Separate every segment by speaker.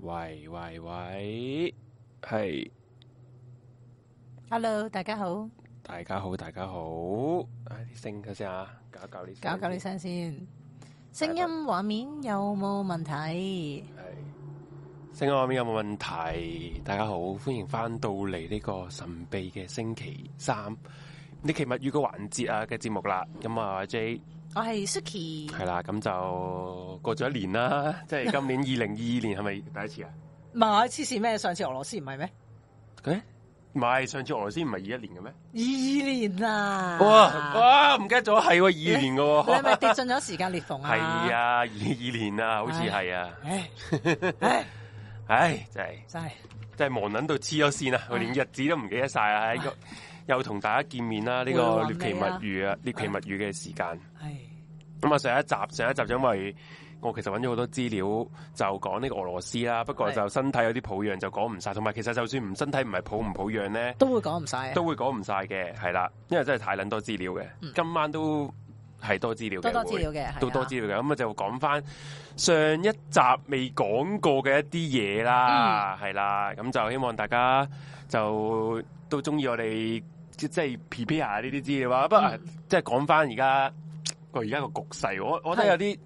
Speaker 1: 喂喂喂，係
Speaker 2: Hello，大家好，
Speaker 1: 大家好，大家好，唉啲聲佢先啊，搞一搞呢，
Speaker 2: 搞搞你聲先，聲音畫面有冇問題？
Speaker 1: 係聲音畫面有冇問題？大家好，歡迎翻到嚟呢個神秘嘅星期三呢期物語個環節啊嘅節目啦。咁啊 J
Speaker 2: 我係 Suki，
Speaker 1: 係啦，咁就過咗一年啦， 即係今年二零二二年係咪第一次啊？
Speaker 2: 唔係我黐線咩？上次俄羅斯唔係咩？
Speaker 1: 誒，唔係上次俄羅斯唔係二一年嘅咩？
Speaker 2: 二二年啊！
Speaker 1: 哇！哇，唔記得咗係喎，二二年嘅
Speaker 2: 你係 咪
Speaker 1: 喎，
Speaker 2: 跌進咗時間裂縫啊？
Speaker 1: 係啊，二二年啊，好似係啊，
Speaker 2: 唉，唉，
Speaker 1: 唉，真係
Speaker 2: 真係
Speaker 1: 真係忙撚到黐咗線啊！我連日子都唔記得晒啊！喺個又同大家見面啦，呢個
Speaker 2: 回魂
Speaker 1: 獵奇
Speaker 2: 未
Speaker 1: 物
Speaker 2: 啊
Speaker 1: 語啊，獵奇物語嘅時間。
Speaker 2: 唉，
Speaker 1: 咁啊，上一集上一集因為我其實揾咗好多資料，就講呢個俄羅斯啦，不過
Speaker 2: 係
Speaker 1: 就身體有啲抱恙就講唔晒，同埋其實就算唔身體唔係抱唔抱恙咧。
Speaker 2: 都會講唔晒啊！嗯
Speaker 1: 都會講唔晒嘅，係啦，因為真係太撚多資料嘅。今晚都係多資料嘅，
Speaker 2: 多多
Speaker 1: 會
Speaker 2: 資料嘅係啊
Speaker 1: 都多資料嘅。咁啊就講翻上一集未講過嘅一啲嘢啦，
Speaker 2: 嗯
Speaker 1: 係啦。咁就希望大家就都中意我哋即即係 prepare 下呢啲資料啊。不過
Speaker 2: 嗯
Speaker 1: 即係講翻而家個而家個局勢，我我覺得有啲。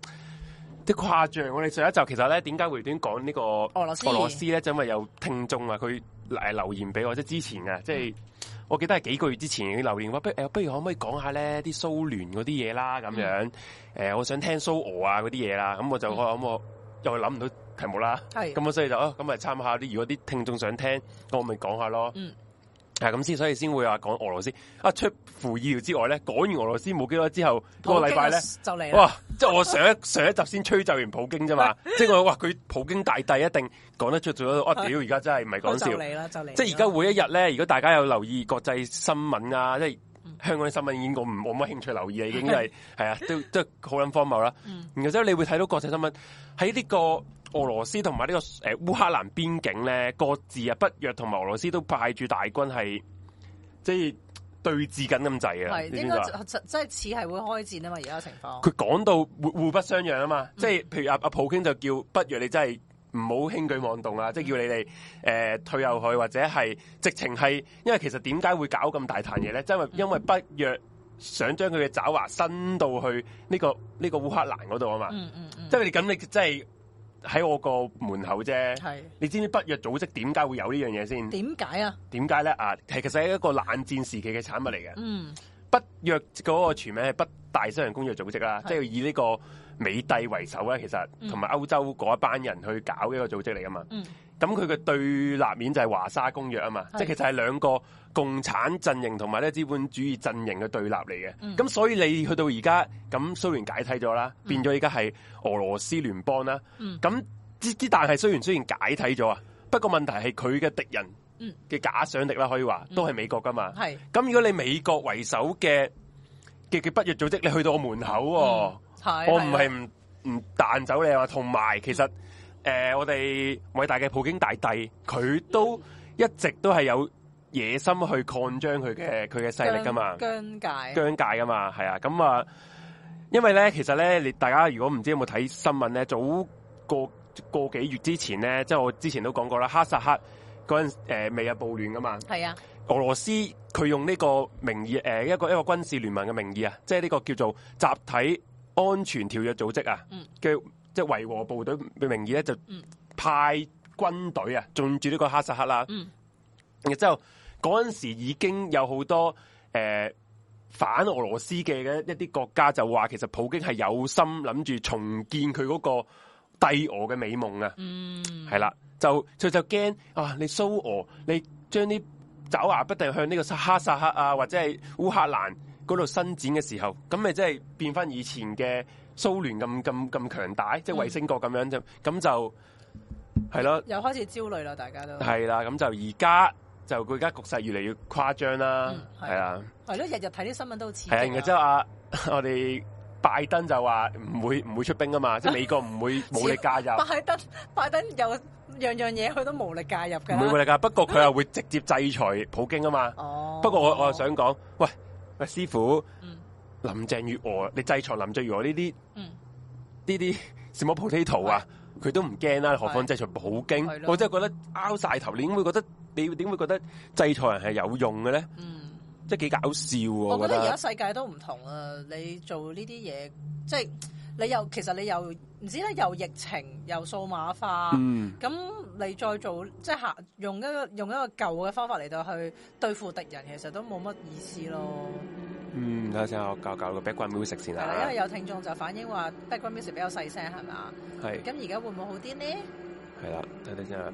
Speaker 1: 啲誇張，我哋上一集其實咧，點解會短講呢個俄
Speaker 2: 羅斯
Speaker 1: 俄羅斯咧，就因為有聽眾啊，佢誒留言俾我，即係之前啊，即係我記得係幾個月之前佢留言話，不誒，不如可唔可以講下咧啲蘇聯嗰啲嘢啦，咁樣誒、我想聽蘇俄啊嗰啲嘢啦，咁我就我咁我又諗唔到題目啦，
Speaker 2: 係
Speaker 1: 咁我所以就啊，咁咪參考啲，如果啲聽眾想聽，我咪講下咯，
Speaker 2: 嗯
Speaker 1: 係咁先，所以先會話講俄羅斯啊，出乎意料之外咧，講完俄羅斯冇幾耐之後，嗰個禮拜咧。
Speaker 2: 就嚟啦
Speaker 1: 哇！即系我上一上一集先吹就完普京 啫嘛，即系我話佢普京大帝一定講得出咗。我屌，而家真係唔係
Speaker 2: 就
Speaker 1: 講笑。
Speaker 2: 嚟啦，就嚟啦，
Speaker 1: 即系而家每一日咧，如果大家有留意國際新聞啊，即係
Speaker 2: 嗯
Speaker 1: 香港啲新聞已經我唔我冇乜興趣留意啊，已經 係係啊，都都好撚荒謬啦。
Speaker 2: 嗯
Speaker 1: 然後之後你會睇到國際新聞喺呢個俄羅斯同埋呢個诶乌克蘭邊境咧，各自啊北約同埋俄羅斯都派住大軍係即係對峙緊咁滯啊！
Speaker 2: 係
Speaker 1: 你知
Speaker 2: 應
Speaker 1: 唔知啊？
Speaker 2: 該即係似係會開戰啊嘛！而家嘅情況
Speaker 1: 佢講到互互不相讓啊嘛，
Speaker 2: 嗯
Speaker 1: 即係譬如阿阿普京就叫不如你真係唔好輕舉妄
Speaker 2: 嗯
Speaker 1: 動啊，即係叫你哋誒、呃退後去，或者係直情係，因為其實點解會搞咁大壇嘢咧？即係
Speaker 2: 嗯
Speaker 1: 因為北約想將佢嘅爪牙伸到去呢、個呢、個烏克蘭嗰度啊嘛，
Speaker 2: 嗯嗯嗯
Speaker 1: 即係你咁你真係喺我個門口啫。
Speaker 2: 係
Speaker 1: 你知唔知北約組織點解會有呢樣嘢先？
Speaker 2: 點解啊？
Speaker 1: 點解咧？啊，係其實係一個冷戰時期嘅產物嚟嘅。
Speaker 2: 嗯
Speaker 1: 北約嗰個全名係北大西洋公約組織啦，
Speaker 2: 係
Speaker 1: 即係以呢個美帝為首咧，其實同埋歐洲嗰一班人去搞嘅一個組織嚟噶嘛。
Speaker 2: 嗯
Speaker 1: 咁佢嘅對立面就係華沙公約啊嘛，
Speaker 2: 係
Speaker 1: 即係其實係兩個共產陣營同埋咧資本主義陣營嘅對立嚟嘅。
Speaker 2: 嗯
Speaker 1: 咁、所以你去到而家咁蘇聯解體咗啦，變咗而家係俄羅斯聯邦啦。
Speaker 2: 嗯
Speaker 1: 咁之之但係雖然雖然解體咗啊，不過問題係佢嘅敵人
Speaker 2: 嗯
Speaker 1: 嘅假想敵啦，可以話都係美國噶嘛。
Speaker 2: 係
Speaker 1: 咁如果你美國為首嘅嘅嘅北約組織，你去到我門口、喎，
Speaker 2: 嗯係
Speaker 1: 我唔
Speaker 2: 係
Speaker 1: 係唔唔彈走你啊！同埋其實
Speaker 2: 嗯
Speaker 1: 诶、呃我哋偉大嘅普京大帝，佢都一直都係有野心去擴張佢嘅佢嘅勢力噶嘛，
Speaker 2: 疆疆界
Speaker 1: 疆界噶嘛，係啊，咁啊，因為咧，其實咧，你大家如果唔知有冇睇新聞咧，早個個幾月之前咧，即係我之前都講過啦，哈薩克嗰陣诶未有暴亂噶嘛。
Speaker 2: 係啊，
Speaker 1: 俄羅斯佢用呢個名義，誒、一個一個軍事聯盟嘅名義啊，即係呢個叫做集體安全條約組織啊
Speaker 2: 嗯
Speaker 1: 嘅、即係維和部隊嘅名義咧，就
Speaker 2: 嗯
Speaker 1: 派軍隊啊進駐呢個哈薩克啦。
Speaker 2: 嗯
Speaker 1: 然之後嗰陣時已經有好多誒、呃反俄羅斯嘅一啲國家就話，其實普京係有心諗住重建佢嗰個帝俄嘅美夢啊。
Speaker 2: 嗯
Speaker 1: 系啦，就佢就驚啊！你蘇俄，你將啲爪牙不定向呢個哈薩克啊，或者係烏克蘭嗰度伸展嘅時候，咁咪即係變翻以前嘅蘇聯咁咁咁強大，即係衛星國咁樣就咁就係咯，
Speaker 2: 又開始焦慮啦，大家都
Speaker 1: 係啦，咁就而家就佢而家局勢越嚟越誇張啦
Speaker 2: 嗯，係
Speaker 1: 係啊，
Speaker 2: 係咯，日日睇啲新聞都好刺激
Speaker 1: 係啊，然後之後啊，我哋拜登就話唔會唔會出兵啊嘛，即係美國唔會 武力介入。
Speaker 2: 拜登拜登又樣樣嘢佢都無力介入㗎
Speaker 1: 唔會
Speaker 2: 啦。
Speaker 1: 㗎噶，不過佢又會直接制裁普京啊嘛。
Speaker 2: 哦，
Speaker 1: 不過我我又想講，喂喂，師傅
Speaker 2: 嗯
Speaker 1: 林鄭月娥，你制裁林鄭月娥呢啲
Speaker 2: 嗯
Speaker 1: 呢啲什麼 potato 啊？佢都唔驚啦，何況
Speaker 3: 係
Speaker 1: 制裁普
Speaker 3: 係
Speaker 1: 京？
Speaker 3: 咯
Speaker 1: 我真係覺得拗晒頭，你點會覺得你點會覺得制裁人係有用嘅咧？
Speaker 3: 嗯。
Speaker 1: 即係幾搞笑喎！
Speaker 3: 我
Speaker 1: 我
Speaker 3: 覺
Speaker 1: 覺
Speaker 3: 得而家
Speaker 1: 得
Speaker 3: 世界都唔同啊！你做呢啲嘢，即係你又其實你又唔知咧，又疫情又數碼化，咁、
Speaker 1: 嗯
Speaker 3: 你再做即係行用一個用一個舊嘅方法嚟到去對付敵人，其實都冇乜意思咯。
Speaker 1: 嗯，睇下先，我搞搞個 background music 先啊
Speaker 3: 係啦，因
Speaker 1: 啦
Speaker 3: 為，有聽眾就反映話 background music 比較細聲係嘛，
Speaker 1: 係。
Speaker 3: 咁而家會唔會好啲呢？
Speaker 1: 系啦，睇睇先啊。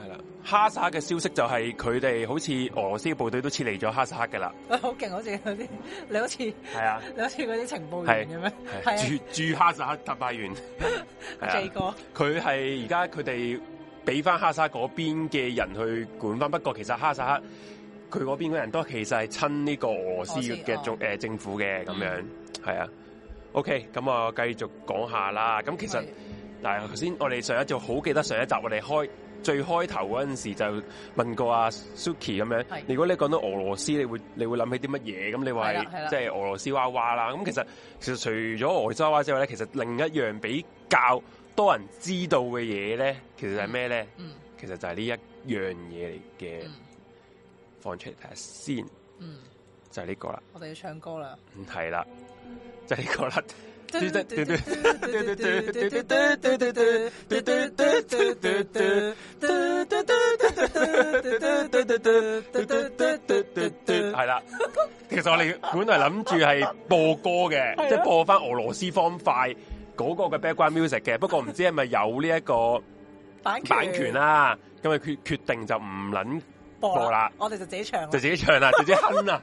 Speaker 1: 系啦，哈薩嘅消息就係佢哋好似俄羅斯部隊都撤離咗哈薩克噶啦，
Speaker 3: 喂，好勁，好似嗰啲你好似你
Speaker 1: 系啊，
Speaker 3: 好似嗰啲情報員咁樣係啊
Speaker 1: 係駐駐哈薩克特派 員，
Speaker 3: ，J
Speaker 1: 係啊，
Speaker 3: 哥，
Speaker 1: 佢係而家佢哋俾翻哈薩嗰邊嘅人去管翻，不過其實哈薩克佢嗰邊嘅人都其實係親呢個俄羅斯
Speaker 3: 俄羅斯
Speaker 1: 嘅
Speaker 3: 哦嗯
Speaker 1: 政誒政府嘅咁樣，係啊。OK，咁啊，繼續講下啦。咁其實。嗱，頭先我哋上一集好記得上一集我哋開最開頭嗰陣時就問過阿 Suki 咁樣
Speaker 3: 係，
Speaker 1: 如果你講到俄羅斯，你會你會諗起啲乜嘢？咁你話
Speaker 3: 係啦係啦
Speaker 1: 係即係俄羅斯娃娃啦。咁其實其實除咗俄羅斯娃娃之外咧，其實另一樣比較多人知道嘅嘢咧，其實係咩咧？
Speaker 3: 嗯
Speaker 1: 其實就係呢一樣嘢嚟嘅
Speaker 3: 嗯，
Speaker 1: 放出嚟睇下先，
Speaker 3: 嗯，
Speaker 1: 就係呢個啦，
Speaker 3: 我哋要唱歌啦。
Speaker 1: 嗯係啦，就係呢個啦。
Speaker 3: 嘟嘟嘟嘟嘟嘟嘟嘟嘟嘟
Speaker 1: 系啦，其實我哋本來諗住係播歌嘅，即 係啊播翻俄羅斯方塊嗰個嘅 background music 嘅，不過唔知係咪有呢一個
Speaker 3: 版
Speaker 1: 版 權啦，咁啊決決定就唔撚
Speaker 3: 播啦，我哋就自己唱
Speaker 1: 就自己唱啦，就自己哼 啦。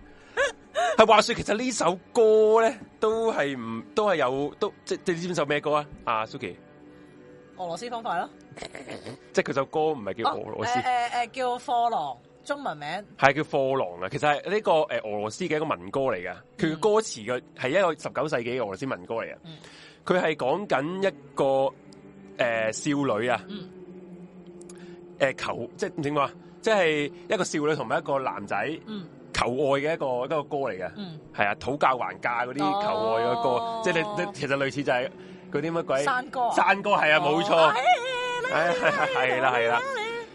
Speaker 1: 係話说，其實呢首歌咧都係唔都係有都即即你知唔知首咩歌啊？阿 Suki，
Speaker 3: 俄羅斯方塊咯。
Speaker 1: 即係佢首歌唔係叫俄羅斯。
Speaker 3: 誒誒叫貨郎，中文名
Speaker 1: 係叫貨郎啊，其實係呢個诶俄羅斯嘅一個民歌嚟噶，佢嘅歌詞嘅係一個十九世紀嘅俄羅斯民歌嚟嘅
Speaker 3: 嗯，
Speaker 1: 佢係講緊一個诶、呃少女啊，
Speaker 3: 嗯
Speaker 1: 诶、求即係點講啊，即係一個少女同埋一個男仔
Speaker 3: 嗯
Speaker 1: 求愛嘅一個一個歌嚟嘅，
Speaker 3: 嗯
Speaker 1: 係啊討價還價嗰啲
Speaker 3: 哦
Speaker 1: 求愛嘅歌，即係你你其實類似就係嗰啲乜鬼
Speaker 3: 山歌啊哦啊哎
Speaker 1: 山歌係啊冇錯。唉，係啦係啦，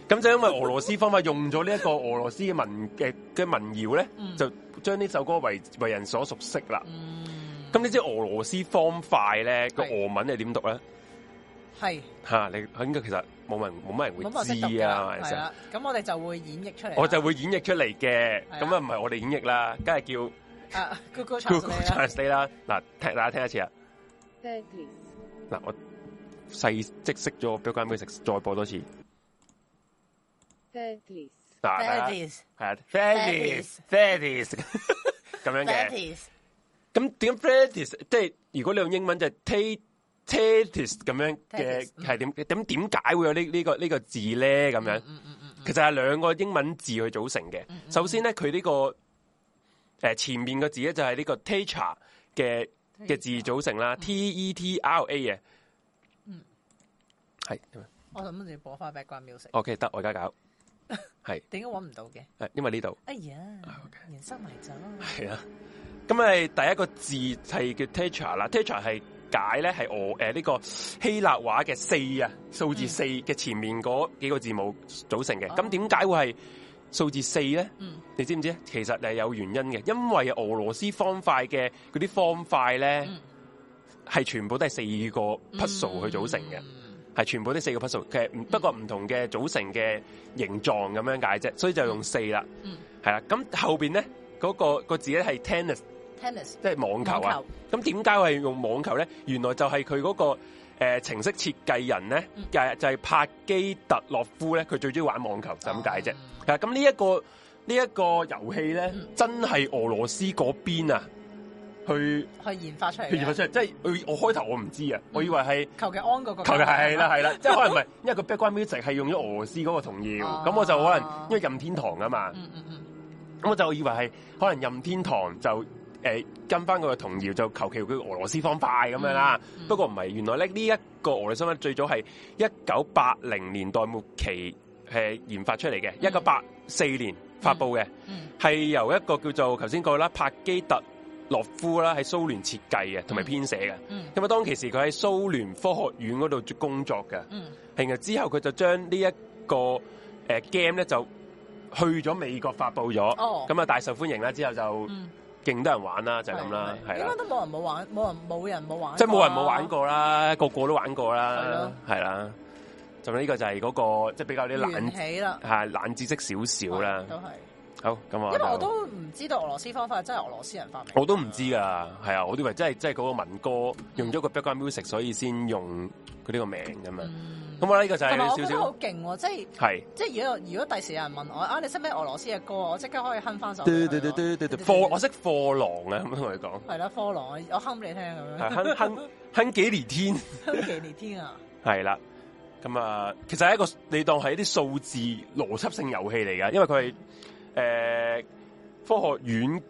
Speaker 1: 咁就因為俄羅斯方法用咗呢一個俄羅斯嘅民嘅嘅民謠咧，
Speaker 3: 嗯
Speaker 1: 就將呢首歌為為人所熟悉啦。
Speaker 3: 嗯
Speaker 1: 咁你知俄羅斯方塊咧個俄
Speaker 3: 係
Speaker 1: 文係點讀咧？
Speaker 3: 係
Speaker 1: 吓、你應該其實冇人冇乜人
Speaker 3: 冇
Speaker 1: 會
Speaker 3: 乜識讀
Speaker 1: 知
Speaker 3: 㗎
Speaker 1: 啊，係
Speaker 3: 啦，
Speaker 1: 咪
Speaker 3: 係
Speaker 1: 先？
Speaker 3: 啦，咁我哋就會演繹出嚟啦。
Speaker 1: 我就會演繹出嚟嘅，
Speaker 3: 啊
Speaker 1: 咁啊唔係我哋演繹啦，梗係叫
Speaker 3: 啊 Google
Speaker 1: Google Translate
Speaker 3: Translate 啦，
Speaker 1: 啦。嗱，聽大家聽一次啊。
Speaker 4: Tetris,
Speaker 1: 嗱，我細即熄咗 b a c k g r o u music，再播多次。
Speaker 4: Tetris,
Speaker 1: 嗱，大家
Speaker 2: Baddies
Speaker 1: 系啊 f a d i s f a d i s 咁樣嘅。
Speaker 2: Baddies
Speaker 1: 咁點 f a d i s 即係如果你用英文就 t a t i s 咁樣嘅
Speaker 3: Tetis，嗯
Speaker 1: 係點？咁點解會有呢呢個呢個字咧？咁樣
Speaker 3: 嗯嗯嗯
Speaker 1: 其實係兩個英文字去組成嘅。首先咧，佢呢個誒前面個字咧就係呢個 teacher 嘅
Speaker 3: Ừ.
Speaker 1: 嗯嘅字組成啦，T E T R A 嘅。
Speaker 3: 嗯，
Speaker 1: 係
Speaker 3: 我諗住播翻 background music，
Speaker 1: OK 得，我而家搞
Speaker 3: 點解揾唔到嘅？
Speaker 1: 誒，因為呢度。
Speaker 3: 哎呀
Speaker 1: 啊，OK，
Speaker 3: 人生迷走，
Speaker 1: 系啊，咁係第一個字係叫 teacher 啦，teacher 係解咧係俄诶呢個希臘話嘅四啊，數字四嘅前面嗰幾個字母組成嘅。
Speaker 3: 嗯哦
Speaker 1: 咁點解會係數字四咧？
Speaker 3: 嗯
Speaker 1: 你知唔知啊？其實係有原因嘅，因為俄羅斯方塊嘅嗰啲方塊咧
Speaker 3: 嗯
Speaker 1: 係全部都係四個 puzzle 去組成
Speaker 3: 嗯
Speaker 1: 嘅。係全部呢四個 puzzle，其實唔不過唔同嘅組成嘅形狀咁樣解啫，所以就用四啦。
Speaker 3: 嗯
Speaker 1: 係啦，咁後邊咧嗰個個字咧係 tennis，
Speaker 3: ，tennis
Speaker 1: 即係網球啊
Speaker 3: 網。
Speaker 1: 咁點解係用網球咧？原來就係佢嗰個呃程式設計人咧，
Speaker 3: 嗯
Speaker 1: 就係就係帕基特洛夫咧，佢最中意玩網球就咁解啫
Speaker 3: 哦。
Speaker 1: 係啦咁呢一個呢一個遊戲咧
Speaker 3: 嗯，
Speaker 1: 真係俄羅斯嗰邊啊，去
Speaker 3: 去研發出嚟嘅，
Speaker 1: 去研發出嚟，即係佢我開頭我唔知啊，
Speaker 3: 嗯
Speaker 1: 我以為係。
Speaker 3: 求其安嗰個
Speaker 1: 求其係啦，係啦，即係可能唔係，因為個 background music 係用咗俄羅斯嗰個童謠，
Speaker 3: 哦
Speaker 1: 咁、我就可能因為任天堂啊嘛，
Speaker 3: 嗯嗯嗯
Speaker 1: 咁我就以為係可能任天堂就誒、呃跟翻佢個童謠，就求其佢俄羅斯方塊咁樣啦。
Speaker 3: 嗯
Speaker 1: 不過唔係，原來咧呢一個俄羅斯方塊最早係一九八零年代末期誒、呃研發出嚟嘅，一九八四年發布嘅，
Speaker 3: 嗯
Speaker 1: 係、由一個叫做頭先講啦帕基特洛夫啦，喺蘇聯設計嘅，同埋編寫嘅。
Speaker 3: 嗯
Speaker 1: 因為當其時佢喺蘇聯科學院嗰度工作嘅，
Speaker 3: 嗯
Speaker 1: 然後之後佢就將呢一個誒 game 咧就去咗美國發布咗，
Speaker 3: 哦
Speaker 1: 咁啊大受歡迎啦，之後就
Speaker 3: 嗯，
Speaker 1: 勁多人玩啦，就係咁啦，係
Speaker 3: 應該
Speaker 1: 啦，
Speaker 3: 都冇人冇玩，冇人冇人冇玩，啊
Speaker 1: 即係冇人冇玩。過啦，個個都玩過
Speaker 3: 係
Speaker 1: 啦
Speaker 3: 咯，
Speaker 1: 係啦，就呢個就係嗰個即係比較啲
Speaker 3: 冷
Speaker 1: 冷
Speaker 3: 起啦，
Speaker 1: 係冷知識少少啦
Speaker 3: 啊，都係，
Speaker 1: 好咁啊，
Speaker 3: 因為我都唔知道俄羅斯方法真係俄羅斯人發明，
Speaker 1: 我都唔知噶，係啊，我都以為真係真係嗰個民歌用咗個 background music，所以先用佢呢個名咁樣。
Speaker 3: 嗯。
Speaker 1: 咁我呢個就係
Speaker 3: 同埋我
Speaker 1: 少
Speaker 3: 覺得好
Speaker 1: 少
Speaker 3: 勁喎，即係
Speaker 1: 係。
Speaker 3: 即係如果如果第時有人問我啊，你識唔識俄羅斯嘅歌？我即刻可以哼翻首俾
Speaker 1: 嘟
Speaker 3: 佢
Speaker 1: 嘟
Speaker 3: 咯。
Speaker 1: 嘟嘟嘟嘟貨，我識貨郎啊，咁同佢講 啊
Speaker 3: 係啦，科朗，我我哼俾你聽咁
Speaker 1: 係，
Speaker 3: 樣，
Speaker 1: 哼 哼哼幾年天，
Speaker 3: 哼幾年天啊！
Speaker 1: 係啦。咁啊，其實係一個你當係一啲數字邏輯性遊戲嚟噶，因為佢係誒科學院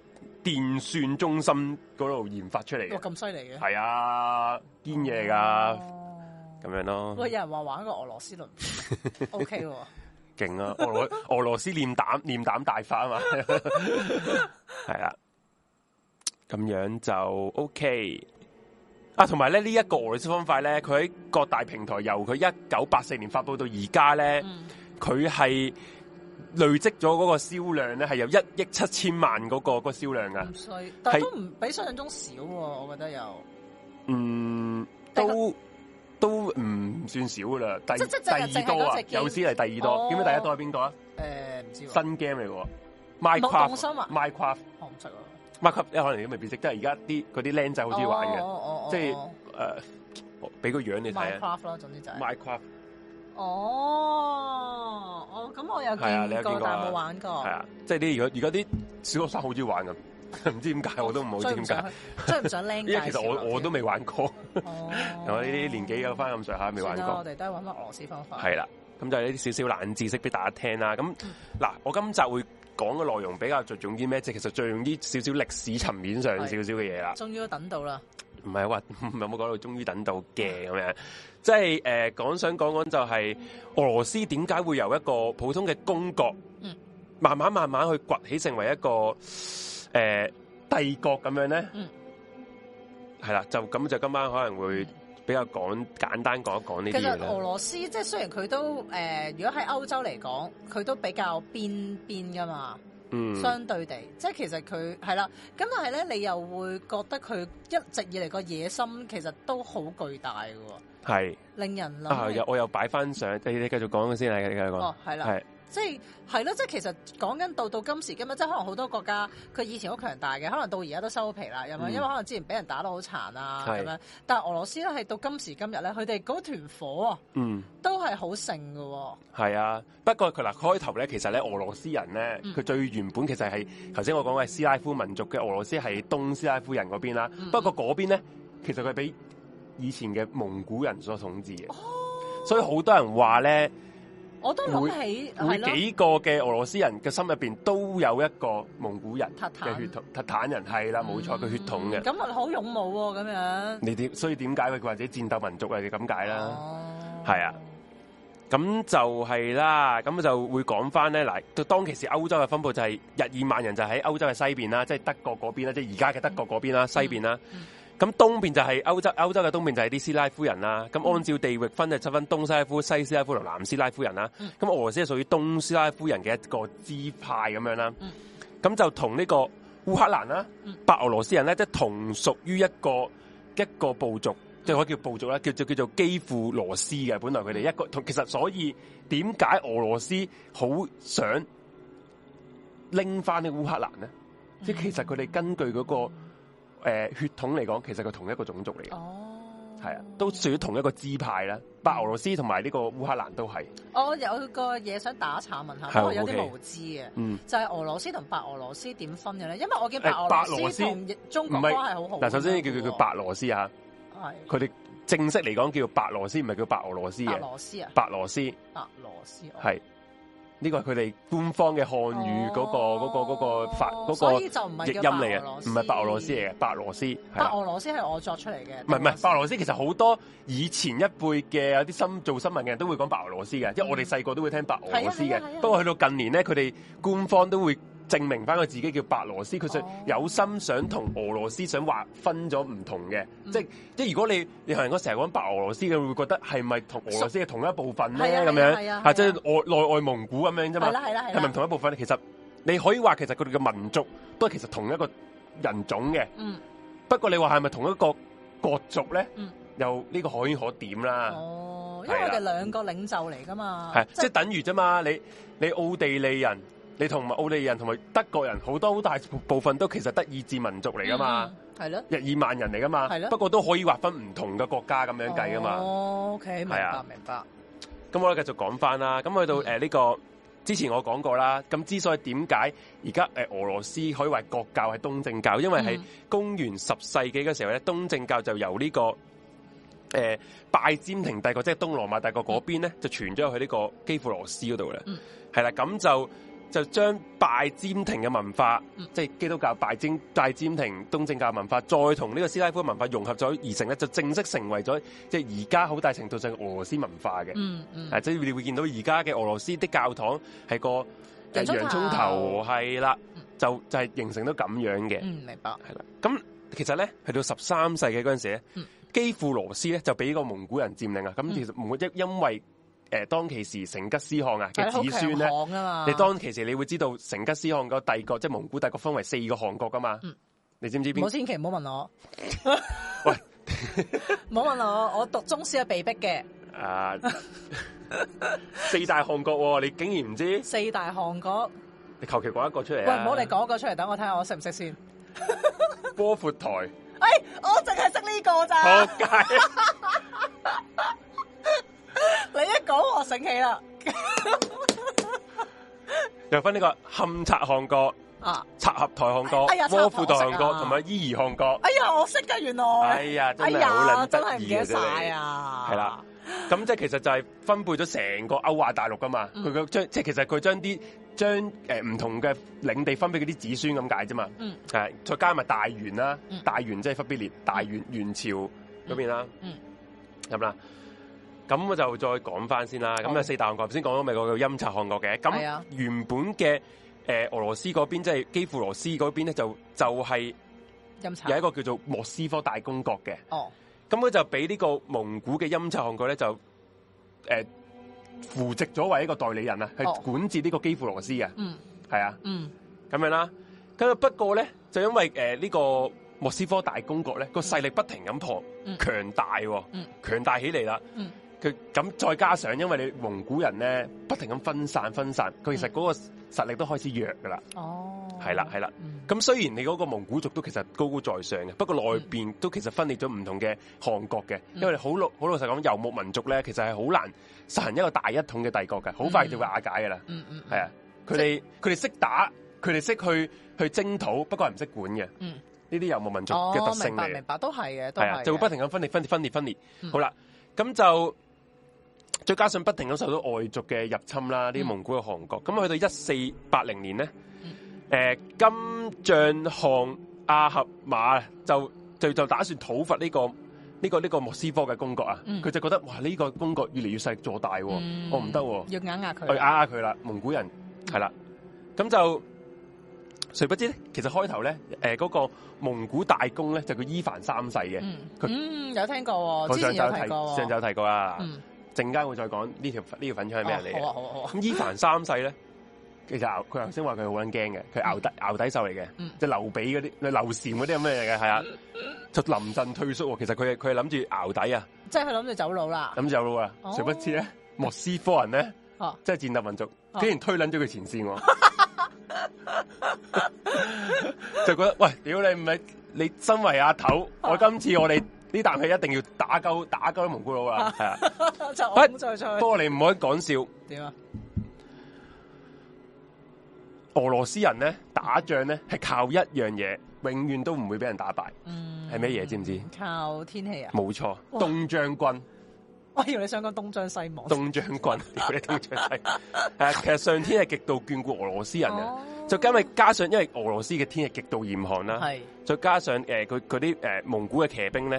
Speaker 1: 電算中心嗰度研發出嚟
Speaker 3: 哇，
Speaker 1: 嘅，
Speaker 3: 咁犀利嘅，
Speaker 1: 係啊，堅嘢噶，
Speaker 3: 哦
Speaker 1: 咁樣咯。
Speaker 3: 喂，有人話玩過俄羅斯輪，O K 喎，
Speaker 1: 勁啊！俄羅 俄羅斯練膽練膽大法啊嘛， 係啦，咁樣就 OK。啊，同埋咧呢一、個俄羅斯方塊咧，佢喺各大平台由佢一九八四年發布到而家咧，
Speaker 3: 嗯
Speaker 1: 佢係累積咗嗰個銷量咧係有一億七千萬嗰、個嗰、個銷量啊噶
Speaker 3: 咁。衰，但係都唔比想象中少喎，我覺得又
Speaker 1: 嗯，都都唔算少噶啦，第
Speaker 3: 即即淨係
Speaker 1: 第二多啊
Speaker 3: 淨係嗰隻，game
Speaker 1: 有史嚟第二多
Speaker 3: 哦，
Speaker 1: 點解第一多係邊個啊？
Speaker 3: 誒呃唔知喎，
Speaker 1: 新 game 嚟嘅
Speaker 3: 冇動心
Speaker 1: ，Minecraft
Speaker 3: 啊
Speaker 1: Minecraft。
Speaker 3: 我唔識喎，哦
Speaker 1: Minecraft 咧可能你都未必識，即係而家啲嗰啲僆仔好中意玩嘅，誒、
Speaker 3: 嘅
Speaker 1: 即係呃我俾個樣你睇啊
Speaker 3: Minecraft 咯，總之就係
Speaker 1: ，Minecraft
Speaker 3: 哦，我咁我有
Speaker 1: 係啊你有
Speaker 3: 見
Speaker 1: 見
Speaker 3: 過，
Speaker 1: 過啊
Speaker 3: 但係冇玩過，
Speaker 1: 係啊，即係啲而家而家啲小學生好中意玩咁， 唔知點解我都唔好知
Speaker 3: 追唔
Speaker 1: 點解
Speaker 3: 上，去，追唔上 僆
Speaker 1: 因為
Speaker 3: 界
Speaker 1: 其
Speaker 3: 小
Speaker 1: 實
Speaker 3: 朋友
Speaker 1: 我
Speaker 3: 添。
Speaker 1: 我都未玩過，
Speaker 3: 啊哦
Speaker 1: 我呢啲年紀有翻咁上下未玩
Speaker 3: 算啦我
Speaker 1: 過，
Speaker 3: 哋都係玩翻俄羅斯方法。
Speaker 1: 係啦，咁就係呢啲少少冷知識俾大家聽啦。咁
Speaker 3: 嗯
Speaker 1: 嗱，我今集會講嘅內容比較着重啲咩？即係其實着重啲少少歷史層面上
Speaker 3: 係
Speaker 1: 少少嘅嘢啦。
Speaker 3: 終於都等到啦，
Speaker 1: 唔係話 唔係冇講到，終於等到嘅咁樣，即係誒講想講講就係俄羅斯點解會由一個普通嘅公國，
Speaker 3: 嗯
Speaker 1: 慢慢慢慢去崛起成為一個誒、呃帝國咁樣咧，
Speaker 3: 嗯
Speaker 1: 係啦，就咁就今晚可能會比較講簡單講一講呢
Speaker 3: 其
Speaker 1: 啲嘢
Speaker 3: 實俄
Speaker 1: 啦，
Speaker 3: 羅斯即係雖然佢都誒、呃如果喺歐洲嚟講，佢都比較邊邊噶嘛，
Speaker 1: 嗯，
Speaker 3: 相對地，即係其實佢係啦。咁但係咧，你又會覺得佢一直以嚟個野心其實都好巨大嘅喎，
Speaker 1: 係
Speaker 3: 令人
Speaker 1: 啊，
Speaker 3: 諗
Speaker 1: 有
Speaker 3: 起。
Speaker 1: 我又擺翻上，你你繼續講先，你繼續講
Speaker 3: 哦，，係啦，
Speaker 1: 係
Speaker 3: 即係係咯，即係其實講緊到到今時今日，即係可能好多國家佢以前好強大嘅，可能到而家都收皮啦，咁樣，
Speaker 1: 嗯
Speaker 3: 因為可能之前俾人打到好殘啊
Speaker 1: 係
Speaker 3: 咁樣。但係俄羅斯咧係到今時今日咧，佢哋嗰團火啊，
Speaker 1: 嗯。
Speaker 3: 都係好盛嘅喎。
Speaker 1: 係啊，不過佢嗱開頭咧，其實咧俄羅斯人咧，
Speaker 3: 嗯
Speaker 1: 佢、最原本其實係頭先我講嘅斯拉夫民族嘅俄羅斯係東斯拉夫人嗰邊啦。
Speaker 3: 嗯
Speaker 1: 不過嗰邊咧，其實佢俾以前嘅蒙古人所統治嘅，
Speaker 3: 哦
Speaker 1: 所以好多人話咧，
Speaker 3: 我都諗起
Speaker 1: 每
Speaker 3: 係咯，
Speaker 1: 幾個嘅俄羅斯人嘅心入邊都有一個蒙古人
Speaker 3: 塔
Speaker 1: 嘅
Speaker 3: 坦
Speaker 1: 血統，塔坦人係啦，冇錯，佢血統嘅。
Speaker 3: 咁啊好勇武喎咁樣。
Speaker 1: 你點？所以點解佢或者戰鬥民族係咁解啦？
Speaker 3: 哦
Speaker 1: 嗯係啊，咁就係啦，咁就會講翻咧。嗱，到當其時歐洲嘅分佈就係日耳曼人就喺歐洲嘅西邊啦，即係德國嗰邊啦，即係而家嘅德國嗰邊啦，西邊啦。咁東邊就係歐洲，歐洲嘅東邊就係啲斯拉夫人啦。咁按照地域分就七分東斯拉夫、西斯拉夫同南斯拉夫人啦。咁俄羅斯係屬於東斯拉夫人嘅一個支派咁樣啦。咁就同呢個烏克蘭啦、白俄羅斯人咧，即係同屬於一個一個部族，即係可以叫部族啦，叫做叫做基輔羅斯嘅。本來佢哋一個同，其實所以點解俄羅斯好想拎翻呢個烏克蘭咧？即係其實佢哋根據嗰、個呃血統嚟講，其實佢同一個種族嚟嘅，
Speaker 3: 哦，
Speaker 1: 係啊，都屬於同一個支派啦。白俄羅斯同埋呢個烏克蘭都係，
Speaker 3: 我哦有個嘢想打岔問下，
Speaker 1: 係啊
Speaker 3: 不過有
Speaker 1: OK
Speaker 3: 啲無知嘅。
Speaker 1: 嗯。
Speaker 3: 就係俄羅斯同白俄羅斯點分嘅咧？因為我見白
Speaker 1: 誒
Speaker 3: 俄
Speaker 1: 白俄羅
Speaker 3: 羅
Speaker 1: 斯
Speaker 3: 斯同中國
Speaker 1: 唔
Speaker 3: 關
Speaker 1: 係
Speaker 3: 係好好。
Speaker 1: 嗱，首先叫佢叫，白羅斯啊，
Speaker 3: 係
Speaker 1: 佢哋正式嚟講叫白羅斯，唔係叫白俄羅斯
Speaker 3: 白
Speaker 1: 嘅。
Speaker 3: 羅斯啊，
Speaker 1: 白羅斯係
Speaker 3: 白羅斯哦
Speaker 1: 呢個係佢哋官方嘅漢語嗰、個嗰、個嗰、個法嗰、
Speaker 3: 所以
Speaker 1: 個
Speaker 3: 就唔
Speaker 1: 譯
Speaker 3: 係
Speaker 1: 音
Speaker 3: 叫白
Speaker 1: 嚟
Speaker 3: 俄羅
Speaker 1: 嘅，
Speaker 3: 斯
Speaker 1: 唔係白俄羅斯嚟嘅，白羅斯係
Speaker 3: 白
Speaker 1: 啦
Speaker 3: 俄羅斯係我作出嚟嘅，
Speaker 1: 唔係唔係白俄羅斯，其實好多以前一輩嘅有啲新做新聞嘅人都會講白俄羅斯嘅，因為我哋細個都會聽白俄羅斯
Speaker 3: 嗯係啊係啊係
Speaker 1: 嘅。
Speaker 3: 啊
Speaker 1: 不過去到近年咧，佢哋官方都會證明翻佢自己叫白羅斯，佢想
Speaker 3: 哦
Speaker 1: 有心想同俄羅斯想劃分咗唔同嘅，
Speaker 3: 嗯
Speaker 1: 即係即係如果你你同人講成日講白俄羅斯，佢會覺得係咪同俄羅斯係同一部分
Speaker 3: 係
Speaker 1: 咧
Speaker 3: 啊
Speaker 1: 咁
Speaker 3: 係
Speaker 1: 樣
Speaker 3: 啊係啊
Speaker 1: 啊即係外內外蒙古咁樣啫嘛，
Speaker 3: 係啦係啦係啦
Speaker 1: 係咪唔同一部分咧？其實你可以話其實佢哋嘅民族都係其實同一個人種嘅，
Speaker 3: 嗯，
Speaker 1: 不過你話係咪同一個國族咧？
Speaker 3: 嗯
Speaker 1: 又呢個可圈可點啦。
Speaker 3: 哦，因為我
Speaker 1: 啊係啦
Speaker 3: 哋兩個領袖嚟噶嘛，
Speaker 1: 系即系等於啫嘛。你你奧地利人，你同埋奧地利人同埋德國人，好多好大部分都其實德意志民族嚟噶嘛，，
Speaker 3: 嗯係咯，
Speaker 1: 日耳曼人嚟噶嘛
Speaker 3: 係。咯
Speaker 1: 不過都可以劃分唔同嘅國家咁樣計噶嘛。
Speaker 3: 哦，OK，明
Speaker 1: 係
Speaker 3: 白
Speaker 1: 啊
Speaker 3: 明白，
Speaker 1: 咁我哋繼續講翻啦。咁去到
Speaker 3: 嗯
Speaker 1: 诶呢個之前我講過啦。咁之所以點解而家诶俄羅斯可以話國教係東正教，因為係
Speaker 3: 嗯
Speaker 1: 公元十世紀嘅時候咧，東正教就由呢、個个。诶、拜占庭帝國即係東羅馬帝國嗰邊咧，就傳咗去呢個基輔羅斯嗰度嘅。
Speaker 3: 嗯
Speaker 1: 係啦，咁就就將拜占庭嘅文化，
Speaker 3: 嗯
Speaker 1: 即係基督教拜占拜占庭東正教文化，再同呢個斯拉夫文化融合咗而成咧，就正式成為咗即係而家好大程度上嘅俄羅斯文化嘅。
Speaker 3: 嗯嗯
Speaker 1: 係，即係你會見到而家嘅俄羅斯的教堂係個呃
Speaker 3: 洋葱
Speaker 1: 洋葱
Speaker 3: 頭
Speaker 1: 頭係啦
Speaker 3: 嗯，
Speaker 1: 就就係形成到咁樣嘅。
Speaker 3: 嗯，明白，
Speaker 1: 系啦，咁其實咧，去到十三世紀嗰陣時咧，
Speaker 3: 嗯
Speaker 1: 基輔羅斯咧就俾個蒙古人佔領啊。咁其實唔會因因為誒、呃、當其時成吉思汗啊嘅子孫咧，
Speaker 3: 行啊嘛，
Speaker 1: 你當其時你會知道成吉思汗個帝國即係蒙古帝國分為四個汗國噶嘛。
Speaker 3: 嗯
Speaker 1: 你知唔知
Speaker 3: 唔好
Speaker 1: 邊？
Speaker 3: 千祈唔好問我，
Speaker 1: 喂，
Speaker 3: 唔好問我，我讀中史係被逼嘅，
Speaker 1: 啊，四大汗國喎、你竟然唔知？
Speaker 3: 四大汗國，
Speaker 1: 你求其講一個出嚟
Speaker 3: 喂，
Speaker 1: 啊！
Speaker 3: 唔好你講一個出嚟，等我睇下我識唔識先。
Speaker 1: 波闊台，
Speaker 3: 哎，我淨係識呢個咋，
Speaker 1: 撲 街！
Speaker 3: 你一講我醒起啦，
Speaker 1: 又分呢個勘察汗國、
Speaker 3: 啊，
Speaker 1: 察合台汗國
Speaker 3: 哎呀、
Speaker 1: 窩闊台
Speaker 3: 察合
Speaker 1: 汗
Speaker 3: 台
Speaker 1: 國
Speaker 3: 我識啊
Speaker 1: 同埋伊兒汗國。
Speaker 3: 哎呀，我識㗎原
Speaker 1: 哎
Speaker 3: 來，
Speaker 1: 呀，真
Speaker 3: 哎
Speaker 1: 係好
Speaker 3: 呀，
Speaker 1: 撚
Speaker 3: 真
Speaker 1: 得
Speaker 3: 係唔
Speaker 1: 意啊
Speaker 3: 記得
Speaker 1: 嘅真
Speaker 3: 晒
Speaker 1: 係。
Speaker 3: 啊，
Speaker 1: 係啦，咁即係其實就係分配咗成個歐亞大陸噶嘛，
Speaker 3: 嗯
Speaker 1: 佢個將即係其實佢將啲將誒唔同嘅領地分俾佢啲子孫咁解啫嘛，
Speaker 3: 嗯
Speaker 1: 係再加埋大元啦
Speaker 3: 嗯，
Speaker 1: 大元即係忽必烈、大元元朝嗰邊啦，
Speaker 3: 嗯
Speaker 1: 咁啦，咁我就再講翻先啦，咁
Speaker 3: 好
Speaker 1: 啊四大汗國頭先講咗咪個叫欽察汗國嘅，
Speaker 3: 係
Speaker 1: 咁
Speaker 3: 啊
Speaker 1: 原本嘅誒俄羅斯嗰邊即係基輔羅斯嗰邊咧就就係
Speaker 3: 飲茶
Speaker 1: 有一，個叫做莫斯科大公國嘅。
Speaker 3: 哦，
Speaker 1: 咁佢就俾呢個蒙古嘅欽察汗國咧就誒、呃扶植咗為一個代理人啊，去
Speaker 3: 哦
Speaker 1: 管治呢個基輔羅斯嘅，
Speaker 3: 嗯
Speaker 1: 係啊，
Speaker 3: 嗯，
Speaker 1: 咁樣啦。咁啊不過咧，就因呃為誒呢、個莫斯科大公國咧個勢力不停咁龐
Speaker 3: 嗯
Speaker 1: 強大、喎，
Speaker 3: 嗯
Speaker 1: 強大起嚟啦。
Speaker 3: 嗯
Speaker 1: 佢咁再加上因為你蒙古人咧不停咁分散分散，佢其實嗰個實力都開始弱噶啦。
Speaker 3: 嗯哦，
Speaker 1: 係啦係啦
Speaker 3: 嗯，
Speaker 1: 咁雖然你嗰個蒙古族都其實高高在上嘅，不過內邊都其實分裂咗唔同嘅汗國嘅，
Speaker 3: 嗯
Speaker 1: 因為好老好老實講，遊牧民族咧其實係好難實行一個大一統嘅帝國嘅，好快就會瓦解噶啦。
Speaker 3: 嗯嗯，
Speaker 1: 係啊，佢哋佢哋識打，佢哋識去去征討，不過係唔識管嘅。
Speaker 3: 嗯
Speaker 1: 呢啲遊牧民族
Speaker 3: 哦，
Speaker 1: 嘅特性
Speaker 3: 明白
Speaker 1: 嚟嘅
Speaker 3: 明。白，都係嘅，都
Speaker 1: 係啊，
Speaker 3: 係
Speaker 1: 就會
Speaker 3: 嘅
Speaker 1: 不停咁分裂、分裂、分裂、分裂。
Speaker 3: 嗯
Speaker 1: 好啦，咁就再加上不停咁受到外族嘅入侵啦，呢啲
Speaker 3: 嗯
Speaker 1: 蒙古嘅韓國。咁去到一四八零年咧
Speaker 3: 嗯，
Speaker 1: 誒、金帳汗阿合馬就就就打算討伐呢、個呢、個呢、個莫斯科嘅公國啊。佢、
Speaker 3: 嗯
Speaker 1: 就覺得哇，呢、個公國越嚟越勢力做大喎、哦
Speaker 3: 嗯
Speaker 1: 我唔得喎。
Speaker 3: 要硬壓佢
Speaker 1: 去，呃呃佢啦，蒙古人係啦，咁就誰不知咧，其實開頭咧，誒、嗰、個蒙古大公咧就叫伊凡三世嘅，
Speaker 3: 嗯
Speaker 1: 佢
Speaker 3: 嗯，有聽過喎，
Speaker 1: 我
Speaker 3: 之
Speaker 1: 上
Speaker 3: 前
Speaker 1: 晝有
Speaker 3: 有提過
Speaker 1: 提
Speaker 3: 喎，
Speaker 1: 上晝有提過啦，
Speaker 3: 嗯，
Speaker 1: 陣間會再講呢條呢條粉腸係咩人嚟
Speaker 3: 哦
Speaker 1: 嘅。
Speaker 3: 好啊好啊好啊，
Speaker 1: 咁、伊凡三世咧，其實牛佢頭先話佢好撚驚嘅，佢牛底牛底獸嚟嘅，
Speaker 3: 嗯
Speaker 1: 即係劉備嗰啲、劉禪嗰啲咁嘅嘢嘅，係啊，就臨陣退縮喎。其實佢係佢係諗住牛底啊，
Speaker 3: 即係佢諗住走佬啦，
Speaker 1: 諗住有路啊，
Speaker 3: 哦
Speaker 1: 誰不知咧，莫斯科人咧。
Speaker 3: 哦，
Speaker 1: 即係戰鬥民族，
Speaker 3: 哦
Speaker 1: 竟然推撚咗佢前線 喎，就覺得喂，屌你唔係你身為阿頭，
Speaker 3: 啊
Speaker 1: 我今次我哋呢啖氣一定要打鳩打鳩蒙古佬啊，係啊，
Speaker 3: 就我咁再再
Speaker 1: 不過你唔可以講笑，
Speaker 3: 點啊？
Speaker 1: 俄羅斯人咧打仗咧係靠一樣嘢，永遠都唔會俾人打敗，
Speaker 3: 嗯，
Speaker 1: 係咩嘢知唔知？
Speaker 3: 靠天氣啊！
Speaker 1: 冇錯，
Speaker 3: 哇
Speaker 1: 東將軍，
Speaker 3: 我以為你想講東張西望，
Speaker 1: 東將 軍，屌你東將西，誒，其實上天係極度眷顧俄羅斯人嘅，
Speaker 3: 哦
Speaker 1: 就因為加上因為俄羅斯嘅天係極度嚴寒啦。
Speaker 3: 係
Speaker 1: 再加上誒佢佢啲誒蒙古嘅騎兵咧，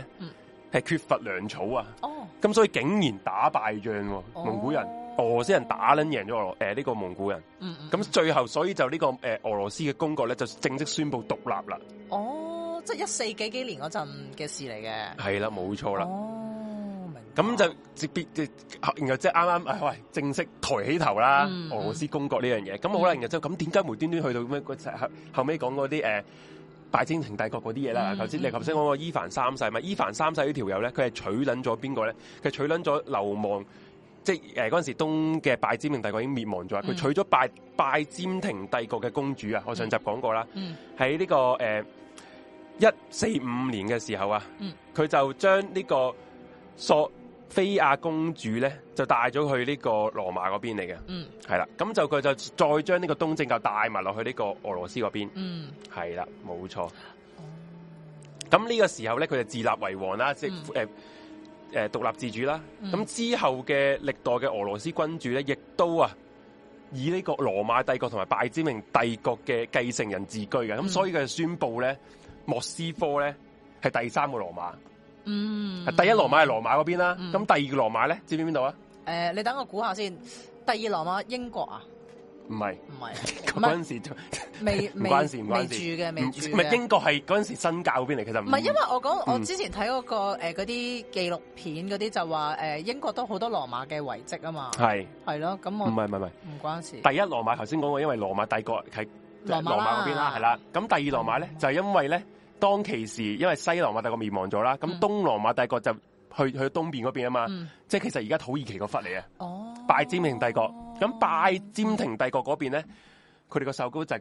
Speaker 1: 係
Speaker 3: 嗯、
Speaker 1: 缺乏糧草啊，
Speaker 3: 哦，
Speaker 1: 咁所以竟然打敗仗喎、蒙古人
Speaker 3: 哦
Speaker 1: 俄羅斯人打撚贏咗俄羅誒呢個蒙古人，
Speaker 2: 嗯嗯，
Speaker 1: 咁最後所以就呢、個誒、呃俄羅斯嘅公國咧就正式宣布獨立啦，
Speaker 3: 哦，即係一四幾幾年嗰陣嘅事嚟嘅。
Speaker 1: 係啦，冇錯啦。
Speaker 3: 哦，明白。
Speaker 1: 咁就直別，即然後即係啱啱，哎喂，正式抬起頭啦！
Speaker 2: 嗯
Speaker 1: 俄羅斯公國呢樣嘢，咁好啦，然後之後咁點解無端端去到咩嗰後後尾講嗰啲誒拜占庭帝國嗰啲嘢啦？
Speaker 2: 嗯
Speaker 1: 頭先
Speaker 2: 嗯
Speaker 1: 你頭先講個伊凡三世咪，伊凡三世呢條友咧，佢係娶撚咗邊個咧？佢娶撚咗流亡，即係誒嗰陣時東嘅拜占庭帝國已經滅亡咗，佢
Speaker 2: 嗯
Speaker 1: 娶咗拜拜占庭帝國嘅公主啊！我上集講過啦，
Speaker 2: 嗯
Speaker 1: 喺呢、個誒一四五年嘅時候啊，
Speaker 2: 嗯
Speaker 1: 佢就將呢個索菲亞公主咧就帶咗去呢個羅馬嗰邊嚟嘅，
Speaker 2: 嗯
Speaker 1: 係啦，咁就佢就再將呢個東正教帶埋落去呢個俄羅斯嗰邊，
Speaker 2: 嗯
Speaker 1: 係啦，冇錯。
Speaker 3: 哦
Speaker 1: 咁呢個時候咧，佢就自立為王啦，即係誒誒獨立自主啦。咁、之後嘅歷代嘅俄羅斯君主咧，亦都啊以呢個羅馬帝國同埋拜占庭帝國嘅繼承人自居嘅。咁、
Speaker 2: 嗯
Speaker 1: 所以佢就宣布咧，莫斯科咧係第三個羅馬，
Speaker 2: 嗯，
Speaker 1: 第一羅馬係羅馬嗰邊啦。
Speaker 2: 嗯
Speaker 1: 咁、第二個羅馬咧，知唔知邊度啊？
Speaker 3: 誒，你等我估下先。第二羅馬英國啊？
Speaker 1: 唔係
Speaker 3: 唔 係啊，唔
Speaker 1: 嗰
Speaker 3: 係
Speaker 1: 陣時就，
Speaker 3: 未
Speaker 1: 唔
Speaker 3: 未
Speaker 1: 關事唔關
Speaker 3: 未
Speaker 1: 事
Speaker 3: 住嘅，未
Speaker 1: 唔
Speaker 3: 住
Speaker 1: 唔係
Speaker 3: 嘅。
Speaker 1: 英國係嗰陣時新教嗰邊嚟，其實
Speaker 3: 唔係，因為我講我
Speaker 1: 嗯
Speaker 3: 之前睇嗰個呃誒嗰啲紀錄片嗰啲就話誒英國都好多羅馬嘅遺跡啊嘛，
Speaker 1: 係
Speaker 3: 係咯，咁
Speaker 1: 唔
Speaker 3: 我
Speaker 1: 係唔係唔係。
Speaker 3: 唔關事。
Speaker 1: 第一羅馬頭先講過，因為羅馬帝國係羅
Speaker 3: 羅
Speaker 1: 馬
Speaker 3: 馬啦
Speaker 1: 嗰邊啦，係啦。咁第二羅馬咧就係因為咧當其時，因為西羅馬帝國滅亡咗啦，咁
Speaker 2: 嗯
Speaker 1: 東羅馬帝國就去去東邊嗰邊啊嘛。
Speaker 2: 嗯
Speaker 1: 即係其實而家土耳其個忽嚟啊，
Speaker 2: 哦，
Speaker 1: 拜占庭帝國。
Speaker 3: 哦
Speaker 1: 咁拜占庭帝國嗰邊咧，佢哋個首都就叫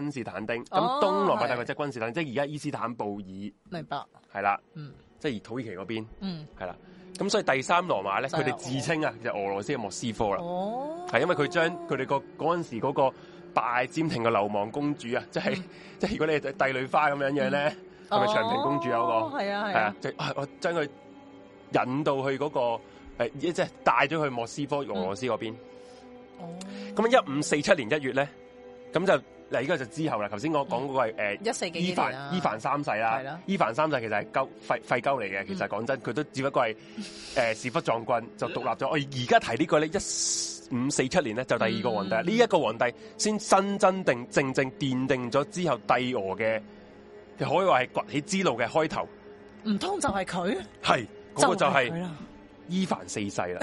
Speaker 1: 君士坦丁。咁
Speaker 3: 哦
Speaker 1: 東羅馬帝國
Speaker 3: 係
Speaker 1: 即係君士坦丁，即係而家伊斯坦布爾係
Speaker 3: 明白，
Speaker 1: 啦，
Speaker 2: 嗯
Speaker 1: 即係而土耳其嗰邊
Speaker 2: 嗯，
Speaker 1: 係啦。咁所以第三羅馬咧，
Speaker 3: 就
Speaker 1: 佢
Speaker 3: 係
Speaker 1: 哋自稱啊就係俄羅斯嘅莫斯科啦。
Speaker 3: 哦，
Speaker 1: 係因為佢將佢哋個嗰陣時嗰個拜占庭嘅流亡公主啊，即係、
Speaker 3: 嗯
Speaker 1: 即係如果你係帝女花咁樣樣咧，係咪長平公主有
Speaker 3: 哦
Speaker 1: 嗰個？
Speaker 3: 係啊
Speaker 1: 係
Speaker 3: 係
Speaker 1: 啊
Speaker 3: 啊，，
Speaker 1: 就啊我將佢引到去嗰、個誒，即係帶咗去莫斯科俄羅斯嗰邊。
Speaker 3: 哦，
Speaker 1: 咁一五四七年一月咧，咁就嗱，依家就之後啦。頭先我講嗰個係誒
Speaker 3: 一四幾
Speaker 1: 伊
Speaker 3: 幾年
Speaker 1: 凡
Speaker 3: 啊
Speaker 1: 伊凡三世
Speaker 3: 係
Speaker 1: 啦
Speaker 3: 啦，
Speaker 1: 伊凡三世其實係鳩廢廢鳩嚟嘅，其實講真，佢都只不過係呃誒屎忽撞棍就獨立 咗。我而家提呢個咧，一五四七年咧就第二個皇帝，呢、
Speaker 2: 嗯
Speaker 1: 一個皇帝先真真定正正奠定咗之後帝俄嘅，可以話係崛起之路嘅開頭。
Speaker 3: 唔通就係佢？
Speaker 1: 係嗰、個就係、
Speaker 3: 佢啦
Speaker 1: 伊凡四世 啦。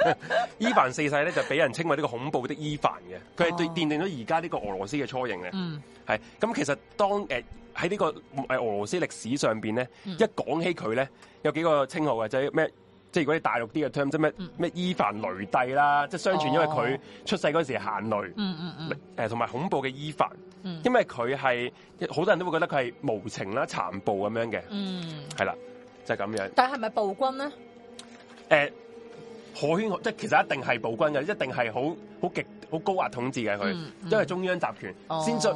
Speaker 1: 伊凡四世咧就俾人稱為呢個恐怖的伊凡嘅，佢係對
Speaker 2: 哦
Speaker 1: 奠定咗而家呢個俄羅斯嘅雛形嘅。
Speaker 2: 嗯
Speaker 1: 係咁，其實當誒喺呢個誒俄羅斯歷史上邊咧，
Speaker 2: 嗯
Speaker 1: 一講起佢咧，有幾個稱號嘅，就係咩？即係如果你大陸啲嘅 term，即係咩
Speaker 2: 嗯
Speaker 1: 咩伊凡雷帝啦，即係相傳因為佢
Speaker 3: 哦
Speaker 1: 出世嗰時係行雷，
Speaker 2: 嗯嗯嗯
Speaker 1: 誒同埋恐怖嘅伊凡，
Speaker 2: 嗯
Speaker 1: 因為佢係好多人都會覺得佢係無情啦、殘暴咁樣嘅，
Speaker 2: 嗯，
Speaker 1: 係啦，就係咁樣。
Speaker 3: 但係咪暴君咧？
Speaker 1: 誒可圈可即係其實一定係暴君嘅，一定係好好極好高壓統治嘅佢，
Speaker 2: 嗯嗯
Speaker 1: 因為中央集權
Speaker 2: 哦
Speaker 1: 先進。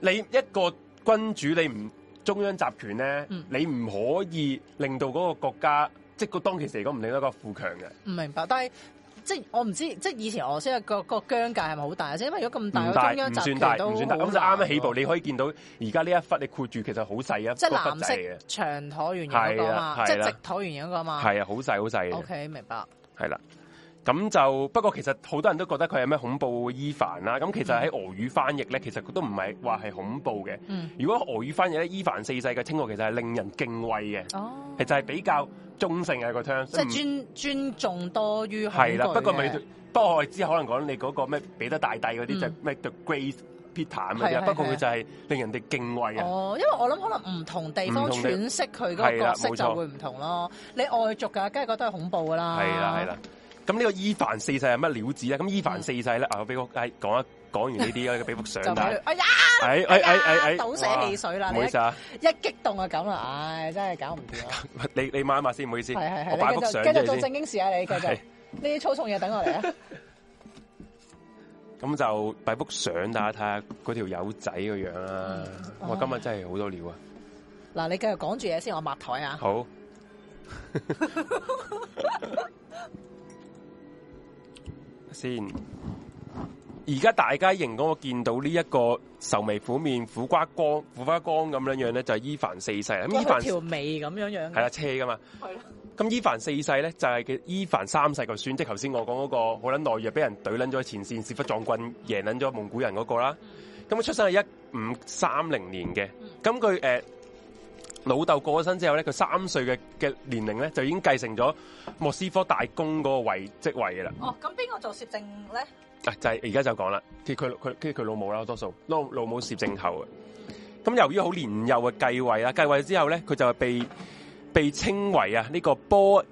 Speaker 1: 你一個君主你唔中央集權咧，
Speaker 2: 嗯
Speaker 1: 你唔可以令到嗰個國家，即係個當其時嚟講唔令到一個富強嘅，
Speaker 3: 唔明白，但係。即係我唔知，即係以前俄羅斯嘅個個疆界係咪好大先？因為如果咁大
Speaker 1: 唔
Speaker 3: 個
Speaker 1: 大
Speaker 3: 中央
Speaker 1: 唔
Speaker 3: 集
Speaker 1: 算
Speaker 3: 權
Speaker 1: 大
Speaker 3: 都
Speaker 1: 唔算大，
Speaker 3: 好
Speaker 1: 咁就啱啱
Speaker 3: 難
Speaker 1: 起步。
Speaker 3: 喎
Speaker 1: 你可以見到而家呢一忽你括住其實好細啊，
Speaker 3: 即係
Speaker 1: 一忽
Speaker 3: 藍
Speaker 1: 仔嚟嘅
Speaker 3: 色，長橢圓形嗰個
Speaker 1: 係啦
Speaker 3: 嘛，即
Speaker 1: 係啦
Speaker 3: 係直橢圓形嗰個嘛。
Speaker 1: 係啊，好細好細嘅
Speaker 3: O。K，明白。
Speaker 1: 系啦。咁就不過其實好多人都覺得佢係咩恐怖伊凡啦，咁其實
Speaker 3: 嗯
Speaker 1: 喺俄語翻譯咧，其實佢都唔係話係恐怖嘅。
Speaker 2: 嗯
Speaker 1: 如果俄語翻譯咧，伊凡四世嘅稱號其實係令人敬畏嘅，
Speaker 2: 哦，
Speaker 1: 其實係比較中性嘅個 term。
Speaker 3: 即係尊尊重多於恐
Speaker 1: 係啦，
Speaker 3: 懼
Speaker 1: 不過
Speaker 3: 嘅
Speaker 1: 咪不過我知可能講你嗰個咩彼得大帝嗰啲
Speaker 2: 嗯
Speaker 1: 就咩 The Great Peter 咁
Speaker 3: 係
Speaker 1: 樣啫，
Speaker 3: 係
Speaker 1: 不過佢
Speaker 3: 係
Speaker 1: 就係令人哋敬畏啊。
Speaker 3: 哦，因為我諗可能唔同地
Speaker 1: 唔
Speaker 3: 方
Speaker 1: 同地
Speaker 3: 詮釋佢嗰
Speaker 1: 係
Speaker 3: 個
Speaker 1: 啦
Speaker 3: 角色
Speaker 1: 冇錯
Speaker 3: 就會唔同咯。你外族㗎，梗係覺得係恐怖㗎啦。
Speaker 1: 係啦係啦。咁呢個伊凡四世係乜料子咧？咁伊凡四世咧，啊，我俾我係講一講完呢啲啊 啦，俾幅相
Speaker 3: 嗯就
Speaker 1: 大
Speaker 3: 俾
Speaker 1: 家
Speaker 3: 佢。哎呀，
Speaker 1: 哎哎哎哎哎，
Speaker 3: 倒瀉汽水
Speaker 1: 哇
Speaker 3: 啦
Speaker 1: 唔
Speaker 3: 你一
Speaker 1: 好意思啊，
Speaker 3: 一激動啊咁啦，唉，真係搞唔掂啊！
Speaker 1: 你你抹一抹先，唔好意思，
Speaker 3: 係係
Speaker 1: 我擺
Speaker 3: 係，
Speaker 1: 幅
Speaker 3: 你繼
Speaker 1: 相
Speaker 3: 續
Speaker 1: 出
Speaker 3: 繼
Speaker 1: 嚟
Speaker 3: 續做
Speaker 1: 先
Speaker 3: 正。經事啊！你繼續
Speaker 1: 係
Speaker 3: 呢啲粗重嘢等我嚟啊！
Speaker 1: 咁就擺幅相大家睇下嗰條友仔個樣啦。哇，
Speaker 3: 嗯哦
Speaker 1: 今日真係好多料啊！
Speaker 3: 嗱，你繼續講住嘢先，我抹台啊！
Speaker 1: 好。 先，而家大家認嗰我見到呢一個愁眉苦面、苦瓜光、苦瓜光咁樣樣咧，就係伊凡四世啦。咁
Speaker 3: 哇
Speaker 1: 伊
Speaker 3: 佢
Speaker 1: 凡
Speaker 3: 條尾咁樣
Speaker 1: 係
Speaker 3: 樣嘅，
Speaker 1: 啦，車噶嘛。
Speaker 3: 係啦
Speaker 1: 咁伊凡四世咧就係嘅伊凡三世個孫，即係頭先我講嗰個好撚懦弱，俾人懟撚咗喺前線，屎忽撞棍，贏撚咗蒙古人嗰個啦。咁佢出生係一五三零年嘅，咁佢誒老豆過咗身之後咧，佢三歲嘅嘅年齡咧就已經繼承咗莫斯科大公嗰個位職位嘅啦。
Speaker 3: 哦，咁邊個做攝政咧？
Speaker 1: 啊，就係而家就講啦，佢佢佢跟住佢老母啦，多數老老母攝政後嘅。咁由於好年幼嘅繼位啦，繼位之後咧，佢就係被被稱為啊呢、個波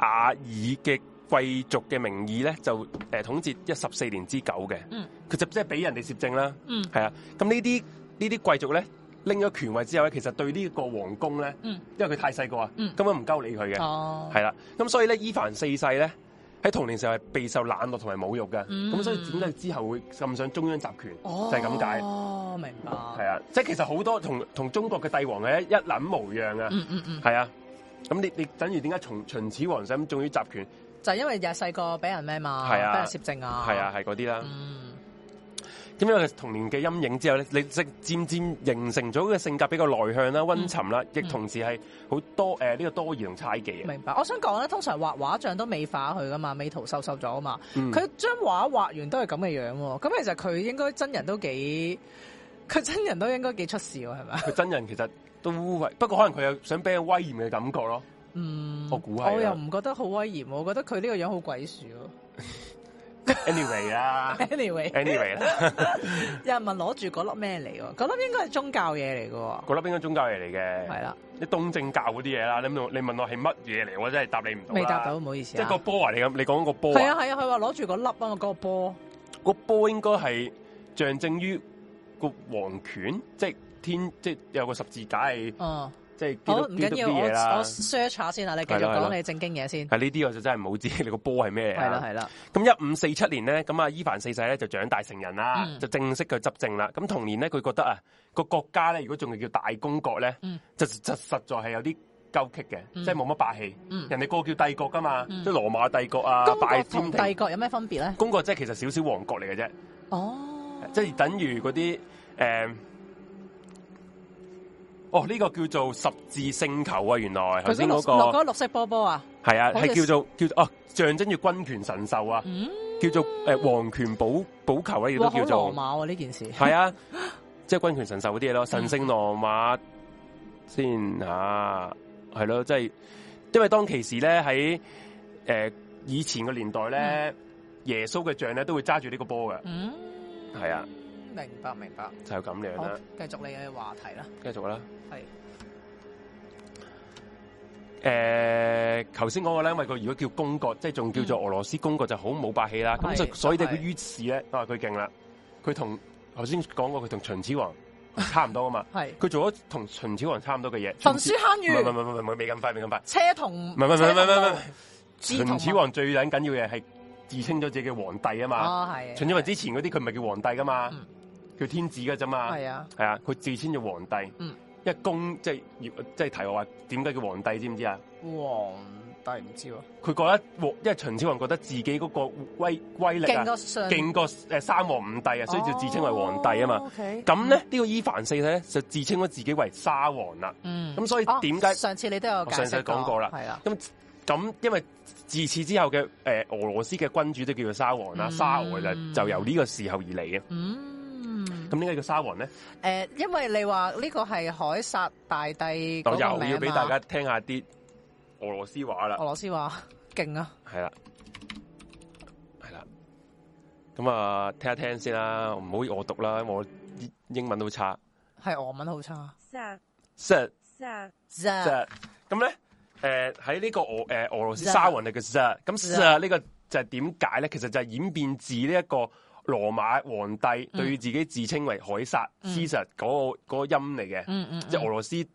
Speaker 1: 雅爾嘅貴族嘅名義咧，就誒、呃、統治一十四年之久嘅。
Speaker 2: 嗯，
Speaker 1: 佢就即係俾人哋攝政啦。
Speaker 2: 嗯
Speaker 1: 係啊。咁呢啲呢啲貴族咧拎咗權位之後咧，其實對呢個皇宮咧，
Speaker 2: 嗯
Speaker 1: 因為佢太細個啊，
Speaker 2: 嗯
Speaker 1: 根本唔鳩理佢嘅。
Speaker 2: 哦，
Speaker 1: 系啦，咁所以咧，伊凡四世咧喺童年時候係備受冷落同埋侮辱嘅，咁、
Speaker 2: 嗯
Speaker 1: 所以點解之後會咁想中央集權，
Speaker 3: 哦，
Speaker 1: 就係咁解。
Speaker 3: 哦，明白。
Speaker 1: 係啊，即係其實好多同同中國嘅帝王係一一撚模樣啊，
Speaker 2: 嗯嗯嗯，
Speaker 1: 係啊，咁你你等於點解秦秦始皇想終於集權，
Speaker 3: 就因為又細個俾人咩嘛，
Speaker 1: 係啊
Speaker 3: 俾人攝政啊，
Speaker 1: 係啊，係嗰啲啦。
Speaker 3: 嗯，
Speaker 1: 咁因為佢童年嘅陰影之後咧，你即漸漸形成咗佢嘅性格比較內向啦、温沉啦，亦同時係好多誒呢、個多疑同猜忌嘅。
Speaker 3: 嗯明白。我想講咧，通常畫畫像都美化佢噶嘛，美圖秀秀咗啊嘛，
Speaker 1: 嗯
Speaker 3: 佢將畫畫完都係咁嘅樣喎。咁其實佢應該真人都幾，佢真人都應該幾出事喎，係咪？
Speaker 1: 佢真人其實都為，不過可能佢有想俾人威嚴嘅感覺咯。
Speaker 3: 嗯，
Speaker 1: 我估係啊
Speaker 3: 我又唔覺得好威嚴，我覺得佢呢個樣好鬼鼠 咯。
Speaker 1: anyway 啦
Speaker 3: Anyway，
Speaker 1: ，anyway 啦。
Speaker 3: 有人問攞住嗰粒咩嚟喎？嗰粒應該係宗教嘢嚟嘅喎。
Speaker 1: 嗰粒應該宗教嘢嚟
Speaker 3: 係
Speaker 1: 嘅，
Speaker 3: 啦，
Speaker 1: 啲東正教嗰啲嘢啦。你問你問我係乜嘢嚟，我真係答你唔到。
Speaker 3: 未答到，，唔好意思
Speaker 1: 即係
Speaker 3: 啊
Speaker 1: 個。波啊！你咁，你講個波
Speaker 3: 係
Speaker 1: 啊
Speaker 3: 啊，係啊，佢話攞住個粒啊嘛，嗰個波。
Speaker 1: 個波應該係象徵於個皇權，即係天，即係有個十字架係
Speaker 3: 哦，
Speaker 1: 即係基
Speaker 3: 好
Speaker 1: 督
Speaker 3: 唔
Speaker 1: 基督
Speaker 3: 緊要，
Speaker 1: 啲
Speaker 3: 我
Speaker 1: 嘢啦
Speaker 3: 我。search 下先啊，你繼
Speaker 1: 係
Speaker 3: 續
Speaker 1: 啦係啦
Speaker 3: 講你正經嘢先。
Speaker 1: 係呢啲我就真係冇知你個波係咩嚟
Speaker 3: 係啦，
Speaker 1: 啊。
Speaker 3: 係啦，
Speaker 1: 咁一五四七年咧，咁啊伊凡四世咧就長大成人啦，
Speaker 2: 嗯
Speaker 1: 就正式去執政啦。咁同年咧，佢覺得啊個國家咧，如果仲係叫大公國咧，
Speaker 2: 嗯
Speaker 1: 就就實在係有啲鳩棘嘅，
Speaker 2: 嗯
Speaker 1: 即係冇乜霸氣。
Speaker 2: 嗯
Speaker 1: 人哋個個叫帝國噶嘛，
Speaker 2: 嗯
Speaker 1: 即係羅馬帝國啊
Speaker 3: 中、
Speaker 1: 拜
Speaker 3: 國
Speaker 1: 占
Speaker 3: 同
Speaker 1: 庭
Speaker 3: 帝。國有咩分別咧？
Speaker 1: 公國即係其實少少王國嚟嘅啫，
Speaker 2: 哦，
Speaker 1: 即係等於嗰啲誒。哦，呢、個叫做十字聖球啊！原來頭
Speaker 3: 佢嗰
Speaker 1: 先
Speaker 3: 綠
Speaker 1: 嗰個
Speaker 3: 落嗰個綠色波波啊，
Speaker 1: 係啊，
Speaker 3: 好似
Speaker 1: 係叫做叫做哦，象徵住君權神授啊，
Speaker 2: 嗯
Speaker 1: 叫做誒皇權保保球啊咧，亦都
Speaker 3: 哇，好啊
Speaker 1: 叫
Speaker 3: 羅
Speaker 1: 做
Speaker 3: 馬喎呢件事。
Speaker 1: 係啊，即係君權神授嗰啲嘢咯，神聖羅馬先吓，係咯，即係因為當其時咧喺誒以前嘅年代咧，耶穌嘅像咧都會揸住呢個波嘅，
Speaker 2: 嗯，
Speaker 1: 係啊，
Speaker 3: 明白明白，
Speaker 1: 就係咁樣
Speaker 3: 好
Speaker 1: 啦，，
Speaker 3: 繼續你嘅話題啦，
Speaker 1: 繼續啦。
Speaker 3: 係
Speaker 1: 誒頭呃先講過咧，因為佢如果叫公國，即係仲叫做俄羅斯公國，就好冇霸氣啦。咁
Speaker 3: 係
Speaker 1: 所以所以咧，
Speaker 3: 係
Speaker 1: 佢於是咧，啊佢勁啦，佢同頭先講過，佢同秦始皇差唔多啊嘛。
Speaker 3: 係
Speaker 1: 佢做咗同秦始皇差唔多嘅嘢，
Speaker 3: 焚
Speaker 1: 秦
Speaker 3: 書
Speaker 1: 始
Speaker 3: 坑
Speaker 1: 唔係唔係
Speaker 3: 儒，
Speaker 1: 唔係唔係未咁快，未咁快。
Speaker 3: 車同
Speaker 1: 唔係唔係唔係唔係唔係，
Speaker 3: 知同
Speaker 1: 秦始皇啊最撚緊要嘅係自稱咗自己嘅皇帝啊嘛。
Speaker 3: 啊係，
Speaker 1: 秦始皇之前嗰啲佢唔係叫皇帝噶嘛
Speaker 2: 嗯，
Speaker 1: 叫天子噶啫嘛。
Speaker 3: 係啊，
Speaker 1: 係啊，佢自稱做皇帝。
Speaker 2: 嗯
Speaker 1: 一公即係即係題外話，點解叫皇帝知唔知啊？
Speaker 3: 皇帝唔知喎，
Speaker 1: 佢覺得皇，因為秦始皇覺得自己嗰個威威力啊
Speaker 3: 勁，過上哦
Speaker 1: 勁過誒三皇五帝啊，所以就自稱為皇帝啊嘛。
Speaker 2: OK，
Speaker 1: 咁咧，呢個伊凡四世咧就自稱咗自己為沙皇啦。
Speaker 2: 嗯，
Speaker 1: 咁所以
Speaker 3: 哦
Speaker 1: 點解
Speaker 3: 上次你都有
Speaker 1: 我
Speaker 3: 解
Speaker 1: 上次
Speaker 3: 釋
Speaker 1: 講過啦
Speaker 3: 係啦，
Speaker 1: 咁咁？因為自此之後嘅誒、呃俄羅斯嘅君主都叫做沙皇啦，
Speaker 2: 嗯
Speaker 1: 沙俄就就由呢個時候而嚟嘅。
Speaker 2: 嗯，
Speaker 1: 咁點解叫沙皇咧？
Speaker 3: 誒，因為你話呢個係凱撒大帝
Speaker 1: 我
Speaker 3: 嗰個
Speaker 1: 又要俾
Speaker 3: 名
Speaker 1: 大
Speaker 3: 啊哦
Speaker 1: 家聽下啲俄羅斯話啦
Speaker 3: 嘛，俄。羅斯話勁啊，
Speaker 1: 系啦，系啦，咁啊，聽一聽先啦，唔好我讀啦，因為我英英文都差。
Speaker 3: 係俄文好差，
Speaker 4: 萨
Speaker 1: 即係
Speaker 4: 萨
Speaker 1: 即係咁咧，诶喺呢個俄诶、俄羅斯沙皇嚟嘅 Tsar 咁 Tsar 呢個就係點解咧？其實就係演變自呢一個羅馬皇帝對自己自稱為凱撒 Caesar 嗰、個嗰、個音嚟嘅，
Speaker 2: 嗯嗯，
Speaker 1: 即係俄羅斯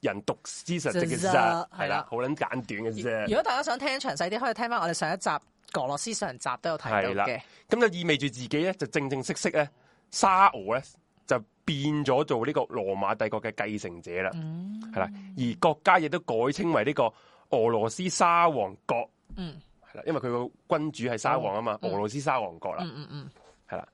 Speaker 1: 人讀 Caesar 即係
Speaker 3: Tsar，
Speaker 1: Tsar 係
Speaker 3: 係
Speaker 1: 啦
Speaker 3: 啦，
Speaker 1: 好撚簡短嘅啫
Speaker 3: 如。果大家想聽詳細啲，可以聽翻我哋上一集俄羅斯上集都有提到
Speaker 1: 係啦
Speaker 3: 嘅。
Speaker 1: 咁就意味住自己咧就正正式式咧沙俄咧就變咗做呢個羅馬帝國嘅繼承者啦，
Speaker 2: 嗯
Speaker 1: 係啦，而國家亦都改稱為呢個俄羅斯沙皇國，
Speaker 2: 嗯
Speaker 1: 係啦，因為佢個君主係沙皇啊嘛，
Speaker 2: 嗯
Speaker 1: 俄羅斯沙皇國啦，
Speaker 2: 嗯嗯嗯，
Speaker 1: 係啦。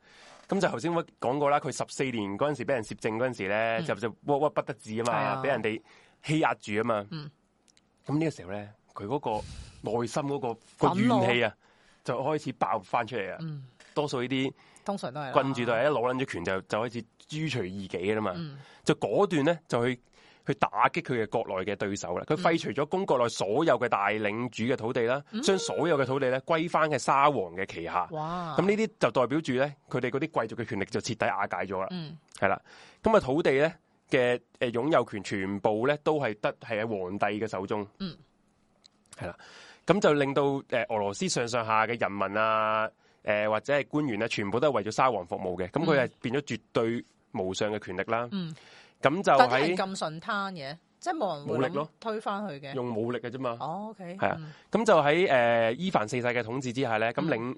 Speaker 1: 咁就頭先我講過啦，佢十四年嗰陣時俾人攝政嗰陣時咧，
Speaker 2: 嗯
Speaker 1: 就就屈屈不得志啊
Speaker 3: 係
Speaker 1: 嘛，
Speaker 3: 啊
Speaker 1: 俾人哋欺壓住啊嘛。
Speaker 2: 嗯
Speaker 1: 咁呢個時候咧，佢嗰個內心嗰、個個
Speaker 2: 憤怒
Speaker 1: 怨氣啊，就開始爆翻出嚟啊！
Speaker 2: 嗯，
Speaker 1: 多數呢啲
Speaker 3: 通常都係啦
Speaker 1: 棍住就係一攞撚咗拳就就開始诛除異己噶啦嘛，
Speaker 3: 嗯
Speaker 1: 就果斷咧就去去打擊佢嘅國內嘅對手啦。佢廢除咗公國內所有嘅大領主嘅土地啦，將所有嘅土地咧歸翻嘅沙皇嘅旗下。
Speaker 2: 哇，
Speaker 1: 咁呢啲就代表住咧，佢哋嗰啲貴族嘅權力就徹底瓦解咗啦。
Speaker 2: 嗯
Speaker 1: 係啦，咁啊土地咧嘅诶拥有權全部咧都係得係喺皇帝嘅手中。
Speaker 2: 嗯，
Speaker 1: 系啦，咁就令到诶、呃俄羅斯上上下嘅人民啊，诶、或者係官員咧，全部都係為咗沙皇服務嘅。咁
Speaker 3: 嗯
Speaker 1: 佢係變咗絕對無上嘅權力啦。
Speaker 2: 嗯，
Speaker 1: 咁就
Speaker 3: 但係啲人
Speaker 1: 喺
Speaker 3: 咁順攤嘅，即係冇人會
Speaker 1: 武力
Speaker 3: 諗
Speaker 1: 咯
Speaker 3: 推翻佢嘅。
Speaker 1: 用武力嘅啫嘛。
Speaker 3: 哦，OK，
Speaker 1: 係啊
Speaker 3: 嗯，
Speaker 1: 咁就喺誒、呃伊凡四世嘅統治之下咧，咁領誒、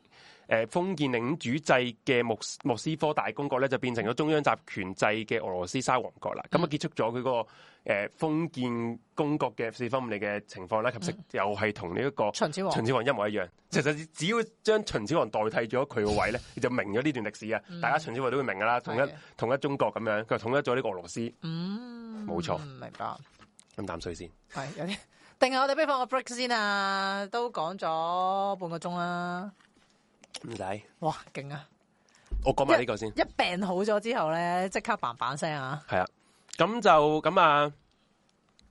Speaker 1: 呃封建領主制嘅莫斯莫斯科大公國咧，就變成咗中央集權制嘅俄羅斯沙皇國啦。咁
Speaker 3: 嗯
Speaker 1: 啊、結束咗佢嗰個、呃、封建公國嘅四分五裂嘅情況啦，及息又係同呢一個
Speaker 3: 嗯秦始皇嗯
Speaker 1: 秦始皇一模一樣。其實只要將秦始皇代替咗佢個 位咧，你就明咗呢段歷史啊！大家秦始皇都會明噶啦，統
Speaker 3: 嗯係
Speaker 1: 一統一中國咁樣，佢就統一咗呢個俄羅斯
Speaker 3: 嗯，
Speaker 1: 冇錯
Speaker 3: 明白。
Speaker 1: 咁啖水先。
Speaker 3: 係有啲，定係我哋不如放個 break 先啊？都講咗半個鐘啦，
Speaker 1: 唔使，
Speaker 3: 哇，勁啊！
Speaker 1: 我講埋呢個先。
Speaker 3: 一病好咗之後咧，即刻棒棒聲啊！
Speaker 1: 系啊，咁就咁啊，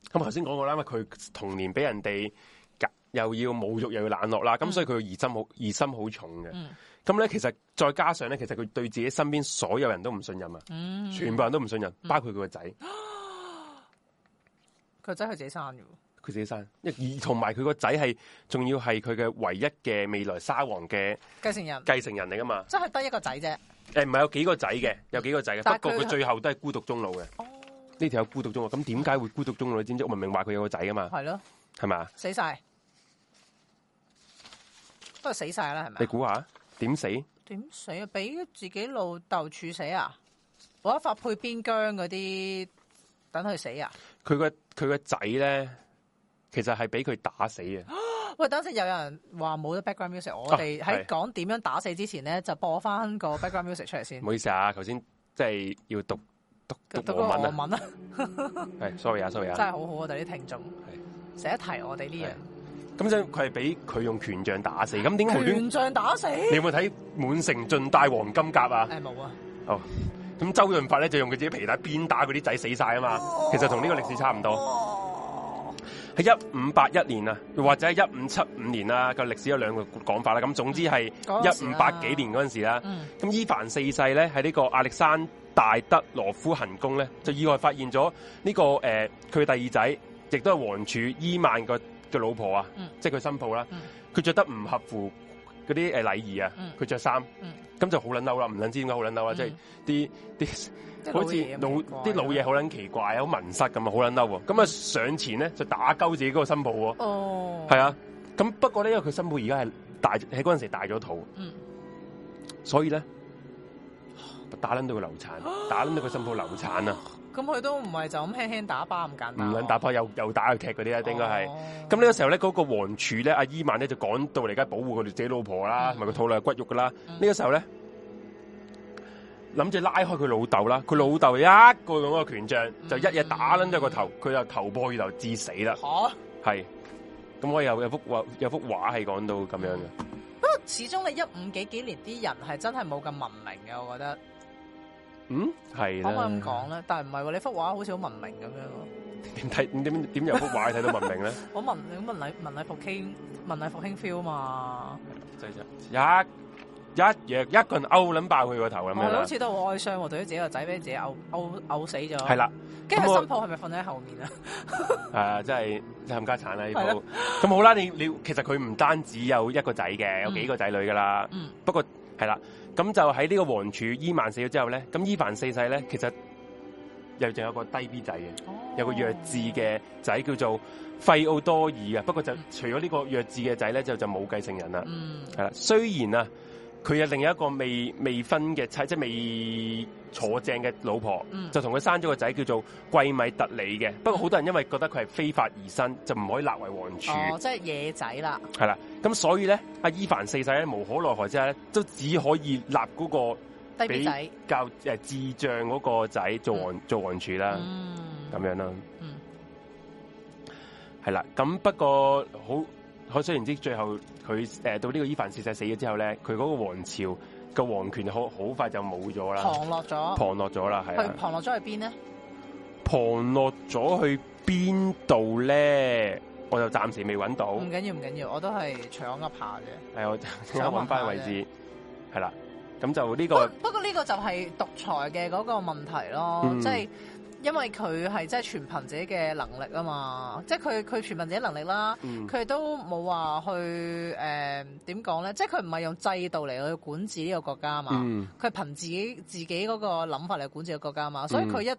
Speaker 1: 咁頭先講過啦，因為佢童年俾人哋夾又要侮辱又要冷落啦，咁所以佢疑心好疑心好重嘅。
Speaker 3: 嗯
Speaker 1: 咁咧，其實再加上咧，其實佢對自己身邊所有人都唔信任啊，
Speaker 3: 嗯，
Speaker 1: 全部人都唔信任，包括佢個仔，佢
Speaker 3: 佢真係佢自己生嘅喎，
Speaker 1: 自己生，因為而同埋佢個仔係仲要係佢嘅唯一嘅未來沙皇嘅
Speaker 3: 繼承人，
Speaker 1: 繼承人嚟噶嘛。
Speaker 3: 即係得一個仔啫。
Speaker 1: 誒唔係有幾個仔嘅，有幾個仔嘅，
Speaker 3: 但係哦
Speaker 1: 不過
Speaker 3: 佢
Speaker 1: 佢最後都係孤獨終老嘅。呢條有孤獨終老，咁點解會孤獨終老？你知唔知？我明明話佢有個仔噶嘛，
Speaker 3: 係咯，
Speaker 1: 係咪啊？
Speaker 3: 死晒，都係死晒啦，係
Speaker 1: 你
Speaker 3: 咪？
Speaker 1: 估下點死？
Speaker 3: 點死啊？俾自己老豆處死啊？冇得發配邊疆嗰啲，等佢死啊？
Speaker 1: 佢個佢個仔咧，其實係俾佢打死 嘅。
Speaker 3: 喂，等陣有人話冇咗 background music，我
Speaker 1: 啊
Speaker 3: 哋
Speaker 1: 係
Speaker 3: 喺講點樣打死之前咧，就播翻個 background music 出嚟先
Speaker 1: 唔。好意思啊，頭先即係要讀讀
Speaker 3: 讀
Speaker 1: 讀
Speaker 3: 嗰個
Speaker 1: 俄
Speaker 3: 俄
Speaker 1: 文啊，
Speaker 3: 文啊，
Speaker 1: 係 sorry 啊 sorry
Speaker 3: 真係
Speaker 1: 啊。
Speaker 3: 好好我哋啲聽眾，成日提我哋呢樣。
Speaker 1: 咁就佢係俾佢用權杖打死。咁點解無端？
Speaker 3: 權杖打死？
Speaker 1: 你
Speaker 3: 誒
Speaker 1: 有冇睇滿城盡帶黃金甲啊？
Speaker 3: 冇啊，
Speaker 1: 哦，咁周潤發咧就用佢自己皮帶鞭打佢啲仔死晒啊嘛。
Speaker 3: 哦
Speaker 1: 其實同呢個歷史差唔多。喺一五八一年啊，又或者係一五七五年啊，個歷史有兩個講法啦。咁總之係
Speaker 3: 嗰陣時
Speaker 1: 一
Speaker 3: 啦
Speaker 1: 五八幾年嗰陣時啦。
Speaker 3: 嗯
Speaker 1: 咁伊凡四世咧喺呢個亞歷山大德羅夫行宮咧，就意外發現咗呢、個誒佢、第二仔，亦都係王儲伊曼個嘅老婆啊，
Speaker 3: 嗯
Speaker 1: 即係佢新抱啦
Speaker 3: 嗯。
Speaker 1: 佢着、得唔合乎嗰啲誒禮儀啊
Speaker 3: 嗯，
Speaker 1: 佢着衫，咁、
Speaker 3: 嗯
Speaker 1: 就好撚嬲啦，唔撚知點解好撚嬲啦，
Speaker 3: 嗯
Speaker 1: 即係啲啲。
Speaker 3: 即係
Speaker 1: 好似
Speaker 3: 嘢咁
Speaker 1: 老
Speaker 3: 奇怪啊
Speaker 1: 啲老嘢好撚奇怪，好文塞咁啊，好撚嬲喎！咁啊上前咧就打鳩自己嗰個新抱喎，
Speaker 3: 哦，
Speaker 1: 係啊。咁不過咧，因為佢新抱而家係大喺嗰陣時大咗肚，
Speaker 3: 嗯
Speaker 1: 所以咧打撚到佢流
Speaker 3: 啊
Speaker 1: 產，打撚到佢新抱流產啊！
Speaker 3: 咁佢都唔係就咁輕輕打巴咁簡
Speaker 1: 唔
Speaker 3: 單，
Speaker 1: 撚打破又又打又踢嗰啲
Speaker 3: 啊哦，
Speaker 1: 啊，應該係。咁呢個時候咧，嗰、個王柱咧，阿伊曼咧就趕到嚟，而家保護佢哋自己老婆啦，
Speaker 3: 嗯
Speaker 1: 同埋佢肚內有骨肉噶啦。呢、
Speaker 3: 嗯
Speaker 1: 個時候咧，諗住拉開佢老豆啦，佢老豆一個用嗰個拳杖
Speaker 3: 嗯
Speaker 1: 就一嘢打撚咗個頭，佢就頭破血流致死啦。
Speaker 3: 嚇，
Speaker 1: 係，咁我有有幅畫有幅畫係講到咁樣嘅，
Speaker 3: 不過始終你一五幾幾年啲人係真係冇咁文明嘅，我覺得
Speaker 1: 嗯，係
Speaker 3: 可唔可以咁
Speaker 1: 啦。
Speaker 3: 講咧？但係唔係喎？你幅畫好似好文明咁樣
Speaker 1: 點睇點點由幅畫睇到文明咧？
Speaker 3: 喎，我文文禮文禮復興文禮復興 feel 嘛，
Speaker 1: 就係一一嘢一個人勾撚爆佢個頭咁
Speaker 3: 我
Speaker 1: 樣
Speaker 3: 哦好
Speaker 1: 啦，
Speaker 3: 似都好哀傷喎，對於自己個仔俾自己毆毆毆死咗，
Speaker 1: 係啦。
Speaker 3: 跟住
Speaker 1: 咁
Speaker 3: 佢
Speaker 1: 我
Speaker 3: 新抱係咪瞓喺後面啊？
Speaker 1: 係啊，真係真係冚家產啦呢
Speaker 3: 係咯
Speaker 1: 鋪。咁好啦，你你其實佢唔單止有一個仔嘅，有幾個仔女噶啦。
Speaker 3: 嗯
Speaker 1: 不過係啦，咁就喺呢個王儲伊曼死咗之後咧，咁伊凡四世咧，其實又仲有個低 B 仔嘅，有個弱智嘅仔叫做費奧多爾嘅。不過就除咗呢個弱智嘅仔咧，就就冇繼承人啦。
Speaker 3: 嗯
Speaker 1: 係啦，雖然啊，佢有另一個未未婚嘅妻，即係未坐正嘅老婆，
Speaker 3: 嗯
Speaker 1: 就同佢生咗個仔叫做桂米特里嘅。不過好多人因為覺得佢係非法而生，就唔可以立為王
Speaker 3: 哦，
Speaker 1: 儲，
Speaker 3: 即係野仔啦，
Speaker 1: 係啦、咁所以咧，阿伊凡四世咧無可奈何之下咧，都只可以立嗰個
Speaker 3: 低 B
Speaker 1: 比
Speaker 3: 仔，
Speaker 1: 較誒智障嗰啊個仔做王、做王儲啦，
Speaker 3: 嗯
Speaker 1: 咁樣啦。
Speaker 3: 嗯
Speaker 1: 系啦，咁不過好可想而知，最後佢诶、呃到呢個伊凡四世死咗之後咧，佢嗰個王朝個皇權好好快就冇咗啦，
Speaker 3: 旁落咗，
Speaker 1: 旁落咗啦，係啦
Speaker 3: 哦去，旁落咗去邊咧？
Speaker 1: 旁落咗去邊度咧？我就暫時未揾到，
Speaker 3: 唔緊要，唔緊要，我都係搶噏下啫。
Speaker 1: 係我陣間揾翻位置，係啦，咁就呢、個
Speaker 3: 不不過呢個就係獨裁嘅嗰個問題咯，
Speaker 1: 嗯
Speaker 3: 即係因為佢係即係全憑自己嘅能力啊嘛，即係佢佢全憑自己能力啦，
Speaker 1: 嗯
Speaker 3: 佢都冇話去誒點講咧，即係佢唔係用制度嚟去管治呢個國家啊嘛，
Speaker 1: 嗯
Speaker 3: 佢、憑自己自己嗰個諗法嚟管治個國家啊嘛，所以
Speaker 1: 嗯
Speaker 3: 佢一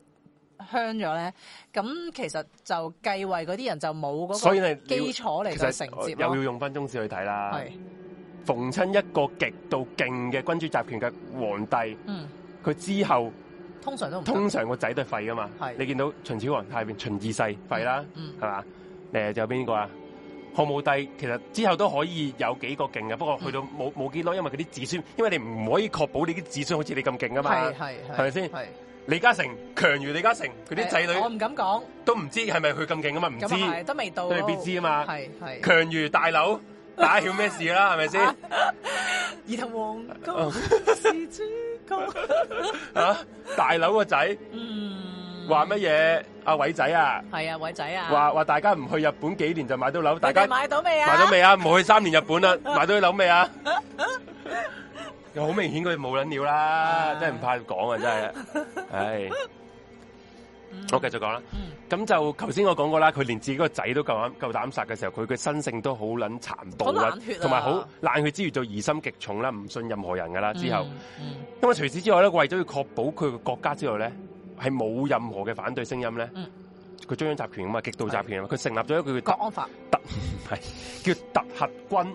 Speaker 3: 香咗咧，咁其實就繼位嗰啲人就冇嗰
Speaker 1: 所以
Speaker 3: 個
Speaker 1: 你
Speaker 3: 基礎嚟
Speaker 1: 其
Speaker 3: 去
Speaker 1: 實
Speaker 3: 承接
Speaker 1: 又
Speaker 3: 咯
Speaker 1: 要，用翻中史去睇啦
Speaker 3: 係。
Speaker 1: 逢親一個極度勁嘅君主集權嘅皇帝，
Speaker 3: 嗯，
Speaker 1: 佢之後。
Speaker 3: 通常都唔得
Speaker 1: 通常個仔都係廢噶嘛
Speaker 3: 係。
Speaker 1: 你見到秦始皇下邊秦二世廢啦，
Speaker 3: 嗯
Speaker 1: 係嘛？誒仲有邊個啊？漢武帝其實之後都可以有幾個勁嘅，不過去到
Speaker 3: 嗯
Speaker 1: 冇冇幾耐，因為佢啲子孫，因為你唔可以確保你啲子孫好似你咁勁噶嘛
Speaker 3: 係。係係
Speaker 1: 係咪先
Speaker 3: 係
Speaker 1: 李嘉誠強如李嘉誠，佢啲仔
Speaker 3: 誒我
Speaker 1: 女
Speaker 3: 唔敢講。
Speaker 1: 都唔知係咪佢咁勁噶嘛，唔
Speaker 3: 咁啊係
Speaker 1: 知
Speaker 3: 都未到，
Speaker 1: 都未必知啊嘛。
Speaker 3: 係係
Speaker 1: 強如大佬打曉咩事啦，係咪
Speaker 3: 啊
Speaker 1: 先？
Speaker 3: 兒童 王國是主角，
Speaker 1: 啊，大佬個仔
Speaker 3: 嗯，
Speaker 1: 話乜嘢？阿偉仔啊，
Speaker 3: 係啊，偉仔啊，
Speaker 1: 話話大家唔去日本幾年就買到樓，大家
Speaker 3: 大家。買到未啊？
Speaker 1: 買到未啊？冇去三年日本 啦，買到啲樓未啊？又好明顯佢冇撚料啦，
Speaker 3: 唉
Speaker 1: 真係唔怕講啊！真係，唉，
Speaker 3: 嗯？
Speaker 1: 我繼續講啦。
Speaker 3: 嗯
Speaker 1: 咁就頭先我講過啦，佢連自己個仔都夠膽夠膽殺嘅時候，佢嘅身性都好撚殘暴
Speaker 3: 好
Speaker 1: 啦
Speaker 3: 冷血啊，
Speaker 1: 同埋好冷血之餘就疑心極重啦，唔信任何人噶啦。之後，，
Speaker 3: 嗯
Speaker 1: 因為除此之外咧，為咗要確保佢個國家之外咧，係冇任何嘅反對聲音咧
Speaker 3: 嗯，
Speaker 1: 佢中央集權啊嘛，極度集權啊嘛，佢成立咗一個
Speaker 3: 國
Speaker 1: 叫
Speaker 3: 安法
Speaker 1: 特叫特核軍。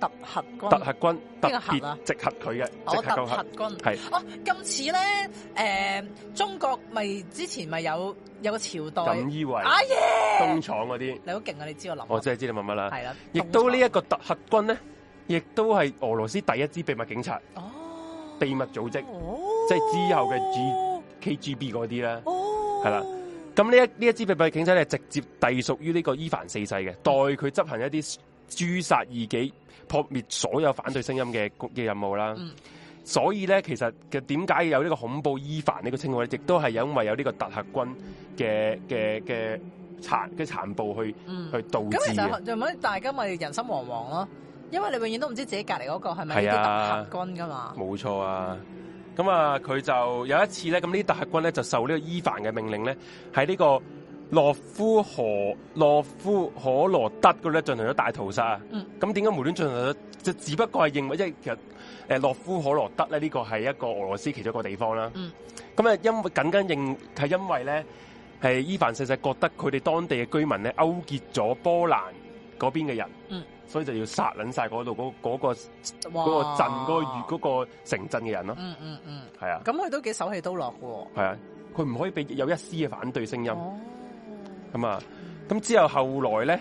Speaker 3: 特核軍，
Speaker 1: 特核軍特
Speaker 3: 邊個核啊
Speaker 1: 別直核佢嘅，
Speaker 3: 哦
Speaker 1: 直核
Speaker 3: 特
Speaker 1: 個
Speaker 3: 核
Speaker 1: 核
Speaker 3: 軍
Speaker 1: 係
Speaker 3: 哦，咁似咧誒，中國咪之前咪有有個朝代，
Speaker 1: 錦衣衛、
Speaker 3: 啊耶！
Speaker 1: 東廠嗰啲，
Speaker 3: 你好勁啊！你知我諗乜，
Speaker 1: 我哦真係知你問乜啦。
Speaker 3: 係啦，
Speaker 1: 亦都呢一
Speaker 3: 東
Speaker 1: 個特核軍咧，亦都係俄羅斯第一支秘密警察、
Speaker 3: 廠哦，
Speaker 1: 秘密組織
Speaker 3: 哦
Speaker 1: 即係之後嘅 KGB 嗰啲啦。
Speaker 3: 哦，
Speaker 1: 係啦咁呢一呢一支秘密警察咧，直接隸屬於呢個伊凡四世嘅，代佢執行一啲诛殺異己、撲滅所有反對聲音嘅嘅任務啦。
Speaker 3: 嗯
Speaker 1: 所以咧，其實嘅點解有呢個恐怖伊凡呢個稱號咧，亦都係因為有呢個特核軍嘅嘅嘅殘嘅殘暴去
Speaker 3: 嗯。
Speaker 1: 去導致
Speaker 3: 咁其
Speaker 1: 嘅。
Speaker 3: 實就咪大家咪人心惶惶咯，因為你永遠都唔知自己隔離嗰個係咪呢
Speaker 1: 係啊
Speaker 3: 啲特核軍噶嘛。
Speaker 1: 冇錯啊！咁啊，佢就有一次咧，咁呢啲特核軍咧就受呢個伊凡嘅命令咧，喺呢個洛夫河洛夫可羅德嗰度咧進行咗大屠殺啊！
Speaker 3: 嗯
Speaker 1: 咁點解無端進行咗？就只不過係認為，因為其實誒洛夫可羅德咧呢個係一個俄羅斯其中一個地方啦。
Speaker 3: 嗯。
Speaker 1: 咁啊，因為僅僅認係因為咧，係伊凡四世覺得佢哋當地嘅居民咧勾結咗波蘭嗰邊嘅人，
Speaker 3: 嗯，
Speaker 1: 所以就要殺撚晒嗰度嗰嗰個
Speaker 3: 哇
Speaker 1: 嗰個鎮嗰個縣嗰、個城鎮嘅人咯，
Speaker 3: 嗯嗯嗯，
Speaker 1: 係啊，
Speaker 3: 咁佢都幾手起刀落嘅
Speaker 1: 係啊，佢唔可以俾有一絲嘅反對聲音
Speaker 3: 喎。哦，
Speaker 1: 咁啊，咁之後後來咧，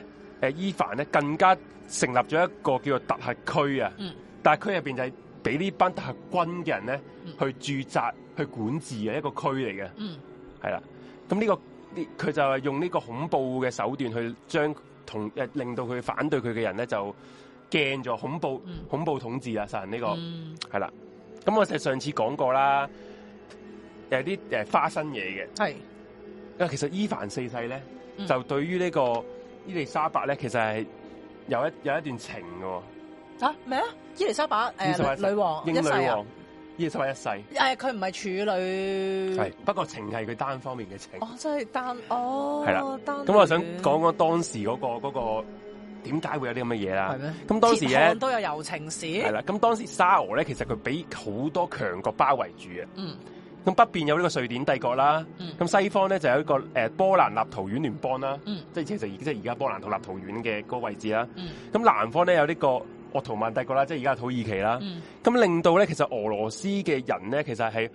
Speaker 1: 誒伊凡咧更加成立咗一個叫做特核區啊，
Speaker 3: 嗯
Speaker 1: 特核區入邊就係俾呢班特核軍嘅人咧
Speaker 3: 嗯
Speaker 1: 去駐紮、去管治嘅一個區嚟嘅，
Speaker 3: 嗯
Speaker 1: 係啦，咁呢、個呢佢就係用呢個恐怖嘅手段去將同誒令到佢反對佢嘅人咧就驚咗恐怖、
Speaker 3: 嗯
Speaker 1: 恐怖統治啊，實行呢、個。
Speaker 3: 嗯，
Speaker 1: 系啦，咁我就上次講過啦，有啲诶花生嘢嘅，
Speaker 3: 係
Speaker 1: 因為其實伊凡四世咧，
Speaker 3: 嗯
Speaker 1: 就對於呢個伊麗莎白咧，其實係有一有一段情嘅喎，
Speaker 3: 嚇咩啊？伊麗莎白
Speaker 1: 伊麗莎白
Speaker 3: 誒女女王
Speaker 1: 英
Speaker 3: 一世
Speaker 1: 女
Speaker 3: 啊
Speaker 1: 王，伊麗莎白一世
Speaker 3: 誒佢唔係處女，
Speaker 1: 係，不過情係佢單方面嘅情。
Speaker 3: 嗯哦，真係單哦，
Speaker 1: 係啦
Speaker 3: 啦
Speaker 1: 咁我想講講當時嗰、個嗰、個點解會有啲咁嘅嘢啦
Speaker 3: 係。咩？
Speaker 1: 啊咁當時
Speaker 3: 鐵
Speaker 1: 咧
Speaker 3: 漢都有柔情史，
Speaker 1: 係啦，咁當時沙俄咧，其實佢俾好多強國包圍住嘅。
Speaker 3: 嗯
Speaker 1: 咁北邊有呢個瑞典帝國啦，
Speaker 3: 嗯
Speaker 1: 咁、西方咧就有一個誒、呃波蘭立陶宛聯邦啦，
Speaker 3: 嗯
Speaker 1: 即係其實而即係而家波蘭同立陶宛嘅嗰個位置啦。
Speaker 3: 嗯
Speaker 1: 咁南方咧有呢個鄂圖曼帝國啦，即係而家嘅土耳其啦。
Speaker 3: 嗯
Speaker 1: 咁、令到咧其實俄羅斯嘅人咧，其實係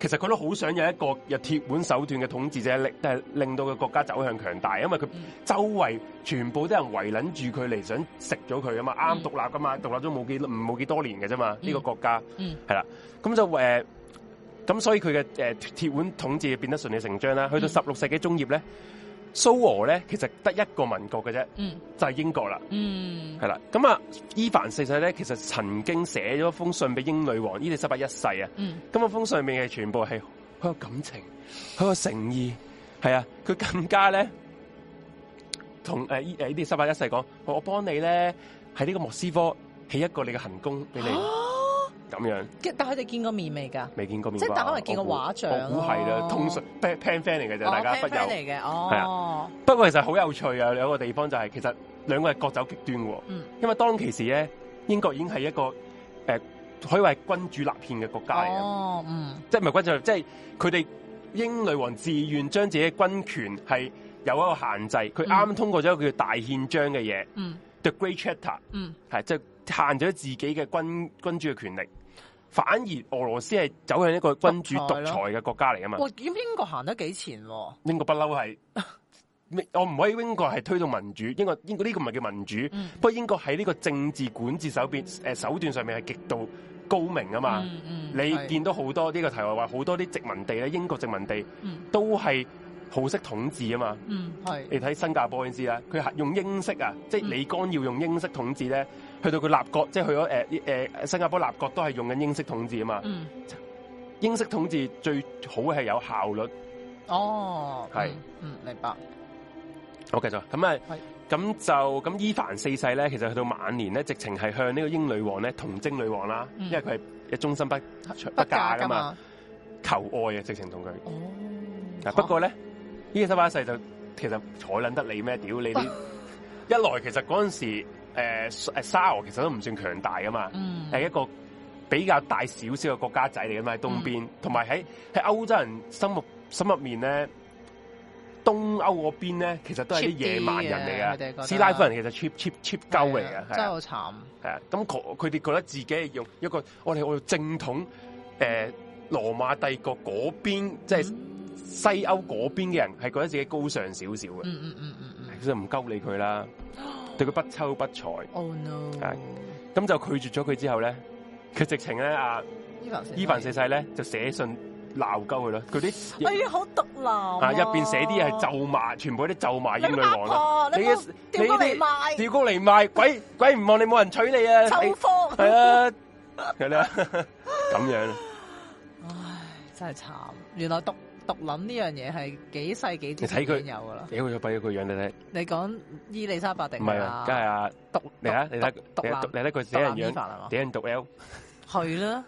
Speaker 1: 其實佢都好想有一個有鐵腕手段嘅統治者，令但係令到個國家走向強大，因為佢
Speaker 3: 嗯
Speaker 1: 周圍全部都有人圍撚住佢嚟想食咗佢啊嘛，啱
Speaker 3: 嗯
Speaker 1: 獨立噶嘛，獨立咗冇幾唔冇幾多年嘅啫嘛，呢、個
Speaker 3: 嗯
Speaker 1: 國家。
Speaker 3: 嗯
Speaker 1: 系啦，咁就诶，呃咁、所以佢嘅诶鐵腕統治變得順理成章啦。去到
Speaker 3: 嗯
Speaker 1: 十六世紀中葉咧，蘇俄咧其實得一個民國嘅啫，
Speaker 3: 嗯
Speaker 1: 就係、英國啦，
Speaker 3: 嗯
Speaker 1: 係啦。咁啊，伊凡四世咧其實曾經寫咗封信俾英女王伊麗莎白一世啊，
Speaker 3: 嗯
Speaker 1: 咁啊封信面係全部係好有感情，好有誠意，係啊，佢更加咧同誒伊誒伊麗莎白一世講，我我幫你咧喺呢個莫斯科起一個你嘅行宮俾你，
Speaker 3: 啊
Speaker 1: 咁樣
Speaker 3: 哦嘅但佢哋見過面未㗎？
Speaker 1: 未見過面啩，
Speaker 3: 即係但可能見過
Speaker 1: 我估
Speaker 3: 畫像
Speaker 1: 我估係
Speaker 3: 咯
Speaker 1: 啦，通常 pen pen friend 嚟嘅啫，大家
Speaker 3: 哦
Speaker 1: 不
Speaker 3: friend- friend
Speaker 1: 友。
Speaker 3: 嚟嘅，
Speaker 1: 係啊
Speaker 3: 哦，
Speaker 1: 不過其實好有趣啊，有一個地方就係、其實兩個係各走極端喎。
Speaker 3: 嗯
Speaker 1: 因為當其時咧，英國已經係一個誒、呃可以話係君主立憲嘅國家嚟嘅，
Speaker 3: 哦，嗯
Speaker 1: 即係唔係君主立，即係佢哋英女王自願將自己嘅軍權係有一個限制，佢啱啱通過咗一個叫大憲章嘅嘢、
Speaker 3: 嗯
Speaker 1: t h e Great Charter
Speaker 3: 嗯，
Speaker 1: 係即係限咗自己嘅君君主嘅權力，反而俄羅斯係走向一個君主
Speaker 3: 獨裁
Speaker 1: 獨
Speaker 3: 咯
Speaker 1: 裁嘅國家嚟啊嘛。
Speaker 3: 哇，咁英國行得幾前喎？
Speaker 1: 英國不嬲係，我唔可以英國係推動民主，英國英國呢個唔係叫民主，
Speaker 3: 嗯
Speaker 1: 不過英國喺呢個政治管治手邊誒手段上面係極度高明啊嘛。
Speaker 3: 嗯嗯
Speaker 1: 你
Speaker 3: 係
Speaker 1: 見到好多呢、個題外話，好多啲殖民地咧，英國殖民地
Speaker 3: 嗯
Speaker 1: 都係好識統治啊嘛。
Speaker 3: 嗯係
Speaker 1: 你睇新加坡先知啦，佢係用英式啊，即係
Speaker 3: 嗯
Speaker 1: 李光耀用英式統治咧，去到佢立國，即係去咗誒誒新加坡立國都係用緊英式統治啊嘛。
Speaker 3: 嗯
Speaker 1: 英式統治最好係有效率。
Speaker 3: 哦
Speaker 1: 係
Speaker 3: 嗯嗯明白
Speaker 1: 好，繼續咁啊
Speaker 3: 係，
Speaker 1: 咁就咁伊凡四世咧，其實去到晚年咧，直情係向呢個英女王咧童貞女王啦，
Speaker 3: 嗯
Speaker 1: 因為佢係終身不不嫁噶嘛，求愛啊，直情同佢。
Speaker 3: 不嫁㗎嘛
Speaker 1: 嗱
Speaker 3: 哦
Speaker 1: 不過咧，伊麗莎白一世就其實彩撚得你咩？屌你啲！ 一來其實嗰陣時，誒誒沙俄其實都唔算強大噶嘛，
Speaker 3: 嗯
Speaker 1: 係一個比較大少少嘅國家仔嚟噶嘛，喺東
Speaker 3: 嗯
Speaker 1: 邊，同埋喺喺歐洲人心目心入面咧，東歐嗰邊咧，其實都係啲
Speaker 3: Cheap
Speaker 1: 野
Speaker 3: 啲
Speaker 1: 蠻
Speaker 3: 嘅
Speaker 1: 人
Speaker 3: 佢哋
Speaker 1: 嚟
Speaker 3: 覺
Speaker 1: 噶，
Speaker 3: 得
Speaker 1: 斯拉夫人其實 cheap cheap cheap 鳩嚟
Speaker 3: 係啊
Speaker 1: 嘅，
Speaker 3: 真
Speaker 1: 係
Speaker 3: 係
Speaker 1: 啊
Speaker 3: 好慘。
Speaker 1: 係啊，咁佢佢哋覺得自己係用一個我哋我哋正統誒、呃、羅馬帝國嗰邊，即係
Speaker 3: 嗯
Speaker 1: 西歐嗰邊嘅人，係覺得自己高尚少少嘅，
Speaker 3: 嗯嗯嗯嗯嗯
Speaker 1: 其實唔鳩理佢啦，對佢不瞅不睬，
Speaker 3: ，Oh no！
Speaker 1: 係咁就拒絕咗佢之後咧，佢直情咧啊〜
Speaker 3: 伊凡四
Speaker 1: 伊凡四世咧就寫信鬧鳩佢咯，佢啲
Speaker 3: 哎呀，好毒男
Speaker 1: 啊
Speaker 3: 啊！
Speaker 1: 入邊寫啲嘢係咒罵，全部都咒罵英女王啦。
Speaker 3: 啦
Speaker 1: 你
Speaker 3: 你
Speaker 1: 嘅
Speaker 3: 嘅屌哥嚟賣，
Speaker 1: 吊高嚟賣，鬼鬼唔望你冇人娶 你啊！
Speaker 3: 秋風，
Speaker 1: 係啊，佢咧咁樣啦，哎
Speaker 3: 唉，真係慘。原來毒毒撚呢樣嘢係幾世紀之前
Speaker 1: 你睇佢
Speaker 3: 已經有噶啦。
Speaker 1: 屌佢跛咗個樣你睇，
Speaker 3: 你講伊麗莎白定
Speaker 1: 唔係啊，梗係啊，
Speaker 3: 毒
Speaker 1: 你睇你睇
Speaker 3: 毒
Speaker 1: 你
Speaker 3: 毒
Speaker 1: 睇
Speaker 3: 男
Speaker 1: 你睇佢
Speaker 3: 毒
Speaker 1: 寫人
Speaker 3: 男伊
Speaker 1: 樣，
Speaker 3: 凡係嘛？
Speaker 1: 點人讀 L，
Speaker 3: 係啦，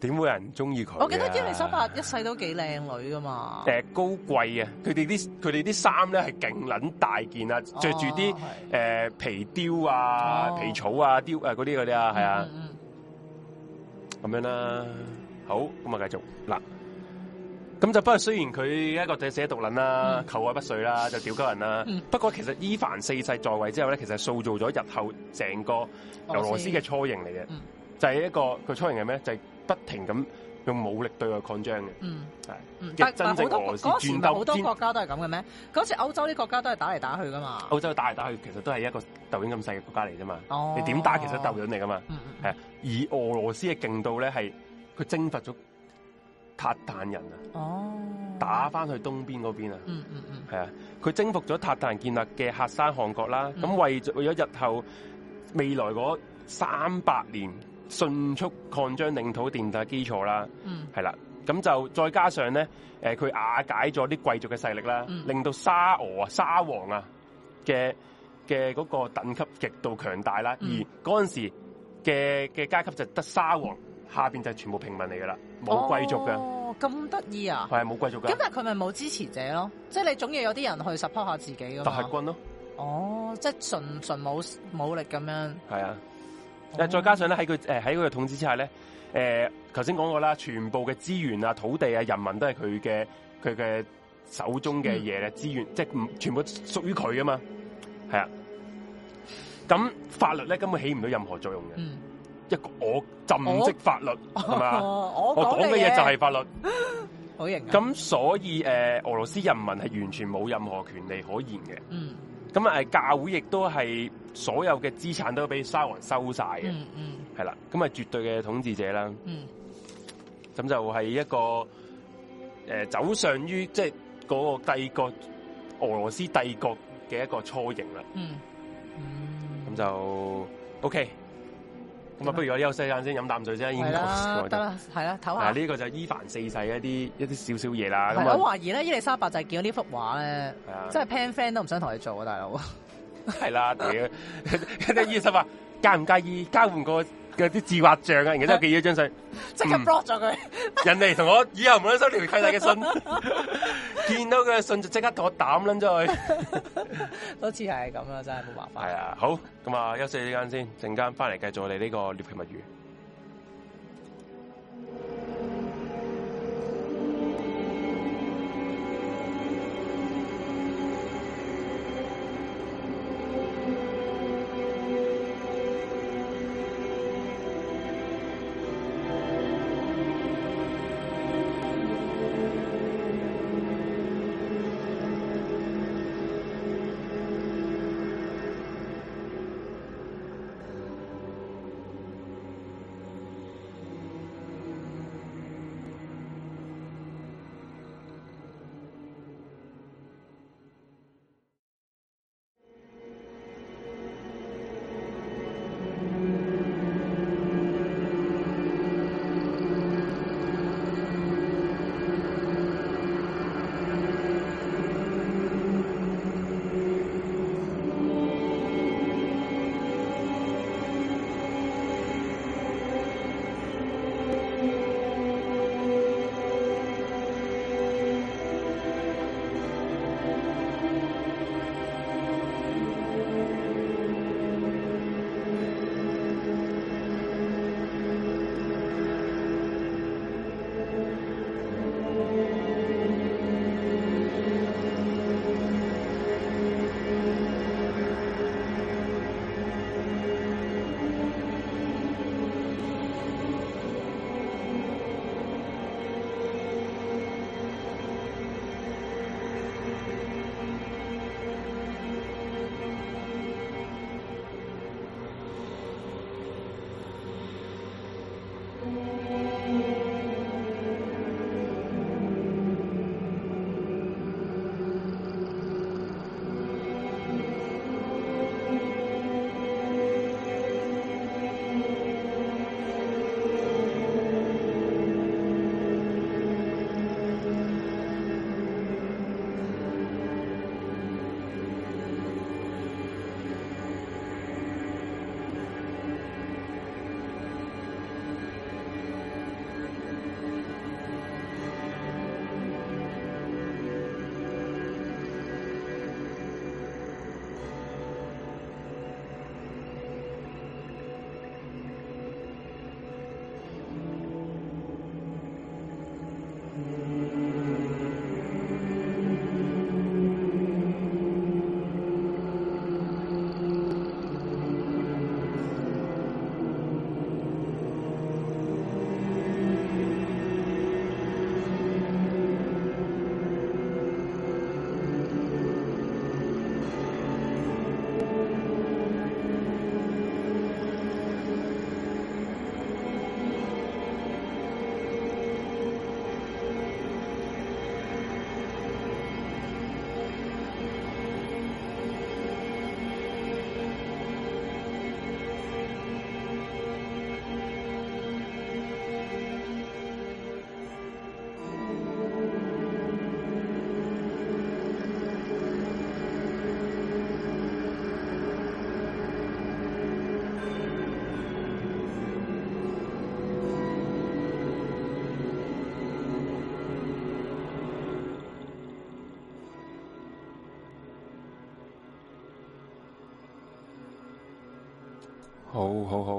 Speaker 1: 點會有人中意佢啊？
Speaker 3: 我記得伊麗莎白一世都幾靚女噶嘛。
Speaker 1: 誒高貴啊，佢哋啲佢哋啲衫咧係勁撚大件啊，着住啲誒
Speaker 3: 哦係
Speaker 1: 呃皮貂啊、
Speaker 3: 哦
Speaker 1: 皮草啊、貂啊嗰啲嗰啲啊，係啊。
Speaker 3: 嗯嗯
Speaker 1: 咁樣啦。好，咁啊繼續嗱。咁就不過雖然佢一個就寫獨撚啦，
Speaker 3: 嗯
Speaker 1: 求愛不遂啦，就屌鳩人啦。
Speaker 3: 嗯
Speaker 1: 不過其實伊凡四世在位之後咧，其實塑造咗日後成個俄羅斯嘅初形嚟嘅，
Speaker 3: 嗯
Speaker 1: 就係一個佢初形係咩？就係、不停咁用武力對外擴張嘅，
Speaker 3: 嗯
Speaker 1: 係
Speaker 3: 嗯，
Speaker 1: 嘅
Speaker 3: 但
Speaker 1: 真
Speaker 3: 但
Speaker 1: 正
Speaker 3: 好多
Speaker 1: 俄羅斯
Speaker 3: 嗰時唔係好多
Speaker 1: 戰鬥
Speaker 3: 國家都係咁嘅咩？嗰時歐洲啲國家都係打嚟打去噶嘛。
Speaker 1: 歐洲打嚟打去，其實都係一個豆影咁細嘅國家嚟啫嘛。
Speaker 3: 哦，
Speaker 1: 你點打其實豆影嚟噶嘛。
Speaker 3: 嗯嗯
Speaker 1: 係啊而俄羅斯嘅勁度咧係佢征服咗塔坦人啊，
Speaker 3: 嗯哦，
Speaker 1: 打翻去東邊嗰邊啊。
Speaker 3: 嗯嗯嗯
Speaker 1: 系啊，佢征服咗塔坦建立嘅喀山汗國啦，咁、
Speaker 3: 嗯
Speaker 1: 為咗為咗日後未來嗰三百年迅速擴張領土奠定基礎啦，
Speaker 3: 嗯
Speaker 1: 係啦，咁就再加上咧，诶佢瓦解咗啲貴族嘅勢力啦，
Speaker 3: 嗯
Speaker 1: 令到沙俄啊、沙皇啊嘅嘅嗰個等級極度強大啦，
Speaker 3: 嗯
Speaker 1: 而嗰陣時嘅嘅階級就得沙皇，下边就係全部平民嚟噶啦，冇貴族嘅，
Speaker 3: 哦，咁得意啊！
Speaker 1: 係冇貴族
Speaker 3: 咁
Speaker 1: 嘅，
Speaker 3: 但係佢咪冇支持者咯？即係你總要有啲人去 support 下自己噶
Speaker 1: 特核
Speaker 3: 嘛。
Speaker 1: 軍咯，
Speaker 3: 哦，即係純純武武力咁樣。
Speaker 1: 係啊。誒再加上咧喺佢誒喺佢嘅統治之下咧，誒頭先講過啦，全部嘅資源啊、土地啊、人民都係佢嘅佢嘅手中
Speaker 3: 嗯
Speaker 1: 嘅嘢咧，資源即係唔全部屬於佢啊嘛，係啊。咁法律咧根本起唔到任何作用嘅，
Speaker 3: 嗯，
Speaker 1: 一個我朕職法律係啊嘛？
Speaker 3: 哦我
Speaker 1: 我講嘅嘢就係法律，
Speaker 3: 好型啊。
Speaker 1: 咁所以誒、俄羅斯人民係完全冇任何權利可言嘅。
Speaker 3: 嗯
Speaker 1: 咁啊，誒教會亦都係所有嘅資產都俾沙皇收晒嘅，
Speaker 3: 嗯嗯
Speaker 1: 係啦、咁啊絕對嘅統治者啦。
Speaker 3: 嗯
Speaker 1: 咁就係一個誒、呃走上於即係嗰個帝國俄羅斯帝國嘅一個雛形啦。
Speaker 3: 嗯，
Speaker 1: 咁就 OK。咁啊，不如我休息陣先，飲啖水先。已
Speaker 3: 系
Speaker 1: 經
Speaker 3: 啦
Speaker 1: 講，
Speaker 3: 得啦，啊系啦，唞
Speaker 1: 啊嗱，
Speaker 3: 下。
Speaker 1: 呢個就係伊凡四世一啲一啲少少嘢啦。
Speaker 3: 係
Speaker 1: 咁
Speaker 3: 我
Speaker 1: 啊，
Speaker 3: 懷疑咧，伊麗莎白就係見到呢幅畫咧，
Speaker 1: 係啊
Speaker 3: 真係 pan friend 都唔想同佢做啊，大佬。
Speaker 1: 係啦，屌！ 啲醫生話介唔介意交換個嗰啲自畫像啊？而家都寄咗張相，
Speaker 3: 即刻
Speaker 1: 嗯
Speaker 3: block 咗佢。
Speaker 1: 人哋同我以後唔撚收條契弟嘅 信，見到佢嘅信就即刻同我膽撚咗佢。
Speaker 3: 好似係咁啦，真係冇辦 法。
Speaker 1: 係啊，好咁啊，休息呢間先，陣間翻嚟繼續我哋呢個獵奇物語。好好好，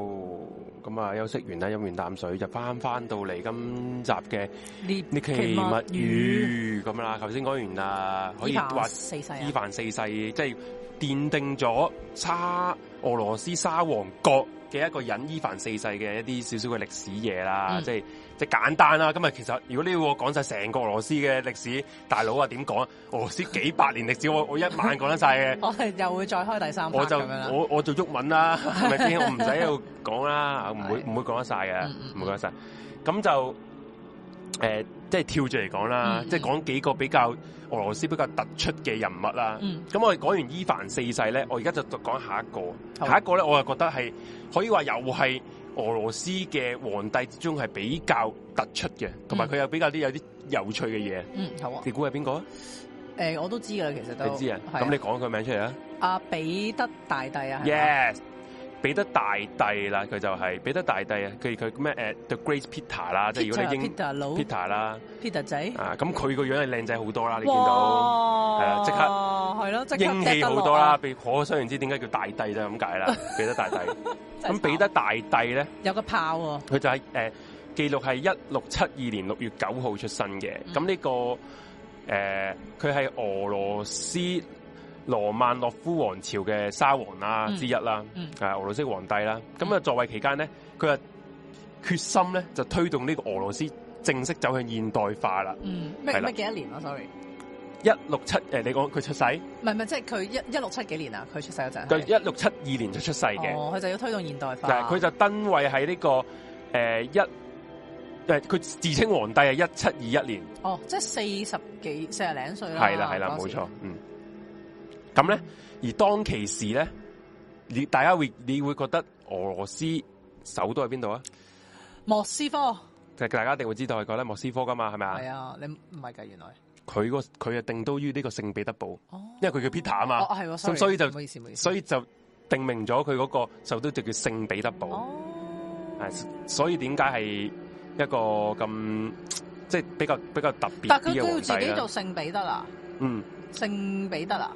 Speaker 1: 咁啊休息完啦，飲完啖水就翻翻到嚟今集嘅呢奇物語咁啦。頭先講完啦，可以話
Speaker 3: 四世
Speaker 1: 伊
Speaker 3: 啊，
Speaker 1: 凡四世即係奠定咗沙俄羅斯沙皇國嘅一個人伊凡四世嘅一啲少少嘅歷史嘢啦，
Speaker 3: 嗯
Speaker 1: 即係即係簡單啦。今日其實如果你要我講晒成個俄羅斯嘅歷史，大佬啊點講啊？俄羅斯幾百年歷史，我我一 晚講得晒嘅。
Speaker 3: 我哋又會再開第三 part
Speaker 1: 我就
Speaker 3: 咁樣啦。
Speaker 1: 我我做鬱文 啦，係咪先？我唔使喺度講啦，唔會
Speaker 3: 係啊
Speaker 1: 唔會講得晒嘅
Speaker 3: 嗯，
Speaker 1: 唔會講得晒。咁就誒、呃即係跳住嚟講啦，
Speaker 3: 嗯
Speaker 1: 即係講幾個比較俄羅斯比較突出嘅人物啦。
Speaker 3: 嗯
Speaker 1: 咁我哋講完伊凡四世咧，我而家就講下一個，
Speaker 3: 好啊
Speaker 1: 下一個咧，我又覺得係可以話又係俄羅斯嘅皇帝之中係比較突出嘅，同埋佢有比較啲有啲有趣嘅嘢。
Speaker 3: 嗯，好啊。
Speaker 1: 你估係邊個啊？
Speaker 3: 誒，我都知噶啦，其實都
Speaker 1: 你知啊？
Speaker 3: 係
Speaker 1: 咁你講佢名出嚟啊
Speaker 3: 阿彼得大帝啊，係嘛
Speaker 1: ？Yes，彼得大帝啦，佢就係彼得大帝啊，佢佢咩誒 The Great Peter 啦，即係如果
Speaker 3: Peter
Speaker 1: 你英
Speaker 3: Peter 佬
Speaker 1: Peter 啦，
Speaker 3: Peter 仔，
Speaker 1: 啊咁佢個樣係靚仔好多啦，你見到。係
Speaker 3: 哇
Speaker 1: 啊即刻
Speaker 3: 係咯，即刻
Speaker 1: 英氣好多
Speaker 3: 啊
Speaker 1: 啦，被可想而知點解叫大帝就係咁解啦，彼得大 帝。
Speaker 3: 踢得落啊，
Speaker 1: 咁彼得大帝咧，
Speaker 3: 有個炮喎，
Speaker 1: 佢就係、呃記錄係一六七二年六月九號出生嘅。
Speaker 3: 嗯
Speaker 1: 咁呢、個呃佢係俄羅斯羅曼諾夫王朝嘅沙皇啦
Speaker 3: 嗯
Speaker 1: 之一啦，
Speaker 3: 嗯
Speaker 1: 啊俄羅斯皇帝啦。咁啊在位期間咧，佢啊決心咧就推動呢個俄羅斯正式走向現代化啦。
Speaker 3: 嗯，咩
Speaker 1: 係啦
Speaker 3: 咩幾多年啊？sorry，
Speaker 1: 一六七誒，你講佢出世，
Speaker 3: 唔係唔係，即係佢一一六七幾年啊？佢出世嗰陣
Speaker 1: 佢
Speaker 3: 係，
Speaker 1: 一六七二年就出世嘅。
Speaker 3: 哦，佢就要推動現代化，
Speaker 1: 但係佢就登位喺呢、個誒、呃一誒，佢自稱皇帝係一七二一年，
Speaker 3: 哦，即係四十幾四十零歲啦，
Speaker 1: 係啦係啦，
Speaker 3: 嗰
Speaker 1: 冇
Speaker 3: 時
Speaker 1: 錯，，嗯。咁咧，而當其時咧，你大家會你會覺得俄羅斯首都喺邊度啊？
Speaker 3: 莫斯科
Speaker 1: 啊就大家一定會知道係覺得莫斯科噶嘛，係咪
Speaker 3: 係
Speaker 1: 啊？
Speaker 3: 啊，你唔係㗎，原來
Speaker 1: 佢個佢就定都於呢個聖彼得堡，
Speaker 3: 哦，
Speaker 1: 因為佢叫 Peter 啊嘛，
Speaker 3: 哦係喎
Speaker 1: 咁
Speaker 3: ，sorry，
Speaker 1: 所以就
Speaker 3: 唔好意思唔好意思，
Speaker 1: 所以就定名咗佢嗰個首都就叫聖彼得堡。
Speaker 3: 哦，
Speaker 1: 係，所以點解係一個咁即係比較比較特別
Speaker 3: 但
Speaker 1: 啲嘅
Speaker 3: 佢佢要
Speaker 1: 皇
Speaker 3: 自己
Speaker 1: 帝
Speaker 3: 做
Speaker 1: 啦？
Speaker 3: 聖彼得啊，
Speaker 1: 嗯
Speaker 3: 聖彼得啊，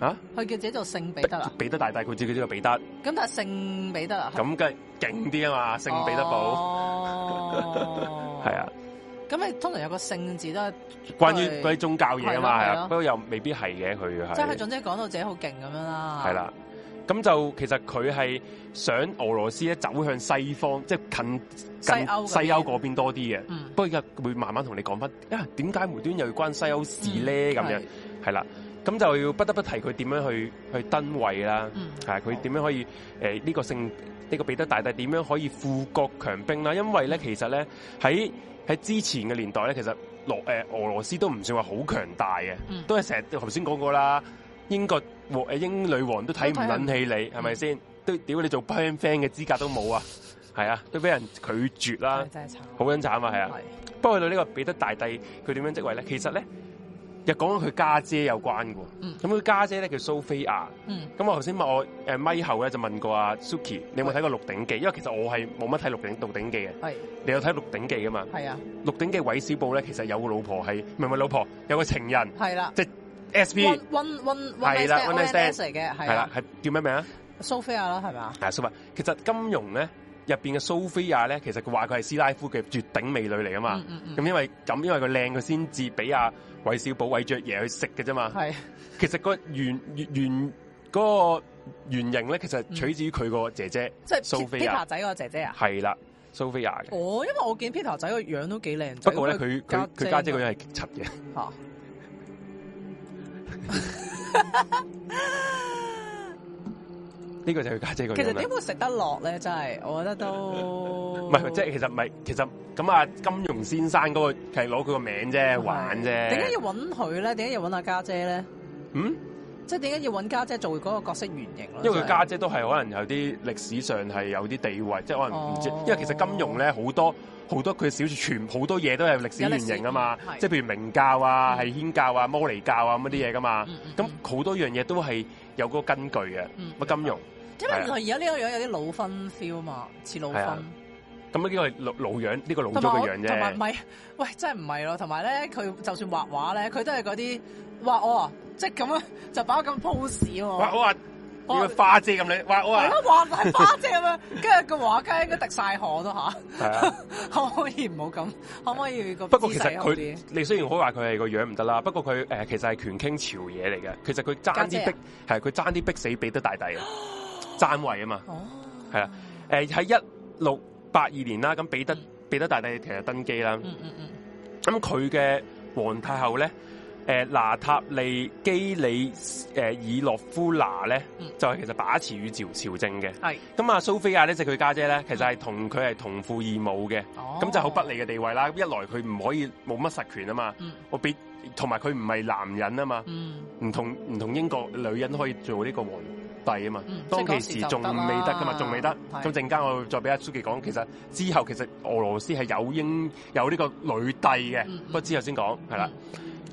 Speaker 1: 啊，
Speaker 3: 佢叫自己做聖
Speaker 1: 彼
Speaker 3: 彼得啊，
Speaker 1: 彼得大帝佢自己叫彼得，
Speaker 3: 咁但係聖彼得啊，
Speaker 1: 咁梗係勁啲啊嘛，聖彼得堡
Speaker 3: 哦，
Speaker 1: 係啊，
Speaker 3: 咁你通常有個聖字都係，
Speaker 1: 關於嗰啲宗教嘢啊嘛，
Speaker 3: 係咯
Speaker 1: 係
Speaker 3: 係
Speaker 1: 啊，
Speaker 3: 咯
Speaker 1: 不過又未必係嘅，佢
Speaker 3: 即係佢
Speaker 1: 係
Speaker 3: 總之講到自己好勁咁樣啦。
Speaker 1: 係，啦。咁就其實佢係想俄羅斯咧走向西方，即係近
Speaker 3: 西
Speaker 1: 近
Speaker 3: 歐
Speaker 1: 西歐嗰邊多啲嘅。
Speaker 3: 嗯，
Speaker 1: 不過而家會慢慢同你講翻，啊點解無端又要關西歐事咧？咁樣
Speaker 3: 係，
Speaker 1: 係啦，咁就要不得不提佢點樣去去登位啦，
Speaker 3: 嗯
Speaker 1: 係啊佢點樣可以誒呢、個聖呢、個彼得大帝點樣可以富國強兵啦？因為咧其實咧喺喺之前嘅年代咧，其實羅誒、呃俄羅斯都唔算話好強大嘅，
Speaker 3: 嗯
Speaker 1: 都係成日頭先講過啦，英國和誒英女王都睇唔撚起你，
Speaker 3: 嗯
Speaker 1: 係咪先？都屌你做 friend friend 嘅資格都冇啊！係啊，都俾人拒絕啦
Speaker 3: 唉，哦真係慘，
Speaker 1: 好撚慘啊，係啊！
Speaker 3: 係
Speaker 1: 不過去到呢個彼得大帝佢點樣職位咧？其實咧又講緊佢家姐有關嘅
Speaker 3: 嗯
Speaker 1: 喎。咁佢家姐咧叫蘇菲亞。
Speaker 3: 嗯
Speaker 1: 咁我頭先問我誒咪後咧就問過阿 Suki，你有冇睇過《鹿鼎記》？因為其實我係冇乜睇《鹿鼎鹿鼎記》嘅。
Speaker 3: 係
Speaker 1: 你有睇《鹿鼎記》噶嘛？
Speaker 3: 係啊
Speaker 1: 《鹿鼎記》韋小寶咧其實有個老婆係唔係唔係老婆，有個情人
Speaker 3: 係啦。
Speaker 1: SP
Speaker 3: 温温温
Speaker 1: 係啦 one night stand
Speaker 3: 嚟嘅係
Speaker 1: 係啦
Speaker 3: 啦，，
Speaker 1: 係叫咩名啊？
Speaker 3: 蘇菲亞啦係嘛？
Speaker 1: 係蘇菲亞。其實金庸咧入邊嘅蘇菲亞咧，其實佢話佢係斯拉夫嘅絕頂美女嚟啊嘛。
Speaker 3: 嗯嗯嗯
Speaker 1: 咁因為咁，因為佢靚，佢先至俾阿韋小寶、韋爵爺去食嘅啫嘛。
Speaker 3: 係
Speaker 1: 其實個原原原嗰個原型咧，其實取自於佢個姐姐，
Speaker 3: 嗯即係
Speaker 1: 蘇菲
Speaker 3: Peter
Speaker 1: 亞，
Speaker 3: 仔個姐姐啊。
Speaker 1: 係啦，蘇菲亞嘅。
Speaker 3: 哦，因為我見 Peter 仔個樣都幾靚仔，
Speaker 1: 不過咧，佢佢佢家姐個樣係極柒嘅，
Speaker 3: 嚇
Speaker 1: 呢個就係佢家姐個
Speaker 3: 其實
Speaker 1: 樣啦
Speaker 3: 點。會食得落咧？真係，我覺得都
Speaker 1: 唔
Speaker 3: 唔
Speaker 1: 係，即係其實唔係，其實咁啊，金庸先生嗰個係攞佢個名啫，玩啫。
Speaker 3: 哦點解要揾佢咧？點解要揾阿家姐咧？
Speaker 1: 嗯，
Speaker 3: 即係點解要揾家姐做嗰個角色原型咯？
Speaker 1: 因為佢
Speaker 3: 真係
Speaker 1: 家姐都係可能有啲歷史上係有啲地位，即係可能唔知。
Speaker 3: 哦
Speaker 1: 因為其實金庸咧好多好多佢小説全好多嘢都係歷史原型啊嘛
Speaker 3: 有歷史，係
Speaker 1: 即係譬如明教啊、
Speaker 3: 嗯
Speaker 1: 係軒教啊、摩尼教啊咁嗰啲嘢噶嘛。
Speaker 3: 嗯嗯
Speaker 1: 咁
Speaker 3: 嗯
Speaker 1: 好多樣嘢都係有嗰個根據嘅。
Speaker 3: 嗯
Speaker 1: 乜金庸
Speaker 3: 因為佢而家呢個樣有啲老分 feel 嘛，似老
Speaker 1: 係啊
Speaker 3: 分。
Speaker 1: 咁呢個係老老樣，呢、個老咗
Speaker 3: 同埋我
Speaker 1: 嘅樣
Speaker 3: 同埋唔
Speaker 1: 啫。
Speaker 3: 係， 喂，真係唔係咯。同埋咧，佢就算畫畫咧，佢都係嗰啲畫我啊，即係咁樣就擺咁 pose 喎。
Speaker 1: 哇！我話
Speaker 3: 我
Speaker 1: 要花姐咁你，哇！我啊話
Speaker 3: 哦係咯，畫大花姐咁樣，跟住個畫家應該滴晒汗咯吓，
Speaker 1: 係 啊。
Speaker 3: 可唔可以唔好咁？可唔可以個
Speaker 1: 不過
Speaker 3: 過
Speaker 1: 其實佢，你雖然可以話佢係個樣唔得啦，不過佢誒、呃其實係權傾朝野嚟嘅。其實佢爭
Speaker 3: 家
Speaker 1: 啲
Speaker 3: 姐啊
Speaker 1: 逼，係佢爭啲逼死彼得大 帝啊，爭位啊嘛。
Speaker 3: 哦，
Speaker 1: 係啦，誒喺一六八二年啦，咁彼得
Speaker 3: 嗯
Speaker 1: 彼得大帝其實登基啦，
Speaker 3: 嗯嗯
Speaker 1: 咁
Speaker 3: 嗯，
Speaker 1: 佢嘅皇太后咧誒拿塔利基里誒、以洛夫娜咧
Speaker 3: 嗯，
Speaker 1: 就係其實把持與朝朝政嘅。
Speaker 3: 係
Speaker 1: 咁啊，蘇菲亞呢，即係佢家姐咧，其實係同佢係同父異母嘅，
Speaker 3: 哦
Speaker 1: 咁、就好不利嘅地位啦。一來佢唔可以冇乜實權啊嘛，
Speaker 3: 嗯
Speaker 1: 我俾同埋佢唔係男人啊嘛，
Speaker 3: 嗯
Speaker 1: 唔同唔同英國女人可以做呢個皇帝啊嘛。
Speaker 3: 嗯，
Speaker 1: 當
Speaker 3: 即係
Speaker 1: 其
Speaker 3: 嗰時
Speaker 1: 時
Speaker 3: 就
Speaker 1: 仲未得噶嘛，
Speaker 3: 啦
Speaker 1: 仲未得。
Speaker 3: 係
Speaker 1: 咁陣間我再俾阿 Suki 講，其實之後其實俄羅斯係有英有呢個女帝嘅
Speaker 3: 嗯嗯，嗯
Speaker 1: 不過之後先講係啦。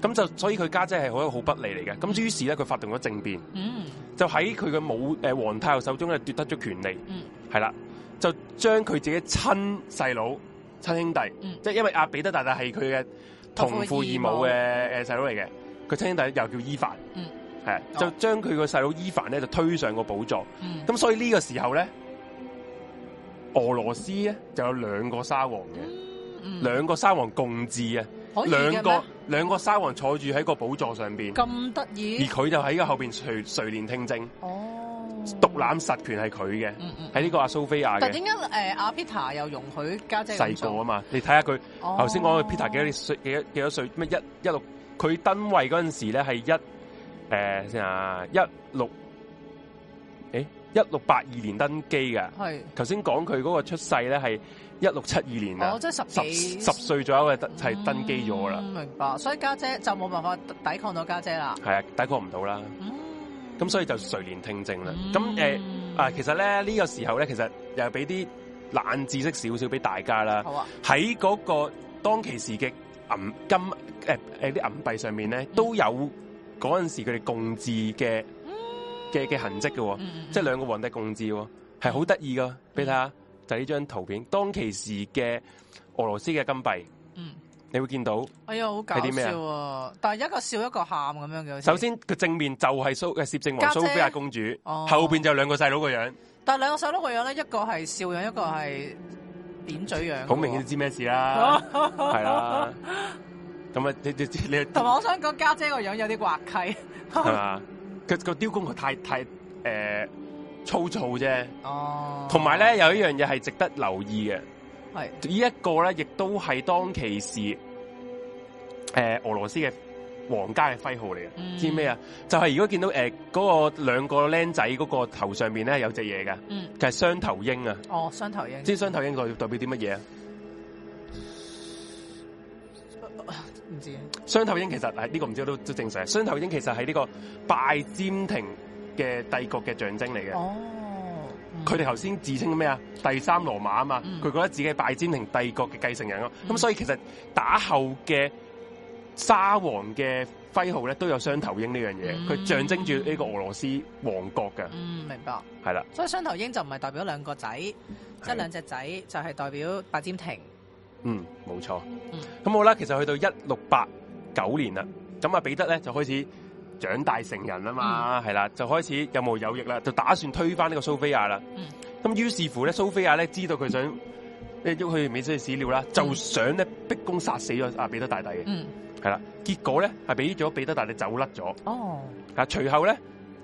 Speaker 1: 咁就所以佢家姐係好一個好不利嚟嘅。咁於是咧，佢發動咗政變，
Speaker 3: 嗯
Speaker 1: 就喺佢嘅母誒皇太后手中咧奪得咗權力，
Speaker 3: 嗯
Speaker 1: 係啦，就將佢自己親細佬、親兄弟
Speaker 3: 嗯，
Speaker 1: 即係因為阿彼得大大係佢嘅同父異母嘅誒細佬嚟嘅，佢親兄弟又叫伊凡
Speaker 3: 嗯，
Speaker 1: 係啊就將佢個細佬伊凡咧就推上個寶座。
Speaker 3: 嗯
Speaker 1: 咁所以呢個時候咧，俄羅斯咧就有兩個沙皇嘅，
Speaker 3: 嗯
Speaker 1: 兩個沙皇共治啊，
Speaker 3: 可以嘅
Speaker 1: 兩個
Speaker 3: 咩
Speaker 1: 兩個沙皇坐住喺個寶座上邊，
Speaker 3: 咁得
Speaker 1: 而
Speaker 3: 意
Speaker 1: 佢就喺個後邊垂垂簾聽政，
Speaker 3: 哦，
Speaker 1: 獨攬實權係佢嘅，
Speaker 3: 嗯嗯，
Speaker 1: 喺呢個阿蘇菲亞
Speaker 3: 但
Speaker 1: 嘅
Speaker 3: 點解誒阿 Peter 又容許家姐哦
Speaker 1: 細個啊嘛，你睇下佢
Speaker 3: 個
Speaker 1: 頭先講佢 Peter 幾多歲幾多幾多歲咩一一六，佢登位嗰陣時咧係一誒先啊一六，誒一六八二年登基嘅。
Speaker 3: 係
Speaker 1: 頭先講佢嗰個出世咧係一六七二年啊
Speaker 3: 哦，，即係
Speaker 1: 十
Speaker 3: 十幾
Speaker 1: 十歲左右嘅登係登基咗㗎啦，
Speaker 3: 嗯明白，所以家姐就冇辦法抵抗到家姐啦。
Speaker 1: 係啊，抵抗唔到啦，
Speaker 3: 嗯
Speaker 1: 咁所以就垂簾聽政啦。
Speaker 3: 嗯
Speaker 1: 咁誒啊，其實咧呢個時候咧，其實又俾啲冷知識少少俾大家啦。
Speaker 3: 好啊，
Speaker 1: 喺嗰個當其時嘅銀金誒誒啲銀幣上面
Speaker 3: 嗯
Speaker 1: 咧，都有嗰陣時佢哋共治嘅嘅嘅痕跡嘅喎。
Speaker 3: 嗯
Speaker 1: 即係兩個皇帝共治喎，係好得意噶。俾你睇下，就係呢張圖片，當其時嘅俄羅斯嘅金幣，
Speaker 3: 嗯，
Speaker 1: 你會見到。
Speaker 3: 哎呀，好搞
Speaker 1: 係啲咩
Speaker 3: 笑啊！但係一個笑一個喊咁樣嘅，好似
Speaker 1: 首，先佢正面就係蘇嘅攝政王
Speaker 3: 家姐
Speaker 1: 蘇菲亞公主，
Speaker 3: 哦
Speaker 1: 後邊就有兩個細佬個樣，
Speaker 3: 但係兩個細佬個樣咧，一個係笑樣，一個係扁嘴樣，
Speaker 1: 好明 顯。知咩事啦，係啦。咁啊，你你你你
Speaker 3: 同埋我想講家姐個樣有啲滑稽，
Speaker 1: 係 嘛？佢個雕工佢太太誒粗糙啫。
Speaker 3: 哦，
Speaker 1: 同埋咧，有一樣嘢係值得留意嘅。
Speaker 3: 係
Speaker 1: 呢一個咧，亦都係當其時誒、呃俄羅斯嘅皇家嘅徽號嚟嘅。
Speaker 3: 嗯
Speaker 1: 知咩啊？就係、如果見到誒嗰、個兩個僆仔嗰個頭上面咧有隻嘢嘅，
Speaker 3: 嗯，
Speaker 1: 就係、雙頭鷹啊！
Speaker 3: 哦，雙頭鷹
Speaker 1: 知雙頭鷹代代表啲乜嘢啊？
Speaker 3: 唔知啊，
Speaker 1: 雙頭鷹其實係呢、個唔知都都正常。雙頭鷹其實係呢個拜占庭嘅帝國嘅象徵嚟嘅。
Speaker 3: 哦，嗯
Speaker 1: 佢哋頭先自稱咩啊？第三羅馬啊嘛，
Speaker 3: 嗯
Speaker 1: 佢、覺得自己係拜占庭帝國嘅繼承人咯。啊咁、所以其實打後嘅沙皇嘅徽號咧都有雙頭鷹呢樣嘢，佢、
Speaker 3: 嗯
Speaker 1: 象徵住呢個俄羅斯王國嘅，
Speaker 3: 嗯明白。
Speaker 1: 係啦。
Speaker 3: 所以雙頭鷹就唔係代表兩個仔，即係兩隻仔，就係代表白占庭。
Speaker 1: 嗯，冇錯。
Speaker 3: 嗯
Speaker 1: 咁好啦，其實去到一六八九年啦，咁啊彼得咧就開始長大成人啦
Speaker 3: 嗯
Speaker 1: 嘛，係啦、就開始有毛有翼啦，就打算推翻呢個蘇菲亞啦。
Speaker 3: 嗯
Speaker 1: 咁於是乎咧，蘇菲亞咧知道佢想即係喐去美西史料啦，就想咧逼宮殺死咗阿彼得大帝嘅，
Speaker 3: 嗯，
Speaker 1: 係啦、結果咧係俾咗彼得大帝走甩咗，
Speaker 3: 哦，
Speaker 1: 啊，隨後咧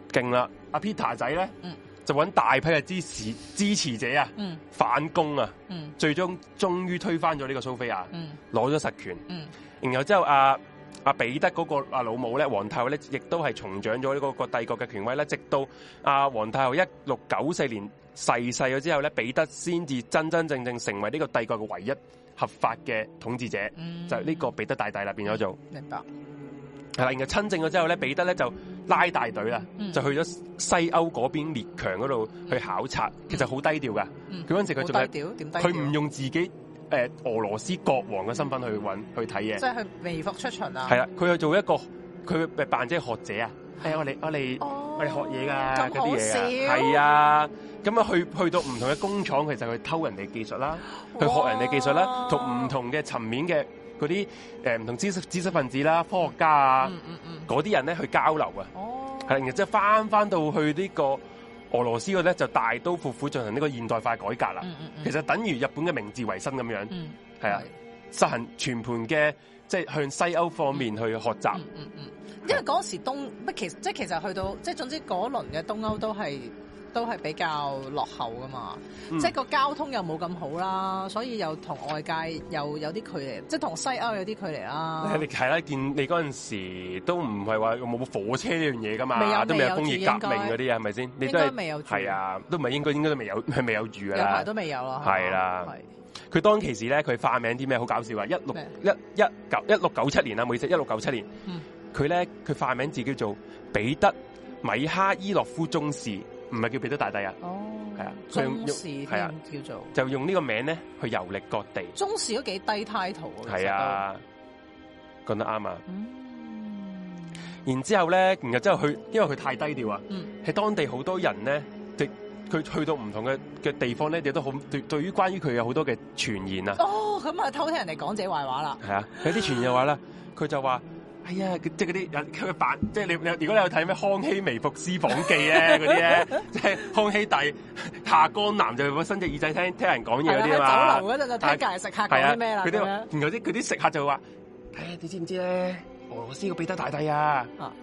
Speaker 1: 勁啦，阿 Peter 仔咧、
Speaker 3: 嗯
Speaker 1: 就揾大批嘅支持支持者啊
Speaker 3: 嗯
Speaker 1: 反攻啊，
Speaker 3: 嗯
Speaker 1: 最終終於推翻咗呢個蘇菲亞。
Speaker 3: 嗯
Speaker 1: 攞咗實權，
Speaker 3: 嗯
Speaker 1: 然後之後阿阿彼得嗰個阿老母咧，皇太后咧，亦都係重掌咗呢個個帝國嘅權威咧，直到阿皇太后一六九四年逝世咗之後咧，彼得先至真真正正成為呢個帝國嘅唯一合法嘅統治者，
Speaker 3: 嗯，
Speaker 1: 就係呢個彼得大帝啦，變咗做
Speaker 3: 明白。
Speaker 1: 係啦。然後親政咗之後咧，彼得咧就拉大隊啦，
Speaker 3: 嗯
Speaker 1: 就去咗西歐嗰邊列強嗰度去考察，其實好低調噶。
Speaker 3: 嗯
Speaker 1: 佢嗰陣時佢
Speaker 3: 好
Speaker 1: 仲係
Speaker 3: 低調，點低調？
Speaker 1: 佢唔用自己誒、呃俄羅斯國王嘅身份去揾去睇嘢
Speaker 3: 即。係佢微服出巡啊。
Speaker 1: 系啦，佢去做一個佢咪扮即係學者啊，係啊，我哋我哋
Speaker 3: 哦，
Speaker 1: 我哋學嘢㗎
Speaker 3: 咁
Speaker 1: 嗰啲
Speaker 3: 好
Speaker 1: 嘢
Speaker 3: 笑
Speaker 1: 啊，係啊，咁啊去去到唔同嘅工廠，其實佢偷人哋技術啦，去學人哋技術啦
Speaker 3: 哇，
Speaker 1: 同唔同嘅層面嘅嗰啲誒唔同知識知識分子啦、科學家啊
Speaker 3: 嗯嗯嗯，
Speaker 1: 嗰啲人咧去交流啊，
Speaker 3: 哦，
Speaker 1: 係啦，然後即係翻翻到去呢個俄羅斯嗰咧就大刀闊斧進行呢個現代化改革啦，
Speaker 3: 嗯嗯嗯，
Speaker 1: 其實等於日本嘅明治維新咁樣，
Speaker 3: 嗯
Speaker 1: 係啊。實行全盤嘅即係向西歐方面去學習
Speaker 3: 嗯。嗯嗯，因為嗰時東乜其即係其實去到即係總之嗰輪嘅東歐都係都係比較落後噶嘛，
Speaker 1: 嗯
Speaker 3: 即係個交通又冇咁好啦，所以又同外界又有啲距離，即係同西歐有啲距離啦。
Speaker 1: 你係啦，見你嗰陣時都唔係話冇火車呢樣嘢噶
Speaker 3: 未
Speaker 1: 嘛，
Speaker 3: 有
Speaker 1: 都未有
Speaker 3: 未有
Speaker 1: 工
Speaker 3: 住
Speaker 1: 業革命嗰啲啊，係咪先？你都
Speaker 3: 應該未有
Speaker 1: 係
Speaker 3: 住
Speaker 1: 係啊，都唔係應該應該都未有，係未有住噶
Speaker 3: 有排
Speaker 1: 啦
Speaker 3: 都。未有啦，
Speaker 1: 係啦佢當其時咧，佢化名啲咩好搞笑啊！一六
Speaker 3: 咩
Speaker 1: 一一九一六九七年啊，唔好意思，一六九七年
Speaker 3: 嗯，
Speaker 1: 佢咧佢化名自己做彼得米哈伊洛夫中士，唔係叫彼得大帝啊，
Speaker 3: 係哦，
Speaker 1: 係啊佢用
Speaker 3: 中士
Speaker 1: 係啊
Speaker 3: 添叫做
Speaker 1: 就用呢個名咧去遊歷各地。
Speaker 3: 中士都幾低 title 喎
Speaker 1: 係，
Speaker 3: 哦
Speaker 1: 啊，講得啱啊！
Speaker 3: 其實都嗯，
Speaker 1: 然之後咧，然後之後佢，因為佢太低調啊，喺、
Speaker 3: 嗯
Speaker 1: 當地好多人咧，即佢去到唔同嘅嘅地方咧，亦都好對對於關於佢有好多嘅傳言啊，
Speaker 3: 哦，咁啊偷聽人哋講自己壞話啦，
Speaker 1: 係啊，有啲傳言話啦，佢就話。哎呀，佢即係嗰啲人，佢扮即係你你，如果你有睇咩《康熙微服私訪記》 咧，嗰啲咧，即係康熙帝下江南就伸隻耳仔聽聽人講嘢嗰
Speaker 3: 係
Speaker 1: 啲
Speaker 3: 啦
Speaker 1: 啊
Speaker 3: 喺酒
Speaker 1: 嘛，
Speaker 3: 樓嗰陣就聽隔離食客
Speaker 1: 係
Speaker 3: 講
Speaker 1: 啊，
Speaker 3: 啲咩啦，
Speaker 1: 佢
Speaker 3: 咁
Speaker 1: 啲
Speaker 3: 樣
Speaker 1: 然後啲佢啲食客就話：，唉，你知唔知咧？俄羅斯個彼得大帝啊
Speaker 3: 啊，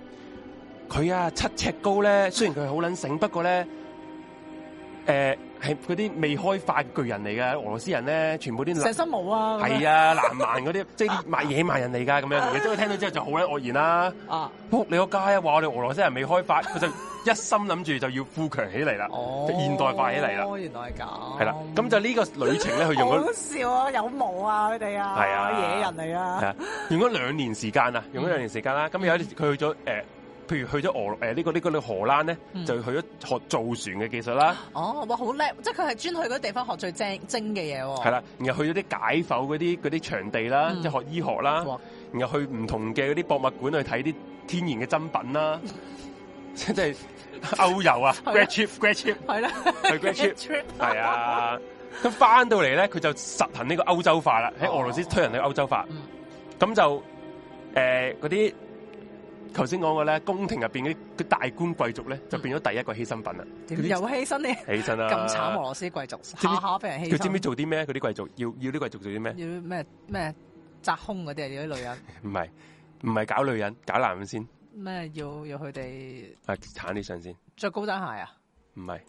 Speaker 1: 佢啊七尺高咧，雖然佢好撚醒，不過咧，誒係嗰啲未開發巨人嚟噶，俄羅斯人咧全部啲
Speaker 3: 成身毛啊，咁樣
Speaker 1: 係啊南蠻嗰啲， 即係賣野蠻人嚟噶咁樣。然之後佢聽到之後就好撚愕然啦，
Speaker 3: 啊，
Speaker 1: 仆你個街啊！話我哋俄羅斯人未開發，佢就一心諗住就要富強起嚟啦，
Speaker 3: 哦，
Speaker 1: 即係現代化起嚟啦，
Speaker 3: 哦，原來係咁，
Speaker 1: 係啦。咁就呢個旅程咧，佢用咗。
Speaker 3: 好笑啊，有毛啊，佢哋啊，
Speaker 1: 係啊
Speaker 3: 野人嚟啊，
Speaker 1: 係 啊，用咗兩年時間啊，用咗兩年時間
Speaker 3: 嗯
Speaker 1: 啦。咁有啲佢去咗誒、呃譬如去咗俄誒呢、呃個呢、個呢荷蘭咧，
Speaker 3: 嗯
Speaker 1: 就去咗學造船嘅技術啦，
Speaker 3: 哦，哇，好叻，即係佢係專去嗰啲地方學最精精嘅嘢喎，
Speaker 1: 係啦，然後去咗啲解剖嗰啲嗰啲場地啦，
Speaker 3: 哦嗯
Speaker 1: 即係學醫學啦，
Speaker 3: 哇，
Speaker 1: 然後去唔同嘅嗰啲博物館去睇啲天然嘅珍品 啦，即係歐遊啊
Speaker 3: 啊
Speaker 1: ，grad trip grad trip
Speaker 3: 係啦，
Speaker 1: 去 grad trip
Speaker 3: 去
Speaker 1: 係啊，咁翻到嚟咧，佢就實行呢個歐洲化啦，喺
Speaker 3: 哦
Speaker 1: 俄羅斯推人去歐洲化
Speaker 3: 嗯，
Speaker 1: 咁、就誒嗰啲頭先講過咧，宮廷入邊嗰啲嗰大官貴族咧，就變咗第一個犧牲品啦。
Speaker 3: 點有犧牲你
Speaker 1: 起身啦，
Speaker 3: 嗯咁慘，俄羅斯貴族
Speaker 1: 知唔知
Speaker 3: 下下俾人犧
Speaker 1: 佢知唔知
Speaker 3: 牲，
Speaker 1: 做啲咩？佢啲貴族要要啲貴族做啲咩？
Speaker 3: 要咩咩扎胸嗰啲啊，要啲女人
Speaker 1: 唔係唔係搞女人，搞男人先，
Speaker 3: 咩要要佢哋
Speaker 1: 啊，鏟啲相先，
Speaker 3: 着高踭鞋啊，
Speaker 1: 唔係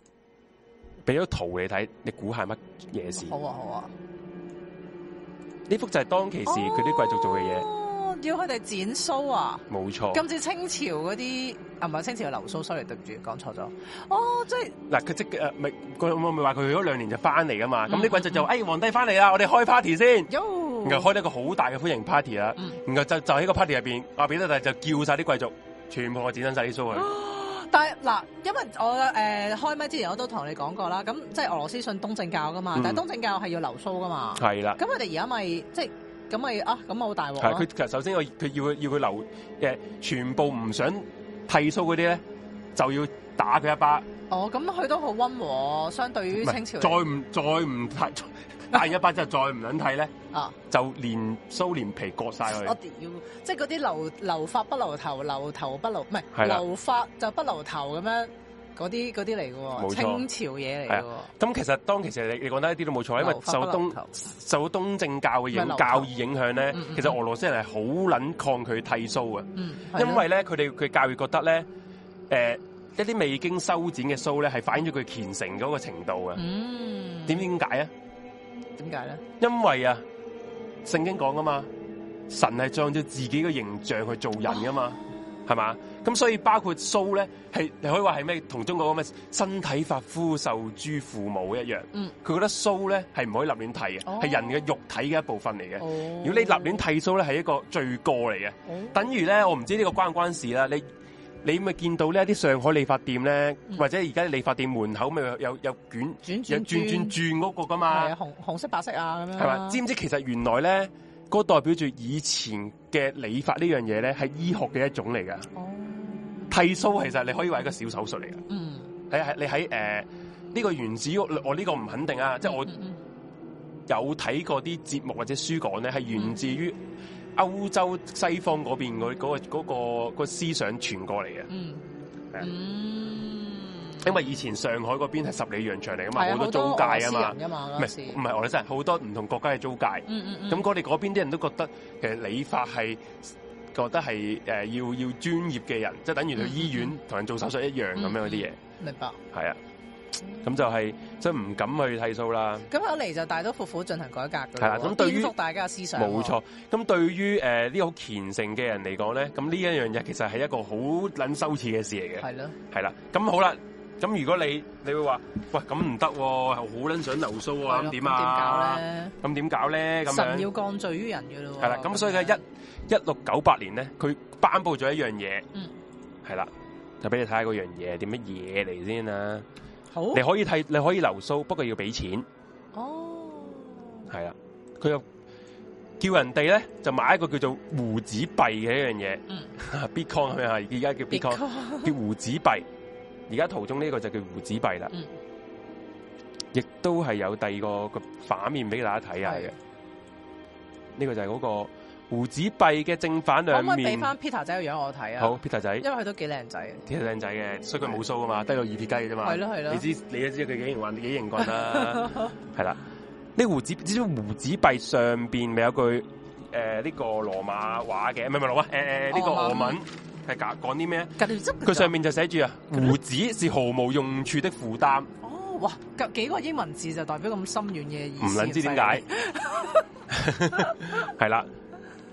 Speaker 1: 俾咗圖你睇，你估下乜嘢事？
Speaker 3: 好啊好啊，
Speaker 1: 呢幅就係當其時佢啲貴族做嘅嘢，
Speaker 3: 哦，要佢哋剪鬚啊。
Speaker 1: 冇錯。
Speaker 3: 今次清朝嗰啲啊，唔係清朝嘅流蘇，sorry，對唔住，講錯咗。哦，即係
Speaker 1: 嗱，佢即誒咪佢我咪話佢去咗兩年就翻嚟噶嘛，咁呢
Speaker 3: 嗯
Speaker 1: 個人就就誒皇帝翻嚟啦，我哋開 party 先，
Speaker 3: 喲，
Speaker 1: 然後開咗一個好大嘅歡迎 party 啦
Speaker 3: 嗯，
Speaker 1: 然後就就喺個 party 入邊，阿彼得大就叫晒啲貴族，全部我剪親晒啲鬚
Speaker 3: 啊
Speaker 1: 佢，
Speaker 3: 但係嗱，因為我誒、呃、開咪之前我都同你講過啦，咁即係俄羅斯信東正教噶嘛，
Speaker 1: 嗯
Speaker 3: 但係東正教係要留鬚噶嘛，
Speaker 1: 係啦，
Speaker 3: 咁佢哋而家咪即係咁咪啊，咁咪好大鑊
Speaker 1: 係
Speaker 3: 咯
Speaker 1: 佢，其實首先我佢要佢要佢留誒全部唔想剃鬚嗰啲咧，就要打佢一巴，
Speaker 3: 哦，咁佢都好温和，相對於
Speaker 1: 唔
Speaker 3: 清
Speaker 1: 係
Speaker 3: 朝
Speaker 1: 再唔再唔剃， 打完一巴之後再唔撚剃咧，
Speaker 3: 啊，
Speaker 1: 就連鬚連皮割晒佢，
Speaker 3: 我屌，即係嗰啲留留髮不留頭，留頭不留唔係
Speaker 1: 係啦
Speaker 3: 留髮就不留頭咁樣嗰啲嗰啲嚟嘅
Speaker 1: 冇錯
Speaker 3: 喎，清朝嘢嚟嘅喎。
Speaker 1: 咁其實當其時你你講得一啲都冇錯，因為
Speaker 3: 留髮
Speaker 1: 受
Speaker 3: 不留
Speaker 1: 東
Speaker 3: 頭
Speaker 1: 受東正教嘅影
Speaker 3: 咪流
Speaker 1: 教義影響咧
Speaker 3: 嗯嗯，
Speaker 1: 其實俄羅斯人係好撚抗拒剃鬚啊，
Speaker 3: 嗯，
Speaker 1: 因為咧佢哋佢教義覺得咧，誒一啲未經修剪嘅鬚咧係反映咗佢虔誠嗰個程度啊。
Speaker 3: 嗯
Speaker 1: 點點解啊？
Speaker 3: 點解咧？
Speaker 1: 因為啊聖經講噶嘛，神係仗住自己嘅形象去做人噶嘛，係嘛？咁所以包括鬚咧係你可以話係咩同中國咁嘅身體髮膚受諸父母一樣，
Speaker 3: 嗯
Speaker 1: 佢覺得鬚咧係唔可以立亂剃嘅，係、
Speaker 3: 哦
Speaker 1: 人嘅肉體嘅一部分嚟嘅。
Speaker 3: 哦
Speaker 1: 如果你立亂剃鬚咧，係一個罪過嚟嘅。
Speaker 3: 哦
Speaker 1: 等於咧，我唔知呢個關唔關事啦。你你咪見到呢一啲上海理髮店咧，
Speaker 3: 嗯
Speaker 1: 或者而家理髮店門口咪有有有卷
Speaker 3: 轉
Speaker 1: 有
Speaker 3: 轉
Speaker 1: 轉轉轉嗰個噶嘛
Speaker 3: 係啊，？紅紅色、白色啊，咁樣
Speaker 1: 係嘛？知唔知其實原來咧，嗰代表住以前嘅理髮呢樣嘢咧，係醫學嘅一種嚟噶。
Speaker 3: 哦，
Speaker 1: 剃鬚其實你可以話係一個小手術嚟噶。
Speaker 3: 嗯，
Speaker 1: 喺喺你喺誒呢個原子屋，我呢個唔肯定啊，即係我
Speaker 3: 嗯嗯
Speaker 1: 有睇過啲節目或者書講咧，係源自於歐洲西方嗰邊嗰嗰個嗰、個個思想傳過嚟嘅。
Speaker 3: 嗯
Speaker 1: 係啊
Speaker 3: 嗯，
Speaker 1: 因為以前上海嗰邊係十里洋場嚟噶嘛，
Speaker 3: 係啊
Speaker 1: 好多租界啊嘛，
Speaker 3: 好多俄羅斯人㗎嘛，
Speaker 1: 唔
Speaker 3: 嗰陣時
Speaker 1: 係唔係我哋真係好多唔同國家嘅租界。咁
Speaker 3: 嗯嗯嗯，
Speaker 1: 我哋嗰邊啲人都覺得其實理髮係覺得係誒、呃要
Speaker 3: 嗯
Speaker 1: 要專業嘅人，即係等於去醫院同人做手術一樣咁樣嗰啲嘢，
Speaker 3: 明白。
Speaker 1: 係啊。
Speaker 3: 嗯
Speaker 1: 咁就係即係唔敢去剃須啦。
Speaker 3: 咁一嚟就大刀闊斧進行改革㗎
Speaker 1: 係啦
Speaker 3: 啦，
Speaker 1: 咁對於
Speaker 3: 顛覆大家嘅思想喎，
Speaker 1: 冇錯，咁對於誒呢個好虔誠嘅人嚟講咧，咁呢一樣嘢其實係一個好撚羞恥嘅事嚟嘅，
Speaker 3: 係咯，
Speaker 1: 係啦。咁好啦，咁如果你你會話，喂咁唔得喎，好撚想留須
Speaker 3: 係
Speaker 1: 喎，
Speaker 3: 咯
Speaker 1: 咁點
Speaker 3: 咁
Speaker 1: 啊？
Speaker 3: 點搞咧？
Speaker 1: 咁點搞咧？咁
Speaker 3: 神
Speaker 1: 樣
Speaker 3: 要降罪於人嘅咯喎，
Speaker 1: 係啦。咁所以佢
Speaker 3: 樣
Speaker 1: 一一六九八年咧，佢頒布咗一樣嘢
Speaker 3: 嗯，
Speaker 1: 係啦，就俾你睇下嗰樣嘢係點乜嘢嚟先啦。
Speaker 3: 好
Speaker 1: 你可以剃，你可以留須，不過要俾錢，
Speaker 3: 哦，
Speaker 1: 係啦。佢又叫人哋咧就買一個叫做胡子幣嘅一樣嘢。
Speaker 3: 嗯，
Speaker 1: Bitcoin 係咪啊？而家叫 Bitcoin，
Speaker 3: Bitcoin
Speaker 1: 叫胡子幣。而家圖中呢個就叫胡子幣啦。
Speaker 3: 嗯
Speaker 1: 亦都係有第二個個反面俾大家睇下嘅
Speaker 3: 係。
Speaker 1: 呢個就係嗰個胡子幣嘅正反
Speaker 3: 可
Speaker 1: 兩
Speaker 3: 唔可以俾
Speaker 1: 面。
Speaker 3: 翻 Peter 仔個樣我睇啊？
Speaker 1: 好，Peter 仔，
Speaker 3: 因為佢都幾靚仔，
Speaker 1: 其實靚仔嘅，所以佢冇須啊嘛，低到二撇雞嘅啫嘛。
Speaker 3: 嗯係咯係咯
Speaker 1: 你知你都知佢幾型棍，幾型棍 啦。係啦，呢胡子，知唔知胡子幣上邊咪有句誒呢個羅馬話嘅？唔係唔係羅馬，誒誒呢個
Speaker 3: 俄
Speaker 1: 俄
Speaker 3: 哦文
Speaker 1: 文係講講啲咩？啊
Speaker 3: 格調汁
Speaker 1: 佢上面就寫住啊，
Speaker 3: 嗯
Speaker 1: 胡子是毫無用處的負擔，
Speaker 3: 哦，哇，格幾個英文字就代表咁深遠嘅意
Speaker 1: 唔
Speaker 3: 思，
Speaker 1: 撚知點解，係啦，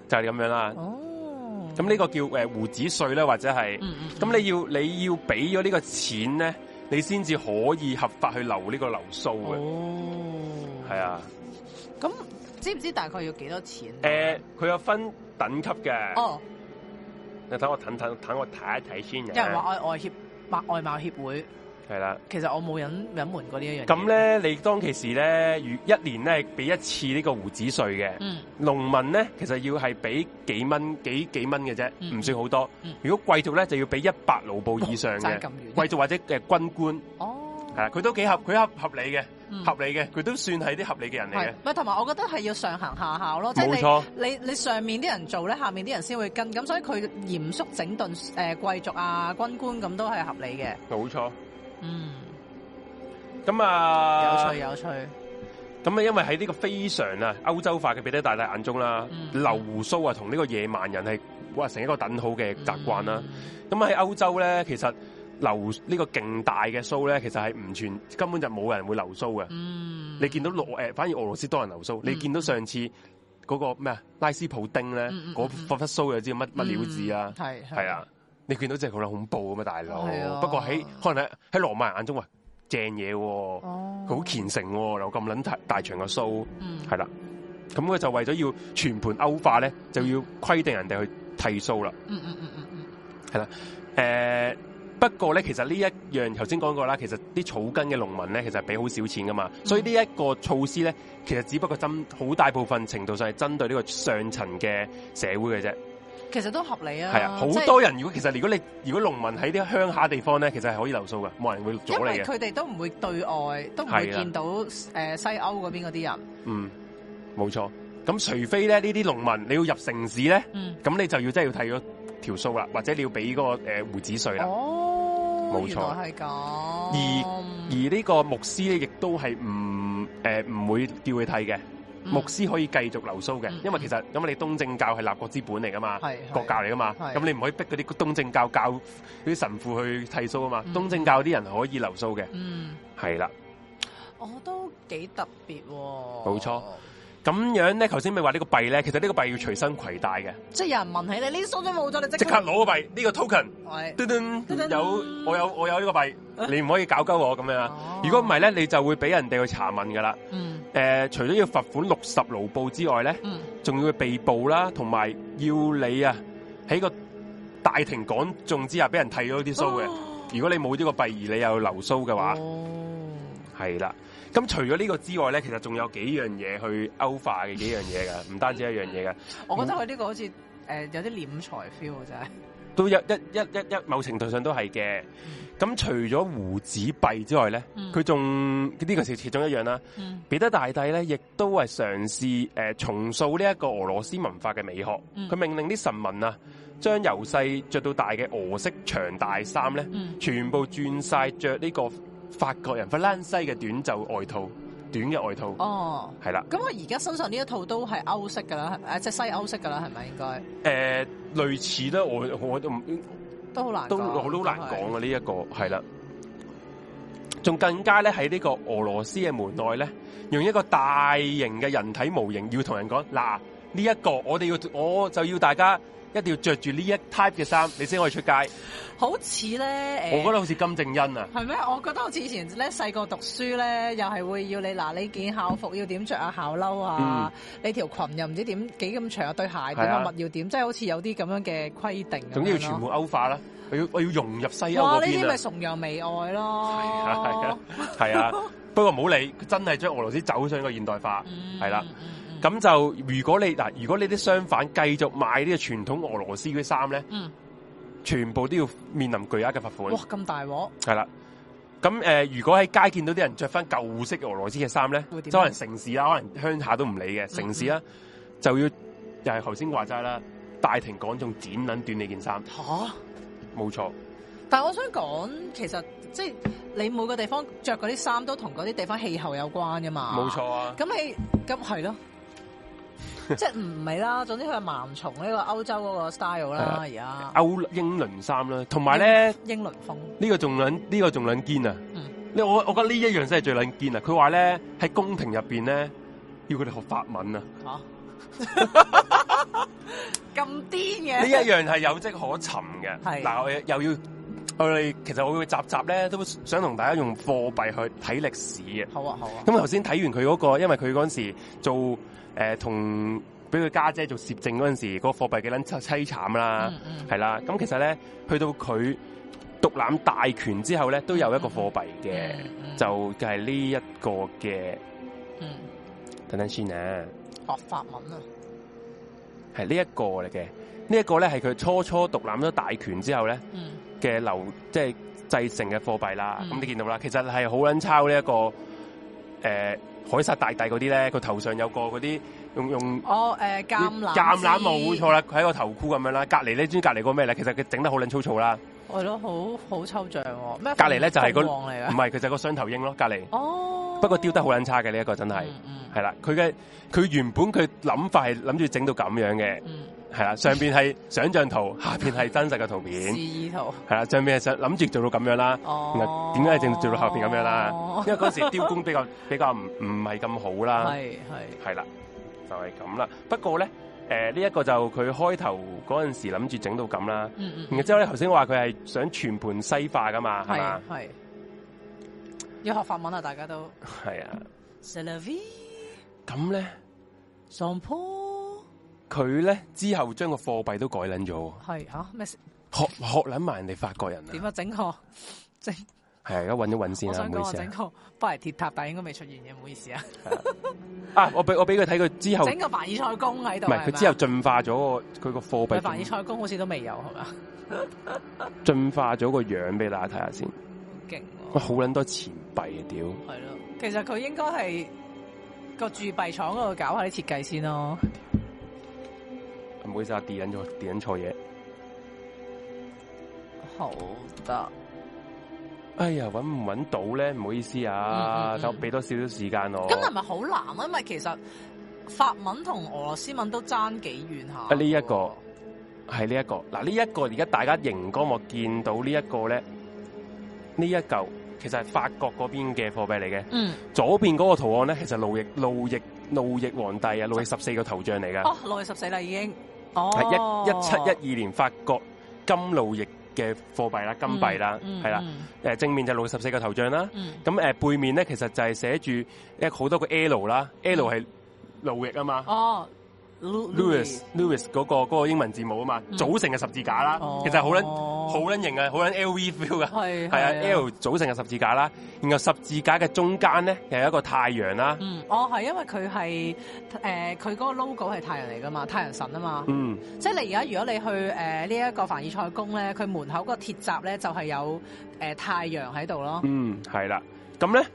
Speaker 1: 就係、咁樣啦。
Speaker 2: 哦，
Speaker 1: 咁呢個叫誒胡子税咧，或者係
Speaker 3: 嗯嗯
Speaker 1: 咁你要你要俾咗呢個錢咧，你先至可以合法去留呢個流數嘅，
Speaker 3: 哦，
Speaker 1: 係啊。
Speaker 3: 咁知唔知大概要幾多錢？啊
Speaker 1: 誒、呃佢有分等級嘅，
Speaker 3: 哦，
Speaker 1: 你等我等等等我睇一睇先
Speaker 3: 有人
Speaker 1: 嘅，
Speaker 3: 話外外協外外貌協會，
Speaker 1: 係啦。
Speaker 3: 其實我冇隱隱瞞過呢一樣嘢。
Speaker 1: 咁，咧，你當其時咧，如一年咧俾一次呢個胡子税嘅。
Speaker 3: 嗯，
Speaker 1: 農民咧，其實要係俾幾蚊幾幾蚊嘅啫，唔、
Speaker 3: 嗯
Speaker 1: 算好多。
Speaker 3: 嗯
Speaker 1: 如果貴族咧，就要俾一百盧布以上
Speaker 3: 爭
Speaker 1: 嘅
Speaker 3: 咁遠。
Speaker 1: 貴族或者嘅軍官，
Speaker 3: 哦，
Speaker 1: 嗯係啦，佢都幾合，佢合合理嘅，
Speaker 3: 嗯
Speaker 1: 合理嘅，佢都算係啲合理嘅人嚟
Speaker 3: 係
Speaker 1: 嘅，，
Speaker 3: 咪同埋我覺得係要上行下效咯，即
Speaker 1: 冇
Speaker 3: 係
Speaker 1: 錯，
Speaker 3: 你你你上面啲人做咧，下面啲人先會跟，咁所以佢嚴肅整頓誒、呃、貴族啊、軍官咁都係合理嘅。
Speaker 1: 冇錯。
Speaker 3: 嗯，
Speaker 1: 咁
Speaker 3: 有
Speaker 1: 啊，
Speaker 3: 趣有趣，
Speaker 1: 咁啊，因為喺呢個非常啊歐洲化嘅彼得大帝眼中啦，
Speaker 3: 嗯
Speaker 1: 留胡鬚啊同呢個野蠻人係哇成一個等號嘅習慣啦。
Speaker 3: 嗯
Speaker 1: 咁喺歐洲咧，其實留呢個勁大嘅鬚咧，其實係唔全，根本就冇人會留鬚嘅。
Speaker 3: 嗯。嗯，
Speaker 1: 你見到俄誒，反而俄羅斯多人留鬚。你見到上次嗰個咩啊，拉斯普丁咧
Speaker 3: 嗯嗯，
Speaker 1: 嗰
Speaker 3: 嗯
Speaker 1: 忽忽鬚又知乜乜料子啊，
Speaker 3: 係
Speaker 1: 係，啊，你見到真係好撚恐怖咁啊，大
Speaker 3: 係
Speaker 1: 佬。
Speaker 3: 啊
Speaker 1: 不過喺可能喺喺羅馬人眼中啊，正嘢喎，
Speaker 3: 哦，
Speaker 1: 佢好虔誠喎，留咁撚大大長嘅鬚，
Speaker 3: 嗯，
Speaker 1: 係啦。咁佢就為咗要全盤歐化咧，就要規定人哋去剃鬚啦。
Speaker 3: 嗯嗯嗯嗯嗯，
Speaker 1: 誒、不過咧，其實呢一樣頭先講過啦，其實啲草根嘅農民咧，其實俾好少錢噶嘛，
Speaker 3: 嗯
Speaker 1: 所以呢一個措施咧，其實只不過針好大部分程度上係針對呢個上層嘅社會嘅啫，
Speaker 3: 其實都合理啊。
Speaker 1: 係啊，好
Speaker 3: 即係
Speaker 1: 多人如果其實如果你如果農民喺啲鄉下地方咧，其實係可以留數噶，冇人會阻
Speaker 3: 因
Speaker 1: 你
Speaker 3: 為
Speaker 1: 嘅，
Speaker 3: 佢哋都唔會對外，都唔
Speaker 1: 係
Speaker 3: 會
Speaker 1: 啦啊
Speaker 3: 見到誒、呃西歐嗰邊嗰啲人。
Speaker 1: 嗯，冇錯。咁除非咧呢啲農民你要入城市咧，
Speaker 3: 嗯，
Speaker 1: 咁你就要真係要剃咗條數啦，或者你要俾嗰、個、呃、胡子税啦。
Speaker 3: 哦，
Speaker 1: 冇錯
Speaker 3: 原來係咁。
Speaker 1: 而呢個牧師咧，亦都係唔誒唔會叫佢剃嘅，牧師可以繼續留鬚嘅
Speaker 3: 嗯，
Speaker 1: 因為其實咁你東正教係立國之本嚟噶嘛，
Speaker 3: 係
Speaker 1: 國教嚟噶嘛，
Speaker 3: 係
Speaker 1: 咁你唔可以逼嗰啲東正教教嗰啲神父去剃鬚啊嘛，
Speaker 3: 嗯
Speaker 1: 東正教啲人可以留鬚嘅，
Speaker 3: 嗯，
Speaker 1: 係啦，
Speaker 3: 我哦都幾特別喎、
Speaker 1: 冇錯咁樣咧，頭先咪話呢個幣咧，其實呢個幣要隨身攜帶嘅，
Speaker 3: 即係有人問起你呢梳都冇咗，你
Speaker 1: 即
Speaker 3: 即
Speaker 1: 刻攞個幣，呢個 token，
Speaker 3: 喂，
Speaker 1: 嘟
Speaker 3: 嘟
Speaker 1: 嘟
Speaker 3: 嘟啊
Speaker 1: 有我有我有呢個幣，你唔可以搞鳩我咁樣啊！如果唔係咧，你就會俾人哋去查問噶啦。
Speaker 3: 哦嗯
Speaker 1: 誒、除咗要罰款六十盧布之外咧，
Speaker 3: 嗯
Speaker 1: 仲要被捕啦，同埋要你啊喺個大庭廣眾之下俾人剃咗啲鬚嘅。如果你冇呢個幣而你又留鬚嘅話，
Speaker 3: 哦，
Speaker 1: 係啦。咁除咗呢個之外咧，其實仲有幾樣嘢去歐化嘅幾樣嘢㗎，唔單止一樣嘢㗎，
Speaker 3: 我覺得佢呢個好似誒、呃有啲斂財 feel 真係。
Speaker 1: 都有一一一一某程度上都係嘅。咁除咗胡子幣之外咧，
Speaker 3: 嗯
Speaker 1: 佢仲呢個是其中一樣啦。
Speaker 3: 嗯
Speaker 1: 彼得大帝咧，亦都係嘗試誒重塑呢一個俄羅斯文化嘅美學。佢、
Speaker 3: 嗯
Speaker 1: 命令啲臣民啊，將由細着到大嘅俄式長大衫咧，
Speaker 3: 嗯
Speaker 1: 全部轉晒着呢個法國人法蘭西嘅短袖外套，短嘅外套
Speaker 3: 哦。
Speaker 1: 係啦。
Speaker 3: 咁我而家身上呢一套都係歐式㗎啦，係咪誒即係西歐式㗎啦，係咪應該
Speaker 1: 誒、呃類似啦，我我都唔
Speaker 3: 都好難
Speaker 1: 都
Speaker 3: 講
Speaker 1: 我都難
Speaker 3: 係
Speaker 1: 講啊呢一個係啦。仲更加咧喺呢個俄羅斯嘅門內咧，用一個大型嘅人體模型，要同人講嗱，呢、一個我哋要，我就要大家一定要着住呢一 type 嘅衫，你先可以出街。
Speaker 3: 好似咧誒，
Speaker 1: 我覺得好似金正恩啊，
Speaker 3: 係咩？我覺得好似以前咧細個讀書咧，又係會要你嗱，你件校服要點着啊，校褸啊，你條裙又唔知點幾咁長，對鞋點
Speaker 1: 嗯係
Speaker 3: 啊，
Speaker 1: 啊
Speaker 3: 襪要點，即係好似有啲咁樣嘅規定咁樣咯。
Speaker 1: 總之要全部歐化啦，我要我要融入西歐
Speaker 3: 哇！
Speaker 1: 嗰
Speaker 3: 呢哦啲
Speaker 1: 邊
Speaker 3: 咪
Speaker 1: 啊，
Speaker 3: 崇洋媚 外
Speaker 1: 係啊係
Speaker 3: 咯
Speaker 1: 啊，係啊。不過唔好理，佢真係將俄羅斯走上一個現代化。
Speaker 3: 嗯
Speaker 1: 係啦，
Speaker 3: 嗯
Speaker 1: 咁就如果你嗱，如果你啲商販繼續買呢個傳統俄羅斯嗰啲衫咧，
Speaker 3: 嗯
Speaker 1: 全部都要面臨巨額嘅罰
Speaker 3: 嗯
Speaker 1: 款
Speaker 3: 哇。咁大鑊，
Speaker 1: 系啦。咁誒、呃如果喺街見到啲人着翻舊式俄羅斯嘅衫咧，
Speaker 3: 會
Speaker 1: 即
Speaker 3: 點啊嗯
Speaker 1: 可能城市啦，可能鄉下都唔理嘅，城市啦就要又係頭先話齋啦，大庭廣眾剪撚斷你件衫，
Speaker 3: 吓！
Speaker 1: 冇錯，
Speaker 3: 但係我想講，其實即係你每個地方着嗰啲衫都同嗰啲地方氣候有關噶嘛。
Speaker 1: 冇、錯啊，
Speaker 3: 咁你咁係 咯，即係唔係啦。總之佢係盲從呢個歐洲嗰個 style 啦，而家
Speaker 1: 歐英倫衫啦，同埋咧
Speaker 3: 英倫風。
Speaker 1: 呢個仲撚呢個仲撚堅啊！
Speaker 3: 嗯
Speaker 1: 呢我我覺得呢一樣真係最撚堅啊！佢話咧喺宮廷入邊咧要佢哋學法文啊，
Speaker 3: 吓 咁癲 嘅
Speaker 1: 呢一樣係有跡可尋嘅。
Speaker 3: 係
Speaker 1: 嗱，我又要我哋其實我會集集咧都想同大家用貨幣去睇歷史嘅。
Speaker 3: 好啊好啊，
Speaker 1: 咁頭先睇完佢嗰、個，因為佢嗰陣時做誒同俾佢家姐做攝政嗰陣時，嗰、個貨幣幾撚凄凄慘啦，
Speaker 3: 嗯嗯
Speaker 1: 係啦。咁其實咧，去到佢獨攬大權之後咧，都有一個貨幣嘅，
Speaker 3: 嗯嗯
Speaker 1: 就就係呢一個嘅
Speaker 3: 嗯
Speaker 1: 等等先啊，
Speaker 3: 學法文啊，
Speaker 1: 係呢一個嚟嘅。呢一個咧係佢初初獨攬咗大權之後咧
Speaker 3: 嗯
Speaker 1: 嘅流，即係製成嘅貨幣啦。咁、
Speaker 3: 嗯
Speaker 1: 你見到啦，其實係好撚抄呢、一個誒、呃凱撒大帝嗰啲咧，佢頭上有個嗰啲用用
Speaker 3: 哦誒橄欖
Speaker 1: 橄欖
Speaker 3: 枝
Speaker 1: 冇錯啦，佢喺個頭箍咁樣啦，隔離咧，知唔知隔離個咩咧？其實佢整得好撚粗糙啦，
Speaker 3: 係咯，好好抽象喎。咩
Speaker 1: 隔離咧就係個
Speaker 3: 啊鳳凰嚟
Speaker 1: 唔
Speaker 3: 嘅，
Speaker 1: 係佢就係個雙頭鷹咯，隔離。
Speaker 3: 哦，
Speaker 1: 不過雕得好撚差嘅呢一個真係，
Speaker 3: 嗯嗯
Speaker 1: 係啦，佢嘅佢原本佢諗法係諗住整到咁樣嘅，
Speaker 3: 嗯，
Speaker 1: 係啦，上邊係想像圖，下邊係真實嘅圖
Speaker 3: 示
Speaker 1: 片，
Speaker 3: 意圖
Speaker 1: 係啦，上邊係想諗住做到咁樣啦，然
Speaker 3: 哦
Speaker 1: 後，點解整做到後邊咁樣啦？
Speaker 3: 哦
Speaker 1: 因為啊嗰時雕工比較 比較唔唔係咁好啦，
Speaker 3: 係係
Speaker 1: 係啦，就係咁啦。不過咧，誒呢一個就佢開頭嗰陣時諗住整到咁啦。
Speaker 3: 嗯嗯嗯
Speaker 1: 然後之後咧，頭先話佢係想全盤西化噶嘛，係嘛
Speaker 3: 係？係要學法文啊，大家都。
Speaker 1: 係啊，
Speaker 3: C'est la vie,
Speaker 1: 咁咧
Speaker 3: son pour
Speaker 1: 佢咧之後將個貨幣都改撚咗，
Speaker 3: 係吓咩事？
Speaker 1: 學學撚埋人哋法國人啊
Speaker 3: 點！啊？整個 整，
Speaker 1: 係啊而家揾一揾先
Speaker 3: 我
Speaker 1: 啊，
Speaker 3: 想
Speaker 1: 唔好
Speaker 3: 講
Speaker 1: 意
Speaker 3: 我
Speaker 1: 思
Speaker 3: 整
Speaker 1: 啊
Speaker 3: 個巴黎鐵塔，但係應該未出現嘅，唔好意思啊。
Speaker 1: 啊！我俾我俾佢睇佢之後，
Speaker 3: 整
Speaker 1: 唔
Speaker 3: 個凡爾賽宮喺度，
Speaker 1: 係佢
Speaker 3: 啊嘛
Speaker 1: 之後進化咗個佢個貨
Speaker 3: 咪凡爾
Speaker 1: 幣
Speaker 3: 賽宮好似都未有係嘛？啊
Speaker 1: 進化咗個樣俾大家睇下先。
Speaker 3: 勁
Speaker 1: 哇！
Speaker 3: 喎，
Speaker 1: 好撚多錢幣啊！屌，
Speaker 3: 係咯。其實佢應該係個鑄幣廠嗰度搞下啲設計先咯。
Speaker 1: 唔好意思啊，跌撚咗跌撚錯嘢。
Speaker 3: 好得，
Speaker 1: 哎呀，揾唔揾到咧？唔好意思啊
Speaker 3: 嗯嗯，嗯
Speaker 1: 就俾多少少時間我。
Speaker 3: 咁係咪好難啊？因為其實法文同俄羅斯文都爭幾遠下
Speaker 1: 啊
Speaker 3: 喎。
Speaker 1: 呢一個係呢一個，嗱呢一個而家大家熒光幕見到呢一個咧，呢一嚿其實係法國嗰邊嘅貨幣嚟嘅。
Speaker 3: 嗯，
Speaker 1: 左邊嗰個圖案咧，其實路易路易路易皇帝啊，路易十四個頭像嚟㗎，
Speaker 3: 哦，六月十四啦已經，哦，
Speaker 1: 啊係一一七一二年法國金路易嘅貨幣啦，金幣啦，
Speaker 3: 嗯
Speaker 1: 係啦，，誒正面就路易十四個頭像啦，
Speaker 3: 嗯嗯
Speaker 1: 咁誒背面咧其實就係寫住一好多個 L 啦，L 係路易啊嘛。
Speaker 3: 嗯哦，Lu-
Speaker 1: Louis Louis 嗰、個嗰、個英文字母啊嘛，
Speaker 3: 嗯
Speaker 1: 組成嘅十字架啦，
Speaker 3: 哦
Speaker 1: 其實好撚好撚型啊，好撚 LV feel 噶，
Speaker 3: 係
Speaker 1: 係啊 L 組成嘅十字架啦，然後十字架嘅中間咧又有一個太陽啦，
Speaker 3: 嗯，哦，係因為佢係誒佢嗰個 logo 係太陽嚟噶嘛，太陽神啊嘛，
Speaker 1: 嗯，
Speaker 3: 即係你而家如果你去誒呢一個凡爾賽宮咧，佢門口個鐵閘咧就係有誒太陽喺度咯，
Speaker 1: 嗯係啦，咁咧。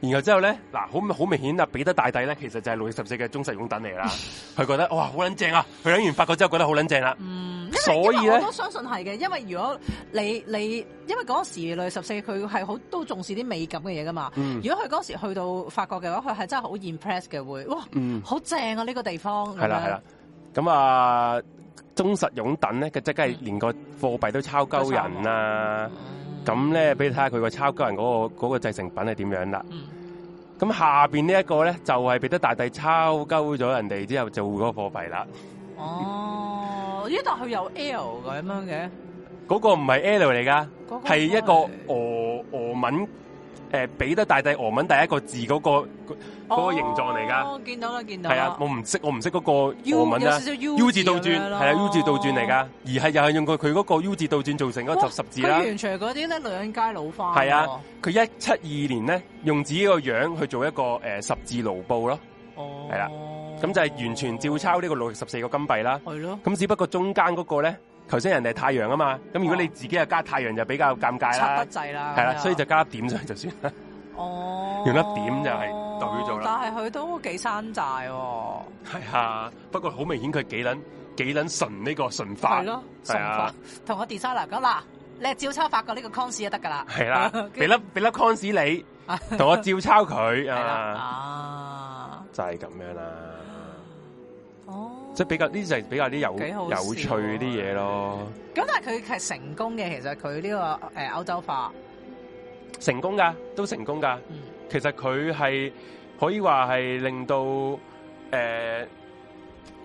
Speaker 1: 然後之後咧，嗱好好明顯啊，彼得大帝咧其實就係路易十四嘅忠實擁躉嚟啦。佢覺得哇好撚正啊！佢諗完法國之後覺得好撚正啦。
Speaker 3: 嗯，因為
Speaker 1: 所以
Speaker 3: 因為我
Speaker 1: 咧
Speaker 3: 都相信係嘅，因為如果你你因為嗰時類十四佢係好都重視啲美感嘅嘢噶嘛，
Speaker 1: 嗯
Speaker 3: 如果佢嗰時去到法國嘅話，佢係真係好 impress 嘅會，哇，
Speaker 1: 嗯，
Speaker 3: 好正啊呢個地方，
Speaker 1: 係啦
Speaker 3: 咁樣
Speaker 1: 係啦，。咁啊忠實擁躉咧，佢即係連個貨幣都抄鳩人啦。
Speaker 3: 嗯
Speaker 1: 咁咧，俾你睇下佢個抄鳩人嗰、個嗰、個製成品係點樣啦。
Speaker 3: 嗯
Speaker 1: 咁下邊呢一個咧，就係、彼得大帝抄鳩咗人哋之後做嗰個貨幣啦。
Speaker 3: 哦，咦？但佢有 L 咁樣嘅，
Speaker 1: 嗰、個唔係 L 嚟噶，
Speaker 3: 嗰個
Speaker 1: 係一個俄俄文誒、呃彼得大帝俄文第一個字嗰、個嗰個形狀嚟㗎
Speaker 3: 哦，見到啦，見到啦。
Speaker 1: 係啊，我唔識我唔識嗰個
Speaker 3: U-
Speaker 1: 俄文
Speaker 3: 有
Speaker 1: 啦
Speaker 3: 少少 U
Speaker 1: ，U 字倒
Speaker 3: 字咁
Speaker 1: 轉
Speaker 3: 樣
Speaker 1: 係
Speaker 3: 咯
Speaker 1: 啊 U 字倒轉嚟噶，而係又係用佢佢嗰個 U 字倒轉做成嗰個
Speaker 3: 哇
Speaker 1: 十十字啦
Speaker 3: 佢。完全係嗰啲咧女人街老花。
Speaker 1: 係啊，佢一七二年咧用自己個樣去做一個诶、呃十字盧布咯，
Speaker 3: 哦，
Speaker 1: 係啦咁就係完全照抄呢個六十四個金幣啦。
Speaker 3: 係咯，
Speaker 1: 咁只不過中間嗰個咧，頭先人哋係太陽啊嘛，咁如果你自己又加太陽就比較尷尬
Speaker 3: 插
Speaker 1: 啦
Speaker 3: 得，滯啦。啊
Speaker 1: 係啦，
Speaker 3: 咁樣
Speaker 1: 所以就加一點上去就算啦。
Speaker 3: 哦，
Speaker 1: 用一點就係代表咗啦
Speaker 3: 但係佢都幾山寨喎，
Speaker 1: 係啊，不過好明顯佢幾撚幾撚純呢個純化
Speaker 3: 係，咯，
Speaker 1: 係啊
Speaker 3: 神化同個 designer 講嗱，你係照抄法國呢個 cons 就得㗎啦，，
Speaker 1: 係啦 俾粒俾粒 cons 你，同我照抄佢
Speaker 3: 係啦，
Speaker 1: 啊，
Speaker 3: 啊，
Speaker 1: 就係咁樣啦。
Speaker 3: 哦，
Speaker 1: 即係比較呢就係比較啲有
Speaker 3: 幾好笑啊
Speaker 1: 有趣啲嘢咯，
Speaker 3: 咁，但係佢係成功嘅，其實佢呢個誒歐洲化，
Speaker 1: 成功噶，都成功噶。
Speaker 3: 嗯，
Speaker 1: 其實佢係可以話係令到诶、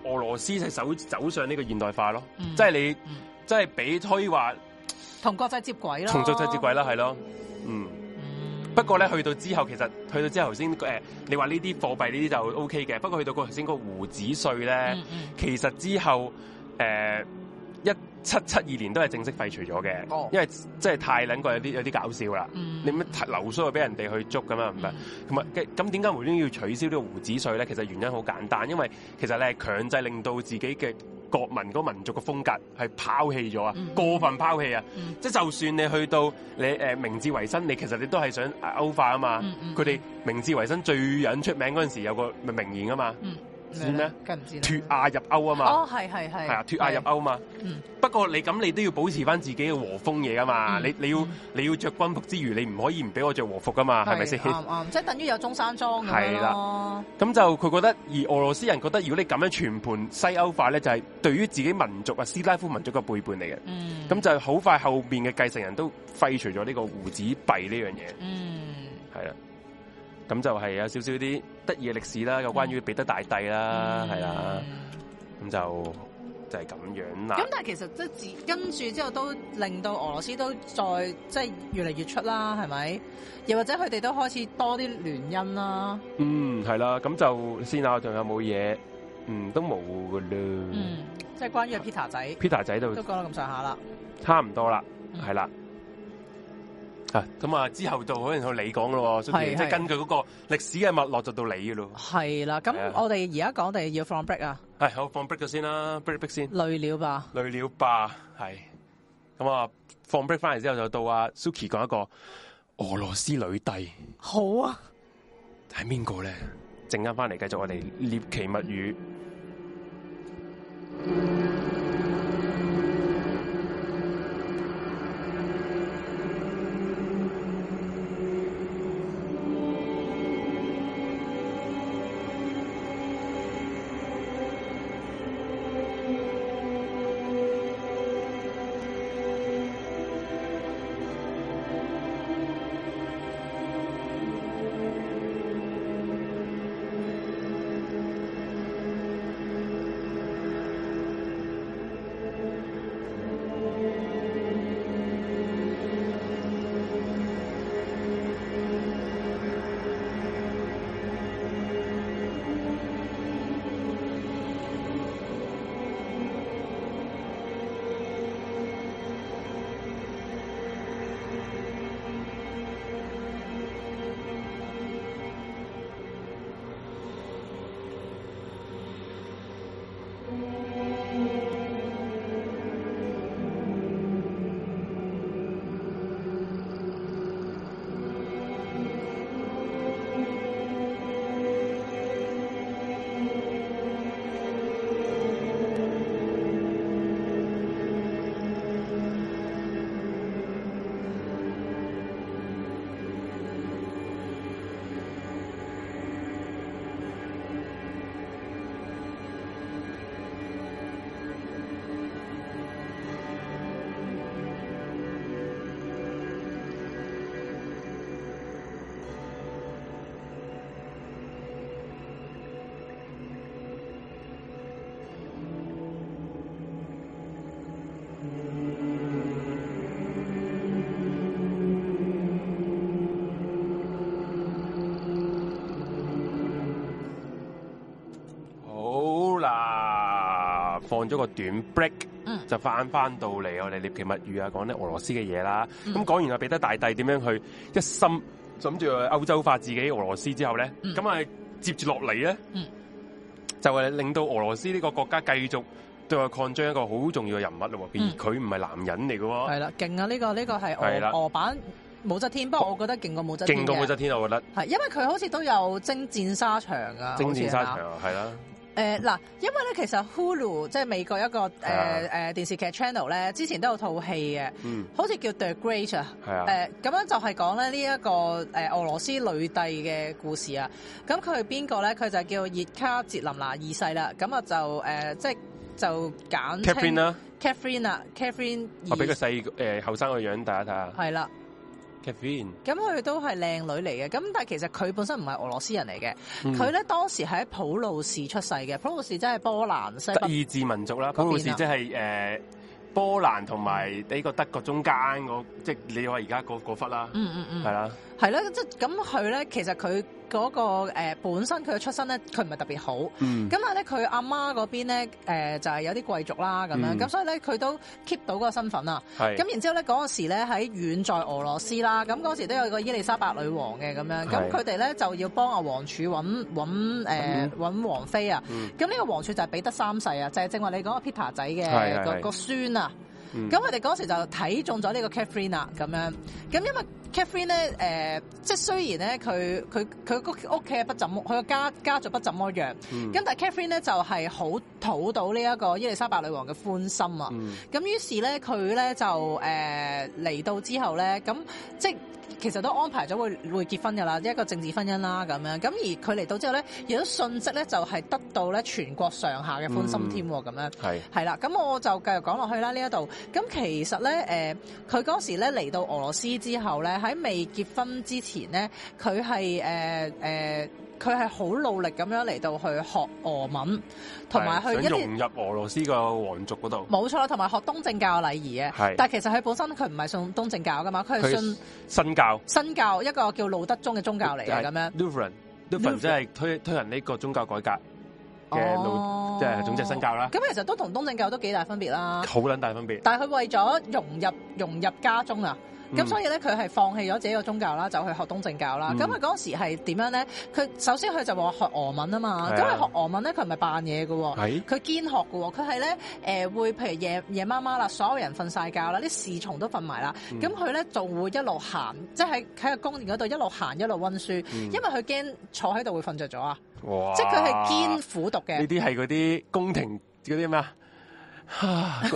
Speaker 1: 俄羅斯係走走上呢個現代化咯，
Speaker 3: 嗯
Speaker 1: 即係你
Speaker 3: 嗯
Speaker 1: 即係比推話
Speaker 3: 同國際接軌咯，
Speaker 1: 重做制接軌啦，係咯，嗯。
Speaker 3: 嗯，
Speaker 1: 不過咧，去到之後，其實去到之後頭先诶，你話呢啲貨幣呢啲就 O K 嘅，不過去到個頭先嗰個胡子税咧，
Speaker 3: 嗯嗯
Speaker 1: 其實之後誒一七七二年都係正式廢除咗嘅，
Speaker 3: 哦
Speaker 1: 因為即係太撚過有啲有啲搞笑啦。
Speaker 3: 嗯
Speaker 1: 你乜流蘇又俾人哋去捉咁啊？唔係，同埋嘅咁點解無端端要取消呢個胡子税咧？其實原因好簡單，因為其實你係強制令到自己嘅國民嗰民族嘅風格係拋棄咗啊，
Speaker 3: 嗯
Speaker 1: 過分拋棄啊！
Speaker 3: 嗯
Speaker 1: 即係就算你去到你誒、呃明治維新，你其實你都係想歐化啊嘛
Speaker 3: 嗯嗯。
Speaker 1: 佢哋、明治維新最引出名嗰陣時有個名言啊嘛，
Speaker 3: 嗯，
Speaker 1: 知咩？
Speaker 3: 梗係唔知啦
Speaker 1: 脱亞入歐啊嘛。
Speaker 3: 哦，係係係，
Speaker 1: 系啊，脱亞入
Speaker 3: 係，
Speaker 1: 歐嘛。
Speaker 3: 嗯
Speaker 1: 不過你咁你都要保持翻自己嘅和風嘢噶嘛。
Speaker 3: 嗯
Speaker 1: 你你要你要着軍服之餘，你唔可以唔俾我着和服噶嘛，啊係咪先？
Speaker 3: 啱啱，即係等於有中山裝咁
Speaker 1: 係
Speaker 3: 樣
Speaker 1: 啦
Speaker 3: 咯。
Speaker 1: 咁就佢覺得，而俄羅斯人覺得，如果你咁樣全盤西歐化咧，就係、對於自己民族啊斯拉夫民族嘅背叛嚟嘅。
Speaker 3: 嗯，
Speaker 1: 咁就好快後面嘅繼承人都廢除咗呢個胡子幣呢樣嘢，
Speaker 3: 嗯，
Speaker 1: 係啦。咁就係有少少啲得意嘅歷史啦，有關於彼得大帝啦，啊
Speaker 3: 嗯
Speaker 1: 係啦、咁就就係、咁樣啦
Speaker 3: 咁。但係其實即係自跟住之後都令到俄羅斯都再即係越嚟越出啦，係咪？又或者佢哋都開始多啲聯姻啦。
Speaker 1: 嗯，系啦，咁就先啊，仲有冇嘢？嗯，都冇噶啦。
Speaker 3: 嗯，即係關於 Peter 仔
Speaker 1: Peter 仔就
Speaker 3: 都講到咁上下啦。
Speaker 1: 差唔多啦，
Speaker 3: 嗯
Speaker 1: 系啦。啊，咁啊，之後就可能到你講咯喎，
Speaker 3: 係
Speaker 1: Suki，即
Speaker 3: 係
Speaker 1: 係根據嗰個歷史嘅脈絡就到你嘅咯。
Speaker 3: 係啦，咁
Speaker 1: 係啊
Speaker 3: 我哋而家講我哋要放 break 啊，
Speaker 1: 係，好放 break 咗先啦，break break 先，
Speaker 3: 累了吧？
Speaker 1: 累了吧？係。咁啊，放 break 翻嚟之後就到啊 Suki 講一個俄羅斯女帝
Speaker 3: 好啊，
Speaker 1: 係邊個咧？陣間翻嚟繼續我哋獵奇物語。好啦，放咗個短 break，、
Speaker 2: 嗯
Speaker 1: 就翻翻到嚟我哋獵奇物語啊，講啲俄羅斯嘅嘢啦。
Speaker 3: 嗯
Speaker 1: 咁講、完阿彼得大帝點樣去一心諗住去歐洲化自己俄羅斯之後咧，
Speaker 2: 嗯
Speaker 1: 咁啊、接住落嚟咧，
Speaker 2: 嗯
Speaker 1: 就係令到俄羅斯呢個國家繼續對外擴張一個好重要嘅人物咯喎。
Speaker 2: 嗯
Speaker 1: 而佢唔係男人嚟嘅喎，
Speaker 3: 係啦，勁啊！呢個呢個係
Speaker 1: 係啦
Speaker 3: 俄俄版武則天，不過我覺得勁過武則天
Speaker 1: 勁過武
Speaker 3: 嘅
Speaker 1: 則天，我覺得。
Speaker 3: 啊係因為佢好似都有征戰沙場啊，
Speaker 1: 征戰沙場
Speaker 3: 好似係嘛。
Speaker 1: 啊，係啦，
Speaker 3: 誒嗱，因為咧其實 Hulu 即係美國一呃個
Speaker 1: 啊
Speaker 3: 誒
Speaker 1: 係
Speaker 3: 誒電視劇 channel 咧，之前都有套戲嘅，
Speaker 1: 嗯，
Speaker 3: 好似叫 The Great 啊。
Speaker 1: 係啊，
Speaker 3: 誒咁樣就係講咧呢一個誒俄羅斯女帝嘅故事啊。咁佢係邊個咧？佢就叫熱卡捷琳娜二世啦。咁啊就誒即係就簡稱
Speaker 1: Catherine 啦，
Speaker 3: Catherine 啊，Catherine
Speaker 1: 我俾個
Speaker 3: 二
Speaker 1: 細誒後生個樣大家睇下
Speaker 3: 係啦。
Speaker 1: ，Catherine，
Speaker 3: 咁佢都係靚女嚟嘅，咁但係其實佢本身唔係俄羅斯人嚟嘅，
Speaker 1: 嗯
Speaker 3: 佢咧當時係喺普魯士出世嘅，普魯士真係波蘭西
Speaker 1: 德
Speaker 3: 北，
Speaker 1: 意志民族啦，普
Speaker 3: 嗰邊啊
Speaker 1: 魯士即係誒波蘭同埋呢個德國中間嗰，即係你話而家嗰嗰忽啦，
Speaker 3: 嗯嗯嗯，
Speaker 1: 係啦，
Speaker 3: 係啦，即係咁佢咧其實佢嗰、個、呃、本身佢嘅出身咧，佢唔係特別好，咁
Speaker 1: 嗯，
Speaker 3: 但係咧佢阿媽嗰邊咧誒、呃就係、有啲貴族啦咁樣，
Speaker 1: 嗯
Speaker 3: 咁、所以咧佢都 keep 到嗰個身份啊，
Speaker 1: 係
Speaker 3: 咁然之後咧嗰陣時咧喺遠在俄羅斯啦，咁嗰時都有個伊麗莎白女王嘅咁樣，
Speaker 1: 係
Speaker 3: 咁佢哋咧就要幫阿王儲揾揾誒
Speaker 1: 嗯
Speaker 3: 揾王妃啊。
Speaker 1: 嗯
Speaker 3: 咁呢個王儲就係彼得三世啊，就係正話你講個 Peter 仔
Speaker 1: 係係
Speaker 3: 嘅
Speaker 1: 係
Speaker 3: 個個孫啊。
Speaker 1: 嗯
Speaker 3: 咁佢哋嗰時就睇中咗呢個 Catherine 啊，咁樣。咁因為 Catherine 咧，誒、即係雖然咧佢佢佢個屋企係不怎麼，佢個家家族不怎麼樣。咁、
Speaker 1: 嗯
Speaker 3: 但係 Catherine 咧就係好討到呢一個伊麗莎白女王嘅歡心啊。
Speaker 1: 嗯
Speaker 3: 咁於是咧，佢咧就誒嚟、到之後咧，咁即係其實都安排咗會會結婚㗎啦，一個政治婚姻啦咁樣。咁而佢嚟到之後咧，亦都信息咧就係得到咧全國上下嘅歡心添喎，咁、樣。
Speaker 1: 係
Speaker 3: 係啦，咁我就繼續講落去啦。呢一度咁其實咧，誒佢嗰時咧嚟到俄羅斯之後咧，喺未結婚之前咧，佢係誒誒，呃佢係好努力咁樣嚟到去學俄文，同埋去
Speaker 1: 係啊
Speaker 3: 一
Speaker 1: 想
Speaker 3: 啲
Speaker 1: 融入俄羅斯個皇族嗰度，
Speaker 3: 冇錯啦，同埋學東正教嘅禮儀
Speaker 1: 係
Speaker 3: 嘅。但係其實佢本身佢唔係信東正教噶嘛，佢係
Speaker 1: 佢
Speaker 3: 信
Speaker 1: 新教
Speaker 3: 新教一個叫路德宗嘅宗教嚟嘅咁樣。
Speaker 1: Lutheran，Lutheran 即係推推行呢個宗教改革嘅路，
Speaker 3: 哦
Speaker 1: 即係總之係新。教啦，
Speaker 3: 咁其實都同東正教都幾大分別啦。
Speaker 1: 好撚大分別，
Speaker 3: 但係佢為咗融入融入家中啊，咁、
Speaker 1: 嗯
Speaker 3: 所以咧佢係放棄咗自己個宗教啦，就去學東正教啦。
Speaker 1: 嗯
Speaker 3: 咁佢嗰時係點樣咧？佢首先佢就話學俄文啊嘛，
Speaker 1: 係
Speaker 3: 咁
Speaker 1: 啊
Speaker 3: 佢學俄文咧佢唔係扮嘢嘅喎。
Speaker 1: 係
Speaker 3: 佢堅學嘅喎，佢係咧誒會譬如夜夜媽媽啦，所有人瞓晒覺啦，啲侍從都瞓埋啦，
Speaker 1: 嗯
Speaker 3: 咁佢咧仲會一路行，即係喺喺個宮殿嗰度一路行一路温書，因為佢驚坐喺度會瞓着咗啊，
Speaker 1: 嗯哇，
Speaker 3: 即係佢係堅苦讀嘅
Speaker 1: 呢。啲係嗰啲宮廷嗰啲咩啊 啊？宮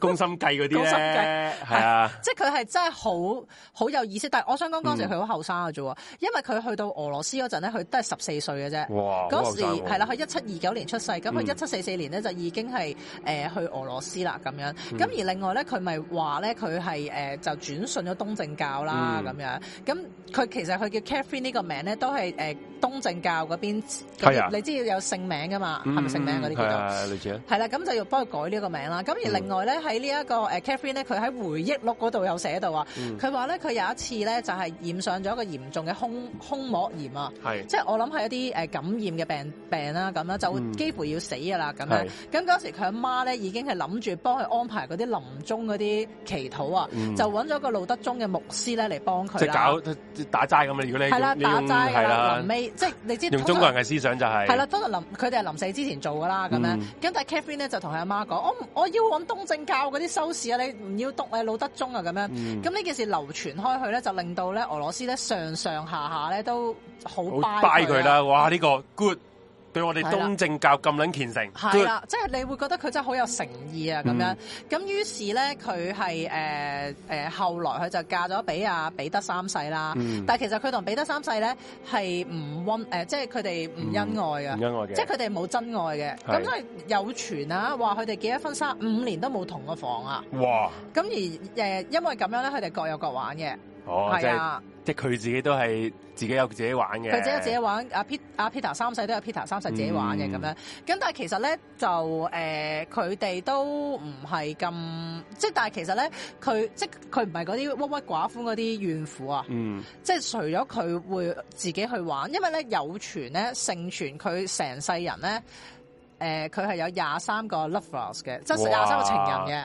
Speaker 1: 宮心計嗰啲
Speaker 3: 宮心
Speaker 1: 咧，係啊，
Speaker 3: 即係佢係真係好好有意思，但係我想講嗰
Speaker 1: 嗯
Speaker 3: 陣時佢好後生嘅啫喎，因為佢去到俄羅斯嗰陣咧，佢都係十四歲嘅啫。
Speaker 1: 哇！好後
Speaker 3: 嗰時
Speaker 1: 生喎
Speaker 3: 係啦，，佢一七二九年出世，咁佢
Speaker 1: 嗯
Speaker 3: 一七四四年咧就已經係誒、呃去俄羅斯啦咁樣。
Speaker 1: 嗯
Speaker 3: 咁、而另外咧，佢咪話咧佢係誒就轉信咗東正教啦
Speaker 1: 嗯
Speaker 3: 咁、樣。咁佢其實佢叫 Catherine 呢個名咧，都係誒、呃、東正教嗰邊嗰
Speaker 1: 係啊嗯
Speaker 3: 啲，你知要有姓名噶嘛，係咪姓名嗰啲叫
Speaker 1: 係
Speaker 3: 做？
Speaker 1: 啊，類似啊，
Speaker 3: 係啦，咁就要幫佢改呢個名啦。咁
Speaker 1: 嗯
Speaker 3: 而另外咧，喺呢一個誒 Catherine 咧，佢喺回憶錄嗰度有寫到啊，
Speaker 1: 嗯
Speaker 3: 佢話咧佢有一次咧就係染上咗一個嚴重嘅胸胸膜炎啊，
Speaker 1: 係
Speaker 3: 即係我諗係一啲誒感染嘅病病啦，咁啦就
Speaker 1: 嗯
Speaker 3: 幾乎要死噶啦咁
Speaker 1: 係
Speaker 3: 樣。咁嗰時佢阿媽咧已經係諗住幫佢安排嗰啲臨終嗰啲祈禱啊，
Speaker 1: 嗯
Speaker 3: 就揾咗個路德宗嘅牧師咧嚟幫
Speaker 1: 即係
Speaker 3: 佢啦。
Speaker 1: 搞打齋咁啊！如果你
Speaker 3: 係啦，
Speaker 1: 你
Speaker 3: 打
Speaker 1: 用
Speaker 3: 齋㗎
Speaker 1: 係
Speaker 3: 啦，
Speaker 1: 啦
Speaker 3: 臨，尾即係你知
Speaker 1: 用
Speaker 3: 通
Speaker 1: 中
Speaker 3: 常
Speaker 1: 國人嘅思想就係
Speaker 3: 係啦，通常臨佢哋係臨死之前做噶啦，咁樣。
Speaker 1: 嗯
Speaker 3: 咁但係 Catherine 咧就同佢阿媽講：我唔我要揾東正教嗰啲修士啊，你唔要督誒老德宗啊咁樣。
Speaker 1: 嗯
Speaker 3: 咁呢件事流傳開去咧，就令到咧俄羅斯咧上上下下咧都好
Speaker 1: 好
Speaker 3: buy
Speaker 1: buy 佢
Speaker 3: 啊。
Speaker 1: 啦！哇，呢個 good 對我哋
Speaker 3: 係啦
Speaker 1: 東正教咁撚虔誠
Speaker 3: 係
Speaker 1: ，good
Speaker 3: 啦，即係你會覺得佢真係好有誠意啊咁樣。
Speaker 1: 嗯
Speaker 3: 咁於是咧，佢係誒誒後來佢就嫁咗俾阿彼得三世啦。
Speaker 1: 嗯
Speaker 3: 但係其實佢同彼得三世咧係唔温誒，即係佢哋唔恩愛啊
Speaker 1: 唔
Speaker 3: 嘅。
Speaker 1: 恩愛嘅，
Speaker 3: 即係佢哋冇真愛嘅，
Speaker 1: 係
Speaker 3: 咁所以有傳啊，話佢哋結咗婚三五年都冇同過房啊，
Speaker 1: 哇
Speaker 3: 咁而誒、呃因為咁樣咧，佢哋各有各玩嘅，
Speaker 1: 哦，即
Speaker 3: 係
Speaker 1: 係
Speaker 3: 啊，
Speaker 1: 即係佢自己都係自己有自己玩嘅，
Speaker 3: 佢自己自己玩，阿 Pet 阿 Peter 三世都有 Peter 三世自己玩嘅咁樣。
Speaker 1: 嗯
Speaker 3: 咁但係其實咧就誒，呃佢哋都唔係咁，即係但係其實咧，佢即係佢唔係嗰啲鬱鬱寡歡嗰啲怨婦啊。
Speaker 1: 嗯，
Speaker 3: 即係除咗佢會自己去玩，因為咧有傳咧盛傳佢成世人咧，誒佢係有廿三個 lovers 嘅，即係
Speaker 1: 哇
Speaker 3: 廿三個情人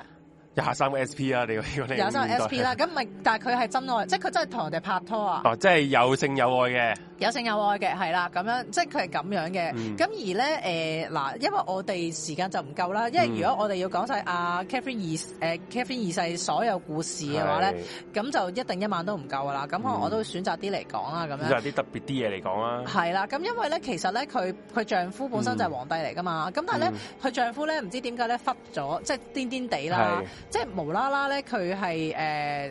Speaker 1: 廿三個 SP 啊，你你
Speaker 3: 嘅，廿三個 SP 啦。，咁咪但係佢係真愛，即係佢真係同人哋拍拖啊，
Speaker 1: 哦，即係有性有愛嘅，
Speaker 3: 有性有愛嘅，係啦，咁樣即係佢係咁樣嘅。
Speaker 1: 嗯
Speaker 3: 咁而咧誒嗱，因為我哋時間就唔夠啦，因為
Speaker 1: 嗯
Speaker 3: 如果我哋要講晒阿 Catherine 二誒 Catherine 二世所有故事嘅話咧，
Speaker 1: 係，嗯
Speaker 3: 咁就一定一晚都唔夠噶啦。咁可能我都選擇啲嚟講啦，咁樣
Speaker 1: 就。係啲特別啲嘢嚟講啦，
Speaker 3: 係啦，咁因為咧，其實咧，佢佢丈夫本身就係皇帝嚟噶嘛，咁、但係咧，
Speaker 1: 嗯
Speaker 3: 佢丈夫咧唔知點解咧忽咗，即係癲癲地啦
Speaker 1: 係，
Speaker 3: 即係無啦啦咧，佢係誒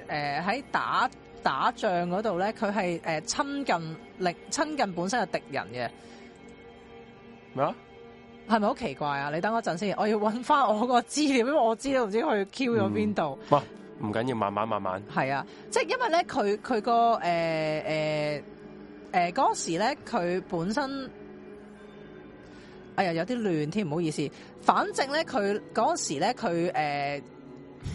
Speaker 3: 誒喺打打仗嗰度咧，佢係誒親近力親近本身嘅敵人嘅，
Speaker 1: 咩啊？
Speaker 3: 係咪好奇怪啊？你等我陣先，我要揾翻我個資料，因為我資料唔知佢 Q 咗邊度。
Speaker 1: 哇，唔緊要，慢慢慢慢，
Speaker 3: 係啊，即係因為咧，佢佢個誒誒誒嗰時咧，佢本身，哎呀有啲亂添，唔好意思。反正咧，佢嗰時咧，佢誒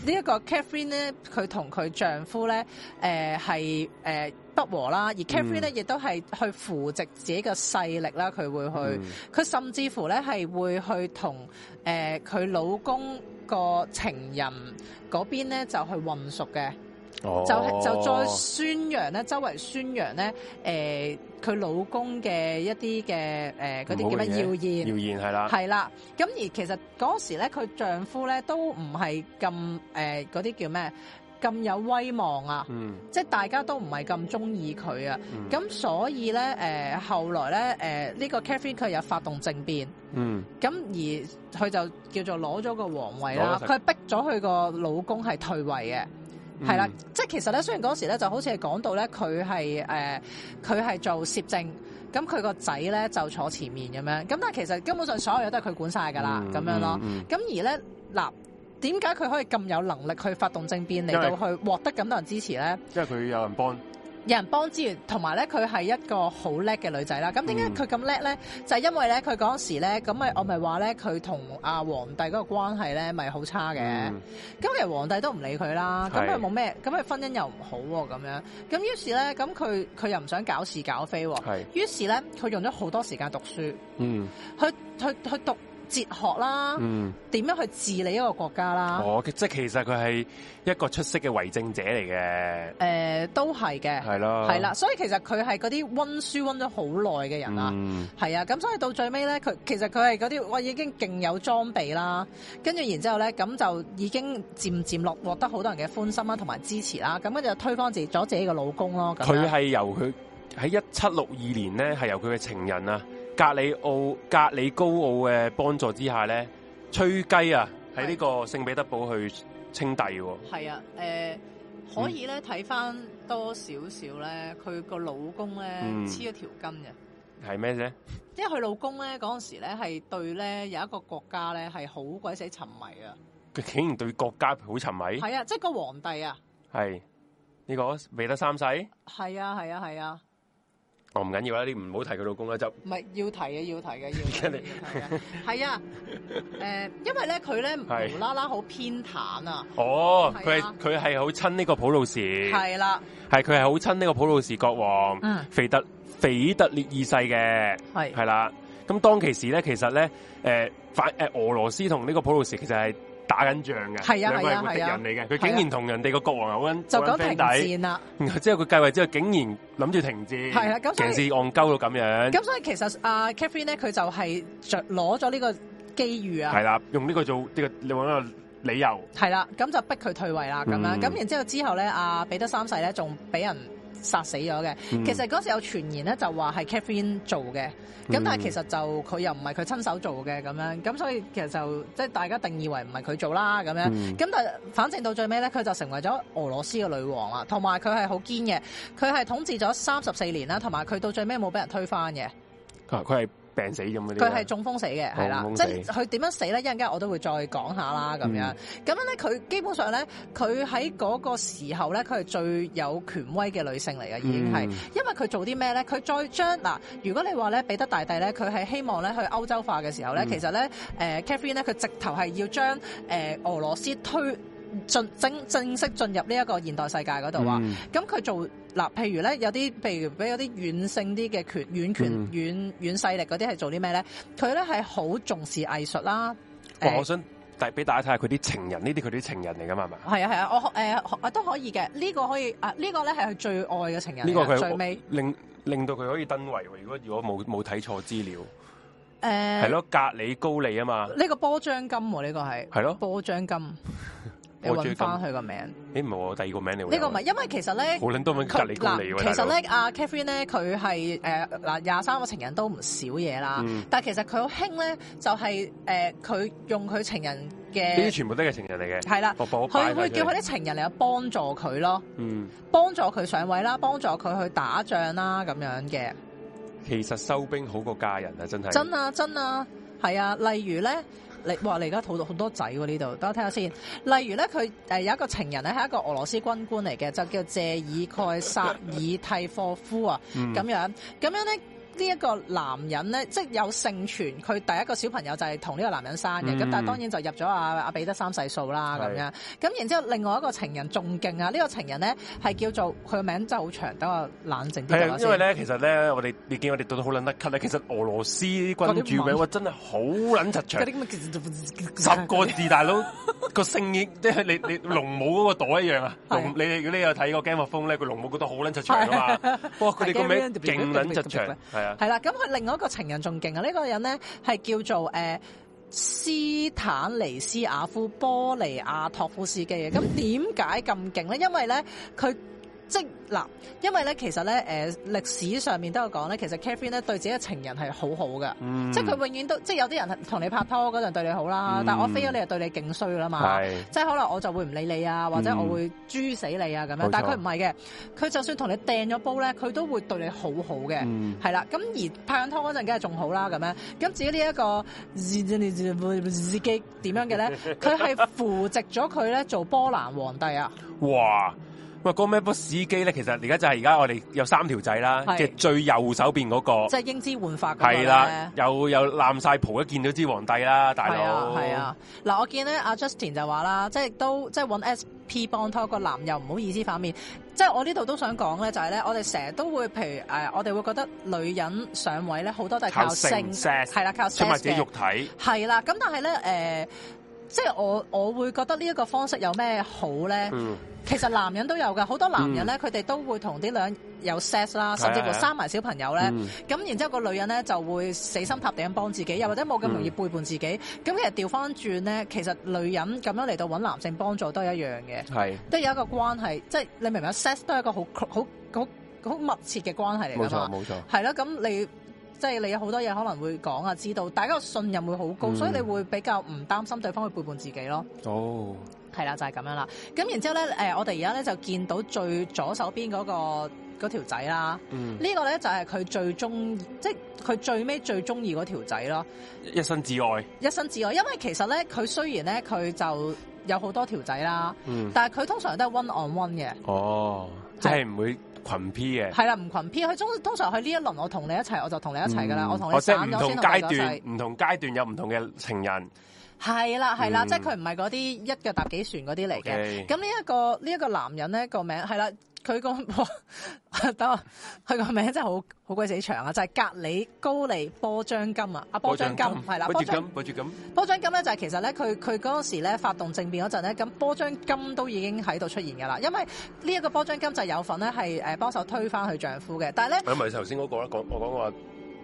Speaker 3: 呢一個 Catherine 咧，佢同佢丈夫咧，誒係誒不和啦，而 Catherine 咧亦都係去扶植自己嘅勢力啦，佢會去，
Speaker 1: 嗯
Speaker 3: 佢、甚至乎咧係會去同誒佢老公個情人嗰邊咧就去混熟嘅。
Speaker 1: 哦
Speaker 3: 就係就再宣揚咧，周圍宣揚咧，誒、佢老公嘅一啲嘅誒嗰啲叫咩謠言，
Speaker 1: 謠言係啦，
Speaker 3: 係啦。咁而其實嗰時咧，佢丈夫咧都唔係咁誒嗰啲叫咩咁有威望啊，
Speaker 1: 嗯，
Speaker 3: 即係大家都唔係咁中意佢啊。
Speaker 1: 嗯
Speaker 3: 咁所以咧誒、後來咧誒呢、個 Catherine 佢又發動政變。
Speaker 1: 嗯
Speaker 3: 咁而佢就叫做攞咗個皇位
Speaker 1: 攞
Speaker 3: 啦
Speaker 1: 咗，佢
Speaker 3: 佢係逼咗佢個老公係退位嘅，係啦、
Speaker 1: 嗯
Speaker 3: 即係其實咧，雖然嗰時咧就好似係講到咧，佢係誒佢係做攝政，咁佢個仔咧就坐前面咁樣，咁但係其實根本上所有嘢都係佢管晒㗎啦，
Speaker 1: 嗯
Speaker 3: 咁、樣咯。
Speaker 1: 嗯嗯
Speaker 3: 咁而咧嗱，點解佢可以咁有能力去發動政變嚟
Speaker 1: 因為
Speaker 3: 到去獲得咁多人支持咧？
Speaker 1: 因為佢有人幫，
Speaker 3: 有人幫之餘，同埋咧佢係一個好叻嘅女仔啦。咁
Speaker 1: 嗯
Speaker 3: 點解佢咁叻咧？就係因為咧佢嗰時咧，咁咪我咪話咧佢同阿皇帝嗰個關係咧，咪好差嘅。
Speaker 1: 嗯
Speaker 3: 咁其實皇帝都唔理佢啦，咁
Speaker 1: 係
Speaker 3: 佢冇咩，咁佢婚姻又唔好喎、咁樣。咁於是咧，咁佢佢又唔想搞事搞非喎、
Speaker 1: 係，
Speaker 3: 於是咧佢用咗好多時間讀書，
Speaker 1: 嗯
Speaker 3: 去去去讀哲學啦，
Speaker 1: 嗯，
Speaker 3: 點、樣去治理一個國家啦。誒、
Speaker 1: 哦，即係其實佢係一個出色嘅為政者嚟嘅，
Speaker 3: 都係嘅，
Speaker 1: 係啊咯，
Speaker 3: 係啦。所以其實佢係嗰啲温書温咗好耐嘅人啦。
Speaker 1: 嗯，
Speaker 3: 係啊，咁所以到最尾咧，佢其實佢係嗰啲我已經勁有裝備啦，跟住然之後咧，咁就已經漸漸落獲得好多人嘅歡心啦，同埋支持啦，咁跟住就推翻自咗自己嘅老公咯。咁
Speaker 1: 佢啊
Speaker 3: 樣
Speaker 1: 係由佢喺一七六二年咧，係由佢嘅情人啊格里奧格里高奧嘅幫助之下咧，吹雞啊喺呢個聖彼得堡去稱帝喎，
Speaker 3: 係啊，誒、可以咧睇翻多少少咧，佢個老公咧
Speaker 1: 嗯
Speaker 3: 黐咗條筋嘅，
Speaker 1: 係咩咧？
Speaker 3: 因為佢老公咧嗰陣時咧係對咧有一個國家咧係好鬼死沉迷啊，
Speaker 1: 佢竟然對國家好沉迷，
Speaker 3: 係啊，即係個皇帝啊，
Speaker 1: 係呢、個彼得三世，
Speaker 3: 係啊係啊係啊。
Speaker 1: 我唔緊要啦，你唔好提佢老公啦，就
Speaker 3: 唔係要提嘅，要提啊 嘅，要提嘅，要提嘅，係 啊，誒、因為咧佢咧
Speaker 1: 係
Speaker 3: 無啦啦好偏袒啊，
Speaker 1: 哦，佢
Speaker 3: 係啊
Speaker 1: 係佢係好親呢個普魯士，
Speaker 3: 係啦，
Speaker 1: 係佢係好親呢個普魯士國王，
Speaker 3: 嗯
Speaker 1: 腓特腓特烈二世嘅，
Speaker 3: 係
Speaker 1: 係啦。咁當其時咧，其實咧，誒反誒俄羅斯同呢個普魯士其實係打緊仗嘅，
Speaker 3: 係
Speaker 1: 兩
Speaker 3: 啊
Speaker 1: 個
Speaker 3: 係啊
Speaker 1: 敵
Speaker 3: 係啊
Speaker 1: 人嚟嘅。佢竟然同人哋個國王有緊
Speaker 3: 就講
Speaker 1: 有緊
Speaker 3: 停
Speaker 1: friend 底，
Speaker 3: 戰啦。
Speaker 1: 然後之後佢繼位之後，竟然諗住停戰，
Speaker 3: 係啦咁所以
Speaker 1: 成事戇鳩到咁樣，
Speaker 3: 咁所以其實阿 Catherine 咧，佢就係着攞咗呢個機遇啊
Speaker 1: 係，啦，用呢個做呢個你揾個理由，
Speaker 3: 係啦，咁就逼佢退位啦，咁樣，
Speaker 1: 嗯
Speaker 3: 咁然之後之後咧，阿彼得三世咧仲俾人殺死咗嘅。
Speaker 1: 嗯
Speaker 3: 其實嗰時有傳言咧，就話係 Catherine 做嘅，咁但
Speaker 1: 嗯
Speaker 3: 係其實就佢又唔係佢親手做嘅咁樣，咁所以其實就即係大家定義為唔係佢做啦咁樣。
Speaker 1: 嗯
Speaker 3: 咁但係反正到最尾咧，佢就成為咗俄羅斯嘅女王啦，同埋佢係好堅嘅，佢係統治咗三十四年啦，同埋佢到最尾冇俾人推翻嘅，
Speaker 1: 啊佢係病死咁嗰啲啊。
Speaker 3: 佢係中風死嘅，係啦
Speaker 1: 中，風
Speaker 3: 即
Speaker 1: 死
Speaker 3: 係佢點樣死咧？一陣間我都會再講下啦，咁樣。
Speaker 1: 嗯
Speaker 3: 咁樣咧，佢基本上咧，佢喺嗰個時候咧，佢係最有權威嘅女性嚟嘅，已經係。
Speaker 1: 嗯
Speaker 3: 因為佢做啲咩咧？佢再將嗱，如果你話咧彼得大帝咧，佢係希望咧去歐洲化嘅時候咧，
Speaker 1: 嗯
Speaker 3: 其實咧誒、Catherine 咧，佢直頭係要將誒、俄羅斯推進正正式進入呢一個現代世界嗰度啊！
Speaker 1: 嗯
Speaker 3: 咁佢做嗱，譬如咧有啲，譬如俾有啲軟性啲嘅權軟權
Speaker 1: 嗯
Speaker 3: 軟軟勢力嗰啲係做啲咩咧？佢咧係好重視藝術啦。
Speaker 1: 哇！
Speaker 3: 誒
Speaker 1: 我想帶俾大家睇下佢啲情人，呢啲佢啲情人嚟噶嘛？係咪？
Speaker 3: 係啊係啊，我誒、我都可以嘅，呢、個可以啊，呢、個咧係佢最愛嘅情人嚟
Speaker 1: 呢
Speaker 3: 㗎。
Speaker 1: 個
Speaker 3: 最尾
Speaker 1: 佢令令到佢可以登位喎。如果如果冇冇睇錯資料，
Speaker 3: 誒
Speaker 1: 係，咯，格里高利啊嘛，
Speaker 3: 呢個波張金喎，呢個係
Speaker 1: 係咯。
Speaker 3: 波 張金，你
Speaker 1: 波張金
Speaker 3: 揾翻佢個名。呢
Speaker 1: 咦，唔係我第二個名嚟喎。
Speaker 3: 個唔係因為其實咧，
Speaker 1: 好撚多名格
Speaker 3: 佢
Speaker 1: 里高利
Speaker 3: 嗱，
Speaker 1: 喎。
Speaker 3: 其實
Speaker 1: 大佬，
Speaker 3: 咧，阿 Catherine 咧，佢係誒嗱廿三個情人都唔少嘢啦。
Speaker 1: 嗯
Speaker 3: 但其實佢好興咧，就係誒佢用佢情人
Speaker 1: 呢啲
Speaker 3: 嘅
Speaker 1: 全部都係情人嚟嘅。
Speaker 3: 啊係啦，
Speaker 1: 我我
Speaker 3: 佢會叫佢
Speaker 1: 咧，
Speaker 3: 啲情人嚟幫助佢咯，
Speaker 1: 嗯，
Speaker 3: 幫助佢上位啦，幫助佢去打仗啦咁樣嘅，
Speaker 1: 其實收兵好過嫁人啊，真係。
Speaker 3: 真啊真啊，係啊，例如咧。你哇！你而家肚到好多仔喎呢度，等我睇下先。例如咧，佢誒有一個情人咧，係一個俄羅斯軍官嚟嘅，就叫謝爾蓋薩爾蒂科夫啊。
Speaker 1: 嗯
Speaker 3: 咁樣咁樣咧，呢、一個男人咧，即係有盛傳佢第一個小朋友就係同呢個男人生嘅，咁、
Speaker 1: 嗯
Speaker 3: 但係當然就入咗阿阿彼得三世數啦咁
Speaker 1: 係
Speaker 3: 樣。咁然之後，另外一個情人仲勁啊！呢、個情人咧係叫做佢個名真係好長，等我冷靜啲
Speaker 1: 係啊，
Speaker 3: 講下先
Speaker 1: 因為咧，其實咧，我哋你見我哋讀到好撚甩咳咧，其實俄羅斯君主名哇，真係好撚柒長
Speaker 3: 嗰，啲咁嘅
Speaker 1: 十個字大佬個聲音，即係你你龍母嗰個袋一樣 啊！
Speaker 3: 係
Speaker 1: 龍你你如果你有睇過 Game of Thrones 咧，個龍母嗰度好撚柒長啊 嘛，哇！佢哋個名勁撚柒長，係啊，
Speaker 3: 係啦，咁佢另外一個情人仲勁啊！呢、個人咧係叫做誒、呃斯坦尼斯雅夫波尼亞托夫斯基嘅。咁點解咁勁咧？因為咧佢。即嗱，因為咧，其實咧，誒、歷史上面都有講咧，其實 Catherine 咧對自己嘅情人係好好嘅，
Speaker 1: 嗯
Speaker 3: 即係佢永遠都，即係有啲人係同你拍拖嗰陣對你好啦，
Speaker 1: 嗯
Speaker 3: 但我飛咗你就對你勁衰啦嘛，
Speaker 1: 係
Speaker 3: 即係可能我就會唔理你啊，或者
Speaker 1: 嗯
Speaker 3: 我會豬死你啊咁
Speaker 1: 冇
Speaker 3: 樣
Speaker 1: 錯，
Speaker 3: 但係佢唔係嘅，佢就算同你掟咗煲咧，佢都會對你好好嘅，
Speaker 1: 嗯
Speaker 3: 係啦，咁而拍緊拖嗰陣梗係仲好啦，咁樣。咁至於呢一個自己點樣 嘅咧，佢係扶植咗佢咧做波蘭皇帝啊，
Speaker 1: 哦哇！喂，嗰個咩波士基咧，其實而家就係而家我哋有三條仔啦，
Speaker 3: 係
Speaker 1: 即係最右手邊嗰個
Speaker 3: 即係啊英姿煥發嗰個
Speaker 1: 係啦
Speaker 3: 咧，。
Speaker 1: 又又攬晒袍，一見到知皇帝啦，大
Speaker 3: 係啊
Speaker 1: 佬，
Speaker 3: 係啊，嗱，我見咧阿 Justin 就話啦，即係都即係揾 SP 幫拖個男又唔好意思反面，即係我呢度都想講咧，就係咧，我哋成日都會譬如誒、呃我哋會覺得女人上位咧好多都係靠
Speaker 1: 靠性
Speaker 3: 性，
Speaker 1: sex
Speaker 3: 係啦，靠 sex
Speaker 1: 出賣自己
Speaker 3: 嘅
Speaker 1: 肉體，
Speaker 3: 係啦，咁但係咧，誒、即係我我會覺得呢一個方式有咩好咧？
Speaker 1: 嗯，
Speaker 3: 其實男人都有㗎，好多男人咧，佢哋、都會同啲女人有 sex 啦，甚至乎
Speaker 1: 係啊
Speaker 3: 生埋小朋友咧。
Speaker 1: 嗯
Speaker 3: 咁然之後個女人咧就會死心塌地咁幫自己，又或者冇咁容易背叛自己。咁、其實調翻轉咧，其實女人咁樣嚟到揾男性幫助都係一樣嘅，
Speaker 1: 係
Speaker 3: 都有一個關係，即係你明唔明？sex 都係一個好好好好密切嘅關係嚟啊
Speaker 1: 冇
Speaker 3: 㗎嘛
Speaker 1: 錯。冇錯。
Speaker 3: 係咯，咁你即係你有好多嘢可能會講啊，知道大家個信任會好高，
Speaker 1: 嗯
Speaker 3: 所以你會比較唔擔心對方去背叛自己咯。
Speaker 1: 哦，
Speaker 3: 係啦，就係、咁樣啦。咁然之後咧，誒、我哋而家咧就見到最左手邊嗰、個嗰條仔啦，
Speaker 1: 嗯，
Speaker 3: 呢、個咧就係佢最中意，即係佢最尾最中意嗰條仔咯，
Speaker 1: 一生至愛，
Speaker 3: 一生至愛。因為其實咧，佢雖然咧佢就有好多條仔啦，
Speaker 1: 嗯，
Speaker 3: 但係佢通常都係 one on one 嘅。
Speaker 1: 哦，即係唔會群 P 嘅，
Speaker 3: 係啦，唔群 P，佢通通常佢呢一輪我同你一齊，我就同你一齊噶啦，
Speaker 1: 嗯
Speaker 3: 我同
Speaker 1: 哦
Speaker 3: 你
Speaker 1: 即係
Speaker 3: 散
Speaker 1: 唔
Speaker 3: 咗
Speaker 1: 同
Speaker 3: 先同
Speaker 1: 階
Speaker 3: 你走
Speaker 1: 段
Speaker 3: 世，
Speaker 1: 唔同階段有唔同嘅情人，
Speaker 3: 係啦係啦，
Speaker 1: 嗯
Speaker 3: 即係佢唔係嗰啲一腳踏幾船嗰啲嚟嘅。
Speaker 1: 嘅
Speaker 3: 咁呢一個呢一個男人咧個名係啦，佢個哇 等我佢個名真係好好鬼死長啊！就係格里高利波張金啊，阿波張金係啦，
Speaker 1: 不
Speaker 3: 波
Speaker 1: 絕
Speaker 3: 張
Speaker 1: 咁，不絕咁，
Speaker 3: 波張金咧就係其實咧佢佢嗰陣時咧發動政變嗰陣咧，咁波張金都已經喺度出現㗎啦，因為呢一個波張金就有份咧係誒幫手推翻佢丈夫嘅，但係咧。
Speaker 1: 咪咪啊頭先嗰個啦，講我講話
Speaker 3: 係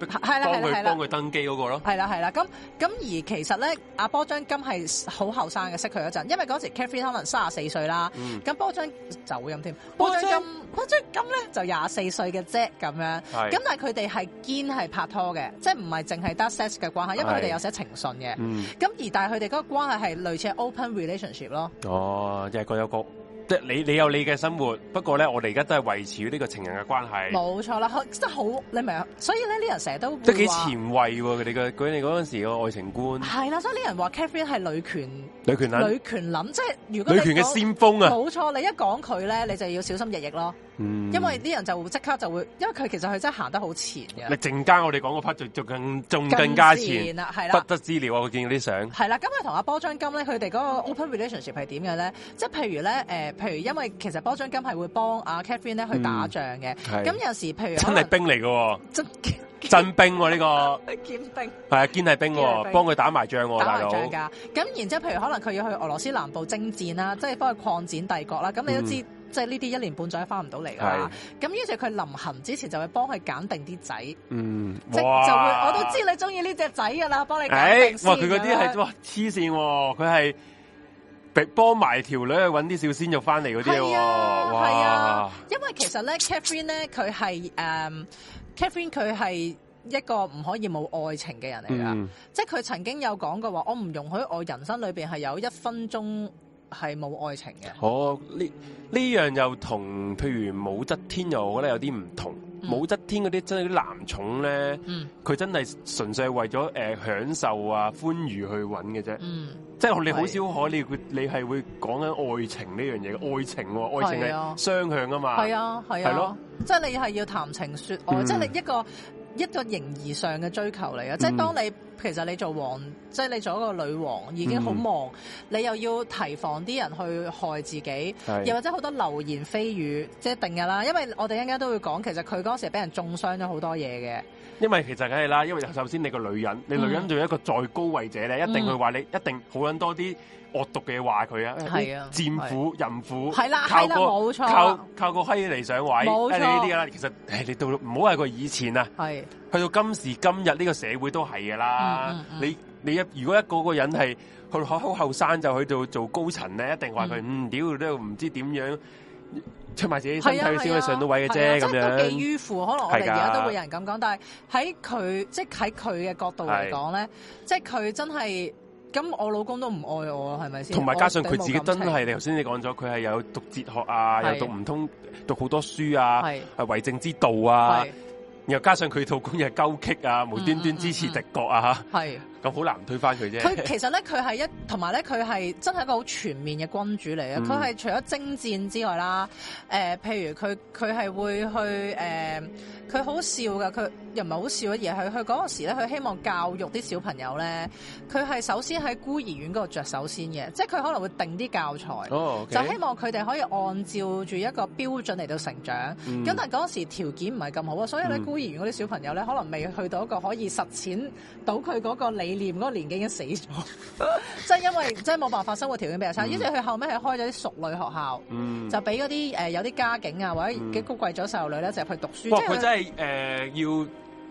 Speaker 3: 係啦
Speaker 1: 幫
Speaker 3: 係啦係
Speaker 1: 佢
Speaker 3: 啦
Speaker 1: 幫佢登基嗰個咯，
Speaker 3: 係啦係啦，咁咁而其實咧，阿波張金係好後生嘅，識佢嗰陣，因為嗰時 Catherine 可能三十四歲啦，
Speaker 1: 嗯，
Speaker 3: 咁波張就會咁添，波張金波張金咧就廿四歲嘅啫咁樣，
Speaker 1: 係
Speaker 3: 咁，但係佢哋係堅係拍拖嘅，即係唔係淨係得 sex 嘅關係，因為佢哋有寫情信嘅，
Speaker 1: 嗯，
Speaker 3: 咁而但係佢哋嗰個關係係類似係 open relationship 咯，
Speaker 1: 哦，即係佢有個即係你你有你嘅生活，不過咧，我哋而家都係維持呢個情人嘅關係，
Speaker 3: 冇啊錯啦，好真係好，你明啊？所以咧，呢人成日都
Speaker 1: 都幾
Speaker 3: 會話
Speaker 1: 前衛喎。佢哋嘅佢哋嗰陣時嘅愛情觀，
Speaker 3: 係啦，所以呢人話 Catherine 係女權
Speaker 1: 女權撚
Speaker 3: 嗯女權諗，即係如果
Speaker 1: 女
Speaker 3: 你
Speaker 1: 權嘅
Speaker 3: 講
Speaker 1: 先 鋒啊，
Speaker 3: 冇錯，你一講佢咧，你就要小心翼翼咯，
Speaker 1: 因
Speaker 3: 因為啲人就即刻就會，因為佢其實佢真係行得好前
Speaker 1: 你
Speaker 3: 嘅，
Speaker 1: 陣間我哋講嗰 part 就就更仲更加前，
Speaker 3: 啦，係
Speaker 1: 不
Speaker 3: 啦。
Speaker 1: 得之了啊！我見到啲相，
Speaker 3: 係啦，咁佢同阿波張金咧，佢哋嗰個 open relationship 係點嘅咧？即係譬如咧，誒、譬如因為其實波張金係會幫阿 Catherine 咧去打仗嘅，咁、
Speaker 1: 嗯係
Speaker 3: 有時譬如可
Speaker 1: 真係
Speaker 3: 能
Speaker 1: 兵嚟嘅喎，
Speaker 3: 真
Speaker 1: 真兵喎呢 個
Speaker 3: 劍兵
Speaker 1: 係啊，堅係兵
Speaker 3: 堅係
Speaker 1: 喎，
Speaker 3: 兵
Speaker 1: 幫佢打埋仗喎，哦
Speaker 3: 打
Speaker 1: 大
Speaker 3: 埋
Speaker 1: 佬
Speaker 3: 仗㗎。咁然之後，譬如可能佢要去俄羅斯南部征戰啦，即係幫佢擴展帝國啦。咁你都
Speaker 1: 嗯
Speaker 3: 知，即係呢啲一年半載翻唔到嚟㗎啦。咁於是佢臨行之前就會幫佢揀定啲仔，即
Speaker 1: 嗯，
Speaker 3: 係就會
Speaker 1: 哇
Speaker 3: 我都知你中意呢只仔㗎啦，幫你揀
Speaker 1: 誒
Speaker 3: 定
Speaker 1: 哎哇！
Speaker 3: 先
Speaker 1: 佢嗰啲係
Speaker 3: 咁樣
Speaker 1: 哇黐線喎，佢係俾幫埋條女去揾啲小鮮肉翻嚟嗰啲喎，
Speaker 3: 係啊
Speaker 1: 哇！
Speaker 3: 係啊因為其實咧，Catherine 咧佢係誒 Catherine 佢係。一個唔可以冇愛情嘅人嚟㗎，
Speaker 1: 嗯，
Speaker 3: 即係佢啊曾經有講過話，我唔容許我人生裏邊係有一分鐘係冇愛情嘅。
Speaker 1: 我呢呢樣又同譬如武則天又我覺得有啲唔同。
Speaker 3: 嗯
Speaker 1: 武則天嗰啲真係啲男寵咧，
Speaker 3: 嗯
Speaker 1: 佢真係純粹係為咗誒、呃享受啊歡愉去揾嘅啫，
Speaker 3: 嗯。
Speaker 1: 即係你好少可你會你係會講緊愛情呢樣嘢嘅，愛情喎、愛情
Speaker 3: 係啊
Speaker 1: 係雙向啊嘛，
Speaker 3: 係啊，係
Speaker 1: 係咯
Speaker 3: 啊，即係你係要談情說愛，
Speaker 1: 嗯
Speaker 3: 即係你一個一個形而上嘅追求嚟嘅。即
Speaker 1: 嗯
Speaker 3: 係當你其實你做王，即係你做一個女王已經
Speaker 1: 嗯
Speaker 3: 好忙，你又要提防啲人去害自己，
Speaker 1: 係
Speaker 3: 又或者好多流言蜚語，即係一定㗎啦。因為我哋一陣間都會講，其實佢嗰時係俾人中傷咗好多嘢嘅。
Speaker 1: 因為其實梗係啦，因為首先你個女人，
Speaker 3: 嗯
Speaker 1: 你女人做一個再高位者咧，一定會話你，一定好撚多啲惡毒嘅話佢啊，
Speaker 3: 係啊
Speaker 1: 啲戰婦、淫婦，
Speaker 3: 係啦
Speaker 1: 靠
Speaker 3: 係啦
Speaker 1: 個
Speaker 3: 冇錯
Speaker 1: 靠靠個閪嚟上位，
Speaker 3: 冇錯
Speaker 1: 哎你呢啲㗎啦。其實誒，你到唔好係佢以前啊，
Speaker 3: 係
Speaker 1: 去到今時今日呢個社會都係㗎啦
Speaker 3: 嗯嗯。嗯
Speaker 1: 你你一如果一個個人係佢好好後生就去到做高層咧，一定話佢嗯屌都唔知點樣出賣自己身體
Speaker 3: 係啊，
Speaker 1: 先可以上到位嘅
Speaker 3: 係啊
Speaker 1: 啫
Speaker 3: 即
Speaker 1: 咁
Speaker 3: 係都幾
Speaker 1: 樣。
Speaker 3: 迂腐。可能我哋
Speaker 1: 係㗎
Speaker 3: 而家都會有人咁講，但係喺佢即係喺佢嘅角度嚟講咧，即係佢真係咁，我老公都唔愛我，啊係咪先？
Speaker 1: 同埋加上佢自己
Speaker 3: 我對
Speaker 1: 真
Speaker 3: 哦冇感情
Speaker 1: 係，你頭先你講咗，佢係有讀哲學啊，
Speaker 3: 係
Speaker 1: 又讀唔通讀好多書啊，
Speaker 3: 係
Speaker 1: 誒為政之道啊
Speaker 3: 係，
Speaker 1: 然後加上佢套工又係鳩棘啊，無端端支持敵國啊，
Speaker 3: 係
Speaker 1: 咁好難推翻佢啫。
Speaker 3: 嗯佢其實咧，佢係一同埋咧，佢係真係一個好全面嘅君主嚟嘅。
Speaker 1: 嗯
Speaker 3: 佢係、除咗征戰之外啦，誒、譬如佢佢係會去誒，佢、好笑㗎，佢又唔係好笑嘅，而係佢嗰陣時咧，佢希望教育啲小朋友咧，佢係首先喺孤兒院嗰度着手先嘅，即係佢可能會定啲教材。
Speaker 1: 哦，OK，
Speaker 3: 就希望佢哋可以按照住一個標準嚟到成長，咁、啊
Speaker 1: 嗯
Speaker 3: 但係嗰陣時條件唔係咁好啊，所以咧
Speaker 1: 嗯
Speaker 3: 孤兒院嗰啲小朋友咧，可能未去到一個可以實踐到佢嗰個理念嗰個年紀已經 死咗，即係因為即係冇辦法生活條件比較差，
Speaker 1: 嗯
Speaker 3: 於是佢後尾係開咗啲淑女學校，
Speaker 1: 嗯
Speaker 3: 就俾嗰啲呃誒有啲家境啊或者幾高貴咗細路女咧就入去讀書，
Speaker 1: 哇，
Speaker 3: 係
Speaker 1: 佢真係誒要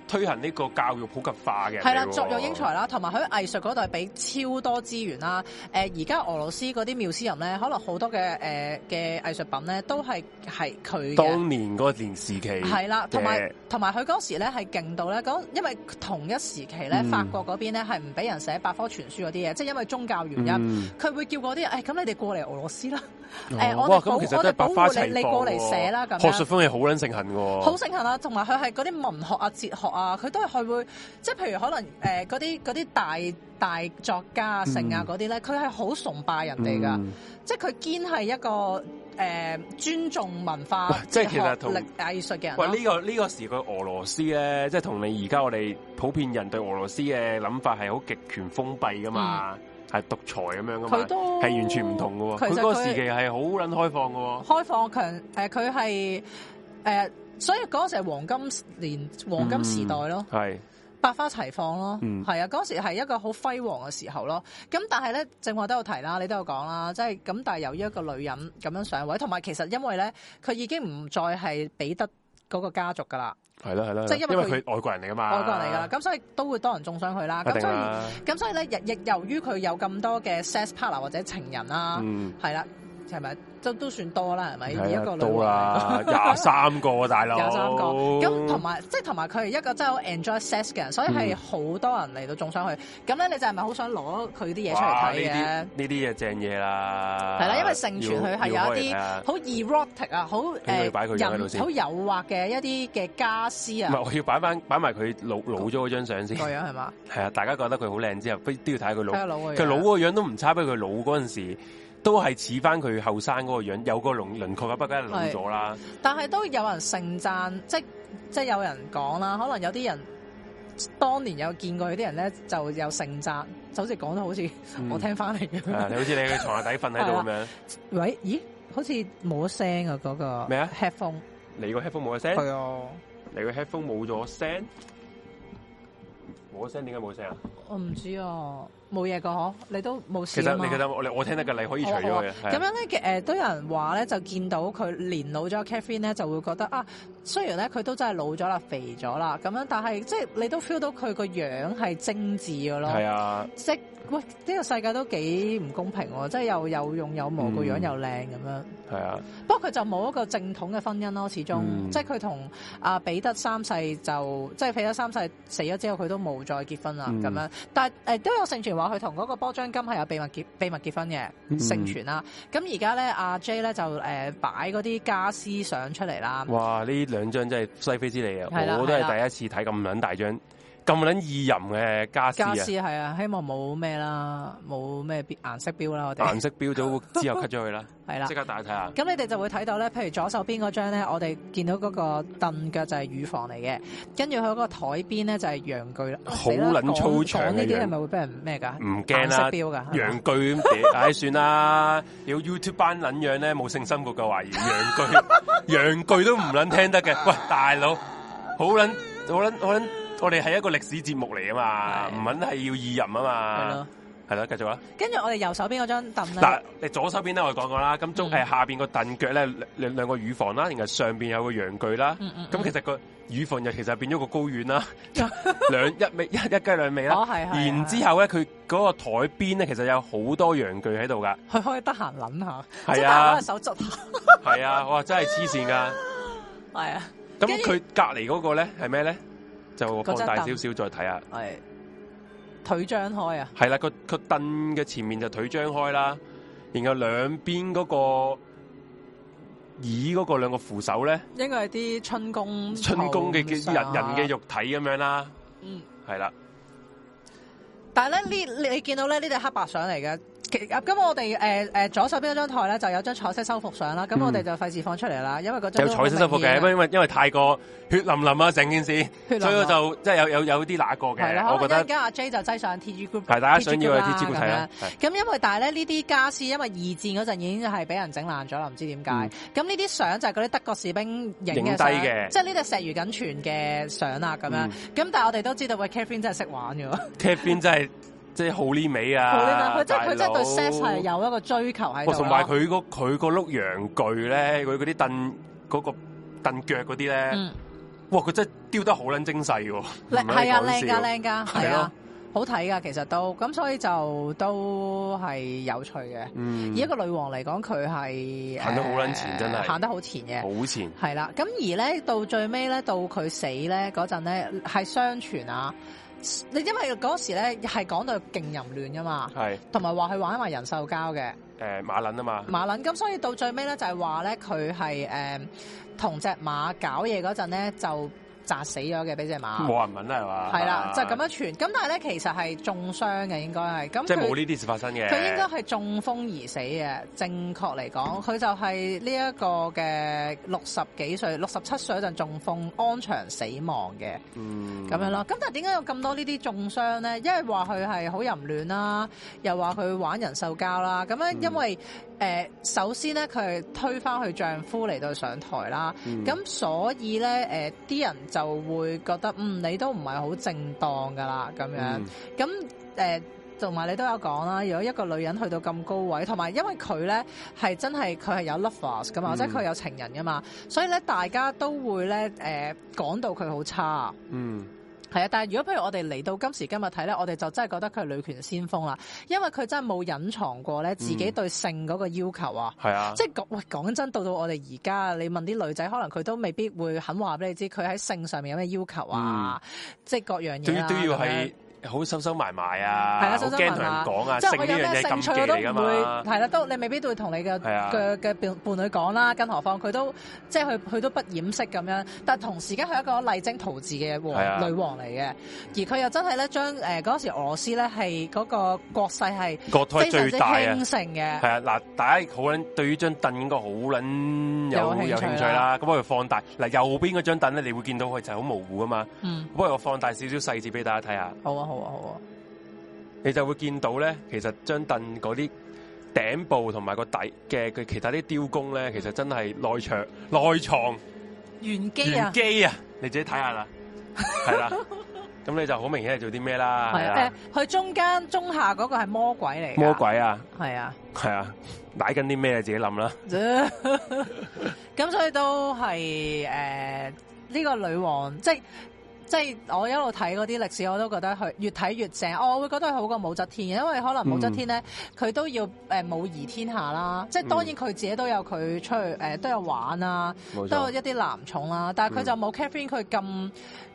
Speaker 1: 推行呢個教育普及化嘅人嚟喎，
Speaker 3: 係啦，作育英才啦，同埋佢藝術嗰度係俾超多資源啦。誒而家俄羅斯嗰啲妙思人咧，可能好多嘅誒嘅藝術品咧，都係係佢嘅。
Speaker 1: 當年嗰年時期
Speaker 3: 係啦，同埋
Speaker 1: 嘅
Speaker 3: 同埋佢嗰時咧係勁到咧，嗰因為同一時期咧，
Speaker 1: 嗯
Speaker 3: 法國嗰邊咧係唔俾人寫百科全書嗰啲嘢，即係因為宗教原因，
Speaker 1: 嗯
Speaker 3: 佢、會叫嗰啲誒咁你哋過嚟俄羅斯啦，誒、
Speaker 1: 哦
Speaker 3: 我
Speaker 1: 哇，
Speaker 3: 哋保
Speaker 1: 咁其實
Speaker 3: 我
Speaker 1: 都係
Speaker 3: 哋
Speaker 1: 百
Speaker 3: 保
Speaker 1: 花
Speaker 3: 護
Speaker 1: 齊
Speaker 3: 你，你
Speaker 1: 放
Speaker 3: 過嚟
Speaker 1: 喎
Speaker 3: 寫啦咁
Speaker 1: 學
Speaker 3: 樣
Speaker 1: 術。風氣好撚盛行嘅喎，
Speaker 3: 好盛行啦，同埋佢係嗰啲文學啊、哲學啊，佢都係佢會，即係譬如可能誒嗰啲嗰啲大大作家啊、成啊嗰啲咧，佢係好崇拜人哋噶，
Speaker 1: 嗯
Speaker 3: 即係佢堅係一個誒、呃尊重文化
Speaker 1: 哇、即係其實
Speaker 3: 哲
Speaker 1: 同
Speaker 3: 學力藝術嘅人
Speaker 1: 喂，
Speaker 3: 咯
Speaker 1: 呢、。個呢、個時佢俄羅斯咧，即係同你而家我哋普遍人對俄羅斯嘅諗法係好極權封閉噶嘛，係、獨裁咁樣噶
Speaker 3: 嗯佢
Speaker 1: 嘛，
Speaker 3: 都
Speaker 1: 係完全唔同噶喎。
Speaker 3: 其
Speaker 1: 佢
Speaker 3: 實
Speaker 1: 嗰個時期係好撚開放噶喎。
Speaker 3: 開放強誒，佢係誒，所以嗰時係黃金年黃金時代咯。
Speaker 1: 嗯係
Speaker 3: 百花齊放咯，係、
Speaker 1: 嗯
Speaker 3: 啊，嗰時係一個好輝煌嘅時候咯。咁但係咧，正話都有提啦，你都有講啦，即係咁。但係由於一個女人咁樣上位，同埋其實因為咧，佢已經唔再係彼得嗰個家族噶啦，
Speaker 1: 係啦係啦，
Speaker 3: 即係因為
Speaker 1: 因為
Speaker 3: 佢
Speaker 1: 佢外國人嚟噶嘛，
Speaker 3: 外國人嚟噶啦，咁所以都會多人中傷佢啦。
Speaker 1: 啊一
Speaker 3: 咁
Speaker 1: 定啊
Speaker 3: 所以
Speaker 1: 啦。
Speaker 3: 咁所以咧，亦亦由於佢有咁多嘅 sex partner 或者情人啦，
Speaker 1: 嗯，
Speaker 3: 係啦、係咪？都都算多啦，係咪？以
Speaker 1: 係
Speaker 3: 一個
Speaker 1: 啊，
Speaker 3: 女
Speaker 1: 到
Speaker 3: 王
Speaker 1: 啦，廿三個啊大佬，
Speaker 3: 廿三個，咁同埋即係同埋佢係一個真係好 enjoy sex 嘅人，所以
Speaker 1: 嗯
Speaker 3: 係好多人嚟到仲想去。咁咧，你就係咪好想攞佢啲嘢出嚟
Speaker 1: 哇
Speaker 3: 睇嘅
Speaker 1: 啊呢？啲呢啲嘢正嘢啦，
Speaker 3: 係啦，因為盛傳佢係有一
Speaker 1: 要
Speaker 3: 啲
Speaker 1: 要開嚟睇下
Speaker 3: 好 erotic 啊，好
Speaker 1: 俾佢擺佢
Speaker 3: 誒
Speaker 1: 樣喺度先
Speaker 3: 人好誘惑嘅一啲嘅家私
Speaker 1: 唔係
Speaker 3: 啊，
Speaker 1: 我要擺翻擺埋佢老老咗嗰張相先，
Speaker 3: 個樣係嘛？
Speaker 1: 係啊，大家覺得佢好靚之後，不都要睇下佢
Speaker 3: 睇
Speaker 1: 老
Speaker 3: 下老嘅樣
Speaker 1: 佢老啊嗰個樣都唔差，不過佢老嗰陣時都係似翻佢後生嗰個樣，有個輪輪廓嘅，不過梗係老咗啦。
Speaker 3: 但係都有人盛讚，即即有人講啦，可能有啲人當年有見過有啲人咧，就有盛讚，就好似講到好似
Speaker 1: 嗯
Speaker 3: 我聽啊翻嚟咁
Speaker 1: 係啊
Speaker 3: 樣。
Speaker 1: 你好似你嘅床下底瞓喺度咁樣，
Speaker 3: 喂，咦？好似冇聲啊！嗰個
Speaker 1: 咩啊
Speaker 3: ？headphone
Speaker 1: 你個 headphone 冇咗聲，
Speaker 3: 係啊，
Speaker 1: 你個 headphone 冇咗聲，冇聲點解冇聲啊？
Speaker 3: 我唔知啊，冇嘢噶嗬，你都冇事
Speaker 1: 其
Speaker 3: 啊
Speaker 1: 實
Speaker 3: 嘛
Speaker 1: 你覺得我我聽得嘅，你可以除咗
Speaker 3: 哦
Speaker 1: 佢
Speaker 3: 哦
Speaker 1: 嘅。
Speaker 3: 咁
Speaker 1: 係啊
Speaker 3: 樣咧嘅誒，都有人話咧，就見到佢年老咗 Catherine 咧，就會覺得啊，雖然咧佢都真係老咗啦、肥咗啦咁樣，但係即係你都 feel 到佢個樣係精緻嘅咯。
Speaker 1: 係啊，
Speaker 3: 即係喂，呢、個世界都幾唔公平喎！即係又有用有無，個樣
Speaker 1: 嗯
Speaker 3: 又靚咁樣。
Speaker 1: 係啊，
Speaker 3: 不過佢就冇一個正統嘅婚姻咯，始終、
Speaker 1: 嗯
Speaker 3: 即係佢同阿彼得三世就即係彼得三世死咗之後，佢都冇再結婚啦
Speaker 1: 嗯
Speaker 3: 咁、樣。但係、呃、都有盛傳話佢同嗰個波張金係有秘密結秘密結婚嘅
Speaker 1: 嗯
Speaker 3: 盛傳啦。咁而家咧阿 J 咧就誒擺嗰啲家私相出嚟啦。
Speaker 1: 哇！呢兩張真係西非之利啊！
Speaker 3: 係啦
Speaker 1: 我都
Speaker 3: 係啦
Speaker 1: 係第一次睇咁撚大張、咁撚意淫嘅家私
Speaker 3: 家
Speaker 1: 啊
Speaker 3: 私！係啊，希望冇咩啦，冇咩標顏色標啦，我哋
Speaker 1: 顏色標咗之後 cut 咗佢啦，
Speaker 3: 係啦
Speaker 1: 即。刻大家睇下。
Speaker 3: 咁你哋就會睇到咧，譬如左手邊嗰張咧，我哋見到嗰個凳腳就係乳房嚟嘅，跟住佢嗰個台邊咧就係陽具啦。
Speaker 1: 好撚粗長嘅
Speaker 3: 講呢啲
Speaker 1: 陽
Speaker 3: 係咪會俾人咩㗎？
Speaker 1: 唔驚
Speaker 3: 顏色
Speaker 1: 啦，
Speaker 3: 標㗎係嘛
Speaker 1: 洋具 咁，唉，算啦。有 YouTube 班撚樣咧，冇性生活嘅懷疑，洋 具洋具都唔撚聽得嘅。喂，大佬，好撚好撚好撚，我哋係一個歷史節目嚟啊嘛，
Speaker 3: 係
Speaker 1: 唔撚係要意淫啊
Speaker 3: 係
Speaker 1: 嘛
Speaker 3: 咯，，
Speaker 1: 係啦，繼續啦。啊
Speaker 3: 跟住我哋右手邊嗰張凳咧，
Speaker 1: 嗱，你左手邊咧我哋講講啦，咁中
Speaker 3: 嗯
Speaker 1: 誒下邊個凳腳咧兩兩兩個乳房啦，然後上邊有個陽具啦，
Speaker 3: 嗯嗯嗯
Speaker 1: 咁其實個乳房又其實變咗個高丸 啦，兩一味一一雞兩味啦
Speaker 3: 哦，係係係
Speaker 1: 啊然之後咧佢嗰個台邊咧其實有好多陽具喺度噶，
Speaker 3: 佢可以得閒諗下，即
Speaker 1: 係
Speaker 3: 係攞
Speaker 1: 啊
Speaker 3: 隻手執下，
Speaker 1: 係啊，哇真係黐線噶，
Speaker 3: 係啊，
Speaker 1: 咁
Speaker 3: 跟住
Speaker 1: 佢隔離嗰個咧係咩咧？就放大少少再睇下，
Speaker 3: 係腿張開啊，
Speaker 1: 係啦，個個凳嘅前面就腿張開啦，然後兩邊嗰個椅嗰個兩個扶手咧。
Speaker 3: 應該係啲春宮
Speaker 1: 春宮嘅
Speaker 3: 頭
Speaker 1: 嘅
Speaker 3: 上
Speaker 1: 人
Speaker 3: 啊
Speaker 1: 人嘅肉體咁樣啦，
Speaker 3: 嗯
Speaker 1: 係啦，
Speaker 3: 但係咧呢，你你見到咧呢啲係黑白相嚟嘅。其咁我哋誒誒左手邊嗰張台咧就有張彩色修復相啦，咁
Speaker 1: 嗯
Speaker 3: 我哋就費事放出嚟啦，因為嗰張
Speaker 1: 有
Speaker 3: 都
Speaker 1: 彩色修復嘅，
Speaker 3: 好明顯啊
Speaker 1: 因為因為太過血淋淋啊成件事，
Speaker 3: 淋淋
Speaker 1: 所以我就即係有有有啲那個
Speaker 3: 係啦，
Speaker 1: 嘅，
Speaker 3: 可
Speaker 1: 我
Speaker 3: 能
Speaker 1: 覺
Speaker 3: 一陣
Speaker 1: 得
Speaker 3: 間阿 J 就擠上 T G group，
Speaker 1: 係大家想要嘅
Speaker 3: TG
Speaker 1: 啲資料睇啦
Speaker 3: 咁樣。
Speaker 1: 係啊
Speaker 3: 咁因為但係咧呢啲家私，因為二戰嗰陣已經係俾人整爛咗啦，唔知點解。
Speaker 1: 嗯
Speaker 3: 咁呢啲相就係嗰啲德國士兵影
Speaker 1: 影
Speaker 3: 嘅
Speaker 1: 低
Speaker 3: 相
Speaker 1: 嘅
Speaker 3: 即係呢啲石魚緊存嘅相啦咁樣。咁
Speaker 1: 嗯、
Speaker 3: 但係我哋都知道，喂 Catherine 真係識玩嘅喎，
Speaker 1: ，Kevin 真係即係好呢味
Speaker 3: 好啦
Speaker 1: 啊，
Speaker 3: 佢真係佢真係對 sex 係
Speaker 1: 大佬
Speaker 3: 有一個啊追求喺
Speaker 1: 哇
Speaker 3: 度
Speaker 1: 同埋
Speaker 3: 咯。
Speaker 1: 佢嗰佢個碌羊具咧，佢嗰啲凳嗰個凳腳嗰啲咧，
Speaker 3: 嗯，
Speaker 1: 哇佢真係雕得好撚精細喎，唔
Speaker 3: 靚
Speaker 1: 係
Speaker 3: 係啊，
Speaker 1: 講
Speaker 3: 靚
Speaker 1: 笑
Speaker 3: 噶靚噶，
Speaker 1: 係
Speaker 3: 係
Speaker 1: 咯
Speaker 3: 啊，好睇噶，其實都咁，所以就都係有趣嘅。
Speaker 1: 嗯
Speaker 3: 以一個女王嚟講，佢係
Speaker 1: 行得好撚
Speaker 3: 呃
Speaker 1: 前真係
Speaker 3: 行得好前嘅。
Speaker 1: 好前，
Speaker 3: 係啦，咁而咧到最尾咧，到佢死咧嗰陣咧，係相傳啊，你因為嗰時咧係講到勁淫亂噶嘛，
Speaker 1: 係
Speaker 3: 同埋話佢玩埋人獸交嘅
Speaker 1: 誒馬撚啊嘛，
Speaker 3: 馬撚，咁所以到最尾咧就係話咧佢係誒同只馬搞嘢嗰陣咧就砸死咗嘅，俾只馬。
Speaker 1: 冇人問啦係嘛，
Speaker 3: 嗯
Speaker 1: 啊
Speaker 3: 係啦，就咁樣傳，咁但係咧其實係中傷嘅，應該係，咁
Speaker 1: 即係
Speaker 3: 佢
Speaker 1: 冇呢啲事發生嘅，
Speaker 3: 佢應該係中風而死嘅，正確嚟講，佢就係呢一個嘅六十幾歲、六十七歲嗰陣中風，安詳死亡嘅
Speaker 1: 嗯
Speaker 3: 咁樣咯。咁但係點解有咁多呢啲重傷咧？因為話佢係好淫亂啦，又話佢玩人獸交啦。咁樣
Speaker 1: 嗯
Speaker 3: 因為誒、呃首先咧，佢係推翻佢丈夫嚟到上台啦。
Speaker 1: 嗯
Speaker 3: 咁所以咧，誒啲人就會覺得，嗯，你都唔係好正當噶啦，咁樣。
Speaker 1: 嗯
Speaker 3: 咁誒，同、埋你都有講啦，如果一個女人去到咁高位，同埋因為佢咧係真係佢係有 lovers 噶
Speaker 1: 嗯
Speaker 3: 嘛，或者佢有呃情人噶嘛，所以咧大家都會咧誒講到佢好差，
Speaker 1: 嗯
Speaker 3: 係啊，但係如果譬如我哋嚟到今時今日睇咧，我哋就真係覺得佢係女權先鋒啦，因為佢真係冇隱藏過咧自己
Speaker 1: 嗯
Speaker 3: 對性嗰個要求啊。
Speaker 1: 係啊，
Speaker 3: 即係講喂講真，到到我哋而家，你問啲女仔，可能佢都未必會肯話俾你知佢喺性上面有咩要求啊，即係各樣
Speaker 1: 都
Speaker 3: 嘢啦
Speaker 1: 嗯要都要
Speaker 3: 咁樣
Speaker 1: 係好收收埋埋啊，
Speaker 3: 係啦
Speaker 1: 好
Speaker 3: 收收
Speaker 1: 驚
Speaker 3: 埋埋
Speaker 1: 同人講啊，
Speaker 3: 即係
Speaker 1: 性
Speaker 3: 我
Speaker 1: 呢
Speaker 3: 有
Speaker 1: 樣
Speaker 3: 咩
Speaker 1: 嘢
Speaker 3: 興
Speaker 1: 禁忌
Speaker 3: 趣我都
Speaker 1: 嚟
Speaker 3: 唔
Speaker 1: 噶
Speaker 3: 會
Speaker 1: 嘛，
Speaker 3: 係啦，都你未必都會同你嘅
Speaker 1: 係啊
Speaker 3: 嘅嘅伴伴侶講啦，更何況佢都即係佢佢都不掩飾咁樣，但同時間係一個勵精圖治嘅
Speaker 1: 係啊
Speaker 3: 王女王嚟嘅，而佢又真係咧將誒嗰時俄羅斯咧係嗰個國勢係
Speaker 1: 國胎
Speaker 3: 非常
Speaker 1: 最
Speaker 3: 之
Speaker 1: 大啊
Speaker 3: 興。盛嘅
Speaker 1: 系。啊，嗱，大家好捻對於張凳應該好捻有
Speaker 3: 有興趣啦
Speaker 1: 有興趣啦。咁我哋放大嗱右邊嗰張凳咧，你會見到佢就係好模糊啊嘛。
Speaker 3: 嗯，
Speaker 1: 不如我放大少少細節俾大家睇下，
Speaker 3: 好啊，好啊，好啊。
Speaker 1: 你就會見到咧，其實張凳嗰啲頂部同埋個底嘅佢其他啲雕工咧，其實真係內牆內藏
Speaker 2: 原機
Speaker 1: 玄
Speaker 2: 啊，
Speaker 1: 機啊！你自己睇下啦，係 啦。咁你就好明顯係做啲咩啦？
Speaker 3: 係
Speaker 1: 係
Speaker 3: 啊
Speaker 1: 啦，
Speaker 3: 誒，佢中間中下嗰個係魔鬼嚟㗎。
Speaker 1: 魔鬼啊，
Speaker 3: 係啊。
Speaker 1: 係啊，舐緊啲咩自己諗啦。
Speaker 3: 咁所以都係誒呢個女王，即係即係我一路睇嗰啲歷史，我都覺得佢越睇越正。我會覺得佢好過武則天嘅，因為可能武則天咧，佢、都要誒、呃武夷天下啦。即係當然佢自己都有佢出去誒、呃都有玩啦，
Speaker 1: 冇
Speaker 3: 都有
Speaker 1: 錯，
Speaker 3: 一啲男寵啦。但
Speaker 1: 嗯
Speaker 3: 係佢就冇 Catherine 佢咁。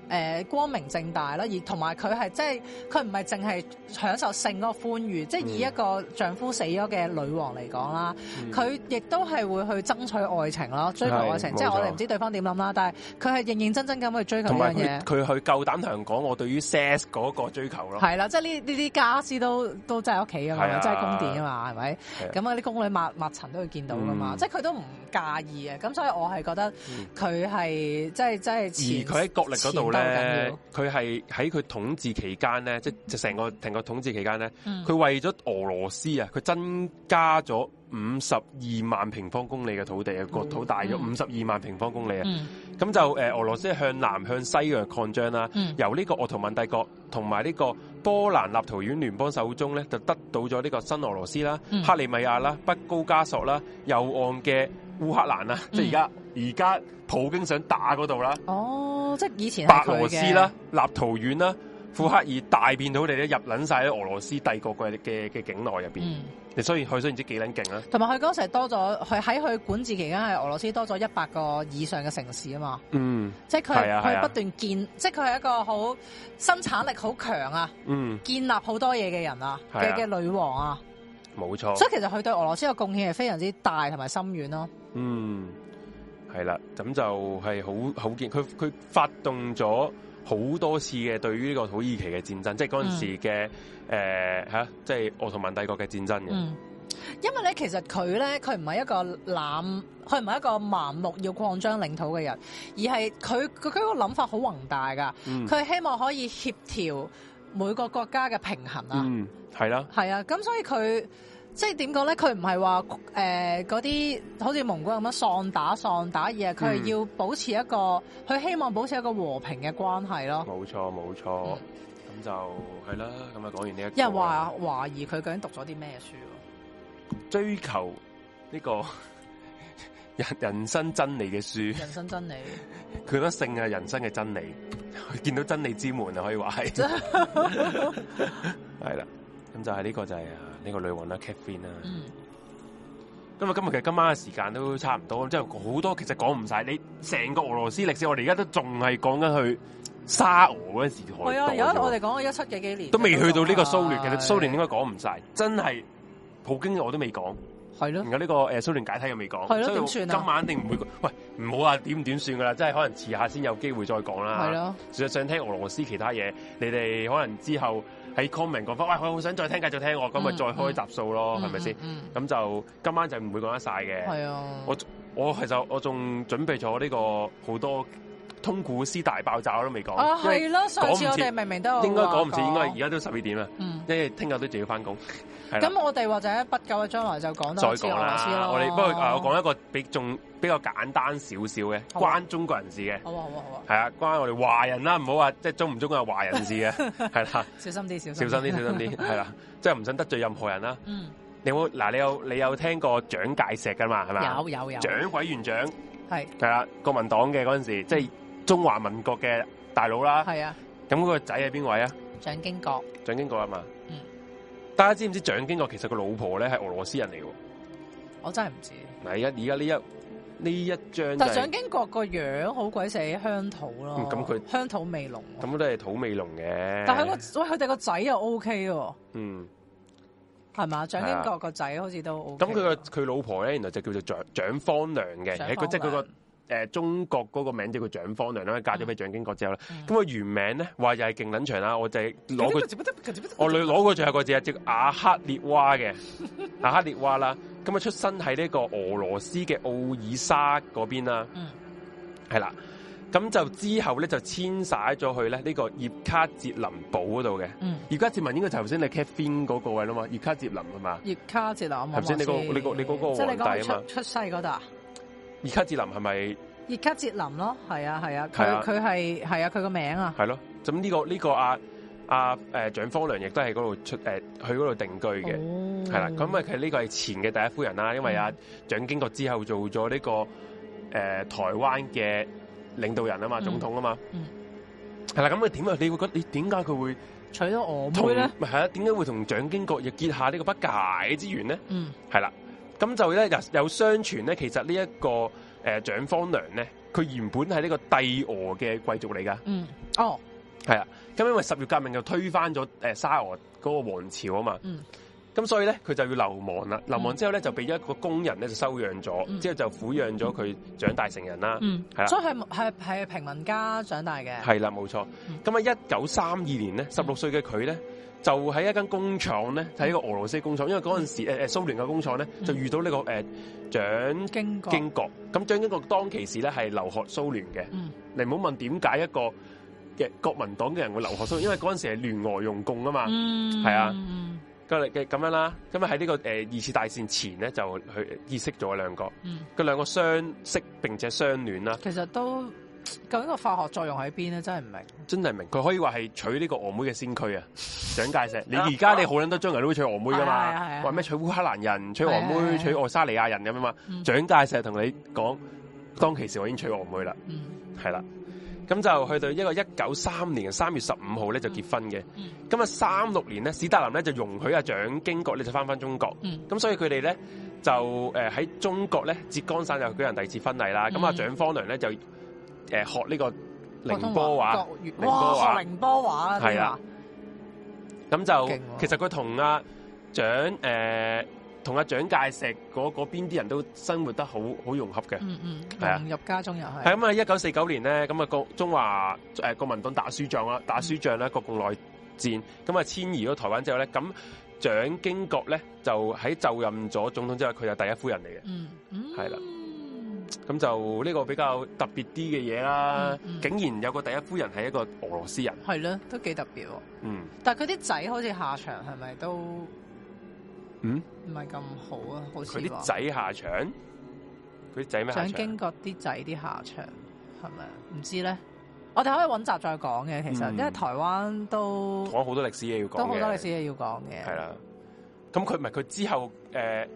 Speaker 3: 誒、呃光明正大啦，而同埋佢係即係佢唔係淨係享受性嗰個歡愉，即係以一個丈夫死咗嘅女王嚟講啦，
Speaker 1: 嗯
Speaker 3: 佢亦都係會去爭取愛情咯，追求愛情。
Speaker 1: 係
Speaker 3: 即係
Speaker 1: 冇錯
Speaker 3: 我哋唔知對方點諗啦，但係佢係認認真真咁去追求
Speaker 1: 同
Speaker 3: 呢樣
Speaker 1: 埋
Speaker 3: 嘢
Speaker 1: 佢。佢去夠膽同人講我對於 sex 嗰個追求咯，
Speaker 3: 係啦，即係呢呢啲家私都都真係屋企噶
Speaker 1: 係啊
Speaker 3: 嘛，真係宮殿噶嘛，係咪
Speaker 1: 係啊？
Speaker 3: 咁啊啲宮女抹抹塵都會見到噶嘛，
Speaker 1: 嗯
Speaker 3: 即係佢都唔介意啊嘅。咁所以我係覺得佢係即係即係
Speaker 1: 而
Speaker 3: 前
Speaker 1: 佢喺國力嗰度
Speaker 3: 前鬥緊
Speaker 1: 咧
Speaker 3: 要，
Speaker 1: 佢係喺佢統治期間咧，即係成個成個統治期間咧，
Speaker 3: 嗯
Speaker 1: 佢為咗俄羅斯啊，佢增加咗五十二萬平方公里嘅土地啊，國土大咗
Speaker 3: 嗯
Speaker 1: 五十二萬平方公里啊，
Speaker 3: 嗯
Speaker 1: 咁就誒俄羅斯向南向西嘅擴張啦，
Speaker 3: 嗯
Speaker 1: 由呢個鄂圖曼帝國同埋呢個波蘭立陶宛聯邦手中咧，就得到咗呢個新俄羅斯啦、
Speaker 3: 嗯
Speaker 1: 克里米亞啦、北高加索啦、右岸嘅烏克蘭啦，
Speaker 3: 嗯
Speaker 1: 即係而家而家普京想打嗰度啦，
Speaker 3: 哦，即係以前
Speaker 1: 白
Speaker 3: 係
Speaker 1: 羅
Speaker 3: 佢
Speaker 1: 斯
Speaker 3: 嘅
Speaker 1: 啦、，立陶宛啦、庫克爾大片土地咧入撚晒喺俄羅斯帝國嘅嘅嘅境內入邊，
Speaker 3: 嗯。
Speaker 1: 你所以佢雖然知幾撚勁啦，
Speaker 3: 同埋佢嗰時係多咗，佢喺佢管治期間係俄羅斯多咗一百個以上嘅城市啊嘛，
Speaker 1: 嗯
Speaker 3: 即係佢
Speaker 1: 係啊
Speaker 3: 係
Speaker 1: 係啊
Speaker 3: 佢不斷建，即係佢係一個好生產力好強啊，
Speaker 1: 嗯，
Speaker 3: 建立好多嘢嘅人啊，
Speaker 1: 係
Speaker 3: 嘅
Speaker 1: 啊
Speaker 3: 嘅女王啊，
Speaker 1: 冇錯。
Speaker 3: 所以其實佢對俄羅斯嘅貢獻係非常之大同埋深遠咯。
Speaker 1: 嗯，系啦，咁就係好好見佢佢發動咗好多次嘅對於呢個土耳其嘅戰爭，即係嗰
Speaker 3: 嗯
Speaker 1: 陣時嘅誒嚇，即係奧圖曼帝國嘅戰爭嘅，
Speaker 3: 嗯，因為咧其實佢咧佢唔係一個濫，佢唔係一個盲目要擴張領土嘅人，而係佢佢佢個諗法好宏大㗎，
Speaker 1: 嗯
Speaker 3: 佢係希望可以協調每個國家嘅平衡啊。
Speaker 1: 嗯，係啦，
Speaker 3: 係啊，咁所以佢即係點講咧？佢唔係話誒嗰啲好似蒙古人咁樣喪打喪打，而係佢係
Speaker 1: 嗯
Speaker 3: 要保持一個，佢希望保持一個和平嘅關係咯。
Speaker 1: 冇錯冇錯，咁就係啦，咁啊講完呢一個啦，
Speaker 3: 有人話懷疑佢究竟讀咗啲咩書喎？
Speaker 1: 追求呢個 人人生真理嘅書，
Speaker 3: 人生真理，
Speaker 1: 佢覺得性係人生嘅真理， 見到真理之門啊，可以 話係。係啦，咁就係呢個就係啊呢個女王啦，Catherine 啦。
Speaker 3: 嗯，
Speaker 1: 咁啊，今日其實今晚嘅時間都差唔多，即係好多其實講唔晒。你成個俄羅斯歷史，我哋而家都仲係講緊去沙俄嗰陣時海
Speaker 3: 係
Speaker 1: 盜啫
Speaker 3: 啊，而家
Speaker 1: 喎
Speaker 3: 我哋講咗一七幾幾年，
Speaker 1: 都未去到呢個蘇聯，其實蘇聯應
Speaker 3: 該
Speaker 1: 該講唔晒，真係普京我都未講，
Speaker 3: 係咯
Speaker 1: 然，後呢個誒蘇聯解體又未講，
Speaker 3: 係咯
Speaker 1: 所以
Speaker 3: 點算啊
Speaker 1: 今晚一定唔會講。喂，唔好話點點算噶啦，真係可能遲下先有機會再講啦。
Speaker 3: 係咯，
Speaker 1: 想想聽俄羅斯其他嘢，你哋可能之後喺 comment 講翻，喂，我好想再聽，繼續聽我，咁咪
Speaker 3: 嗯
Speaker 1: 再開集數咯，哦係咪先？
Speaker 3: 嗯？嗯，
Speaker 1: 咁就今晚就唔會講得晒
Speaker 3: 嗯
Speaker 1: 嘅。
Speaker 3: 係啊，
Speaker 1: 我我其實我仲準備咗呢個好多通古斯大爆炸我都未講，
Speaker 3: 啊
Speaker 1: 因為
Speaker 3: 係咯，上次
Speaker 1: 講唔
Speaker 3: 我
Speaker 1: 切
Speaker 3: 哋明明都有
Speaker 1: 應該講唔切，
Speaker 3: 話
Speaker 1: 應該
Speaker 3: 過
Speaker 1: 而家都十二點啦，
Speaker 3: 嗯。
Speaker 1: 因為聽日都仲要翻工，係啦。
Speaker 3: 咁我哋或者不久嘅將來就講
Speaker 1: 嗯再
Speaker 3: 多次
Speaker 1: 講
Speaker 3: 俄羅斯
Speaker 1: 啦，
Speaker 3: 咯。
Speaker 1: 我哋不過啊，我講一個比仲比較簡單少少嘅，
Speaker 3: 好啊
Speaker 1: 關中國人事嘅，
Speaker 3: 好啊好啊好啊，
Speaker 1: 係啊，關我哋華人啦，唔好話即係中唔中國係華人事 嘅，係啦。
Speaker 3: 小心啲小心
Speaker 1: 小心啲，小 心啲，係啦，即係唔想得罪任何人啦。
Speaker 3: 嗯，
Speaker 1: 你有冇嗱？你有你有聽過蔣介石噶嘛？係咪？
Speaker 3: 有有有，
Speaker 1: 蔣委員長
Speaker 3: 係
Speaker 1: 係啦，國民黨嘅嗰陣時，即係中華民國嘅大佬啦。
Speaker 3: 係啊，
Speaker 1: 咁嗰個仔係邊位啊？
Speaker 2: 蔣經國
Speaker 1: 蔣經國啊嘛。
Speaker 3: 嗯
Speaker 1: 大家知唔知蔣經國其實個老婆咧係俄羅斯人嚟喎？
Speaker 3: 我真係唔知。
Speaker 1: 嗱，而家而家呢一呢一張就
Speaker 3: 但
Speaker 1: 係
Speaker 3: 係蔣經國個樣好鬼死鄉土咯
Speaker 1: 嗯，咁佢
Speaker 3: 鄉土味濃喎。
Speaker 1: 咁都係土味濃嘅。
Speaker 3: 但係個喂佢哋個仔又 O K 喎，
Speaker 1: 嗯，
Speaker 3: 係嘛？蔣經國個仔好似都 O K。
Speaker 1: 咁佢個佢老婆咧，原來就叫做蔣蔣方良嘅，
Speaker 3: 蔣
Speaker 1: 係佢即係佢
Speaker 3: 方
Speaker 1: 個
Speaker 3: 良
Speaker 1: 誒呃中國嗰個名就叫蔣方良啦，嫁咗俾蔣經國之後咧，
Speaker 3: 嗯
Speaker 1: 咁佢原名咧話又係勁撚長啦，我就 係攞佢。
Speaker 3: 佢
Speaker 1: 我女攞過最後個字係叫阿克列娃嘅， 阿克列娃啦。咁啊出生喺呢個俄羅斯嘅奧爾沙嗰邊啦，
Speaker 3: 嗯
Speaker 1: 係啦。咁就之後咧就遷徙咗去咧呢個葉卡捷林堡嗰度嘅。
Speaker 3: 嗯
Speaker 1: 葉卡捷林應該就頭先你 Catherine 嗰個位啦嘛，葉卡捷林係嘛？
Speaker 3: 葉卡捷林，我望
Speaker 1: 頭先你個
Speaker 3: 望先
Speaker 1: 你個你嗰個
Speaker 3: 即係
Speaker 1: 皇
Speaker 3: 你
Speaker 1: 帝
Speaker 3: 講
Speaker 1: 啊嘛
Speaker 3: 出出世嗰度啊？
Speaker 1: 葉卡捷林係咪
Speaker 3: 葉卡捷林咯，係啊係啊，
Speaker 1: 係啊
Speaker 3: 佢佢係係啊佢個名啊，
Speaker 1: 係咯？咁呢、個呢、個阿阿誒蔣方良亦都係嗰度出誒去嗰度定居嘅。
Speaker 3: 係
Speaker 1: 系啦，咁啊，佢呢個係前嘅第一夫人啦，因
Speaker 3: 嗯
Speaker 1: 為阿蔣經國之後做咗呢、個誒台灣嘅領導人啊嘛，
Speaker 3: 嗯
Speaker 1: 總統啊嘛
Speaker 3: 嗯，
Speaker 1: 係啦，咁佢點啊？你會覺得你點解佢會
Speaker 3: 娶到我
Speaker 1: 同
Speaker 3: 妹咧，
Speaker 1: 咪係啊？點解會同蔣經國亦結下呢個不解之緣呢？
Speaker 3: 嗯
Speaker 1: 係啦，咁就咧有有相傳咧，其實呢、一個誒、呃、蔣方良咧，佢原本係呢個帝俄嘅貴族嚟噶，
Speaker 3: 嗯哦
Speaker 1: 係啊，咁因為十月革命就推翻咗誒沙俄嗰個王朝啊嘛。
Speaker 3: 嗯
Speaker 1: 咁所以咧，佢就要流亡啦。流亡之後咧，就俾一個工人咧就收養咗，
Speaker 3: 嗯
Speaker 1: 之後就撫養咗佢長大成人啦。
Speaker 3: 嗯
Speaker 1: 係啦，
Speaker 3: 所以係係係平民家長大嘅，
Speaker 1: 係啦，冇錯
Speaker 3: 嗯。
Speaker 1: 咁啊，一九三二年咧，十六歲嘅佢咧，就喺一間工廠咧，喺一個俄羅斯工廠，因為嗰陣呃時誒誒蘇聯嘅工廠咧，
Speaker 3: 嗯
Speaker 1: 就遇到呢、個誒蔣
Speaker 3: 經過
Speaker 1: 經國。咁蔣經國當其時咧係留學蘇聯嘅，
Speaker 3: 嗯
Speaker 1: 你唔好問點解一個嘅國民黨嘅人會留學蘇聯，因為嗰陣時係聯俄用共啊嘛。
Speaker 3: 嗯
Speaker 1: 係啊
Speaker 3: 嗯
Speaker 1: 咁嚟嘅咁樣啦，咁啊喺呢個誒、呃二次大戰前咧就去意識咗兩個，
Speaker 3: 嗯
Speaker 1: 佢兩個相識並且相戀啦，
Speaker 3: 其實都究竟個化學作用喺邊咧？真係唔明。
Speaker 1: 真係明佢可以話係娶呢個俄妹嘅先驅啊！蔣介石，你而家你好撚多將來都會娶俄妹噶
Speaker 3: 係啊啊係啊係
Speaker 1: 嘛，
Speaker 3: 啊
Speaker 1: 話咩娶烏克蘭人、娶俄
Speaker 3: 係啊係
Speaker 1: 妹、
Speaker 3: 啊
Speaker 1: 娶愛沙尼亞人咁樣嘛，
Speaker 3: 嗯
Speaker 1: 蔣介石同你講，當其時我已經娶俄妹啦，
Speaker 3: 嗯
Speaker 1: 係啦。咁就去到一個一九三年嘅三月十五號咧就結婚嘅，
Speaker 3: 嗯
Speaker 1: 咁啊三六年咧史達林咧就容許阿蔣經國咧就翻返中國，
Speaker 3: 嗯
Speaker 1: 咁所以佢哋咧就誒喺、中國咧浙江省就舉行第二次婚禮啦。咁啊、
Speaker 3: 嗯
Speaker 1: 蔣方良咧就誒、呃、學呢個
Speaker 3: 普
Speaker 1: 寧
Speaker 3: 通
Speaker 1: 波啊話，
Speaker 3: 國語
Speaker 1: 寧波話
Speaker 3: 哇，學寧波話啊，
Speaker 1: 係
Speaker 3: 係
Speaker 1: 啊
Speaker 3: 啊，
Speaker 1: 咁就、
Speaker 3: 勁喎
Speaker 1: 其實佢同阿蔣誒同阿蔣介石嗰嗰邊啲人都生活得好好融洽嘅。
Speaker 3: 嗯嗯，
Speaker 1: 係啊
Speaker 3: 融入家中又
Speaker 1: 係
Speaker 3: 係，
Speaker 1: 咁啊！一九四九年咧，咁啊國中華誒、呃、國民黨打輸仗啦，打輸仗啦，國共內戰，咁啊遷移咗台灣之後咧，咁蔣經國咧就喺就任咗總統之後，佢就第一夫人嚟嘅。
Speaker 3: 嗯嗯，
Speaker 1: 係啦咁就呢個比較特別啲嘅嘢啦，
Speaker 3: 嗯嗯
Speaker 1: 竟然有個第一夫人係一個俄羅斯人，
Speaker 3: 係咯，都幾特別喎。
Speaker 1: 嗯
Speaker 3: 但係佢啲仔好似下場係咪都唔
Speaker 1: 嗯，
Speaker 3: 係咁好啊？好似
Speaker 1: 佢啲
Speaker 3: 話
Speaker 1: 仔下場，佢啲仔咩下
Speaker 3: 蔣經
Speaker 1: 場？啊
Speaker 3: 國啲仔啲下場係咪啊？唔知咧，我哋可以揾集再講嘅。其實
Speaker 1: 嗯
Speaker 3: 因為台灣都
Speaker 1: 講好多歷史嘢要講
Speaker 3: 都好多歷史
Speaker 1: 嘅，
Speaker 3: 嘢要講嘅，
Speaker 1: 係啦。咁佢唔係佢之後誒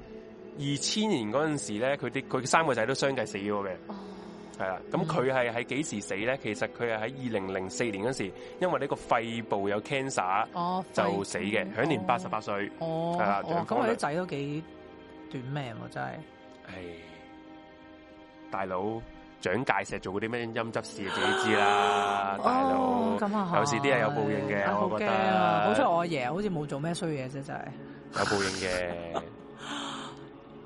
Speaker 1: 二千年嗰陣時咧，佢啲佢三個仔都相繼死咗嘅，
Speaker 2: 哦
Speaker 1: 係啦。
Speaker 3: 嗯
Speaker 1: 咁佢係喺幾時死咧？其實佢係喺二零零四年嗰時，因為呢個肺部有 cancer
Speaker 3: 哦，
Speaker 1: 就死嘅，享年八十八歲。
Speaker 3: 哦，
Speaker 1: 係啦
Speaker 3: 哦
Speaker 1: 蔣
Speaker 3: 咁
Speaker 1: 方
Speaker 3: 佢
Speaker 1: 略
Speaker 3: 啲仔都幾短命喎，真係。
Speaker 1: 唉，大佬，蔣介石做嗰啲咩陰質事自己知啦，大佬
Speaker 3: 哦，。咁啊係，
Speaker 1: 有時啲係有報應嘅
Speaker 3: 啊
Speaker 1: 我
Speaker 3: 好
Speaker 1: 覺得
Speaker 3: 驚啊好彩我阿爺好似冇做咩衰嘢啫，真係。
Speaker 1: 有報應 嘅。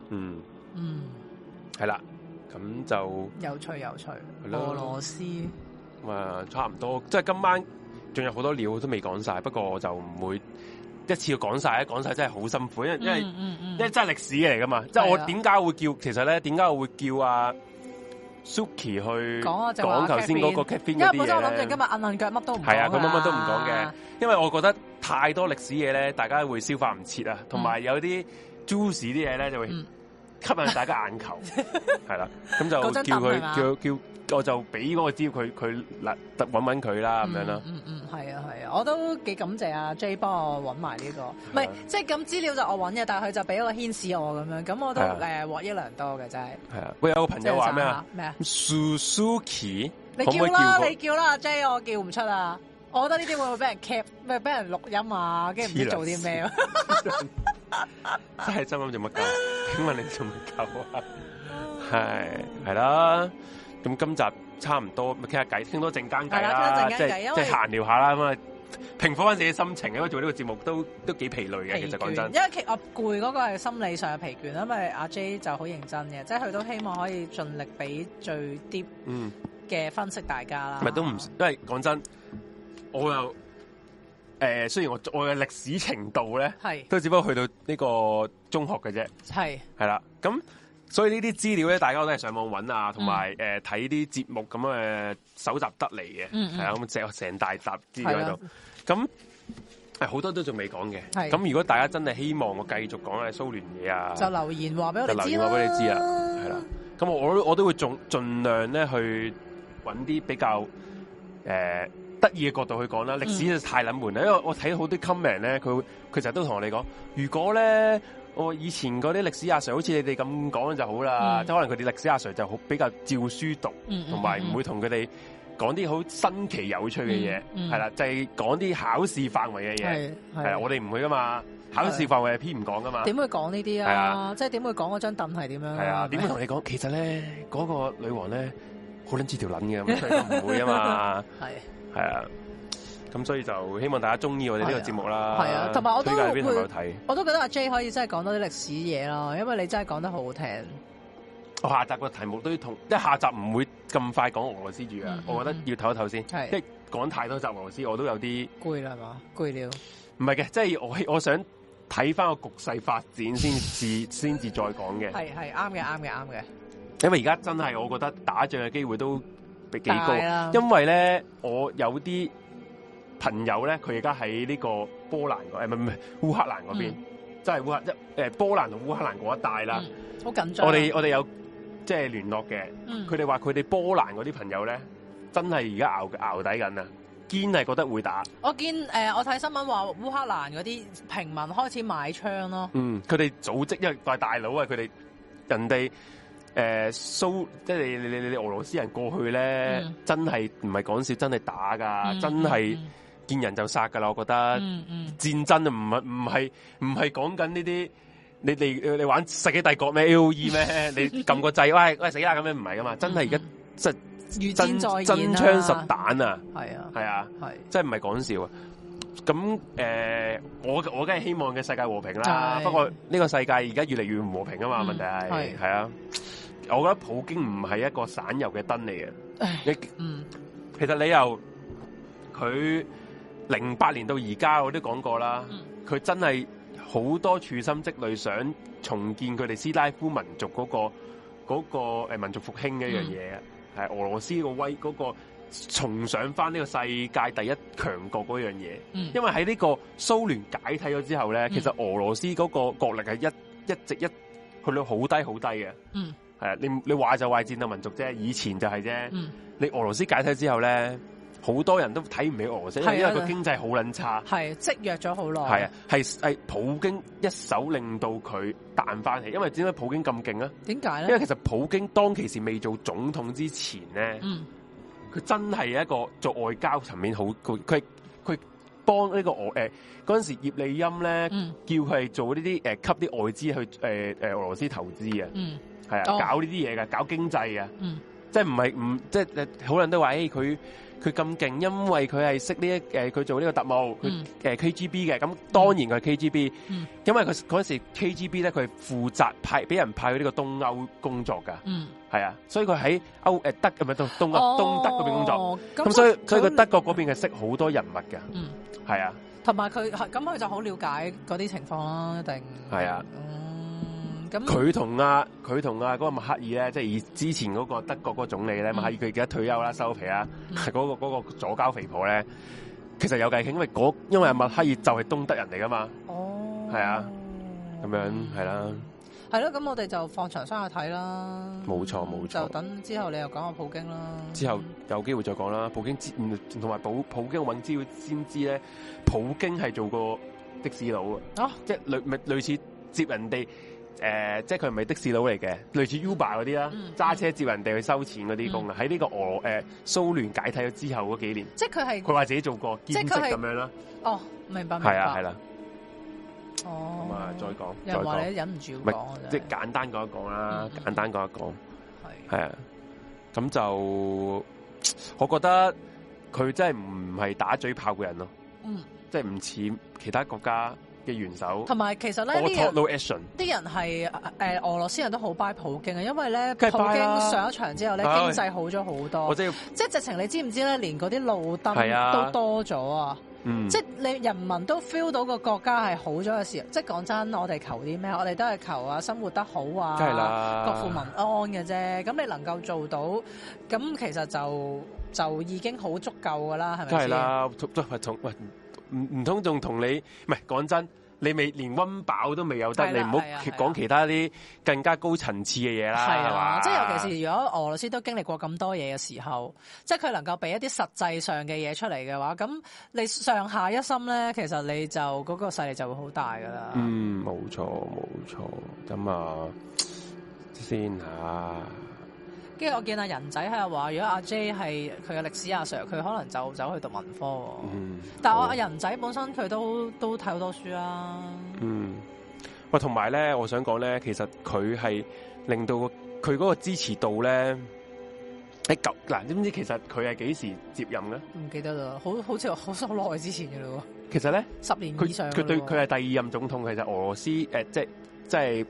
Speaker 1: 嗯，
Speaker 3: 嗯，
Speaker 1: 係啦，咁就
Speaker 3: 有趣有趣。
Speaker 1: 咯
Speaker 3: 俄羅斯
Speaker 1: 咁啊，差唔多，即係今晚仲有好多料都未講晒，不過我就唔會一次要講晒，一講晒真係好辛苦，因為因為、
Speaker 3: 嗯嗯嗯
Speaker 1: 因為真係歷史嚟噶嘛，即係我
Speaker 3: 係啊
Speaker 1: 點解會叫，其實咧點解我會叫啊 Suki 去
Speaker 3: 講啊就話
Speaker 1: 講頭先嗰個 Catherine
Speaker 3: Catherine 因
Speaker 1: 嗰
Speaker 3: 為
Speaker 1: 啲
Speaker 3: 本身我諗
Speaker 1: 嘢
Speaker 3: 住今
Speaker 1: 呢
Speaker 3: 日摁摁腳乜都唔
Speaker 1: 係啊，佢
Speaker 3: 講
Speaker 1: 乜乜都唔
Speaker 3: 啦
Speaker 1: 講嘅，因為我覺得太多歷史嘢咧，大家會消化唔切啊，同埋有啲 juicy 啲嘢咧就會
Speaker 3: 嗯
Speaker 1: 吸引大家眼 球，係啦，咁
Speaker 3: 嗰
Speaker 1: 就
Speaker 3: 張
Speaker 1: 叫
Speaker 3: 凳
Speaker 1: 佢
Speaker 3: 係嘛
Speaker 1: 叫叫，我就俾嗰個資料佢佢嗱特揾揾佢啦，咁樣啦，
Speaker 3: 嗯嗯，嗯係啊係啊，我都幾感謝阿 J 幫我揾埋呢個，唔
Speaker 1: 係
Speaker 3: 係
Speaker 1: 啊
Speaker 3: 即係咁資料就我揾嘅，但係佢就俾個牽使我咁樣，咁我都
Speaker 1: 係啊
Speaker 3: 誒獲益良多嘅真係。
Speaker 1: 係啊，喂有個朋
Speaker 3: 即係
Speaker 1: 友話咩
Speaker 3: 讚
Speaker 1: 啊
Speaker 3: 下？咩啊？
Speaker 1: ？Suzuki
Speaker 3: 你
Speaker 1: 可唔
Speaker 3: 叫
Speaker 1: 可以
Speaker 3: 啦，
Speaker 1: 叫
Speaker 3: 你叫啦，阿 J，我叫唔出啊，我覺得呢啲會唔會俾人 cap，咪俾人錄音啊？跟住唔知做啲咩啊？
Speaker 1: 真係真心做乜鳩？請問你做乜鳩啊？ 係係啦，咁今集差唔多，咪傾下偈，傾多陣間偈啦，
Speaker 3: 係啦傾多陣
Speaker 1: 即
Speaker 3: 間偈
Speaker 1: 係
Speaker 3: 因為
Speaker 1: 即係閒聊下啦，咁啊平復翻自己心情，因為做呢個節目都都幾疲累嘅，
Speaker 3: 疲
Speaker 1: 其實講真
Speaker 3: 倦，。因為其我攰嗰個係心理上嘅疲倦，因為阿 J 就好認真嘅，即係佢都希望可以盡力俾最 deep
Speaker 1: 嗯，
Speaker 3: 嘅分析大家啦。
Speaker 1: 咪都唔，因為講真，我又誒、呃，雖然我我嘅歷史程度咧，
Speaker 3: 係
Speaker 1: 都只不過去到呢個中學嘅啫，
Speaker 3: 係
Speaker 1: 係啦。咁所以呢啲資料咧，大家都係上網揾
Speaker 3: 嗯
Speaker 1: 啊，同埋誒睇啲節目咁誒搜集得嚟嘅，
Speaker 3: 嗯嗯
Speaker 1: 係啊，咁成成大沓資料喺度。咁誒好多都仲未講嘅，
Speaker 3: 係
Speaker 1: 咁如果大家真係希望我繼續講嘅蘇聯嘢啊，
Speaker 3: 就留言話俾我
Speaker 1: 就
Speaker 3: 哋
Speaker 1: 留
Speaker 3: 知
Speaker 1: 言
Speaker 3: 啦。
Speaker 1: 話俾你知啊，係啦。咁我我都我都會盡盡量咧去揾啲比較誒、呃得意嘅角度去講
Speaker 3: 嗯
Speaker 1: 啦。歷史就太冷門啦，因為我睇好多 comment 咧，佢會佢成日都同我哋講，如果咧我以前嗰啲歷史阿 Sir 好似你哋咁講就好啦，
Speaker 3: 嗯
Speaker 1: 即係可能佢哋歷史阿 Sir 就好比較照書讀，
Speaker 3: 嗯，嗯
Speaker 1: 同埋唔會同佢哋講啲好新奇有趣嘅嘢，係、
Speaker 3: 嗯嗯
Speaker 1: 啦，就係講啲考試範圍嘅嘢，
Speaker 3: 係
Speaker 1: 係啊
Speaker 3: 係
Speaker 1: 我哋唔會噶嘛，考試範圍係偏唔講噶嘛。
Speaker 3: 點會講呢啲
Speaker 1: 係
Speaker 3: 啊？
Speaker 1: 啊
Speaker 3: 即係點會講嗰張凳係點樣？
Speaker 1: 係啊，點會同你講？其實咧，嗰、個女王咧，好撚似條撚嘅，咁所以都唔會啊嘛。
Speaker 3: 係
Speaker 1: 係啊，咁所以就希望大家中意我哋呢個節目啦。
Speaker 3: 係啊同埋我都
Speaker 1: 推介俾朋友睇。
Speaker 3: 我都覺得阿 J 可以真係講多啲歷史嘢咯，因為你真係講得好好聽。
Speaker 1: 我哦下集個題目都要同，即係下集唔會咁快講俄羅斯語啊
Speaker 3: 嗯。
Speaker 1: 我覺得要唞一唞先，
Speaker 3: 係
Speaker 1: 即係講太多集俄羅斯，我都有啲
Speaker 3: 攰啦係嘛，攰了。
Speaker 1: 唔係嘅，即係我 我想睇翻個局勢發展先至先至再講嘅。
Speaker 3: 係係啱嘅，啱嘅，啱嘅。
Speaker 1: 因為而家真係我覺得打仗嘅機會都比幾
Speaker 3: 大
Speaker 1: 高，啊
Speaker 3: 啦
Speaker 1: 因為咧我有啲朋友咧，佢而家喺呢個波蘭嗰誒唔係唔係烏克蘭嗰邊，即係烏克一誒波蘭同烏克蘭嗰一帶啦。
Speaker 3: 嗯好緊張。
Speaker 1: 我哋我哋有即係聯絡嘅，
Speaker 3: 嗯
Speaker 1: 佢哋話佢哋波蘭嗰啲朋友咧，真係而家熬熬底緊啊，堅係覺得會打。
Speaker 3: 我見誒、呃我睇新聞話烏克蘭嗰啲平民開始買槍咯，
Speaker 1: 嗯，佢哋組織，因為大大佬啊，佢哋人哋誒蘇，即係你你你你俄羅斯人過去咧，
Speaker 3: 嗯
Speaker 1: 真係唔係講笑，真係打噶，
Speaker 3: 嗯
Speaker 1: 啊真係啊見人就殺噶啦，我覺得、
Speaker 3: 嗯嗯
Speaker 1: 戰爭啊，唔係唔係唔係講緊呢啲。你哋你玩世紀帝國咩 A O E 咩？你撳個掣，喂喂死啦咁樣唔係噶嘛，真係而家
Speaker 3: 嗯
Speaker 1: 真
Speaker 3: 嗯
Speaker 1: 真
Speaker 3: 如箭在
Speaker 1: 真
Speaker 3: 弦啊
Speaker 1: 槍實彈啊，
Speaker 3: 係啊
Speaker 1: 係啊！
Speaker 3: 係
Speaker 1: 真係唔係講笑啊！咁誒、呃我我梗係希望嘅世界和平啦
Speaker 3: 係。
Speaker 1: 不過呢個世界而家越嚟越唔和平啊嘛，
Speaker 3: 嗯
Speaker 1: 問題
Speaker 3: 係
Speaker 1: 係係啊。我覺得普京唔係一個省油嘅燈嚟嘅。
Speaker 3: 唉
Speaker 1: 你
Speaker 3: 嗯
Speaker 1: 其實你由佢零八年到而家，我都講過啦
Speaker 3: 嗯。
Speaker 1: 佢、真係好多處心積慮想重建佢哋斯拉夫民族嗰、個嗰、個呃民族復興嘅一樣
Speaker 3: 嗯
Speaker 1: 嘢，係、俄羅斯個威嗰、個重上翻呢個世界第一強國嗰樣嘢。
Speaker 3: 嗯
Speaker 1: 因為喺呢個蘇聯解體咗之後咧，其實俄羅斯嗰個國力係一一直一去到好低好低嘅。
Speaker 3: 嗯
Speaker 1: 係啊，你你話就話戰鬥民族啫，以前就係啫。
Speaker 3: 嗯
Speaker 1: 你俄羅斯解體之後咧，好多人都睇唔起俄羅斯，因為
Speaker 3: 係啊
Speaker 1: 因為個經濟好撚差。
Speaker 3: 係積弱咗好耐，
Speaker 1: 係啊，係係普京一手令到佢彈翻起，因為點解普京咁勁啊？
Speaker 3: 點解
Speaker 1: 因為
Speaker 3: 咧？
Speaker 1: 其實普京當其時未做總統之前咧，
Speaker 3: 嗯
Speaker 1: 佢真係一個做外交層面好，佢佢佢幫呢個俄誒嗰陣時葉利欽咧，
Speaker 3: 嗯
Speaker 1: 叫佢係做呢啲誒吸啲外資去誒誒、呃俄羅斯投資啊，
Speaker 3: 嗯
Speaker 1: 係啊，
Speaker 3: 哦
Speaker 1: 搞呢啲嘢嘅，搞經濟啊。
Speaker 3: 嗯
Speaker 1: 即係唔係唔即係好多人都話，誒佢佢咁勁，因為佢係識呢一誒佢做呢個特務，佢
Speaker 3: 嗯
Speaker 1: 誒 KGB 嘅，咁當然佢係 KGB，
Speaker 3: 嗯
Speaker 1: 因為佢嗰陣時 KGB 咧，佢係負責派俾人派去呢個東歐工作噶，
Speaker 3: 嗯，
Speaker 1: 係啊，所以佢喺歐誒德唔係東東
Speaker 3: 哦
Speaker 1: 歐東德嗰邊工作，，咁
Speaker 3: 我
Speaker 1: 所以所以佢德國嗰邊係識好多人物噶，
Speaker 3: 嗯。
Speaker 1: 係啊，
Speaker 3: 同埋佢係咁，佢就好了解嗰啲情況啦，一定
Speaker 1: 係啊。
Speaker 3: 嗯，咁
Speaker 1: 佢同啊佢同啊嗰個默克爾咧，即係以之前嗰個德國嗰個總理咧，默克爾佢而家退休啦，收皮啦，
Speaker 3: 嗯
Speaker 1: 嗰、個嗰、個左膠肥婆咧，其實有計傾，因為嗰因為默克爾就係東德人嚟噶嘛，
Speaker 3: 哦，
Speaker 1: 係啊，咁樣係啦，
Speaker 3: 係咯，咁我哋就放長雙去睇啦。
Speaker 1: 冇錯冇錯
Speaker 3: 就等之後你又講下普京啦。
Speaker 1: 之後有機會再講啦。普京知嗯同埋普普京揾資料先知咧，普京係做過的士佬啊，
Speaker 3: 啊
Speaker 1: 即係類咪類似接人哋诶，即係佢唔係的士佬嚟嘅，類似 Uber 嗰啲啦，
Speaker 3: 嗯
Speaker 1: 揸車接人哋去收錢嗰啲工啊。喺呢個俄诶蘇聯解體咗之後嗰幾年，
Speaker 3: 即係佢係
Speaker 1: 佢話自己做過
Speaker 3: 即係
Speaker 1: 兼
Speaker 3: 佢
Speaker 1: 職
Speaker 3: 係
Speaker 1: 咁樣啦，
Speaker 3: 哦，明白明白，
Speaker 1: 係啊係啦。
Speaker 3: 哦，
Speaker 1: 咁啊，再講
Speaker 3: 有
Speaker 1: 再
Speaker 3: 人話
Speaker 1: 講，
Speaker 3: 你忍唔住要
Speaker 1: 咪
Speaker 3: 講啊，
Speaker 1: 即係
Speaker 3: 真係
Speaker 1: 簡單講一講啦
Speaker 3: 嗯，嗯
Speaker 1: 簡單講一講。
Speaker 3: 係
Speaker 1: 系啊，咁就我覺得佢真係唔係打嘴炮嘅人咯，
Speaker 3: 嗯，
Speaker 1: 即係唔似其他國家嘅元首。
Speaker 3: 同埋其實
Speaker 1: o
Speaker 3: 咧
Speaker 1: l
Speaker 3: 呢
Speaker 1: talk
Speaker 3: 樣
Speaker 1: no action，
Speaker 3: 啲人係誒、呃俄羅斯人都好 buy 普京啊，因為咧
Speaker 1: 梗
Speaker 3: 普
Speaker 1: 係 buy 啦
Speaker 3: 京上咗場之後咧
Speaker 1: 唉
Speaker 3: 經濟好咗好
Speaker 1: 我
Speaker 3: 多，
Speaker 1: 真係
Speaker 3: 即係直情你知唔知咧？連嗰啲路
Speaker 1: 係啊
Speaker 3: 燈都多咗啊！
Speaker 1: 嗯，
Speaker 3: 即係你人民都 feel 到個國家係好咗嘅時候，即係講真，我哋求啲咩？我哋都係求啊，生活得好啊，
Speaker 1: 梗係啦
Speaker 3: 國富民安嘅啫。哦咁你能夠做到，咁其實就就已經好足夠噶啦，係咪
Speaker 1: 梗
Speaker 3: 先？
Speaker 1: 係啦，同同同喂唔唔通仲同你唔係講真，你未連温飽都未有得，
Speaker 3: 係
Speaker 1: 你
Speaker 3: 啦
Speaker 1: 唔好
Speaker 3: 係啊係啊
Speaker 1: 講其他啲更加高層次嘅嘢啦，
Speaker 3: 係
Speaker 1: 係嘛？
Speaker 3: 啊，即係尤其是如果俄羅斯都經歷過咁多嘢嘅時候，即係佢能夠俾一啲實際上嘅嘢出嚟嘅話，咁你上下一心咧，其實你就嗰、個勢力就會好大噶啦。
Speaker 1: 嗯，冇錯冇錯，咁啊先嚇。
Speaker 3: 跟住我見阿人仔喺度話，如果阿 J 係佢嘅歷史阿 Sir，佢可能就走去讀文科喎。
Speaker 1: 嗯，
Speaker 3: 但係我
Speaker 1: 好
Speaker 3: 阿人仔本身佢都都睇好多書啊啦。
Speaker 1: 嗯，喂，同埋咧，我想講咧，其實佢係令到佢嗰個支持度咧，喺九嗱，知唔知其實佢係幾時接任咧？
Speaker 3: 唔記得啦，好好似 好好耐之前嘅咯
Speaker 1: 其實咧，
Speaker 3: 喎，十年
Speaker 1: 佢
Speaker 3: 以上
Speaker 1: 佢對
Speaker 3: 對
Speaker 1: 佢係第二任總統，其實俄羅斯誒、呃即係即係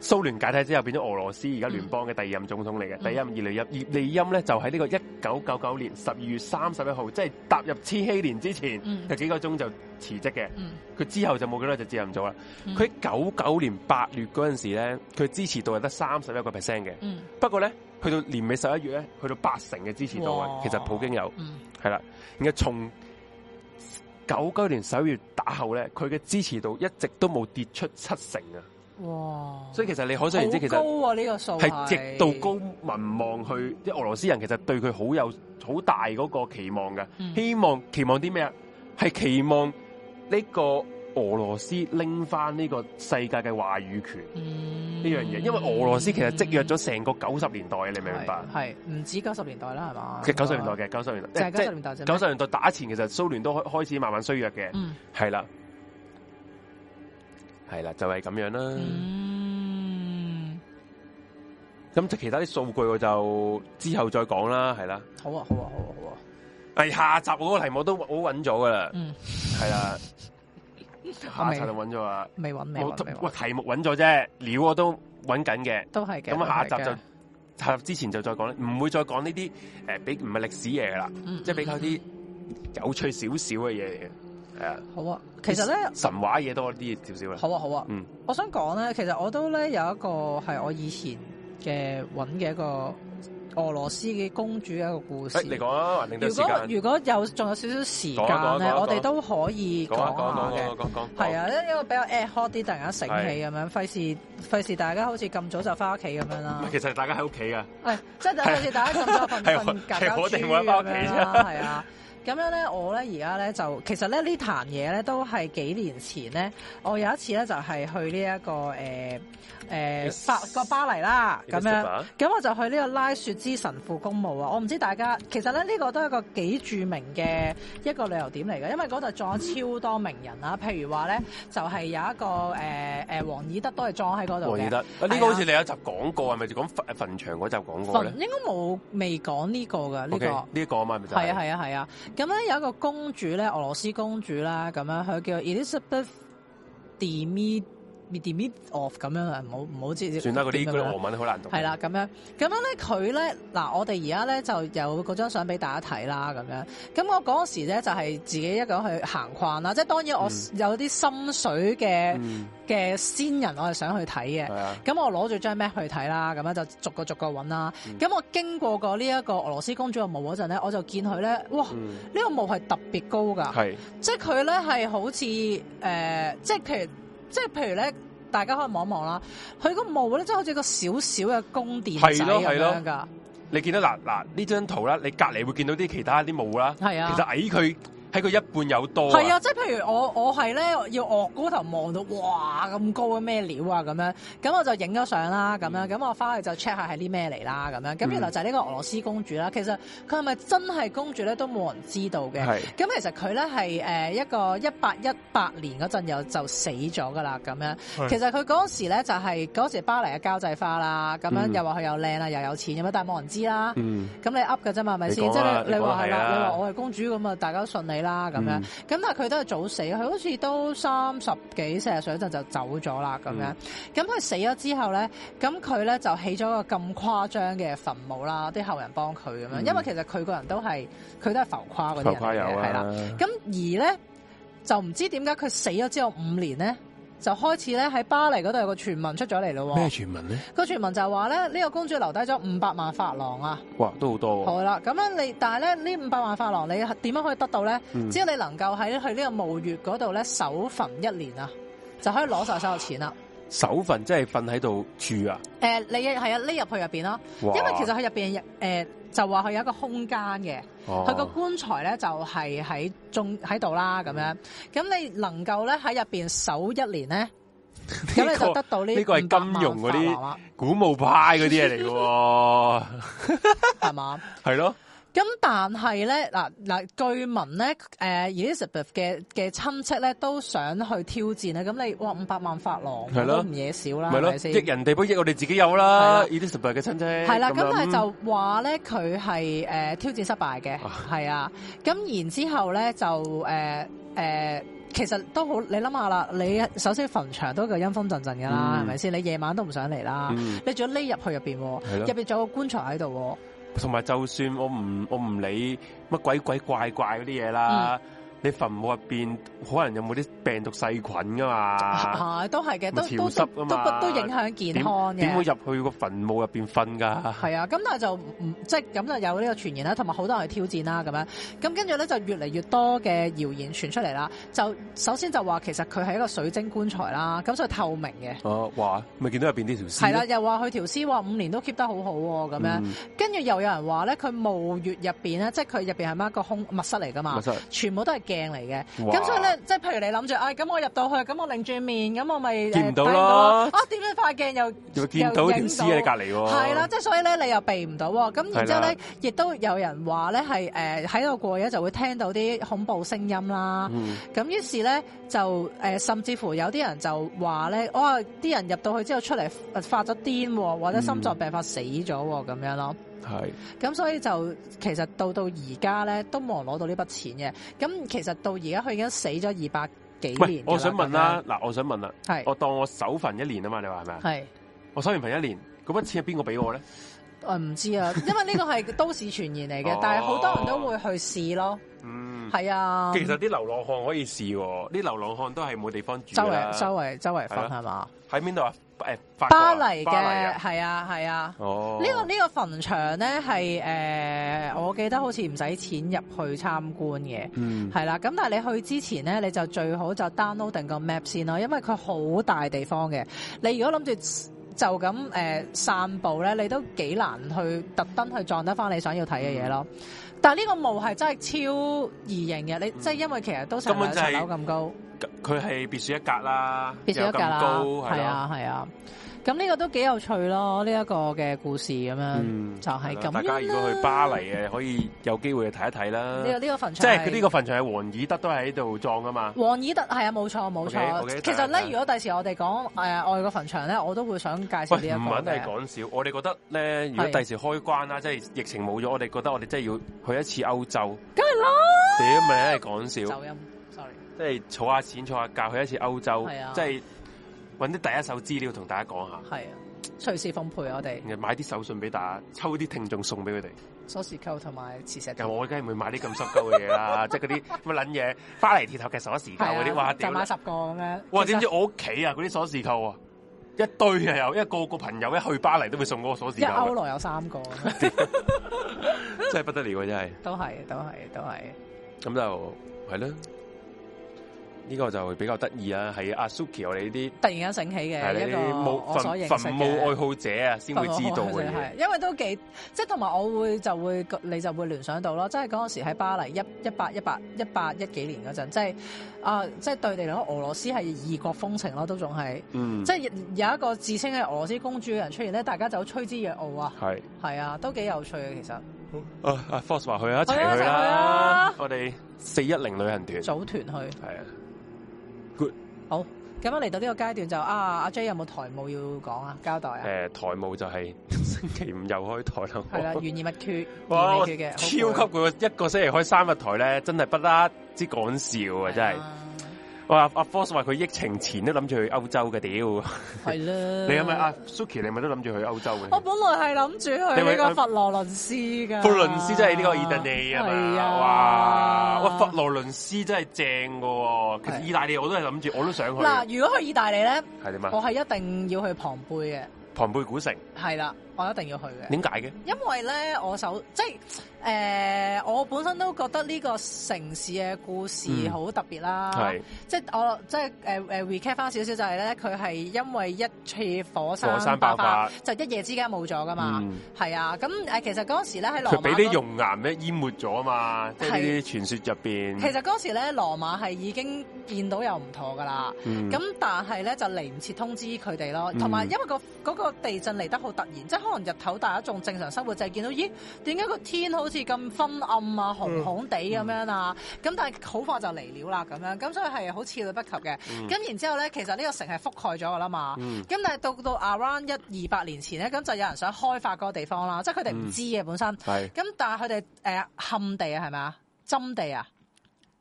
Speaker 1: 蘇聯解體之後變咗俄羅斯而家聯邦嘅第二任總統嚟嘅，
Speaker 3: 嗯
Speaker 1: 第一任葉利欽，葉利欽咧就喺呢個一九九九年十二月三十一號，即係踏入千禧年之前，
Speaker 3: 嗯
Speaker 1: 有幾個鐘就辭職嘅。
Speaker 3: 嗯
Speaker 1: 佢之後就冇幾耐就接任咗啦。
Speaker 3: 嗯
Speaker 1: 佢九九年八月嗰陣時咧，佢支持度係得三十一個 percent 嘅。
Speaker 3: 嗯
Speaker 1: 不過咧，去到年尾十一月咧，去到八成嘅支持度啊
Speaker 3: 哇。
Speaker 1: 其實普京有
Speaker 3: 嗯
Speaker 1: 係啦，然後從九九年十一月打後咧，佢嘅支持度一直都冇跌出七成啊。
Speaker 3: 哇！
Speaker 1: 所以其實你可想而知，其
Speaker 3: 好
Speaker 1: 實
Speaker 3: 高啊呢、個數
Speaker 1: 係極度高民望去，即係俄羅斯人其實對佢好有好大嗰個期望嘅。
Speaker 3: 嗯
Speaker 1: 希望期望啲咩啊？係期望呢個俄羅斯拎翻呢個世界嘅話語權
Speaker 3: 呢
Speaker 1: 呢樣嘢，因為俄羅斯其實積弱咗成個九十年代，你明唔明白？
Speaker 3: 係唔止九十年代啦，係嘛？
Speaker 1: 嘅九十年代嘅九十年
Speaker 3: 就係
Speaker 1: 代，
Speaker 3: 九十
Speaker 1: 係
Speaker 3: 年代啫。
Speaker 1: 九十年代打前，其實蘇聯都開開始慢慢衰弱嘅，
Speaker 3: 嗯
Speaker 1: 係啦，係啦，就係咁樣啦。
Speaker 3: 嗯，
Speaker 1: 咁就其他啲數據我就之後再講啦，係啦。
Speaker 3: 好啊好啊好啊好啊，
Speaker 1: 誒，下集嗰個題目都我揾咗噶啦，
Speaker 3: 嗯，
Speaker 1: 係啦，下集
Speaker 3: 我
Speaker 1: 就
Speaker 3: 未
Speaker 1: 揾咗啦。
Speaker 3: 未揾未
Speaker 1: 我
Speaker 3: 揾未
Speaker 1: 喂
Speaker 3: 揾，
Speaker 1: 題目揾咗啫，料我都揾緊嘅。
Speaker 3: 都係嘅。
Speaker 1: 咁啊下集
Speaker 3: 都係嘅
Speaker 1: 就下集之前就再講啦，唔會再講呢啲誒比唔係歷史嘢㗎啦，
Speaker 3: 嗯
Speaker 1: 即係比較啲
Speaker 3: 嗯
Speaker 1: 有趣少少嘅嘢嚟嘅，係啊。
Speaker 3: 嗯好啊。其實咧。
Speaker 1: 神話嘢多啲少少啦。
Speaker 3: 好啊，好啊。
Speaker 1: 嗯
Speaker 3: 我想講咧，其實我都咧有一個係我以前嘅揾嘅一個俄羅斯嘅公主嘅一個故事。
Speaker 1: 誒，你講啊，還定都
Speaker 3: 如
Speaker 1: 有時
Speaker 3: 果
Speaker 1: 間。
Speaker 3: 如果有仲有少少時
Speaker 1: 講啊講啊
Speaker 3: 間咧，
Speaker 1: 講啊
Speaker 3: 我哋都可以
Speaker 1: 講
Speaker 3: 講
Speaker 1: 啊講啊
Speaker 3: 下
Speaker 1: 講啊
Speaker 3: 嘅。
Speaker 1: 講啊講啊講。
Speaker 3: 係，啊，因為比較 ad hoc 啲，突然間醒起咁樣，費事費事大家好似咁早就翻屋企咁樣啦
Speaker 1: 唔係。其實大家喺屋企噶，
Speaker 3: 誒，哎即係等好似大家咁早 瞓
Speaker 1: 係我
Speaker 3: 瞓覺
Speaker 1: 係我
Speaker 3: 覺
Speaker 1: 哋冇得返屋企
Speaker 3: 咁樣啦，係啊。咁樣咧，我咧而家咧就其實咧呢壇嘢咧都係幾年前咧，我有一次咧就係去呢、一個呃誒誒
Speaker 1: Yes
Speaker 3: 法國巴黎啦，咁樣。
Speaker 1: Elizabeth
Speaker 3: 咁我就去呢個拉雪之神父公墓啊！我唔知大家其實咧呢、個都係一個幾著名嘅一個旅遊點嚟嘅，因為嗰度葬咗超多名人啦，譬如話咧就係、有一個誒誒、呃、王爾德都係葬喺嗰度
Speaker 1: 黃義
Speaker 3: 嘅
Speaker 1: 德。。啊呢個好似你有一集講過，係咪就講墳墳場嗰集講過
Speaker 3: 墳
Speaker 1: 咧？
Speaker 3: 應該冇未講呢個㗎，呢、個
Speaker 1: OK，呢一個啊嘛，咪就
Speaker 3: 係啊係啊係啊。咁咧有一個公主咧，俄羅斯公主啦，咁樣佢叫 Elizabeth Demi Demi of 咁樣啊，唔好唔好知
Speaker 1: 算啦，嗰啲嗰
Speaker 3: 點樣
Speaker 1: 啲
Speaker 3: 啦
Speaker 1: 俄文好難讀。啊
Speaker 3: 係啦，，咁樣咁樣咧，佢咧嗱，我哋而家咧就有嗰張相俾大家睇啦，咁樣。咁我嗰時咧就係、自己一個人去行逛啦，即係當然我
Speaker 1: 嗯
Speaker 3: 有啲心水嘅
Speaker 1: 嗯，
Speaker 3: 嘅、先人，我係想去睇嘅
Speaker 1: 係。啊，
Speaker 3: 咁我攞住張 map 去睇啦，咁樣就逐個逐個揾啦。
Speaker 1: 嗯
Speaker 3: 咁、我經過過呢一個俄羅斯公主嘅墓嗰陣咧，我就見佢咧，哇！呢、
Speaker 1: 嗯，
Speaker 3: 個墓係特別高㗎。
Speaker 1: 係，
Speaker 3: 即係佢咧係好似誒、呃即係譬如，即係譬如咧，大家可以望一望啦。佢個墓咧，即係好似個小小嘅宮殿仔
Speaker 1: 係咯係
Speaker 3: 咁
Speaker 1: 咯
Speaker 3: 樣㗎，
Speaker 1: 你見到嗱嗱呢張圖啦，你隔離會見到啲其他啲墓啦，
Speaker 3: 係啊
Speaker 1: 其實矮佢喺佢一半有多
Speaker 3: 係啊，即係譬如我我係咧要昂高頭望到，哇咁高嘅咩料啊咁樣，咁我就影咗相啦咁
Speaker 1: 嗯
Speaker 3: 樣，咁我翻去就 check 下係啲咩嚟啦咁樣，咁原來就係呢個俄羅斯公主啦。其實佢係咪真係公主咧都冇人知道嘅。
Speaker 1: 係
Speaker 3: 咁其實佢咧係誒一個一八一八年嗰陣又就死咗噶啦咁樣。
Speaker 4: 係
Speaker 3: 其實佢嗰時咧就係、嗰時巴黎嘅交際花啦，咁樣
Speaker 1: 嗯
Speaker 3: 又話佢又靚啊啦又有錢咁樣，但係冇人知啦。
Speaker 1: 嗯，
Speaker 3: 咁你 up 嘅啫嘛，係咪
Speaker 1: 你
Speaker 3: 先？
Speaker 1: 講
Speaker 3: 即
Speaker 1: 啦
Speaker 3: 係你你
Speaker 1: 你講
Speaker 3: 話係
Speaker 1: 係
Speaker 3: 啦，
Speaker 1: 啊
Speaker 3: 你話我係公主咁啊，大家都信你啦咁樣。咁
Speaker 1: 嗯
Speaker 3: 但係佢都係早死，佢好似都三十幾四十歲嗰陣就走咗啦咁
Speaker 1: 嗯
Speaker 3: 樣。咁佢死咗之後咧，咁佢咧就起咗個咁誇張嘅墳墓啦，啲後人幫佢咁樣。
Speaker 1: 嗯
Speaker 3: 因為其實佢個人都係佢都係浮誇嗰
Speaker 1: 浮
Speaker 3: 啲
Speaker 1: 誇
Speaker 3: 人嚟
Speaker 1: 有
Speaker 3: 嘅，係啦。
Speaker 1: 啊，
Speaker 3: 咁而咧就唔知點解佢死咗之後五年咧，就開始咧喺巴黎嗰度有個傳聞出咗嚟咯喎。
Speaker 1: 咩傳聞咧？
Speaker 3: 個傳聞就係話咧，呢、個公主留低咗五百萬法郎啊！
Speaker 1: 哇，都好多喎，
Speaker 3: 好啦，咁樣你，但係咧呢五百萬法郎，你點樣可以得到咧？
Speaker 1: 嗯
Speaker 3: 只要你能夠喺去呢個墓穴嗰度咧守墳一年啊，就可以攞晒所有錢啦。
Speaker 1: 手份真係瞓喺度住啊！
Speaker 3: 誒、你係啊，匿入去入邊咯，
Speaker 1: 哇
Speaker 3: 因為其實佢入邊誒就話佢有一個空間嘅，佢個、
Speaker 1: 哦
Speaker 3: 棺材咧就係喺中喺度啦咁樣。咁你能夠咧喺入邊守一年咧，咁、
Speaker 1: 呢
Speaker 3: 你就
Speaker 1: 個
Speaker 3: 得到呢
Speaker 1: 呢個係
Speaker 3: 500萬
Speaker 1: 金融嗰啲
Speaker 3: 法郎啦
Speaker 1: 古墓派嗰啲嘢嚟嘅 喎，
Speaker 3: 係嘛？
Speaker 1: 係咯，
Speaker 3: 咁但係咧，嗱嗱，據聞咧，誒、Elizabeth 嘅嘅親戚咧都想去挑戰咧，咁你哇五百萬法郎
Speaker 1: 係咯
Speaker 3: 都唔嘢少啦，
Speaker 1: 咪
Speaker 3: 係
Speaker 1: 咯，
Speaker 3: 咪先
Speaker 1: 益？人哋不益我哋自己有
Speaker 3: 係
Speaker 1: 啦
Speaker 3: 啦
Speaker 1: ，Elizabeth 嘅親戚
Speaker 3: 係啦，咁
Speaker 1: 樣
Speaker 3: 但係就話咧佢係誒挑戰失敗嘅，係啊，咁然之後咧就誒誒、其實都好，你諗下啦，你首先墳場都夠陰風陣陣㗎啦，
Speaker 1: 嗯
Speaker 3: 係咪先？你夜晚都唔想嚟啦，
Speaker 1: 嗯
Speaker 3: 你仲要匿入去入
Speaker 1: 係
Speaker 3: 邊喎，
Speaker 1: 咯
Speaker 3: 入邊仲有個棺材喺度喎。
Speaker 1: 同埋就算我唔我唔理乜鬼鬼怪怪嗰啲嘢啦，
Speaker 3: 嗯
Speaker 1: 你墳墓入邊可能有冇啲病毒細菌噶嘛？
Speaker 3: 係都係嘅，
Speaker 1: 啊咪
Speaker 3: 都都
Speaker 1: 潮濕
Speaker 3: 都
Speaker 1: 㗎
Speaker 3: 都
Speaker 1: 嘛
Speaker 3: 都影響啊健
Speaker 1: 點
Speaker 3: 康
Speaker 1: 點會
Speaker 3: 嘅。
Speaker 1: 入去個墳墓入邊瞓噶？
Speaker 3: 係啊，咁但係就唔即係咁就有呢個傳言啦，同埋好多人去挑戰啦咁樣。咁跟住咧就越嚟越多嘅謠言傳出嚟啦。就首先就話其實佢係一個水晶棺材啦，咁所以透明嘅。
Speaker 1: 哦，哇！咪見到入邊呢條屍
Speaker 3: 係啦，
Speaker 1: 咯，
Speaker 3: 又話佢條屍話五年都 keep 得好好喎，咁樣。
Speaker 1: 嗯
Speaker 3: 跟住又有人話咧，佢墓穴入邊咧，即係佢入邊係乜一個空密室嚟噶嘛
Speaker 1: 密室，
Speaker 3: 全部都係鏡嚟嘅。
Speaker 1: 哇
Speaker 3: 啊咁所以咧，即係譬如你諗住，唉，咁我入到去，咁我擰轉面，咁我咪誒
Speaker 1: 見唔到
Speaker 3: 睇
Speaker 1: 咯
Speaker 3: 啊，點解塊鏡又
Speaker 1: 又見到條屍喺你隔
Speaker 3: 離？
Speaker 1: 離喎，
Speaker 3: 係啦，即係所以咧，你又避唔到喎。咁然之後
Speaker 1: 係
Speaker 3: 咧
Speaker 1: 啦，
Speaker 3: 亦都有人話咧係誒喺度過夜就會聽到啲恐怖聲音啦。
Speaker 1: 嗯，
Speaker 3: 咁於是咧就誒、呃甚至乎有啲人就話咧，哇！啲人入到去之後出嚟呃發咗癲喎，
Speaker 1: 嗯
Speaker 3: 或者心臟病發死咗喎，咁樣咯。
Speaker 1: 係
Speaker 3: 咁所以就其實到到而家咧都冇人攞到呢筆錢嘅。咁其實到而家佢已經死咗二百幾
Speaker 1: 喂
Speaker 3: 年。，
Speaker 1: 我想問啦，，嗱，我想問啦，
Speaker 3: 係
Speaker 1: 我當我守墳一年啊嘛，你話係咪啊？
Speaker 3: 係。
Speaker 1: 我守完墳一年，嗰筆錢係邊個俾我咧？
Speaker 3: 我唔知啊，因為呢個係都市傳言嚟 嘅
Speaker 1: 哦，
Speaker 3: 但係好多人都會去試咯。
Speaker 1: 嗯，
Speaker 3: 係啊，
Speaker 1: 其實啲流浪漢可以試喎，啲流浪漢都係冇地方住
Speaker 3: 周
Speaker 1: 㗎啦
Speaker 3: 圍周圍周圍
Speaker 1: 係啊
Speaker 3: 瞓係嘛？
Speaker 1: 喺邊度啊？誒，法國啊
Speaker 3: 巴黎
Speaker 1: 巴黎
Speaker 3: 嘅
Speaker 1: 啊
Speaker 3: 係啊係啊。
Speaker 1: 哦，
Speaker 3: 呢、個呢、個墳場咧係誒，我記得好似唔使錢入去參觀嘅，
Speaker 1: 嗯
Speaker 3: 係啦。咁但係你去之前咧，你就最好就 download 定個 map 先咯，因為佢好大地方嘅。你如果諗住就咁誒、呃散步咧，你都幾難去特登去撞得翻你想要睇嘅嘢咯。
Speaker 1: 嗯
Speaker 3: 但係呢個墓係真係超異形嘅，你、即係因為其實都成
Speaker 1: 根本
Speaker 3: 兩
Speaker 1: 就係
Speaker 3: 層樓咁高。
Speaker 1: 佢係別墅一格啦，
Speaker 3: 必須一格
Speaker 1: 又有
Speaker 3: 啦，
Speaker 1: 咁高
Speaker 3: 係，啊係啊，咁呢個都幾有趣咯，呢、一個嘅故事咁樣、
Speaker 1: 嗯
Speaker 3: 就係咁樣啦
Speaker 1: 大家如果去巴黎嘅，可以有機會去睇一睇啦
Speaker 3: 呢、。個呢、個墳場
Speaker 1: 即係佢呢
Speaker 3: 個
Speaker 1: 個墳場係王爾德都喺度葬噶嘛。
Speaker 3: 王爾德係啊，冇錯冇錯。
Speaker 1: OK，OK，
Speaker 3: 其實
Speaker 1: 大
Speaker 3: 咧
Speaker 1: 家，
Speaker 3: 如果第時我哋講誒外國墳場咧，我都會想介紹
Speaker 1: 喂，
Speaker 3: 呢一
Speaker 1: 唔係
Speaker 3: 個
Speaker 1: 係
Speaker 3: 嘅。
Speaker 1: 講笑，我哋覺得咧，如果
Speaker 3: 係
Speaker 1: 第時開關啦，即係疫情冇咗，我哋覺得我哋真係要去一次歐洲。
Speaker 3: 梗係啦，
Speaker 1: 屌咪係講笑，
Speaker 3: 走音，sorry。
Speaker 1: 即係儲下錢、儲下教去一次歐洲
Speaker 3: 係啊，
Speaker 1: 即係揾啲第一手資料同大家講下，
Speaker 3: 係啊，隨時奉陪我哋
Speaker 1: 然後買啲手信俾大家，抽啲聽眾送俾佢哋。
Speaker 3: 鎖匙扣同埋磁石扣。
Speaker 1: 但我梗係唔會買啲咁濕鳩嘅嘢 啦，即係嗰啲乜撚嘢巴黎鐵塔嘅鎖匙扣
Speaker 3: 係
Speaker 1: 嗰啲，哇
Speaker 3: 啊，
Speaker 1: 屌
Speaker 3: 就！買十個咁樣。
Speaker 1: 哇，
Speaker 3: 其實
Speaker 1: 點知我屋企啊嗰啲鎖匙扣啊，一堆啊有，因為個個朋友一去巴黎都會送嗰個鎖匙
Speaker 3: 一歐
Speaker 1: 扣嘅，
Speaker 3: 羅有三個咁樣，
Speaker 1: 真係不得了啊！真係，
Speaker 3: 都係都係都係。
Speaker 1: 咁就係啦。呢個就比較得意啊，係阿 Suki 我哋呢啲
Speaker 3: 突然間醒起
Speaker 1: 係
Speaker 3: 嘅
Speaker 1: 呢
Speaker 3: 一個
Speaker 1: 啲
Speaker 3: 我
Speaker 1: 墓
Speaker 3: 所認
Speaker 1: 墳
Speaker 3: 識
Speaker 1: 墳墓愛
Speaker 3: 嘅。
Speaker 1: 好者啊，先會知道
Speaker 3: 哦
Speaker 1: 嘅嘢。
Speaker 3: 係，因為都幾即係同埋我會就會你就會聯想到咯，即係嗰陣時喺巴黎一一八一八一八一幾年嗰陣，即係啊、即係對你嚟講，俄羅斯係異國風情咯，都仲係。
Speaker 1: 嗯，
Speaker 3: 即係有一個自稱係俄羅斯公主嘅人出現咧，大家就趨之若鶩啊！
Speaker 1: 係。
Speaker 3: 係啊，都幾有趣嘅其實。
Speaker 1: 啊阿 Force 話去啊，一齊
Speaker 3: 係啊
Speaker 1: 去
Speaker 3: 一齊去
Speaker 1: 啦
Speaker 3: 啊！
Speaker 1: 我哋四一零旅行團係
Speaker 3: 組團去，
Speaker 1: 啊，
Speaker 3: 好咁樣嚟到呢個階段就啊，阿 J 有冇台務要講啊？交代啊？
Speaker 1: 誒台務就係星期五又開台啦。
Speaker 3: 係啦，懸而勿缺，
Speaker 1: 哇！
Speaker 3: 懸而
Speaker 1: 我超
Speaker 3: 未決嘅，
Speaker 1: 級
Speaker 3: 好攰
Speaker 1: 攰，一個星期開三日台咧，真係不得之講笑啊！真係，哇！阿 Force 話佢疫情前都諗住去歐洲嘅，屌！
Speaker 3: 嗯
Speaker 1: 你啊係
Speaker 3: 係啊啦。
Speaker 1: 咪阿 Suki？你係咪都諗住去歐洲
Speaker 3: 我
Speaker 1: 嘅？
Speaker 3: 本來係諗住去呢個佛羅倫斯㗎。
Speaker 1: 呃佛羅倫斯真係呢個意大利啊
Speaker 3: 啊係
Speaker 1: 嘛！哇！
Speaker 3: 啊
Speaker 1: 哇！佛羅倫斯真係正㗎喎，其實
Speaker 3: 係
Speaker 1: 意大利我都係諗住，我都想去。啊
Speaker 3: 嗱，如果去意大利咧，
Speaker 1: 係點
Speaker 3: 我
Speaker 1: 啊？
Speaker 3: 係一定要去龐貝嘅，
Speaker 1: 龐貝古城
Speaker 3: 係啦，我一定要去嘅。
Speaker 1: 點解嘅？
Speaker 3: 因為咧，我首即係誒、呃我本身都覺得呢個城市嘅故事
Speaker 1: 嗯
Speaker 3: 好特別啦。
Speaker 1: 係
Speaker 3: 即係我即係誒誒 recap 翻少少就係咧，佢係因為一次火山
Speaker 1: 火山爆發
Speaker 3: 就一夜之間冇咗噶嘛。
Speaker 1: 嗯
Speaker 3: 係、啊，咁誒其實嗰時咧喺羅
Speaker 1: 佢
Speaker 3: 馬
Speaker 1: 俾
Speaker 3: 嗰
Speaker 1: 啲熔岩咧淹沒咗啊嘛，即係呢
Speaker 3: 係
Speaker 1: 啲傳說入邊。
Speaker 3: 其實嗰時咧羅馬係已經見到有唔妥噶啦。
Speaker 1: 嗯
Speaker 3: 咁但係咧就嚟唔切通知佢哋咯，同埋
Speaker 1: 嗯
Speaker 3: 因為、個嗰、個地震嚟得好突然，即係可能日頭大家仲正常生活就係見到，咦點解個天好似咁昏暗啊、
Speaker 1: 嗯
Speaker 3: 紅紅地咁樣啊？咁、但係好快就嚟了啦咁樣，咁所以係好似料不及嘅。咁、
Speaker 1: 嗯
Speaker 3: 然之後咧，其實呢個城係覆蓋咗噶啦嘛。
Speaker 1: 嗯
Speaker 3: 咁但係到到 around 一二百年前咧，咁就有人想開發嗰個地方啦，即係佢哋
Speaker 1: 嗯
Speaker 3: 唔知嘅本身。
Speaker 1: 係
Speaker 3: 咁但係佢哋誒冚地啊，係咪啊？針地啊？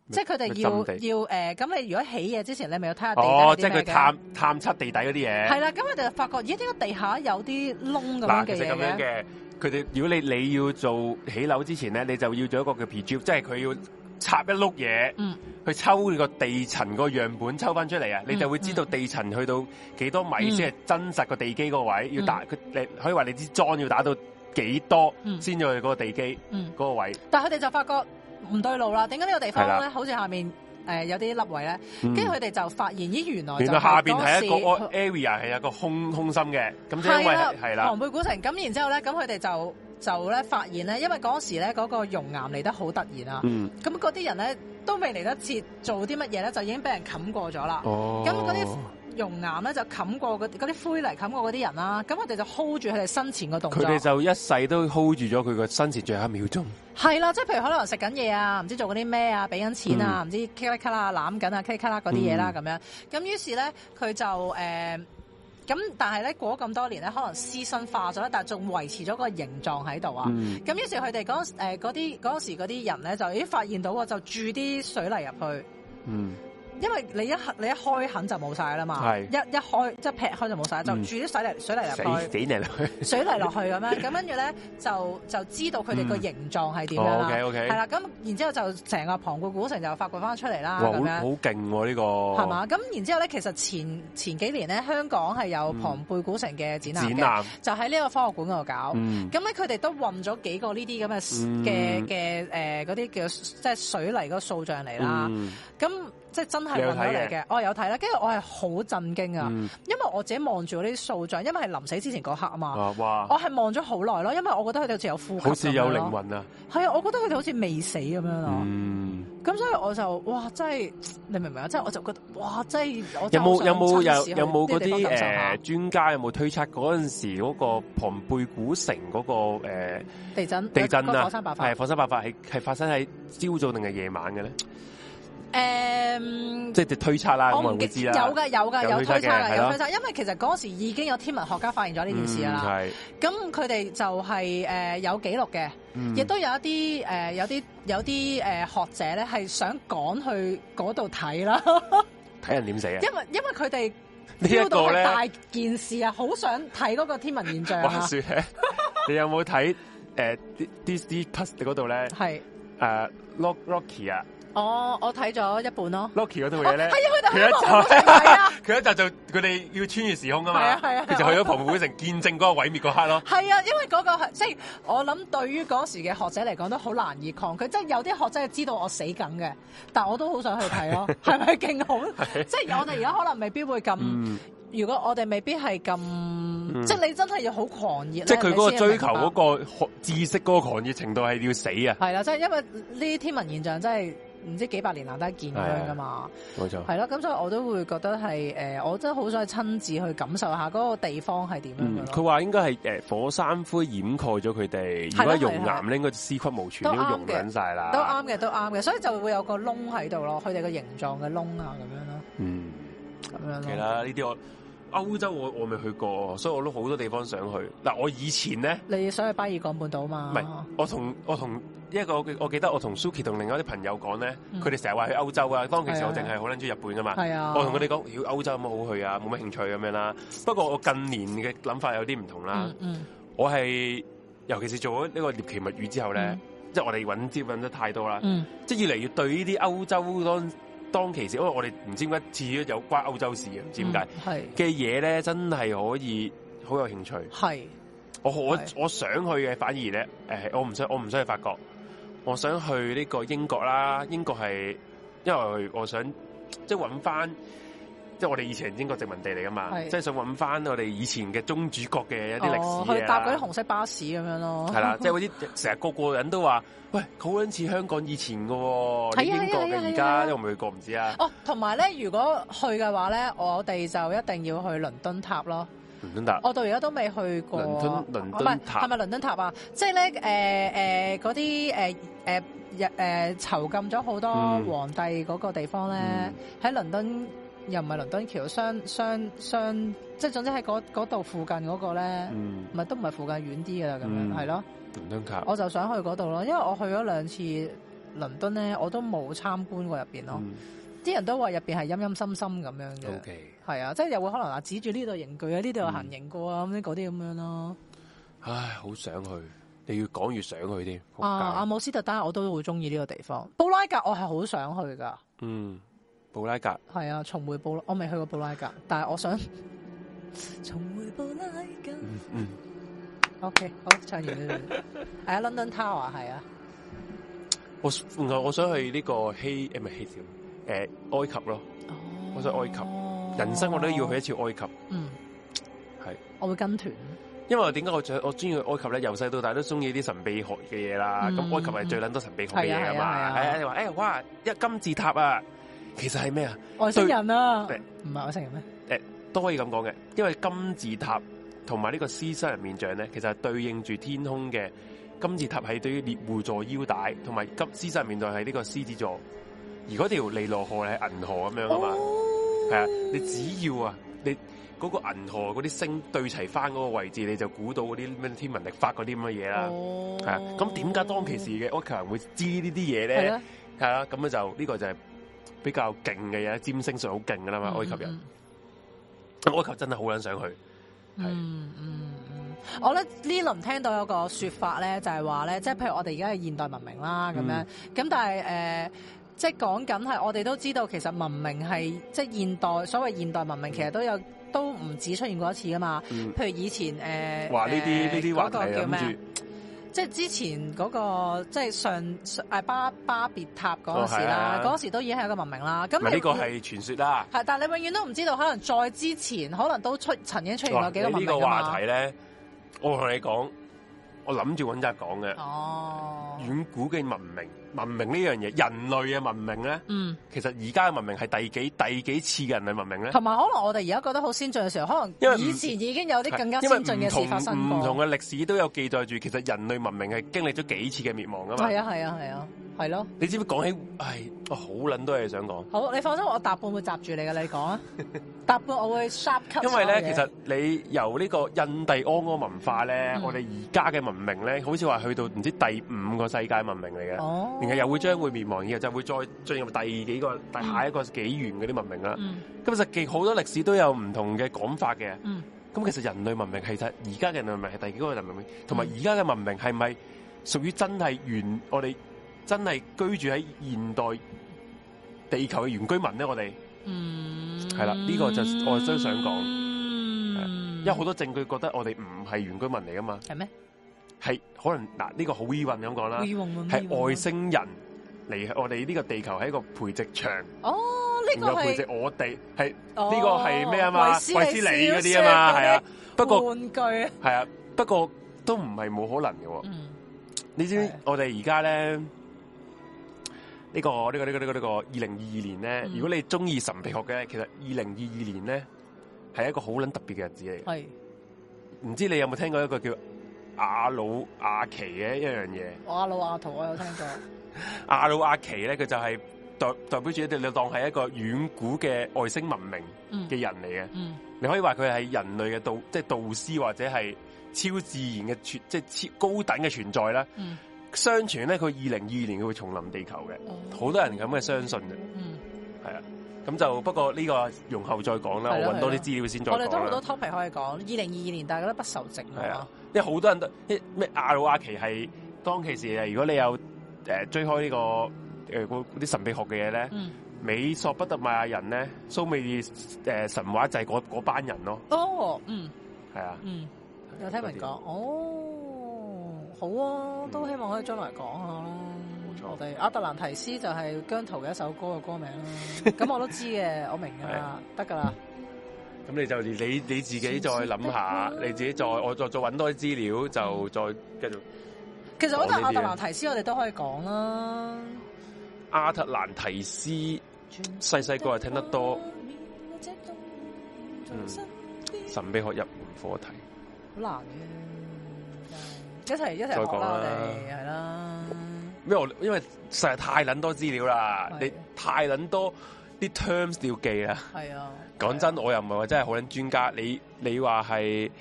Speaker 3: 即
Speaker 1: 咩
Speaker 3: 係佢哋
Speaker 1: 咩針地
Speaker 3: 要要誒，咁、你如果起嘢之前，你咪要睇下地底
Speaker 1: 哦，
Speaker 3: 有
Speaker 1: 即係
Speaker 3: 啲咩
Speaker 1: 佢
Speaker 3: 嘅。
Speaker 1: 探探測地底嗰啲
Speaker 3: 係
Speaker 1: 嘢。
Speaker 3: 啦，咁佢哋就發覺，咦？點解地下有啲窿咁樣
Speaker 1: 嗱，其
Speaker 3: 嘅
Speaker 1: 實咁
Speaker 3: 嘢
Speaker 1: 樣
Speaker 3: 嘅？
Speaker 1: 嘅，佢哋如果你你要做起樓之前咧，你就要做一個叫 P G，即係佢要插一碌嘢，
Speaker 3: 嗯，
Speaker 1: 去抽個地層個樣本抽翻出嚟啊，你就會知道地層去到幾多米
Speaker 3: 嗯
Speaker 1: 先係真實個地基個位，要
Speaker 3: 嗯
Speaker 1: 打佢你可以話你支裝要打到幾多
Speaker 3: 嗯
Speaker 1: 先至去嗰個地基
Speaker 3: 嗯
Speaker 1: 嗰個位。
Speaker 3: 但係佢哋就發覺唔對路啦。點解呢個地
Speaker 1: 係
Speaker 3: 方
Speaker 1: 啦
Speaker 3: 咧，好似下面誒、有啲凹位咧？
Speaker 1: 嗯
Speaker 3: 跟住佢哋就發現，咦？原來就
Speaker 1: 原來下
Speaker 3: 邊
Speaker 1: 邊係一個
Speaker 3: 個
Speaker 1: area 係有個空空心嘅，咁即係
Speaker 3: 係
Speaker 1: 因為
Speaker 3: 啦
Speaker 1: 係，係啦
Speaker 3: 龐，貝古城。咁然之後咧，咁佢哋就就咧發現咧，因為嗰時咧嗰、個熔岩嚟得好突然啊，
Speaker 1: 嗯，
Speaker 3: 咁嗰啲人咧都未嚟得切做啲乜嘢咧，就已經俾人冚過咗啦。
Speaker 1: 哦
Speaker 3: 咁嗰啲熔岩咧就冚過嗰啲嗰啲灰泥冚過嗰啲人啦，咁我哋就 hold 住佢哋生前個動
Speaker 1: 佢
Speaker 3: 作，
Speaker 1: 哋就一世都 hold 住咗佢個生前最後一秒鐘，
Speaker 3: 係啦，即係譬如可能食緊嘢啊，唔知做緊啲咩啊，俾緊錢啊，
Speaker 1: 嗯
Speaker 3: 唔知咔啦咔啦攬緊啊，咔啦咔啦嗰啲嘢啦咁樣，咁於是咧佢就誒。呃咁但係咧過咗咁多年咧，可能屍身化咗，但係仲維持咗個形狀喺度啊。
Speaker 1: 嗯
Speaker 3: 咁於是佢哋嗰誒嗰啲嗰時嗰啲人咧就咦發現到喎，就注啲水泥入去，
Speaker 1: 嗯，
Speaker 3: 因為你一你一開墾就冇晒啦嘛，
Speaker 1: 係
Speaker 3: 一一開即係劈開就冇晒，就
Speaker 1: 嗯
Speaker 3: 注啲水泥水泥
Speaker 1: 死
Speaker 3: 入去，
Speaker 1: 死你落去，
Speaker 3: 水泥落去啊 咁樣，咁跟住咧就就知道佢哋個
Speaker 1: 嗯
Speaker 3: 形狀係點樣
Speaker 1: 哦
Speaker 3: 啦，
Speaker 1: ，OK
Speaker 3: 係
Speaker 1: OK，
Speaker 3: 啦，咁然之後就成個龐貝古城就發掘翻出嚟
Speaker 1: 哇，
Speaker 3: 啦，
Speaker 1: 好啊
Speaker 3: 咁
Speaker 1: 好
Speaker 3: 樣
Speaker 1: 勁喎呢個，
Speaker 3: 係嘛？咁然之後咧，其實前前幾年咧，香港係有龐貝古城嘅展
Speaker 1: 展
Speaker 3: 覽嘅，
Speaker 1: 覽，
Speaker 3: 就喺呢個科學館嗰度搞。
Speaker 1: 嗯，
Speaker 3: 咁咧，佢哋都運咗幾個呢啲咁
Speaker 1: 嗯
Speaker 3: 嘅嘅嘅誒嗰啲叫即係水泥個塑像嚟啦。
Speaker 1: 嗯
Speaker 3: 咁即係真係運咗
Speaker 1: 你有睇嘅
Speaker 3: 嚟嘅，我有睇啦。跟住我係好震驚啊，
Speaker 1: 嗯
Speaker 3: 因為我自己望住嗰啲塑像，因為係臨死之前嗰刻啊嘛，
Speaker 1: 啊哇，
Speaker 3: 我係望咗好耐咯，因為我覺得佢哋好似有呼吸，
Speaker 1: 好似有靈。魂啊，
Speaker 3: 係啊，我覺得佢哋好似未死咁樣咯。
Speaker 1: 嗯，
Speaker 3: 咁所以我就哇，真係你明唔明啊？即係我就覺得哇，真係我
Speaker 1: 有
Speaker 3: 真係好
Speaker 1: 冇
Speaker 3: 想
Speaker 1: 有冇
Speaker 3: 親自
Speaker 1: 有
Speaker 3: 去
Speaker 1: 有冇嗰
Speaker 3: 呢地
Speaker 1: 啲
Speaker 3: 方感受下
Speaker 1: 誒專家有冇推測嗰陣時嗰個龐貝古城嗰個誒
Speaker 3: 地震
Speaker 1: 地震
Speaker 3: 嗰個
Speaker 1: 啊，
Speaker 3: 火山爆發
Speaker 1: 係火山爆發係係發生喺朝早定係夜晚嘅咧？
Speaker 3: 誒。
Speaker 1: 即係推測啦，咁
Speaker 3: 嗯我
Speaker 1: 我
Speaker 3: 唔
Speaker 1: 會
Speaker 3: 記
Speaker 1: 知
Speaker 3: 有
Speaker 1: 啦。
Speaker 3: 㗎有㗎
Speaker 1: 有
Speaker 3: 有
Speaker 1: 推測
Speaker 3: 推
Speaker 1: 嘅
Speaker 3: 測㗎
Speaker 1: 係咯
Speaker 3: 有推測，因為其實嗰時已經有天文學家發現咗呢件事啊㗎
Speaker 1: 嗯
Speaker 3: 啦。
Speaker 1: 係，
Speaker 3: 咁佢哋就係誒有記錄嘅，
Speaker 1: 嗯
Speaker 3: 亦都有一啲誒有啲有啲誒學者咧係想趕去嗰度 睇啦，
Speaker 1: 睇人點死啊！
Speaker 3: 因為因為佢哋
Speaker 1: 呢一
Speaker 3: feel 到
Speaker 1: 個
Speaker 3: 係
Speaker 1: 咧，
Speaker 3: 大件事啊，好想睇嗰個天文現象
Speaker 1: 話
Speaker 3: 啊，
Speaker 1: 說咧， 你有冇睇誒 Disney Plus 嗰度咧？
Speaker 3: 係
Speaker 1: 誒 Rock Rocky 啊，
Speaker 3: 哦我我睇咗一半咯。
Speaker 1: Loki 嗰套嘢咧，
Speaker 3: 係啊
Speaker 1: 佢
Speaker 3: 佢哋去
Speaker 1: 一集
Speaker 3: 到韓國城係啊，
Speaker 1: 佢一集就佢哋要穿越時空啊
Speaker 3: 係
Speaker 1: 嘛，
Speaker 3: 啊係啊
Speaker 1: 佢就去咗旁古城見證嗰個毀滅嗰刻咯。
Speaker 3: 係啊，因為嗰個係即係我諗，對於嗰時嘅學者嚟講都好難以抗拒。即係有啲學者係知道我死緊嘅，但我都好想去睇 咯，係咪勁好？即係我哋而家可能未必會咁，
Speaker 1: 嗯，
Speaker 3: 如果我哋未必係咁，即係你真係要好狂熱呢，
Speaker 1: 即係佢嗰個
Speaker 3: 你先
Speaker 1: 追求
Speaker 3: 明白
Speaker 1: 嗰個學知識嗰個狂熱程度係要死啊！
Speaker 3: 係啦，即係因為呢啲天文現象真係唔知幾百年難得一見咁樣噶嘛，
Speaker 1: 冇錯，
Speaker 3: 係咯，咁所以我都會覺得係誒、呃我真係好想去親自去感受下嗰個地方係點樣
Speaker 1: 嗯，
Speaker 3: 嘅
Speaker 1: 佢
Speaker 3: 咯。
Speaker 1: 話應該係誒火山灰掩蓋咗佢哋，如
Speaker 3: 係
Speaker 1: 果
Speaker 3: 啦
Speaker 1: 係熔
Speaker 3: 係啦
Speaker 1: 岩咧，應該屍骨無存，
Speaker 3: 都
Speaker 1: 應該
Speaker 3: 啱
Speaker 1: 溶
Speaker 3: 嘅
Speaker 1: 緊晒啦。
Speaker 3: 都啱嘅，都啱嘅，所以就會有個窿喺度咯，佢哋個形狀嘅窿啊，咁樣咯，
Speaker 1: 嗯，
Speaker 3: 咁樣
Speaker 1: 其
Speaker 3: 咯。
Speaker 1: 啦，呢啲我歐洲我我未去過，所以我都好多地方想去。嗱，我以前咧。
Speaker 3: 你想去巴爾幹半島
Speaker 1: 唔係啊
Speaker 3: 嘛？，
Speaker 1: 我同我同一個，我記得我同 Suki 同另外啲朋友講咧，
Speaker 3: 嗯
Speaker 1: 佢哋成日話去歐洲啊。當其時
Speaker 3: 係啊
Speaker 1: 我淨係好撚中意日本噶嘛，
Speaker 3: 係啊，
Speaker 1: 我同佢哋講，要歐洲有乜好去啊，冇乜興趣咁樣啦。不過我近年嘅諗法有啲唔同啦
Speaker 3: 嗯，嗯
Speaker 1: 我係尤其是做咗呢個獵奇物語之後咧，
Speaker 3: 嗯
Speaker 1: 即係我哋揾接揾得太多啦，
Speaker 3: 嗯，
Speaker 1: 即係越嚟越對呢啲歐洲當當其時，因為我哋唔知點解次都有關歐洲事嘅，唔知點解
Speaker 3: 嗯？係
Speaker 1: 嘅嘢咧，真係可以好有興趣。
Speaker 3: 係
Speaker 1: 我我
Speaker 3: 係
Speaker 1: 我想去嘅反而咧，誒、我唔想我唔想去法國，我想去呢個英國啦。英國係因為我想即係揾翻，即係我哋以前英國殖民地嚟噶嘛，
Speaker 3: 係
Speaker 1: 即係想揾翻我哋以前嘅宗主國嘅一啲
Speaker 3: 哦
Speaker 1: 歷史
Speaker 3: 去搭嗰啲
Speaker 1: 嘢
Speaker 3: 紅色巴士咁樣咯。
Speaker 1: 係啦，即係嗰啲成日個個人都話，喂，好撚似香港以前嘅喎，你
Speaker 3: 係啊
Speaker 1: 英國
Speaker 3: 係啊係
Speaker 1: 嘅
Speaker 3: 啊
Speaker 1: 而
Speaker 3: 係啊
Speaker 1: 家，因為我未去過唔知啊。
Speaker 3: 哦，同埋咧，如果去嘅話咧，我哋就一定要去倫敦塔咯。
Speaker 1: 倫敦達，
Speaker 3: 我到而家都未去過。
Speaker 1: 倫敦倫
Speaker 3: 唔係
Speaker 1: 敦塔
Speaker 3: 係咪倫敦塔啊？即係咧誒誒嗰啲誒誒誒囚禁咗好多
Speaker 1: 嗯
Speaker 3: 皇帝嗰個地方咧
Speaker 1: 嗯，
Speaker 3: 喺、倫敦又唔係倫敦橋，雙雙雙，即係總之喺嗰嗰度附近嗰個咧，
Speaker 1: 嗯，
Speaker 3: 唔係都唔係附近遠啲㗎啦，咁
Speaker 1: 嗯
Speaker 3: 樣係咯。
Speaker 1: 倫敦塔，
Speaker 3: 我就想去嗰度咯，因為我去咗兩次倫敦咧，我都冇參觀過入
Speaker 1: 嗯
Speaker 3: 邊咯。啲、人都話入邊係陰陰森森咁樣嘅。
Speaker 1: O K。
Speaker 3: 係啊，即係又會可能啊指住呢度刑具啊，呢度又行刑過啊，
Speaker 1: 嗯
Speaker 3: 咁嗰啲咁樣咯。
Speaker 1: 唉，好想去，你越講越想去添。
Speaker 3: 啊，阿
Speaker 1: 啱，
Speaker 3: 姆斯特丹我都會中意呢個地方。布拉格我係好想去噶，
Speaker 1: 嗯，布拉格，
Speaker 3: 係啊，重回布，我未去過布拉格，但係我想 重回布拉格。
Speaker 1: 嗯嗯，
Speaker 3: OK，好，唱 完呢度。係啊，London Tower 係啊，
Speaker 1: 我然後我想去呢個希誒唔係希條誒埃及咯，哦我想埃
Speaker 3: 及
Speaker 1: 人生我都要去一。次埃及，
Speaker 3: 哦嗯，
Speaker 1: 係
Speaker 3: 我會跟團。
Speaker 1: 因為我點解我想我中意去埃及咧？由細到大都中意啲神秘學嘅嘢啦。咁
Speaker 3: 嗯
Speaker 1: 埃及係最撚多神秘學嘅嘢㗎
Speaker 3: 係啊係
Speaker 1: 嘛。
Speaker 3: 啊
Speaker 1: 係
Speaker 3: 係啊
Speaker 1: 啊，你話誒哇一金字塔啊，其實係咩啊？
Speaker 3: 外星人啊，
Speaker 1: 對
Speaker 3: 唔係外星人咩？
Speaker 1: 都可以咁講嘅，因為金字塔同埋呢個獅身人面像咧，其實係對應住天空嘅金字塔係對於獵戶座腰帶，同埋金獅身人面像係呢個獅子座，而嗰條尼羅河係銀河咁樣啊
Speaker 3: 哦
Speaker 1: 嘛，係啊、你只要啊你嗰個銀河嗰啲星對齊翻嗰個位置，你就估到嗰啲咩天文歷法嗰啲咁嘅嘢啦。
Speaker 3: 哦
Speaker 1: 係啊，咁點解當其時嘅埃及人會知呢啲嘢
Speaker 3: 係
Speaker 1: 咧？
Speaker 3: 啊
Speaker 1: 係啦，咁咧就呢、個就係比較勁嘅嘢，占星術好勁噶啦啊
Speaker 3: 嗯
Speaker 1: 嘛，埃及人。？埃及真係好撚想去，係
Speaker 3: 嗯嗯嗯，我咧呢輪聽到有個說法咧，就係話咧，即係譬如我哋而家嘅現代文明啦，咁樣
Speaker 1: 嗯
Speaker 3: 咁，但係誒、呃即係講緊係我哋都知道，其實文明係即係現代所謂現代文明，其實都有都唔止出現過一次噶嘛。
Speaker 1: 嗯
Speaker 3: 譬如以前誒，呃
Speaker 1: 話呢啲呢啲話
Speaker 3: 話
Speaker 1: 題
Speaker 3: 叫咩啊
Speaker 1: 諗住，
Speaker 3: 即係之前嗰、個即係上上誒巴巴別塔嗰陣時
Speaker 1: 哦
Speaker 3: 啦
Speaker 1: 係啊，
Speaker 3: 嗰、時都已經係一個文明啦。咁
Speaker 1: 唔係呢
Speaker 3: 你
Speaker 1: 個係傳說啦。
Speaker 3: 係，但係你永遠都唔知道，可能再之前可能都出曾經出現
Speaker 1: 哇
Speaker 3: 過
Speaker 1: 你
Speaker 3: 幾個文
Speaker 1: 呢
Speaker 3: 明
Speaker 1: 個
Speaker 3: 㗎嘛
Speaker 1: 話題咧，我同你講，我諗住揾集講嘅。
Speaker 3: 哦，
Speaker 1: 遠古嘅文明，文明呢樣嘢，人類嘅文明咧，
Speaker 3: 嗯，
Speaker 1: 其實而家嘅文明係第幾第幾次嘅人類文明咧？
Speaker 3: 同埋可能我哋而家覺得好先進嘅時候，可
Speaker 1: 因為
Speaker 3: 能
Speaker 1: 唔
Speaker 3: 以前已經有啲更加
Speaker 1: 因為
Speaker 3: 先進嘅
Speaker 1: 唔同
Speaker 3: 事發生過。
Speaker 1: 唔同嘅啊歷史都有記載住，其實人類文明係經歷咗幾次嘅滅亡噶嘛
Speaker 3: 係。啊係啊係啊，係咯。
Speaker 1: 你知唔知講起？唉，我好撚多嘢想講。
Speaker 3: 好，你放心，我搭半會閘住你嘅，你 講啊。搭半我會 sharp cut
Speaker 1: 因為咧，其
Speaker 3: 所
Speaker 1: 實
Speaker 3: 有嘢
Speaker 1: 你由呢個印第安嗰個文化咧，
Speaker 3: 嗯
Speaker 1: 我哋而家嘅文明咧，好似話去到唔知第五個世界文明嚟嘅，
Speaker 3: 哦，
Speaker 1: 然後又會將會滅亡，然後就會再進入第幾個、第下一個紀元嗰啲文明啦。
Speaker 3: 嗯
Speaker 1: 咁實其實好多歷史都有唔同嘅講法嘅。
Speaker 3: 嗯
Speaker 1: 咁其實人類文明係睇而家嘅人類文明係第幾個人類文明，同
Speaker 3: 嗯
Speaker 1: 埋而家嘅文明係咪屬於真係原我哋真係居住喺現代地球嘅原居民咧？我哋
Speaker 3: 嗯，
Speaker 1: 係啦呢個就我都想講係啦
Speaker 3: 嗯，
Speaker 1: 有好多證據覺得我哋唔係原居民嚟噶嘛，
Speaker 3: 係咩？
Speaker 1: 係可能嗱呢、個好 we 運咁講啦，
Speaker 3: We 運
Speaker 1: 啊係
Speaker 3: We 運
Speaker 1: 外星人嚟我哋呢個地球係一個培植場，
Speaker 3: 哦，呢
Speaker 1: 然
Speaker 3: 個
Speaker 1: 後培
Speaker 3: 係
Speaker 1: 植我哋係呢個
Speaker 3: 哦
Speaker 1: 係咩啊嘛？
Speaker 3: 衛斯理
Speaker 1: 衛斯理嗰啲啊嘛，係啊
Speaker 3: 小說嗰啲，
Speaker 1: 不過
Speaker 3: 玩具，
Speaker 1: 係啊，不過都唔係冇可能嘅喎。
Speaker 3: 嗯，
Speaker 1: 你知唔
Speaker 3: 係啊
Speaker 1: 知我哋而家咧呢個呢、個呢、個呢、個呢、個二零二二年咧，
Speaker 3: 嗯
Speaker 1: 如果你中意神秘學嘅，其實二零二二年咧係一個好撚特別嘅日子嚟嘅。
Speaker 3: 係
Speaker 1: 唔知你有冇聽過一個叫阿魯阿奇嘅一樣嘢？
Speaker 3: 我阿老阿圖，我有聽過，
Speaker 1: 阿魯阿奇咧，佢就係代代表住你你當係一個遠古嘅外星文明
Speaker 3: 嗯
Speaker 1: 嘅人嚟嘅。
Speaker 3: 嗯
Speaker 1: 你可以話佢係人類嘅導，即係導師或者係超自然嘅存，即係超高等嘅存在啦。
Speaker 3: 嗯
Speaker 1: 相傳咧，佢二零二二年佢會重臨地球嘅，
Speaker 3: 哦
Speaker 1: 好多人咁嘅相信嘅，
Speaker 3: 嗯，
Speaker 1: 係啊。咁就不過呢個容後再講啦，
Speaker 3: 係咯
Speaker 1: 我揾多啲資料先再
Speaker 3: 我哋都好
Speaker 1: 講
Speaker 3: 多
Speaker 1: 啦。
Speaker 3: topic 可以講。二零二二年大家都不愁靜
Speaker 1: 係
Speaker 3: 啊
Speaker 1: 啊
Speaker 3: 嘛，，
Speaker 1: 因為好多人都因為咩阿魯阿奇係當其時係，如果你有誒、呃追開呢、個誒嗰嗰啲神秘學嘅嘢咧，
Speaker 3: 嗯，
Speaker 1: 美索不達米亞人咧，蘇美爾誒、呃神話就係嗰嗰班人咯，
Speaker 3: 哦，嗯
Speaker 1: 係啊。
Speaker 3: 嗯，有聽人講，哦，好啊，都希望可以將來講下咯。
Speaker 1: 冇錯
Speaker 3: 我哋阿特蘭提斯就係姜濤嘅一首歌嘅歌名 啦，咁我都知嘅，我明㗎啦，得㗎啦，
Speaker 1: 咁你就你你自己再諗下，
Speaker 3: 啊
Speaker 1: 你自己再我再再揾多啲資料，就再繼續。
Speaker 3: 其實我覺
Speaker 1: 講
Speaker 3: 得
Speaker 1: 呢
Speaker 3: 阿
Speaker 1: 啲
Speaker 3: 特
Speaker 1: 嘢
Speaker 3: 蘭提斯我哋都可以講啦。
Speaker 1: 阿特蘭提斯細細個係聽得多嗯神秘學入門課題，
Speaker 3: 好難嘅，一齊一齊學
Speaker 1: 再講
Speaker 3: 啦，
Speaker 1: 啦
Speaker 3: 我哋係啦，
Speaker 1: 因為我因為實在太撚多資料啦，
Speaker 3: 係
Speaker 1: 你太撚多啲 terms 要記啦。
Speaker 3: 係啊。
Speaker 1: 講真，我又唔係話真係好撚專家，你你話係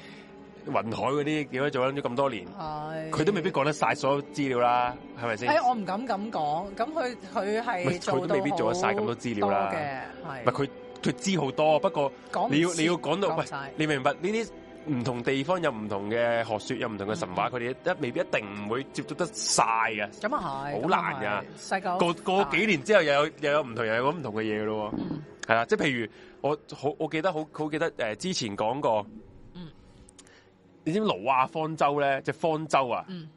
Speaker 1: 雲海嗰啲點解做撚咗咁多年，
Speaker 3: 係
Speaker 1: 佢都未必。講得晒所有資料啦，係咪先？
Speaker 3: 哎誒，我唔敢咁講，咁佢佢
Speaker 1: 咪
Speaker 3: 係
Speaker 1: 佢都
Speaker 3: 做到
Speaker 1: 未必做得晒咁多資料啦
Speaker 3: 好多嘅，係
Speaker 1: 唔係佢佢知好多，不過
Speaker 3: 講唔
Speaker 1: 你要
Speaker 3: 切
Speaker 1: 你要講到
Speaker 3: 講唔
Speaker 1: 喂
Speaker 3: 晒，
Speaker 1: 你明白呢啲唔同地方有唔同嘅學說，有唔同嘅神話，佢哋一未必一定唔會接觸得晒嘅。
Speaker 3: 咁啊係，
Speaker 1: 好難㗎
Speaker 3: 咁啊係，世界
Speaker 1: 過過幾年之後又有又有唔同又有唔同嘅嘢咯喎，
Speaker 3: 嗯
Speaker 1: 係啦，即係譬如我好我記得好好記得誒、呃之前講過，
Speaker 3: 嗯，
Speaker 1: 你知唔知挪亞方舟咧？即係方舟啊，
Speaker 3: 嗯，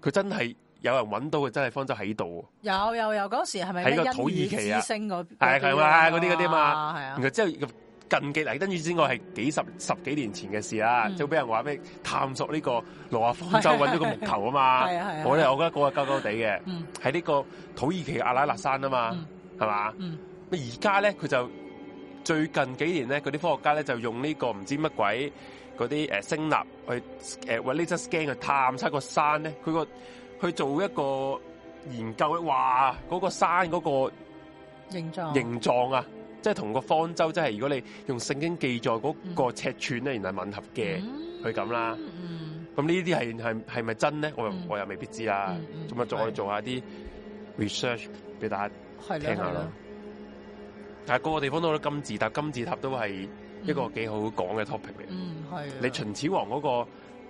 Speaker 1: 佢真係有人揾到佢真係方舟喺度
Speaker 3: 有有有嗰時係咪
Speaker 1: 喺個
Speaker 3: 咩
Speaker 1: 土耳其啊
Speaker 3: 恩與之星嗰
Speaker 1: 喎，係係
Speaker 3: 嗰啲啊
Speaker 1: 嘛嗰啲嗰啲嘛，
Speaker 3: 係啊
Speaker 1: 然，後之後近期嚟，跟住先我係幾十十幾年前嘅事啦，
Speaker 3: 嗯
Speaker 1: 就俾人話咩探索呢個挪亞方舟揾到個木頭啊嘛，
Speaker 3: 係啊係啊
Speaker 1: 我咧我覺得嗰個鳩鳩地嘅，
Speaker 3: 嗯
Speaker 1: 喺呢個土耳其嘅阿拉勒山啊嘛
Speaker 3: 嗯，
Speaker 1: 係嘛？
Speaker 3: 嗯
Speaker 1: 而家咧，佢就最近幾年咧，嗰啲科學家咧就用呢個唔知乜鬼嗰啲誒聲納去誒揾呢隻 scan 去探測個山咧，佢個去做一個研究咧，哇！嗰、個山嗰
Speaker 3: 形
Speaker 1: 個
Speaker 3: 狀
Speaker 1: 形狀啊，即係同個方舟，即係如果你用聖經記載嗰個尺寸咧，原來係吻合嘅，
Speaker 3: Ừ.
Speaker 1: 佢咁啦。
Speaker 3: 嗯
Speaker 1: 咁呢啲係係係咪真咧？我又
Speaker 3: 嗯
Speaker 1: 我又未必知啦
Speaker 3: 嗯嗯。
Speaker 1: 咁啊，再
Speaker 3: 係
Speaker 1: 做下啲 research 俾大家。
Speaker 3: 係啦
Speaker 1: 聽下
Speaker 3: 係
Speaker 1: 咯
Speaker 3: 啦，。
Speaker 1: 但係個個地方都有金字塔，金字塔都係一個幾好講嘅 topic 嚟。
Speaker 3: 嗯係啊。
Speaker 1: 你秦始皇嗰個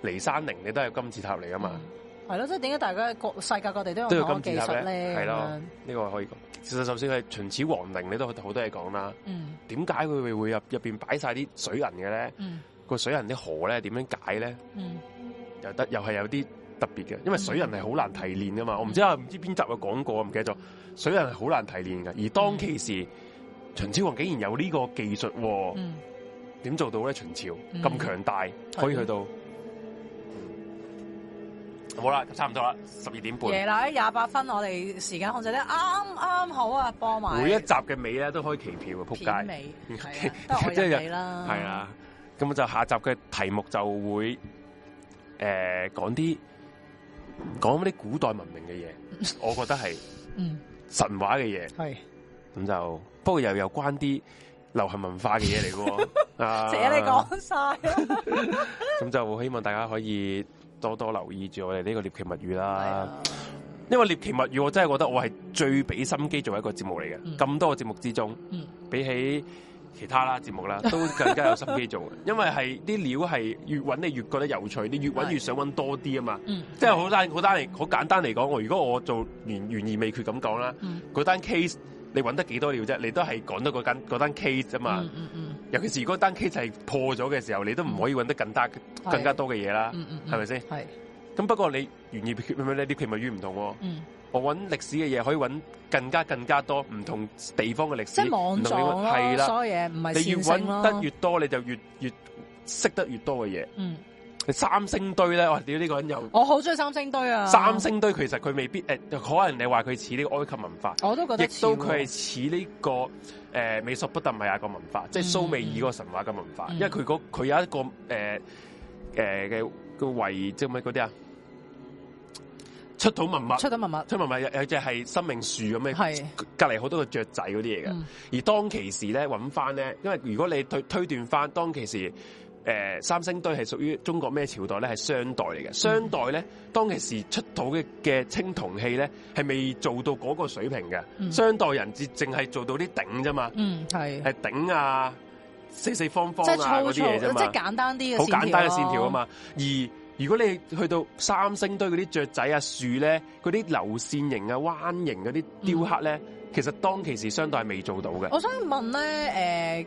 Speaker 1: 驪山陵，你都係金字塔嚟噶嘛？
Speaker 3: 嗯
Speaker 1: 呢、
Speaker 3: 係咯，即係點解大家各世界各地都有
Speaker 1: 都
Speaker 3: 唔
Speaker 1: 有
Speaker 3: 同嘅技
Speaker 1: 金字塔
Speaker 3: 術
Speaker 1: 呢
Speaker 3: 咧？
Speaker 1: 係咯
Speaker 3: 咁樣，
Speaker 1: 個可以講。其實就算係秦始皇陵，你都好多嘢講啦。
Speaker 3: 嗯
Speaker 1: 點解佢會會入入邊擺晒啲水銀嘅咧？
Speaker 3: 嗯
Speaker 1: 個水銀啲河咧點樣解咧？
Speaker 3: 嗯，
Speaker 1: 又得又係有啲特別嘅，因為水銀係好難提煉噶嘛。我唔知
Speaker 3: 嗯
Speaker 1: 啊，唔知邊集有講過，唔記得咗。水銀係好難提煉嘅，而當其時秦始皇竟然有呢個技術喎。
Speaker 3: 嗯
Speaker 1: 點做到咧？秦朝
Speaker 3: 嗯
Speaker 1: 咁強大，可以去到
Speaker 3: 嗯
Speaker 1: 好啦，差唔多啦，十二點半。
Speaker 3: 夜奶廿八分，我哋時間控制得啱啱好啊，播埋
Speaker 1: 每一集嘅尾咧都可以期票嘅，仆
Speaker 3: 片
Speaker 1: 街
Speaker 3: 尾， 係啊都係我
Speaker 1: 即係
Speaker 3: 入尾啦，
Speaker 1: 係，啊。咁就下集嘅題目就會誒講啲講啲古代文明嘅 嘢，我覺得係
Speaker 3: 嗯
Speaker 1: 神話嘅嘢。
Speaker 3: 係，
Speaker 1: 咁就不過又有關啲流行文化嘅嘢嚟嘅 喎。啊
Speaker 3: 謝你講晒。
Speaker 1: 咁就希望大家可以多多留意住我哋呢個獵奇物語
Speaker 3: 係
Speaker 1: 啦。
Speaker 3: 啊
Speaker 1: 因為獵奇物語，我真係覺得我係最俾心機做一個節目嚟嘅。
Speaker 3: 嗯
Speaker 1: 咁、多個節目之中，
Speaker 3: 嗯
Speaker 1: 比起其他啦節目 啦，都更加有心機做嘅。因為係啲料係越揾你越覺得有趣，你越揾越想揾多啲啊嘛。
Speaker 3: 嗯，
Speaker 1: 即係好單好單嚟，好簡單嚟講，我如果我做懸懸而未決咁講啦，
Speaker 3: 嗯
Speaker 1: 嗰單 case 你揾得幾多料啫？你都係講得嗰間嗰單 case 啫嘛。
Speaker 3: 嗯嗯嗯
Speaker 1: 尤其是如果單 case 係破咗嘅時候，你都唔可以揾得更加
Speaker 3: 係
Speaker 1: 更加多嘅嘢啦，
Speaker 3: 嗯嗯嗯，
Speaker 1: 係咪先？
Speaker 3: 係
Speaker 1: 咁不過你原意獵咪獵奇物語唔同喎，
Speaker 3: 嗯，
Speaker 1: 我揾歷史嘅嘢可以揾更加更加多唔同地方嘅歷史，
Speaker 3: 即係網
Speaker 1: 唔同
Speaker 3: 狀
Speaker 1: 嘅係
Speaker 3: 咯，
Speaker 1: 啦。
Speaker 3: 所有嘢唔係
Speaker 1: 你越
Speaker 3: 線性
Speaker 1: 揾
Speaker 3: 咯
Speaker 1: 得越多，你就越越識得越多嘅嘢。
Speaker 3: 嗯，
Speaker 1: 你三星堆咧，哇！屌呢個人又
Speaker 3: 我好中意三星堆啊，
Speaker 1: 三星堆，其實佢未必誒、可能你話佢似呢個埃及文化，
Speaker 3: 我都覺
Speaker 1: 亦
Speaker 3: 得似
Speaker 1: 都
Speaker 3: 喎
Speaker 1: 佢係似呢個誒、呃美索不達米亞個文化，即係蘇美爾個神話嘅文化，
Speaker 3: 嗯
Speaker 1: 因為佢嗰佢有一個誒誒嘅個遺即係咩嗰啲啊出土文物。
Speaker 3: 出到文物，
Speaker 1: 出文物有有隻係生命樹咁嘅，
Speaker 3: 係
Speaker 1: 隔離好多個雀仔嗰啲嘢嘅。
Speaker 3: 嗯
Speaker 1: 而當其時咧揾翻咧，因為如果你推推斷翻當其時，誒、呃三星堆係屬於中國咩朝代咧？係商代
Speaker 3: 嗯
Speaker 1: 嚟嘅。商代咧，當其時出土嘅嘅青銅器咧，係未做到嗰個水平嘅。
Speaker 3: 嗯
Speaker 1: 商代人只淨係做到啲頂啫嘛，
Speaker 3: 嗯係，
Speaker 1: 係頂啊，四四方方
Speaker 3: 即係
Speaker 1: 啊嗰
Speaker 3: 粗粗，
Speaker 1: 啲
Speaker 3: 即
Speaker 1: 嘢啫嘛
Speaker 3: 係，簡單啲嘅，
Speaker 1: 好簡單嘅線條啊
Speaker 3: 嘛，
Speaker 1: 嘛。而如果你去到三星堆嗰啲雀仔啊、樹咧，嗰啲流線型啊、彎形嗰啲雕刻
Speaker 3: 嗯
Speaker 1: 咧，其實當其時商代係未做到嘅。
Speaker 3: 我想問咧，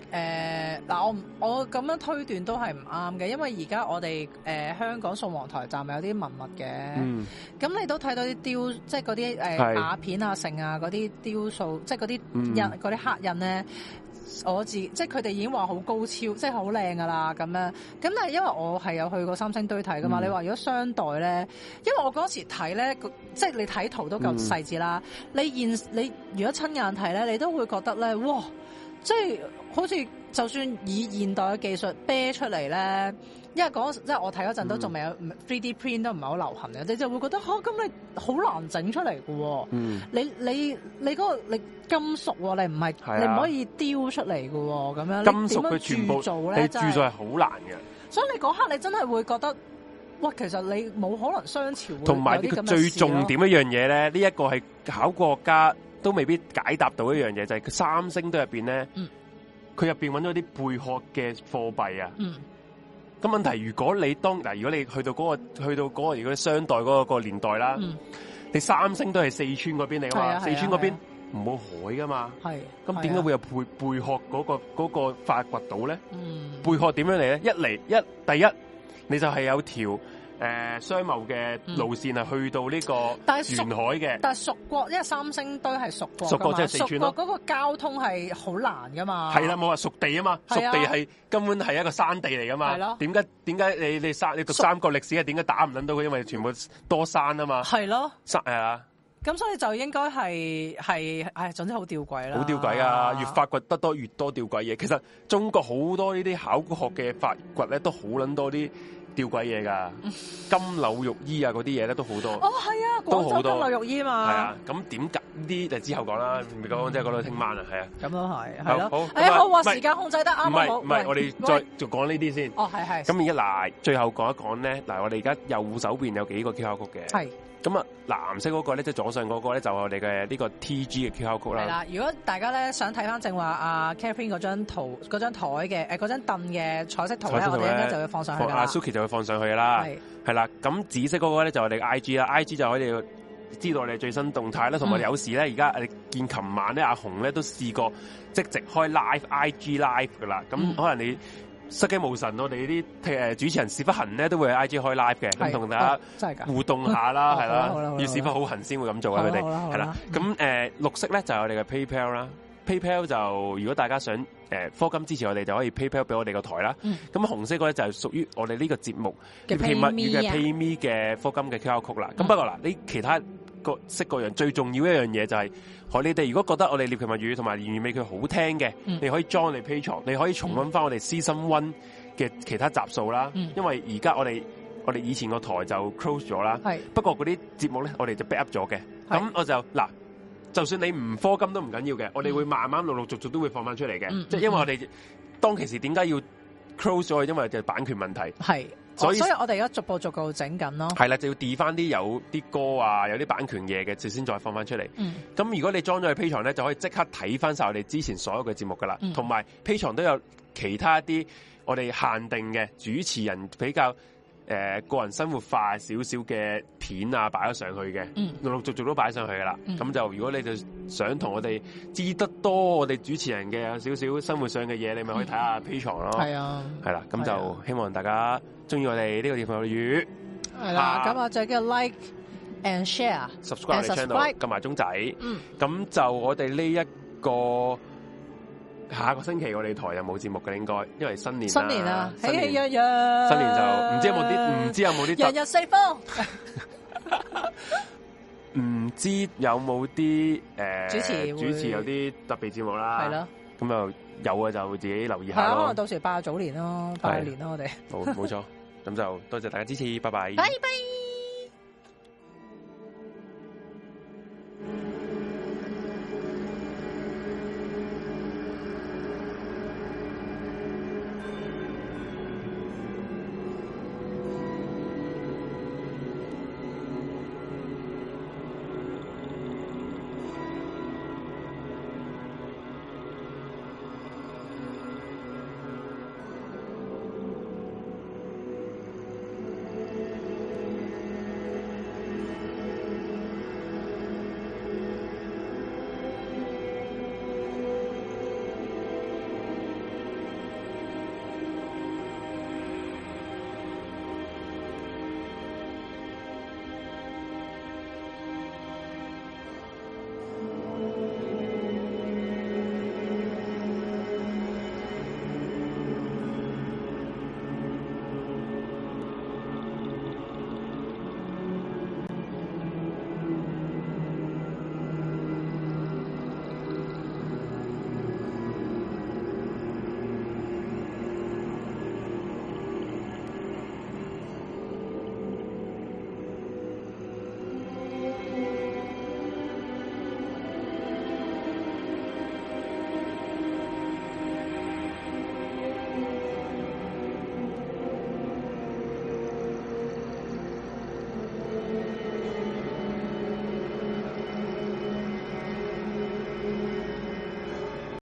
Speaker 3: 誒誒嗱，我唔我咁樣推斷都係唔啱嘅，因為而家我哋誒、呃香港宋皇台站咪有啲文物嘅，
Speaker 1: 嗯，
Speaker 3: 咁、你都睇到啲雕，即係嗰啲
Speaker 1: 係
Speaker 3: 誒瓦片啊、成啊嗰啲雕塑，即係嗰啲
Speaker 1: 嗯
Speaker 3: 印嗰啲刻印咧。我自即係佢哋已經話好高超，即係好靚噶啦咁樣。咁但係因為我係有去過三星堆睇噶嘛，
Speaker 1: 嗯
Speaker 3: 你話如果商代咧，因為我嗰時睇咧，個即係你睇圖都夠
Speaker 1: 嗯
Speaker 3: 細緻啦。你現你如果親眼睇咧，你都會覺得咧，哇！即係好似就算以現代嘅技術啤出嚟咧，因為嗰即係我睇嗰
Speaker 1: 嗯
Speaker 3: 陣都仲未有 3D print 都唔係好流行嘅，你就會覺得嚇咁、你好難整出嚟嘅喎。
Speaker 1: 嗯，
Speaker 3: 你你你嗰、個你金屬喎、你唔係、
Speaker 1: 係啊
Speaker 3: 你唔可以雕出嚟嘅喎，咁樣
Speaker 1: 金
Speaker 3: 嗯
Speaker 1: 屬
Speaker 3: 你點樣
Speaker 1: 佢全部
Speaker 3: 鑄造
Speaker 1: 你
Speaker 3: 咧，
Speaker 1: 鑄
Speaker 3: 真係
Speaker 1: 造係好難嘅，
Speaker 3: 所以你嗰刻你真係會覺得，哇！其實你冇可能商朝會
Speaker 1: 同埋呢
Speaker 3: 有啲
Speaker 1: 個
Speaker 3: 咁嘅
Speaker 1: 最
Speaker 3: 事咯
Speaker 1: 重點一樣嘢咧，呢、一個係考古學家都未必解答到一樣嘢，就係、佢三星堆入邊咧
Speaker 3: 嗯，
Speaker 1: 佢入邊揾咗啲貝殼嘅貨幣啊。
Speaker 3: 嗯
Speaker 1: 咁問題，如果你當嗱，如果你去到嗰、個去到嗰、個如果商代嗰、個個年代啦，
Speaker 3: 嗯
Speaker 1: 你三星都係四川嗰邊嚟噶
Speaker 3: 係
Speaker 1: 嘛，
Speaker 3: 啊係啊
Speaker 1: 四川嗰邊冇海噶嘛，
Speaker 3: 係
Speaker 1: 咁點解
Speaker 3: 係啊
Speaker 1: 會有貝貝殼嗰、個嗰、個發掘到咧？
Speaker 3: 嗯
Speaker 1: 貝殼點樣嚟咧？一嚟一第一，你就係有條誒、呃商貿嘅路線係去到呢
Speaker 3: 嗯但
Speaker 1: 個
Speaker 3: 係屬
Speaker 1: 沿海嘅，
Speaker 3: 但係蜀國，因為三星堆係蜀國
Speaker 1: 蜀
Speaker 3: 㗎
Speaker 1: 國
Speaker 3: 嘛
Speaker 1: 即係四川咯
Speaker 3: 蜀國嗰個交通係好難噶嘛。
Speaker 1: 係啦，冇話熟地啊嘛，熟
Speaker 3: 係啊
Speaker 1: 地係根本係一個山地嚟噶
Speaker 3: 係
Speaker 1: 嘛
Speaker 3: 咯，
Speaker 1: 點解點解你你三你讀
Speaker 3: 熟
Speaker 1: 三國歷史係啊點解打唔撚到佢？因為全部多山啊嘛，
Speaker 3: 係咯，
Speaker 1: 山係啊。
Speaker 3: 咁所以就應該係係唉，總之好吊詭啦，
Speaker 1: 好吊詭啊！越發掘得多，越多吊詭嘢。其實中國好多呢啲考古學嘅發掘咧，都好撚多啲吊詭嘢 噶。金柳玉衣啊，嗰啲嘢咧都好多。
Speaker 3: 哦，係啊，
Speaker 1: 都好
Speaker 3: 廣州
Speaker 1: 多
Speaker 3: 金柳玉衣
Speaker 1: 係
Speaker 3: 嘛，
Speaker 1: 啊，咁點解呢啲就之後講啦，唔講即係講到聽晚啊，係啊。
Speaker 3: 咁樣係係
Speaker 1: 好
Speaker 3: 咯
Speaker 1: 好。
Speaker 3: 哎呀
Speaker 1: 咁啊
Speaker 3: 我話
Speaker 1: 唔係
Speaker 3: 時間控制得啱
Speaker 1: 唔
Speaker 3: 啊好
Speaker 1: 係唔係，
Speaker 3: 喂
Speaker 1: 我哋
Speaker 3: 喂
Speaker 1: 再就講呢啲先。
Speaker 3: 哦係係
Speaker 1: 咁而家嗱，最後講一講咧，嗱，我哋而家右手邊有幾個 QR code 嘅。
Speaker 3: 係
Speaker 1: 咁啊，藍色嗰個咧，即係左上嗰個咧，就係我哋嘅呢個 T G 嘅 QR code
Speaker 3: 係
Speaker 1: 啦。
Speaker 3: 啦，如果大家咧想睇翻正話啊 Catherine 嗰張圖、嗰張台嘅誒嗰張凳嘅彩色圖
Speaker 1: 彩
Speaker 3: 咧，
Speaker 1: 色圖
Speaker 3: 我哋
Speaker 1: 咧
Speaker 3: 應該就會放上去
Speaker 1: 放
Speaker 3: 㗎
Speaker 1: 阿
Speaker 3: 啦。
Speaker 1: Suki 啊就會放上去啦。
Speaker 3: 係
Speaker 1: 係啦，咁紫色嗰個咧就我哋 I G 啦，I G 就可以知道你最新動態啦，同埋
Speaker 3: 嗯
Speaker 1: 有時咧而家誒見琴晚咧阿紅咧都試過即直開 live I G live 噶啦，咁
Speaker 3: 嗯
Speaker 1: 可能你失驚無神，我哋啲誒主持人是不行咧都會喺 I G 開 live 嘅，咁
Speaker 3: 係
Speaker 1: 同大家
Speaker 3: 哦真係㗎。
Speaker 1: 互動下啦，係
Speaker 3: 哦好啦好啦
Speaker 1: 啦
Speaker 3: 好，啦
Speaker 1: 要是不好行先會咁做啊
Speaker 3: 好
Speaker 1: 佢
Speaker 3: 啦
Speaker 1: 哋
Speaker 3: 好啦好
Speaker 1: 係啦
Speaker 3: 啦，
Speaker 1: 咁誒綠色咧就係我哋嘅 PayPal 啦。PayPal 就如果大家想誒科金支持我哋，就可以 PayPal 俾我哋個台啦。
Speaker 3: 嗯
Speaker 1: 咁紅色嗰咧就係屬於我哋呢個節目
Speaker 2: 嘅
Speaker 1: 獵奇物語
Speaker 2: PayMe
Speaker 1: 嘅
Speaker 2: 啊
Speaker 1: PayMe 嘅科金嘅 QR code
Speaker 3: 嗯
Speaker 1: 啦。咁不過嗱，呢其他各式各樣最重要一樣嘢就係，我你哋如果覺得我哋獵奇物語同埋原味佢好聽嘅，
Speaker 3: 嗯
Speaker 1: 你可以 join 你 Pay 床，你可以重温翻我哋 Season One 嘅其他集數啦。
Speaker 3: 嗯
Speaker 1: 因為而家我哋我哋以前個台就 close 咗啦，
Speaker 3: 係
Speaker 1: 不過嗰啲節目咧我哋就 back up 咗嘅。
Speaker 3: 係
Speaker 1: 咁我就嗱。就算你唔科金都唔緊要嘅，我哋會慢慢陸陸續續都會放翻出嚟嘅，
Speaker 3: 嗯
Speaker 1: 即係因為我哋當其時點解要 close 咗佢，因為就係版權問題。
Speaker 3: 係，
Speaker 1: 所
Speaker 3: 所
Speaker 1: 以
Speaker 3: 以哦所以我哋而家逐步逐步整緊咯。
Speaker 1: 係啦，就要 delete 翻啲有啲歌啊，有啲版權嘢嘅，就先再放翻出嚟。
Speaker 3: 嗯，
Speaker 1: 咁如果你裝咗去 P 床咧，就可以即刻睇翻晒我哋之前所有嘅節目噶啦，
Speaker 3: 嗯
Speaker 1: 同埋 P 床都有其他一啲我哋限定嘅主持人比較诶个人生活化少少嘅片啊，擺咗上去嘅，
Speaker 3: 嗯
Speaker 1: 陸陸續續都擺上去噶啦。
Speaker 3: 嗯
Speaker 1: 咁、就如果你就想同我哋知得多我哋主持人嘅有少少生活上嘅嘢，你咪可以睇下 P 床咯。
Speaker 3: 係啊，
Speaker 1: 哦係啦，咁
Speaker 3: 係啊
Speaker 1: 就希望大家中意我哋呢個地方嘅魚
Speaker 3: 係啦，
Speaker 1: 啊
Speaker 3: 咁啊，最緊要 like and share，
Speaker 1: subscribe 我哋
Speaker 3: subscribe
Speaker 1: channel，撳埋鐘仔。
Speaker 3: 嗯，
Speaker 1: 咁就我哋呢一個下個星期我哋台有冇節目嘅應該，因為新年啦
Speaker 3: 新年啊，喜
Speaker 1: 新
Speaker 3: 氣
Speaker 1: 年
Speaker 3: 洋洋，
Speaker 1: 新年就唔知有冇啲唔知有冇啲
Speaker 3: 洋
Speaker 1: 特
Speaker 3: 溢四方，
Speaker 1: 唔知有冇啲誒
Speaker 3: 主持會
Speaker 1: 主持有啲特別節目啦，
Speaker 3: 係，咯，
Speaker 1: 咁就有嘅就自己留意
Speaker 3: 係
Speaker 1: 下
Speaker 3: 啊，可
Speaker 1: 咯
Speaker 3: 能，到時拜早年咯，拜年咯，我哋。
Speaker 1: 冇冇錯，咁就多謝大家支持，拜拜。
Speaker 2: 拜拜。